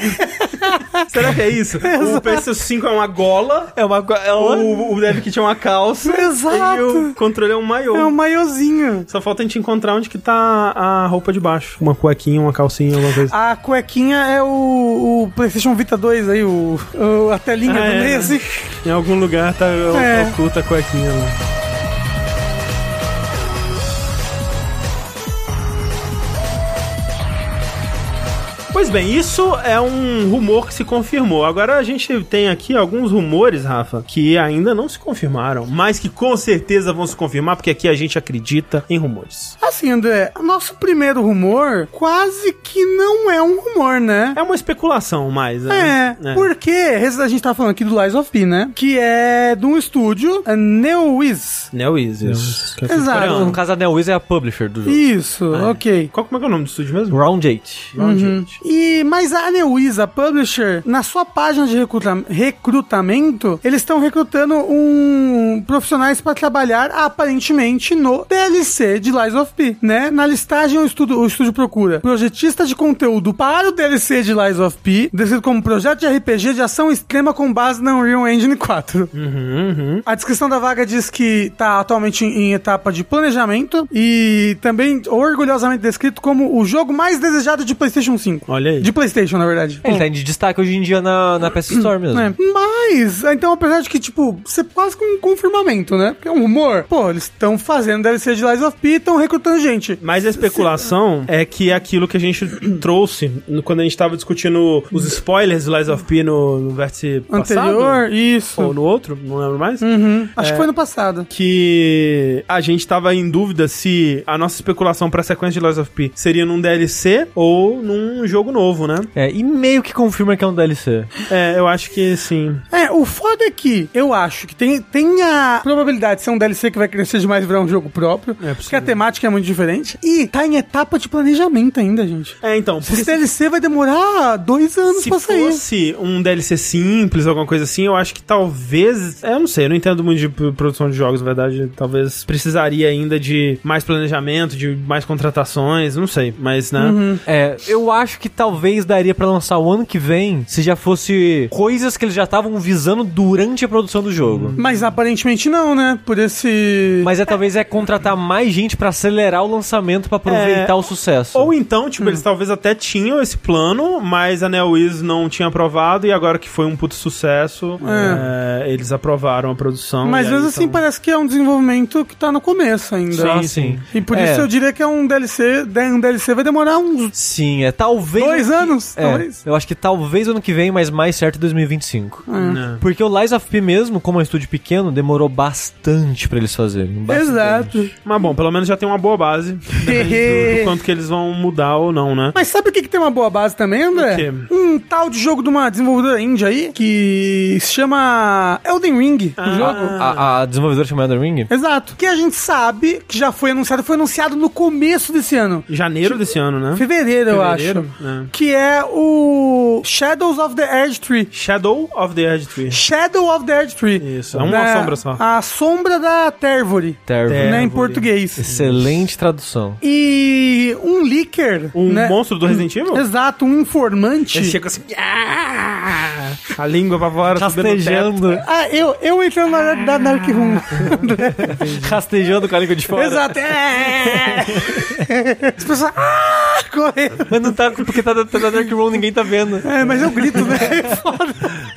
[SPEAKER 1] Será que é isso? o PS5 é uma gola.
[SPEAKER 2] É uma. É uma...
[SPEAKER 1] O, o Dev Kit é uma calça.
[SPEAKER 3] Exato.
[SPEAKER 1] E o controle é um maiô.
[SPEAKER 3] É um maiozinho.
[SPEAKER 1] Só falta a gente encontrar onde que tá a roupa de baixo. Uma cuequinha, uma calcinha, alguma coisa.
[SPEAKER 3] A cuequinha é o, o PlayStation Vita 2 aí, o, o- a telinha
[SPEAKER 1] Ah,
[SPEAKER 3] do
[SPEAKER 1] é,
[SPEAKER 3] mês.
[SPEAKER 1] né? Em algum lugar tá
[SPEAKER 3] É.
[SPEAKER 1] oculta a cuequinha lá. Pois bem, isso é um rumor que se confirmou. Agora a gente tem aqui alguns rumores, Rafa, que ainda não se confirmaram, mas que com certeza vão se confirmar, porque aqui a gente acredita em rumores.
[SPEAKER 3] Assim, André, nosso primeiro rumor quase que não é um rumor, né?
[SPEAKER 1] É uma especulação mais,
[SPEAKER 3] É,
[SPEAKER 1] né?
[SPEAKER 3] porque esse a gente tá falando aqui do Lies of P, né? Que é de um estúdio, a Neowiz.
[SPEAKER 1] NetEase. NetEase. Que é-
[SPEAKER 3] é Exato.
[SPEAKER 2] Não, no caso a NetEase é a publisher do jogo.
[SPEAKER 3] Isso, ok.
[SPEAKER 1] Qual, como é que é o nome do estúdio mesmo?
[SPEAKER 2] Round 8.
[SPEAKER 1] Round Eight.
[SPEAKER 3] E, mas a Neuiza Publisher, na sua página de recruta- recrutamento, eles estão recrutando um profissionais para trabalhar aparentemente no DLC de Lies of P, né? Na listagem o estúdio, o estúdio procura projetista de conteúdo para o DLC de Lies of P, descrito como projeto de RPG de ação extrema com base na Unreal Engine 4. A descrição da vaga diz que está atualmente em em etapa de planejamento e também orgulhosamente descrito como o jogo mais desejado de PlayStation 5.
[SPEAKER 1] Olha aí.
[SPEAKER 3] De PlayStation, na verdade.
[SPEAKER 1] É.
[SPEAKER 2] Ele tá em destaque hoje em dia na, na PS
[SPEAKER 1] Uhum.
[SPEAKER 2] Store mesmo.
[SPEAKER 3] É, Mas, então, apesar de que, tipo, você quase com um confirmamento, né? Porque é um rumor. Pô, eles estão fazendo DLC de Lies of P e estão recrutando gente.
[SPEAKER 1] Mas a especulação é que é aquilo que a gente trouxe no- quando a gente tava discutindo os spoilers do Lies of P no, no vértice passado, É.
[SPEAKER 3] Anterior, isso.
[SPEAKER 1] Ou no outro, não lembro mais.
[SPEAKER 3] Uhum. Acho que foi no passado.
[SPEAKER 1] Que a gente tava em dúvida se a nossa especulação pra sequência de Lies of P seria num DLC ou num jogo novo, né?
[SPEAKER 2] É, e meio que confirma que é um DLC.
[SPEAKER 1] É, eu acho que sim.
[SPEAKER 3] É, o foda é que eu acho que tem, tem a probabilidade de ser um DLC que vai crescer demais e virar um jogo próprio.
[SPEAKER 1] É
[SPEAKER 3] porque
[SPEAKER 1] possível.
[SPEAKER 3] a temática é muito diferente. E tá em etapa de planejamento ainda, gente.
[SPEAKER 1] É, então,
[SPEAKER 3] Esse
[SPEAKER 1] porque se,
[SPEAKER 3] DLC vai demorar dois anos
[SPEAKER 1] se
[SPEAKER 3] pra sair.
[SPEAKER 1] fosse um DLC simples, alguma coisa assim, eu acho que talvez. é, Eu não sei, eu não entendo muito de p- produção de jogos, na verdade. Talvez precisaria ainda de mais planejamento, de mais contratações, não sei. Mas, né?
[SPEAKER 3] Uhum.
[SPEAKER 2] É, eu acho que talvez daria pra lançar o ano que vem se já fosse coisas que eles já estavam visando durante a produção do jogo.
[SPEAKER 3] Mas aparentemente não, né? Por esse.
[SPEAKER 2] Mas é talvez é contratar mais gente pra acelerar o lançamento pra aproveitar
[SPEAKER 1] É,
[SPEAKER 2] o sucesso.
[SPEAKER 1] Ou então,
[SPEAKER 3] Uhum.
[SPEAKER 1] tipo, eles talvez até tinham esse plano, mas a NeoWiz não tinha aprovado e agora que foi um puto sucesso, é, eles aprovaram a produção.
[SPEAKER 3] Mas
[SPEAKER 1] e
[SPEAKER 3] mesmo
[SPEAKER 1] aí,
[SPEAKER 3] assim
[SPEAKER 1] então-
[SPEAKER 3] parece que é um desenvolvimento que tá no começo ainda.
[SPEAKER 2] sim, sim.
[SPEAKER 3] E por
[SPEAKER 2] É.
[SPEAKER 3] isso eu diria que é um DLC. Um DLC vai demorar uns
[SPEAKER 2] Sim, é talvez.
[SPEAKER 3] dois anos,
[SPEAKER 2] É,
[SPEAKER 3] talvez. É.
[SPEAKER 2] eu acho que talvez ano que vem, mas mais certo é 2025.
[SPEAKER 1] Né.
[SPEAKER 2] Porque o Lies of P mesmo, como é um estúdio pequeno, demorou bastante pra eles fazerem. bastante.
[SPEAKER 3] Exato.
[SPEAKER 1] Mas bom, pelo menos já tem uma boa base do, do quanto que eles vão mudar ou não, né?
[SPEAKER 3] Mas sabe o que, que tem uma boa base também, André?
[SPEAKER 1] O quê?
[SPEAKER 3] Um tal de jogo de uma desenvolvedora indie aí que se chama Elden Ring,
[SPEAKER 1] Ah.
[SPEAKER 3] o jogo.
[SPEAKER 2] A, a desenvolvedora chamada
[SPEAKER 3] Ah.
[SPEAKER 2] Ring?
[SPEAKER 3] Exato. Que a gente sabe que já foi anunciado, foi anunciado no começo desse ano.
[SPEAKER 1] Janeiro desse ano, né?
[SPEAKER 3] Fevereiro, Tipo, eu
[SPEAKER 1] Fevereiro,
[SPEAKER 3] acho.
[SPEAKER 1] é.
[SPEAKER 3] Que é o Shadows of the Edge Tree.
[SPEAKER 1] Shadow of the Edge Tree.
[SPEAKER 3] Shadow of the Edge Tree.
[SPEAKER 1] Isso, é uma
[SPEAKER 3] Da-
[SPEAKER 1] sombra só.
[SPEAKER 3] A sombra da Tervore,
[SPEAKER 2] Tervo.
[SPEAKER 1] É,
[SPEAKER 3] né, em
[SPEAKER 1] Tervore.
[SPEAKER 3] português.
[SPEAKER 2] Excelente tradução.
[SPEAKER 3] E um leaker,
[SPEAKER 1] Um
[SPEAKER 3] né?
[SPEAKER 1] monstro do Resident Evil?
[SPEAKER 3] Exato, um informante.
[SPEAKER 1] Ele chega assim. "Ah!" A língua pra fora, Tá subindo no teto.
[SPEAKER 2] Rastejando.
[SPEAKER 3] Ah, eu, eu entrando na, na Dark Room.
[SPEAKER 2] Rastejando com a língua de fora.
[SPEAKER 3] Exato. É. As pessoas. Ah, correndo.
[SPEAKER 2] Mas não tá porque tá na Dark Room, ninguém tá vendo.
[SPEAKER 3] É, mas eu grito, né? É foda.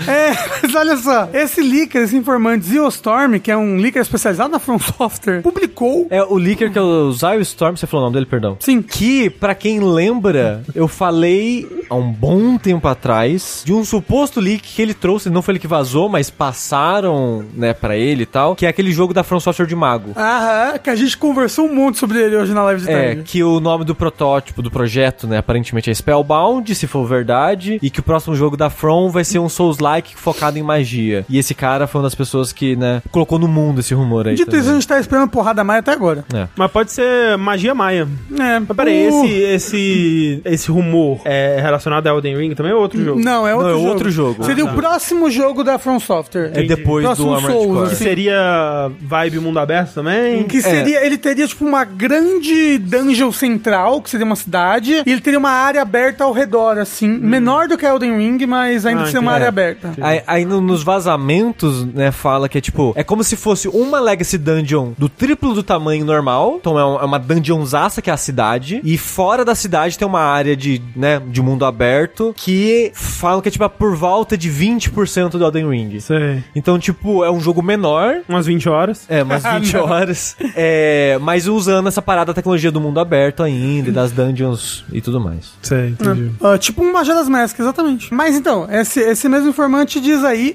[SPEAKER 3] É, mas olha só. Esse leaker, esse informante, Zeostorm, que é um leaker especializado na From Software, publicou.
[SPEAKER 2] É o leaker que é o Zyle Storm, você falou o nome dele, perdão.
[SPEAKER 3] Sim.
[SPEAKER 2] Que, pra quem lembra, eu falei há um bom tempo atrás de um suposto leak que ele trouxe, não foi ele que vazou, mas passaram, né, pra ele e tal, que é aquele jogo da From Software de Mago.
[SPEAKER 3] Aham, que a gente conversou um monte sobre ele hoje na live de
[SPEAKER 2] É,
[SPEAKER 3] tarde.
[SPEAKER 2] que o nome do protótipo, do projeto, né, aparentemente é Spellbound, se for verdade, e que o próximo jogo da From vai ser um Souls-like focado em magia. E esse cara foi uma das pessoas que, né, colocou no mundo esse rumor aí.
[SPEAKER 3] Dito
[SPEAKER 2] também.
[SPEAKER 3] isso, a gente tá esperando porrada mais até agora.
[SPEAKER 1] Mas pode ser magia maia.
[SPEAKER 3] É,
[SPEAKER 1] Mas peraí,
[SPEAKER 2] Uh.
[SPEAKER 3] o-
[SPEAKER 1] esse, esse, esse rumor é relacionado a Elden Ring também ou outro jogo?
[SPEAKER 3] Não, é
[SPEAKER 2] Não,
[SPEAKER 3] outro
[SPEAKER 2] é
[SPEAKER 3] jogo.
[SPEAKER 2] outro jogo.
[SPEAKER 3] Seria o próximo jogo da From Software.
[SPEAKER 2] É depois
[SPEAKER 3] Próximo
[SPEAKER 2] do Armored
[SPEAKER 3] Souls,
[SPEAKER 2] Core.
[SPEAKER 1] Que
[SPEAKER 3] assim.
[SPEAKER 1] seria vibe mundo aberto também?
[SPEAKER 2] É.
[SPEAKER 3] Que seria, ele teria tipo uma grande dungeon central, que seria uma cidade, e ele teria uma área aberta ao redor, assim, menor do que Elden Ring, mas ainda
[SPEAKER 1] Ah,
[SPEAKER 3] seria uma
[SPEAKER 2] Hum. entendi.
[SPEAKER 3] área
[SPEAKER 2] É.
[SPEAKER 3] aberta.
[SPEAKER 2] Aí, aí no- nos vazamentos, né, fala que é tipo, é como se fosse uma Legacy Dungeon do triplo do tamanho normal. Então é, um- é uma dungeonzaça que é a cidade. E fora da cidade tem uma área de, né, de mundo aberto que falam que é tipo por volta de 20% do Elden Ring.
[SPEAKER 1] Sei.
[SPEAKER 2] Então, tipo, é um jogo menor.
[SPEAKER 1] Umas 20 horas.
[SPEAKER 2] É, umas
[SPEAKER 1] Ah,
[SPEAKER 2] 20 horas. É, mas usando essa parada da tecnologia do mundo aberto ainda, e das dungeons e tudo mais.
[SPEAKER 1] Sei, entendi.
[SPEAKER 3] Ah, tipo um Majora's Mask, exatamente. Mas então, esse, esse mesmo informante diz aí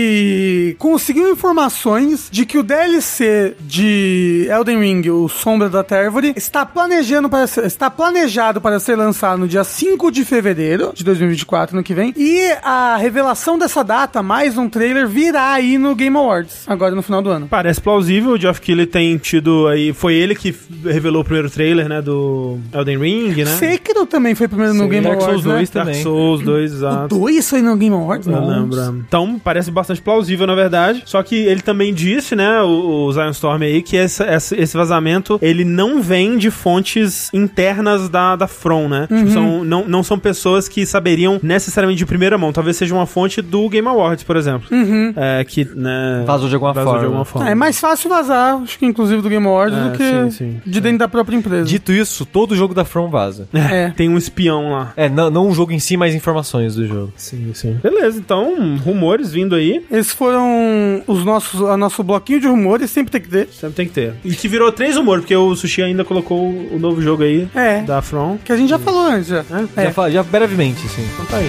[SPEAKER 3] que conseguiu informações de que o DLC de Elden Ring, o Sombra da Térvore, está, planejando para ser- está planejado para ser lançado no dia 5 de fevereiro de 2024, no que vem, e a revelação dessa data, mais um trailer, virá aí no Game Awards, agora no final do ano.
[SPEAKER 1] Parece plausível, o Geoff Keighley tem tido aí... Foi ele que f- revelou o primeiro trailer, né, do Elden Ring, né?
[SPEAKER 3] Sekiro também foi primeiro no Game
[SPEAKER 2] Dark
[SPEAKER 3] Awards,
[SPEAKER 2] Souls
[SPEAKER 3] né?
[SPEAKER 2] 2
[SPEAKER 1] Dark
[SPEAKER 2] também.
[SPEAKER 1] Souls 2,
[SPEAKER 3] O
[SPEAKER 1] exato.
[SPEAKER 3] 2 foi no Game Awards?
[SPEAKER 1] Não lembro. Então, parece bastante plausível, na verdade. Só que ele também disse, né, o, o Zion Storm aí, que essa- essa- esse vazamento, ele não vem de fontes internas da, da From, né?
[SPEAKER 3] Uhum.
[SPEAKER 1] Tipo, são, não, não são pessoas que saberiam necessariamente de primeira mão. Talvez seja uma fonte do Game Awards, por exemplo. É, que, né...
[SPEAKER 2] Vazou de alguma
[SPEAKER 1] vazou
[SPEAKER 2] forma.
[SPEAKER 1] de alguma forma.
[SPEAKER 3] Ah, Uhum. é mais fácil vazar, acho que inclusive do Game Awards,
[SPEAKER 1] É,
[SPEAKER 3] do
[SPEAKER 1] sim,
[SPEAKER 3] que
[SPEAKER 1] sim.
[SPEAKER 3] de dentro da própria empresa.
[SPEAKER 2] Dito isso, todo jogo da From vaza.
[SPEAKER 3] É.
[SPEAKER 1] Tem um espião lá.
[SPEAKER 2] É, não, não o jogo em si, mas informações do jogo.
[SPEAKER 1] Sim, sim. Beleza, então, rumores vindo aí.
[SPEAKER 3] Esses foram os nossos, o nosso bloquinho de rumores, sempre tem que ter.
[SPEAKER 1] Sempre tem que ter. E que virou três rumores, porque o Sushi ainda colocou o novo jogo aí
[SPEAKER 3] É,
[SPEAKER 1] da From.
[SPEAKER 3] que a gente já falou antes já.
[SPEAKER 1] É,
[SPEAKER 3] É.
[SPEAKER 2] Já, fa- já brevemente, assim.
[SPEAKER 1] Então tá aí.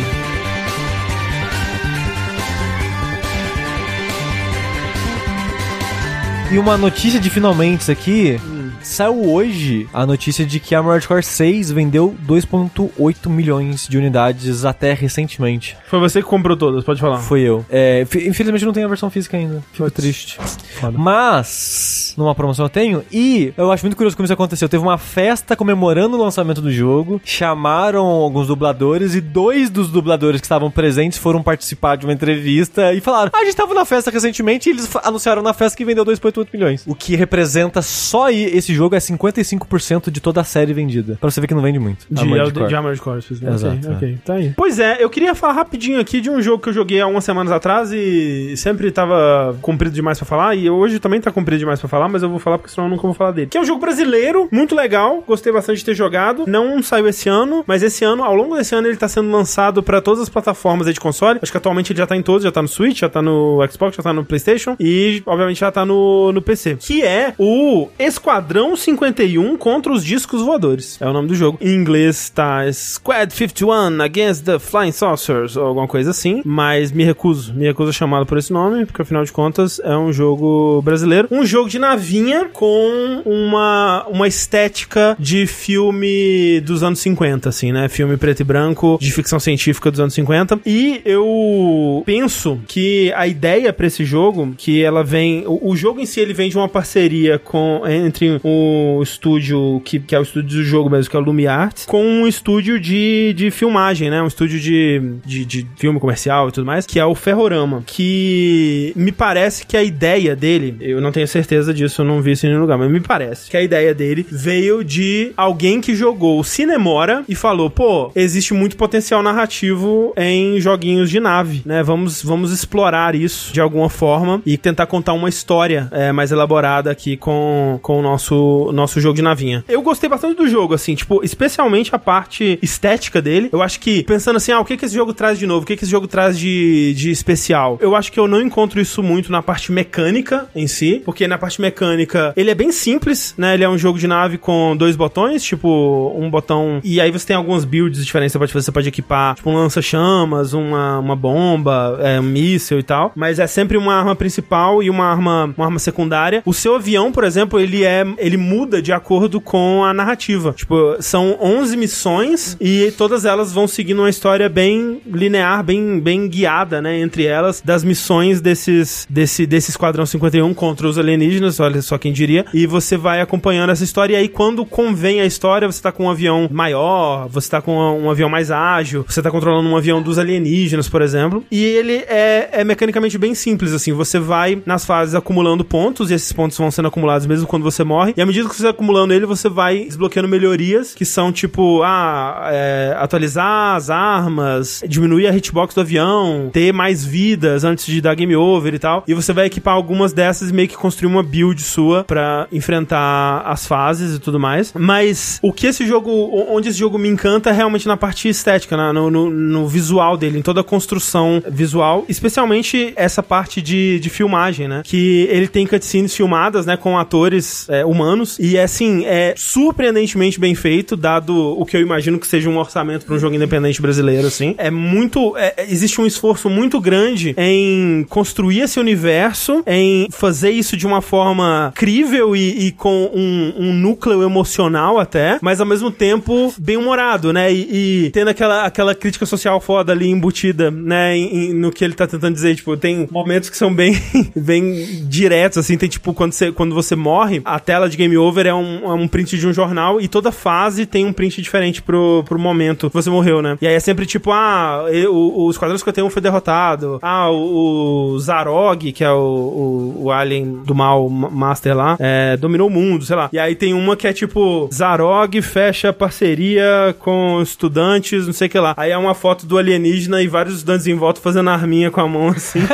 [SPEAKER 2] E uma notícia de finalmente aqui. Saiu hoje a notícia de que a Mario Core 6 vendeu 2.8 milhões de unidades até recentemente.
[SPEAKER 1] Foi você que comprou todas, pode falar.
[SPEAKER 2] Foi eu. É, fi- infelizmente não tenho a versão física ainda. Fico triste.
[SPEAKER 1] Foda.
[SPEAKER 2] Mas, numa promoção eu tenho. E eu acho muito curioso como isso aconteceu. Teve uma festa comemorando o lançamento do jogo. Chamaram alguns dubladores e dois dos dubladores que estavam presentes foram participar de uma entrevista e falaram: ah, A gente tava na festa recentemente e eles fa- anunciaram na festa que vendeu 2,8 milhões. O que representa só i- esse jogo é 55% de toda a série vendida. Pra você ver que não vende muito.
[SPEAKER 1] De,
[SPEAKER 2] Armored
[SPEAKER 1] Elden- de,
[SPEAKER 2] Core.
[SPEAKER 1] Armored Core. vocês né?
[SPEAKER 2] Exato,
[SPEAKER 1] ok,
[SPEAKER 2] é.
[SPEAKER 1] ok, tá aí. Pois é, eu queria falar rapidinho aqui de um jogo que eu joguei há umas semanas atrás e sempre tava comprido demais pra falar, e hoje também tá comprido demais pra falar, mas eu vou falar porque senão eu nunca vou falar dele. Que é um jogo brasileiro, muito legal, gostei bastante de ter jogado, não saiu esse ano, mas esse ano, ao longo desse ano, ele tá sendo lançado pra todas as plataformas aí de console, acho que atualmente ele já tá em todos, já tá no Switch, já tá no Xbox, já tá no Playstation, e obviamente já tá no, no PC, que é o Esquadrão 51 contra os Discos Voadores. É o nome do jogo. Em inglês tá Squad 51 Against the Flying Saucers, ou alguma coisa assim, mas me recuso, me recuso a chamá-lo por esse nome, porque afinal de contas é um jogo brasileiro. Um jogo de navinha com uma, uma estética de filme dos anos 50, assim, né? Filme preto e branco de ficção científica dos anos 50. E eu penso que a ideia pra esse jogo, que ela vem. O, o jogo em si ele vem de uma parceria com entre o estúdio, que, que é o estúdio do jogo mesmo, que é o LumiArts, com um estúdio de, de filmagem, né? Um estúdio de, de, de filme comercial e tudo mais, que é o Ferrorama. Que me parece que a ideia dele, eu não tenho certeza disso, eu não vi isso em nenhum lugar, mas me parece que a ideia dele veio de alguém que jogou o Cinemora e falou: pô, existe muito potencial narrativo em joguinhos de nave, né? Vamos, vamos explorar isso de alguma forma e tentar contar uma história é, mais elaborada aqui com, com o nosso, nosso jogo de navinha. Eu gostei bastante do jogo, assim, tipo, especialmente a parte estética dele. Eu acho que, pensando assim, ah, o que, que esse jogo traz de novo? O que, que esse jogo traz de, de especial? Eu acho que eu não encontro isso muito na parte mecânica em si, porque na parte mecânica ele é bem simples, né? Ele é um jogo de nave com dois botões, tipo, um botão. E aí você tem algumas builds diferentes. Você pode, você pode equipar, tipo, um lança-chamas, uma, uma bomba, é, um míssil e tal. Mas é sempre uma arma principal e uma arma, uma arma secundária. O seu avião, por exemplo, ele é. ele muda de acordo com a narrativa. Tipo, são 11 missões e todas elas vão seguindo uma história bem linear, bem, bem guiada, né? Entre elas, das missões desses, desse, desse Esquadrão 51 contra os alienígenas, olha só quem diria. E você vai acompanhando essa história. E aí, quando convém a história, você tá com um avião maior, você tá com um avião mais ágil, você tá controlando um avião dos alienígenas, por exemplo. E ele é, é mecanicamente bem simples, assim. Você vai nas fases acumulando pontos, e esses pontos vão sendo acumulados mesmo quando você morre. E à medida que você vai acumulando ele, você vai desbloqueando melhorias, que são tipo, ah, é, atualizar as armas, diminuir a hitbox do avião, ter mais vidas antes de dar game over e tal. E você vai equipar algumas dessas e meio que construir uma build sua pra enfrentar as fases e tudo mais. Mas o que esse jogo, o- onde esse jogo me encanta é realmente na parte estética, na- no, no- no visual dele, em toda a construção visual, especialmente essa parte de, de filmagem, né? Que ele tem cutscenes filmadas, né, com atores é, humanos humanos. E assim, é surpreendentemente bem feito, dado o que eu imagino que seja um orçamento para um jogo independente brasileiro, assim. É muito. é- existe um esforço muito grande em construir esse universo, em fazer isso de uma forma crível e, e com um, um núcleo emocional até, mas ao mesmo tempo bem humorado, né? E, e tendo aquela, aquela crítica social foda ali embutida, né? em- em- no que ele tá tentando dizer, tipo, tem momentos que são bem, bem diretos, assim, tem tipo, quando você, quando você morre, a tela de game over é um, é um print de um jornal e toda fase tem um print diferente pro, pro momento que você morreu, né? E aí é sempre tipo, ah, eu- o Esquadrão 51 foi derrotado, ah, o, o Zarog, que é o, o, o alien do mal ma- master lá, é, dominou o mundo, sei lá. E aí tem uma que é tipo, Zarog fecha parceria com estudantes, não sei o que lá. Aí é uma foto do alienígena e vários estudantes em volta fazendo arminha com a mão assim.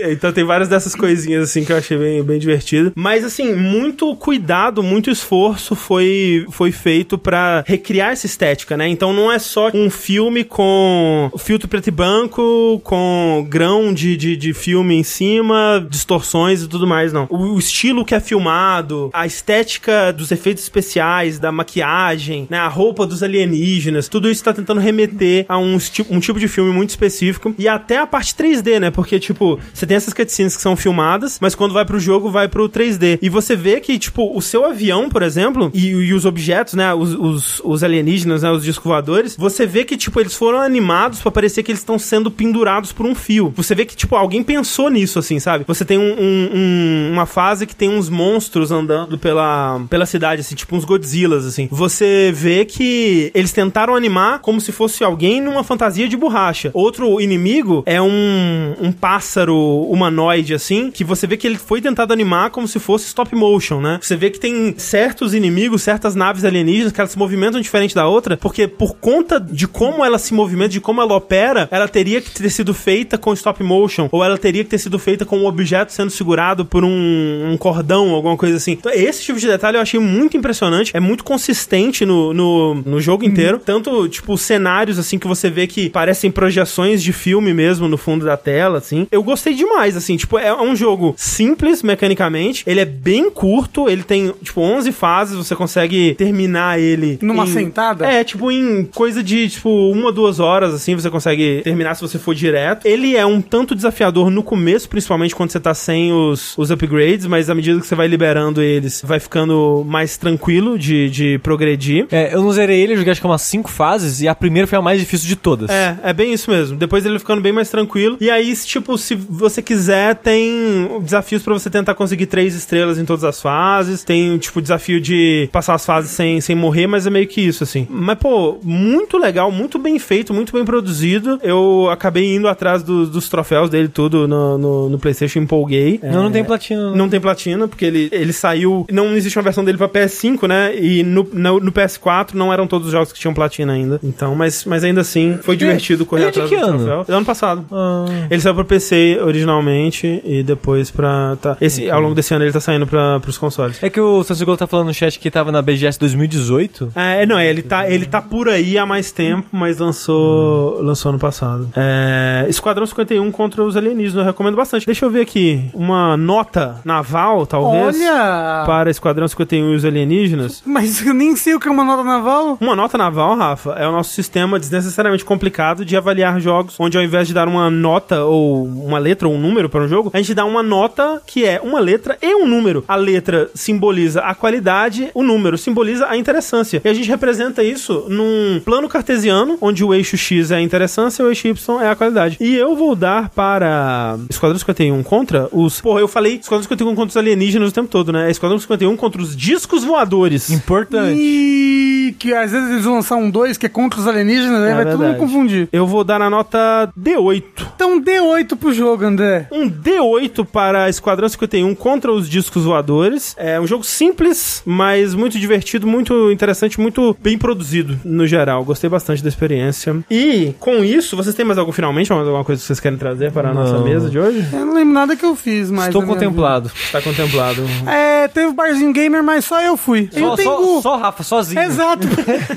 [SPEAKER 1] Então tem várias dessas coisinhas assim que eu achei bem, bem divertido. Mas assim, muito cuidado, muito esforço foi, foi feito pra recriar essa estética, né? Então não é só um filme com filtro preto e branco, com grão de, de, de filme em cima, distorções e tudo mais, não. O, o estilo que é filmado, a estética dos efeitos especiais, da maquiagem, né? A roupa dos alienígenas, tudo isso tá tentando remeter a um, esti- um tipo de filme muito específico. E até a parte 3D, né? Porque, tipo, você tem essas cutscenes que são filmadas, mas quando vai pro jogo, vai pro 3D. E você vê que, tipo, o seu avião, por exemplo, e, e os objetos, né? Os, os, os alienígenas, né? Os disco voadores, você vê que, tipo, eles foram animados pra parecer que eles estão sendo pendurados por um fio. Você vê que, tipo, alguém pensou nisso, assim, sabe? Você tem um- um- um- uma fase que tem uns monstros andando pela, pela cidade, assim, tipo uns Godzillas, assim. Você vê que eles tentaram animar como se fosse alguém numa fantasia de borracha. Outro inimigo é um, um pássaro humanoide, assim, que você vê que ele foi tentado animar como se fosse stop motion, né? Você vê que tem certos inimigos, certas naves alienígenas que elas se movimentam diferente da outra, porque por conta de como ela se movimenta, de como ela opera, ela teria que ter sido feita com stop motion, ou ela teria que ter sido feita com um objeto sendo segurado por um, um cordão, alguma coisa assim. Então, esse tipo de detalhe eu achei muito impressionante, é muito consistente no, no, no jogo inteiro. Tanto, tipo, cenários, assim, que você vê que parecem projeções de filme mesmo no fundo da tela, assim. Eu gostei demais, assim, tipo, é um jogo simples mecanicamente, ele é bem curto, ele tem, tipo, 11 fases, você consegue terminar ele
[SPEAKER 3] Numa
[SPEAKER 1] em-
[SPEAKER 3] sentada?
[SPEAKER 1] É, tipo, em coisa de, tipo, uma, duas horas, assim, você consegue terminar se você for direto. Ele é um tanto desafiador no começo, principalmente quando você tá sem os, os upgrades, mas à medida que você vai liberando eles, vai ficando mais tranquilo de, de progredir.
[SPEAKER 2] É, eu não zerei ele, eu joguei acho que umas 5 fases e a primeira foi a mais difícil de todas.
[SPEAKER 1] É, é bem isso mesmo. Depois ele ficando bem mais tranquilo. E aí, se, tipo, se você quiser, tem desafios pra você tentar conseguir três estrelas em todas as fases. Tem, tipo, desafio de passar as fases sem, sem morrer, mas é meio que isso, assim. Mas, pô, muito legal, muito bem feito, muito bem produzido. Eu acabei indo atrás do- dos troféus dele tudo no, no, no PlayStation, empolguei.
[SPEAKER 2] Não, não
[SPEAKER 1] É,
[SPEAKER 2] tem platina.
[SPEAKER 1] não tem platina, porque ele, ele saiu. Não existe uma versão dele pra PS5, né? E no, no, no PS4 não eram todos os jogos que tinham platina ainda. Então, mas, mas ainda assim, foi divertido correr
[SPEAKER 2] ele é de
[SPEAKER 1] atrás
[SPEAKER 2] que
[SPEAKER 1] do
[SPEAKER 2] ano?
[SPEAKER 1] troféu. Do ano passado.
[SPEAKER 2] Ah.
[SPEAKER 1] Ele saiu pra PC originalmente e depois pra. Tá, esse, ao longo desse ano ele tá saindo pra, pros consoles.
[SPEAKER 2] É que o Sansigolo tá falando no chat que tava na BGS 2018.
[SPEAKER 1] É, não, ele tá, ele tá por aí há mais tempo, mas lançou, lançou ano passado. É, Esquadrão 51 contra os alienígenas, eu recomendo bastante. Deixa eu ver aqui, uma nota naval, talvez.
[SPEAKER 3] Olha!
[SPEAKER 1] para Esquadrão 51 e os alienígenas.
[SPEAKER 3] Mas eu nem sei o que é uma nota naval.
[SPEAKER 1] Uma nota naval, Rafa, é o nosso sistema desnecessariamente complicado de avaliar jogos, onde ao invés de dar uma nota ou uma letra ou um número para um jogo, a gente dá uma nota que é uma letra e um número. A letra simboliza a qualidade, o número simboliza a interessância. E a gente representa isso num plano cartesiano, onde o eixo X é a interessância e o eixo Y é a qualidade. E eu vou dar para Esquadrão 51 contra os. Porra, eu falei Esquadrão 51 contra os alienígenas o tempo todo, né? É Esquadrão 51 contra os discos voadores.
[SPEAKER 2] Importante.
[SPEAKER 3] E que às vezes eles vão lançar um 2 que é contra os alienígenas, aí
[SPEAKER 1] É
[SPEAKER 3] vai todo mundo
[SPEAKER 1] verdade.
[SPEAKER 3] confundir.
[SPEAKER 1] Eu vou dar a nota D8.
[SPEAKER 3] Então dê 8 pro jogo, André.
[SPEAKER 1] Um D8 para Esquadrão 51 contra os discos voadores. É um jogo simples, mas muito divertido, muito interessante, muito bem produzido no geral. Gostei bastante da experiência. E com isso, vocês têm mais algum finalmente? Mais alguma coisa que vocês querem trazer para a nossa
[SPEAKER 2] Não.
[SPEAKER 1] mesa de hoje?
[SPEAKER 3] Eu não lembro nada que eu fiz mais. Tá
[SPEAKER 2] Estou
[SPEAKER 3] na minha
[SPEAKER 2] contemplado.
[SPEAKER 1] Está contemplado.
[SPEAKER 3] vida. É, teve o Barzinho Gamer, mas só eu fui. e
[SPEAKER 2] Só,
[SPEAKER 3] o Tengu.
[SPEAKER 2] só, só Rafa, sozinho.
[SPEAKER 3] Exato,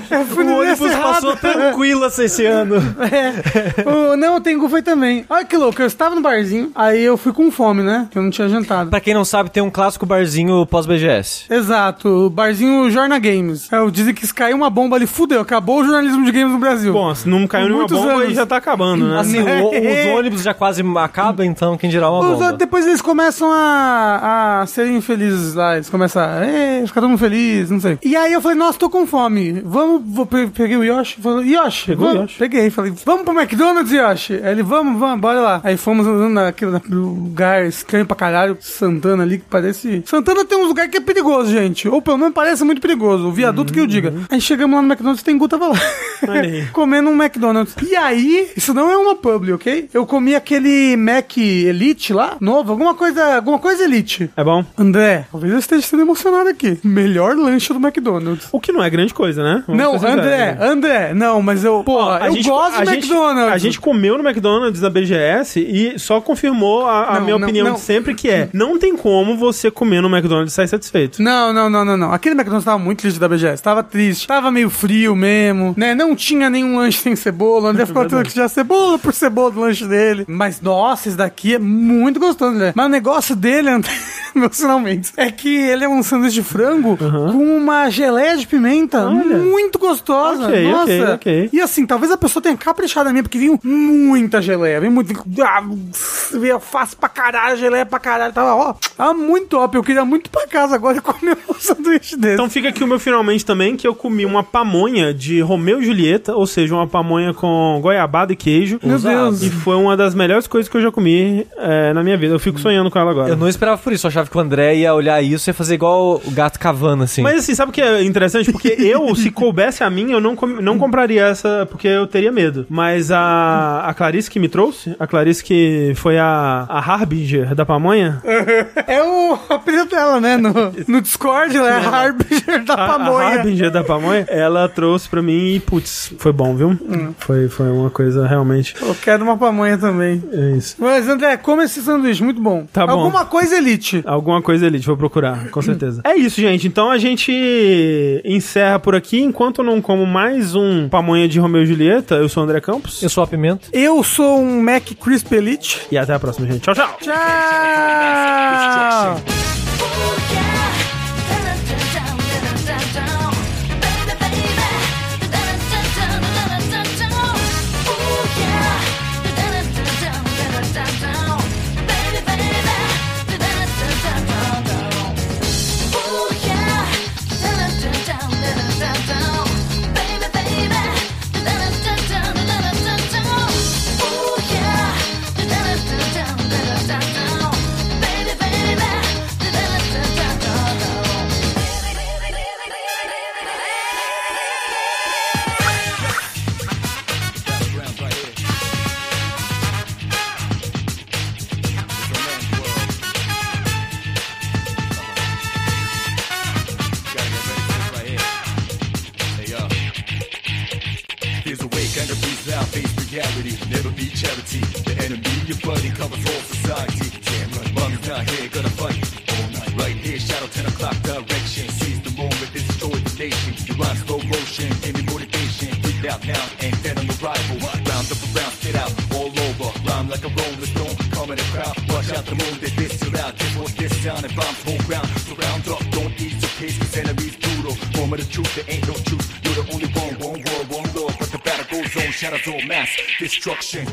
[SPEAKER 3] é Eu fui
[SPEAKER 2] O
[SPEAKER 3] no
[SPEAKER 2] ônibus
[SPEAKER 3] ônibus
[SPEAKER 2] passou tranquilo esse ano.
[SPEAKER 3] É. O- não, o Tengu foi também. Olha que louco, eu estava no barzinho, aí eu fui com fome, né? Que eu não tinha jantado.
[SPEAKER 2] Pra quem não sabe, tem um clássico barzinho pós-BGS.
[SPEAKER 3] Exato, o barzinho Jorna Games. É, o- dizem que se caiu uma bomba ali, fudeu, acabou o jornalismo de games no Brasil.
[SPEAKER 1] Bom, se não caiu nenhuma
[SPEAKER 3] Muitos
[SPEAKER 1] bomba
[SPEAKER 3] anos.
[SPEAKER 1] aí já tá acabando, né?
[SPEAKER 2] Assim, o- os ônibus já quase acabam, então quem dirá
[SPEAKER 1] tá
[SPEAKER 2] uma
[SPEAKER 3] Os
[SPEAKER 1] né?
[SPEAKER 2] bomba.
[SPEAKER 3] outros, depois eles começam a, a serem felizes lá. Eles começam a "Ê, ficar todo mundo feliz, não sei. E aí eu falei, nossa, tô com fome. Vamos. Vou, pe- peguei o Yoshi. Falei, Yoshi,
[SPEAKER 1] Pegou o
[SPEAKER 3] vamos."
[SPEAKER 1] Yoshi?
[SPEAKER 3] Peguei. Falei, vamos pro McDonald's, Yoshi. Aí ele, vamos, vamos, bora lá. Aí fomos andando naquele naquele lugar estranho pra caralho. Santana ali, que parece. Santana tem um lugar que é perigoso, gente. Ou pelo menos parece muito perigoso. O viaduto que eu diga. Aí chegamos lá no McDonald's, tem tava lá.
[SPEAKER 1] Uhum. Olha aí.
[SPEAKER 3] comendo um McDonald's. E aí, isso não é uma publi, ok? Eu comi aquele Mac Elite lá, novo, alguma coisa, alguma coisa Elite.
[SPEAKER 1] É bom?
[SPEAKER 3] André, talvez eu esteja sendo emocionado aqui. Melhor lanche do McDonald's.
[SPEAKER 1] O que não é grande coisa, né? Vamos
[SPEAKER 3] não,
[SPEAKER 1] ser sinceros.
[SPEAKER 3] André, André, não, mas eu, pô,
[SPEAKER 1] A
[SPEAKER 3] eu
[SPEAKER 1] gente-
[SPEAKER 3] gosto
[SPEAKER 1] a
[SPEAKER 3] do
[SPEAKER 1] gente-
[SPEAKER 3] McDonald's.
[SPEAKER 1] a gente comeu no McDonald's na BGS e só confirmou a, a
[SPEAKER 3] Não,
[SPEAKER 1] minha
[SPEAKER 3] não,
[SPEAKER 1] opinião
[SPEAKER 3] não.
[SPEAKER 1] de sempre, que é: não tem como você comer no McDonald's e sair satisfeito.
[SPEAKER 3] Não, não, não, não, não. Aquele McDonald's tava muito triste da BGS. Tava triste. Tava meio frio mesmo, né? Não tinha nenhum lanche sem cebola. O André ficou tendo que tirar cebola por cebola do lanche dele. Mas, nossa, esse daqui é muito gostoso, né? Mas o negócio dele, André, emocionalmente, é que ele é um sanduíche de frango com uma geleia de pimenta muito gostosa.
[SPEAKER 1] Ok,
[SPEAKER 3] nossa.
[SPEAKER 1] ok, ok.
[SPEAKER 3] E assim, talvez a pessoa tenha caprichado na minha, porque vinha muita geleia. Vinha muito. vinha- Ah, vinha alface pra caralho, geleia pra caralho. Tava, ó, tava muito top. Eu queria muito ir pra casa agora e comer um sanduíche desse.
[SPEAKER 1] Então fica aqui o meu finalmente também, que eu comi uma pamonha de Romeu e Julieta, ou seja, uma pamonha com goiabada e queijo.
[SPEAKER 3] Meu
[SPEAKER 2] ousado.
[SPEAKER 3] Deus.
[SPEAKER 1] E foi uma das melhores coisas que eu já comi é, na minha vida. Eu fico sonhando com ela agora.
[SPEAKER 2] Eu não esperava por isso, eu achava que o André ia olhar isso e ia fazer igual o gato cavando, assim.
[SPEAKER 1] Mas assim, sabe o que é interessante? Porque eu, se coubesse a mim, eu não, com- não compraria essa, porque eu teria medo. Mas a, a Clarice que me trouxe, a Clarice que foi a, a Harbinger da pamonha,
[SPEAKER 3] É o apelido dela, né? No, no Discord, ela é Harbinger da
[SPEAKER 1] né? a, a
[SPEAKER 3] pamonha.
[SPEAKER 1] Harbinger da pamonha, ela trouxe pra mim e, putz, foi bom, viu?
[SPEAKER 3] Hum.
[SPEAKER 1] Foi, foi uma coisa realmente,
[SPEAKER 3] Eu quero uma pamonha também.
[SPEAKER 1] é isso.
[SPEAKER 3] Mas, André, come esse sanduíche, muito bom.
[SPEAKER 1] Tá bom.
[SPEAKER 3] Alguma coisa elite.
[SPEAKER 1] Alguma coisa elite, vou procurar, com certeza. É isso, gente. Então a gente encerra por aqui. Enquanto eu não como mais um pamonha de Romeu e Julieta, eu sou o André Campos.
[SPEAKER 2] Eu sou a pimenta.
[SPEAKER 3] Eu sou um Mac Crisp Elite.
[SPEAKER 1] E até a próxima, gente. Tchau, tchau!
[SPEAKER 3] Tchau!
[SPEAKER 4] There's a way kind of reason I face reality. Never be charity. The enemy, your buddy, cover whole society. Damn right, mommy's not here, gonna fight. All night, right here, shadow 10 o'clock direction. Seize the moment, destroy the nation. You rhyme slow motion, any motivation. Freaked out now, and then on arrival. Round up around, sit out, all over. Rhyme like a rolling stone, calm in the crowd. Watch out the moon, they diss you out. Just what this sound and rhymes whole ground. Surround up, don't ease the pace, cause enemies brutal. Form of the truth, there ain't no truth. You're the only one, one world, one love. But the battle goes on, shadows all mass destruction.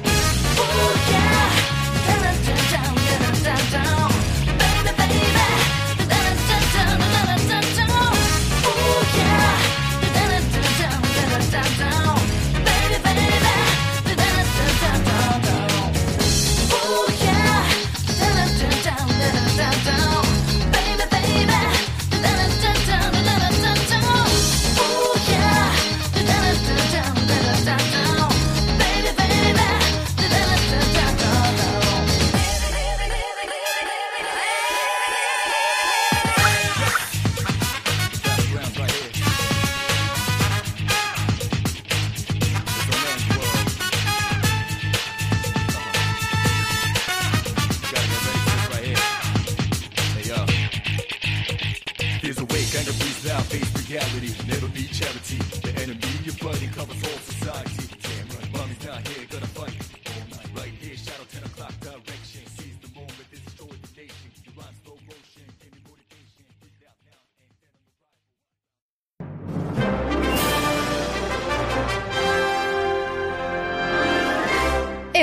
[SPEAKER 5] Baby, baby,
[SPEAKER 4] your buddy covers whole society. Damn right, mommy's not here, gonna fight. All night, right here, shadow 10 o'clock direction. Seize the moment, this is your invitation. Your rhymes flow ocean, give me motivation. Breathe out now and stand on your rival.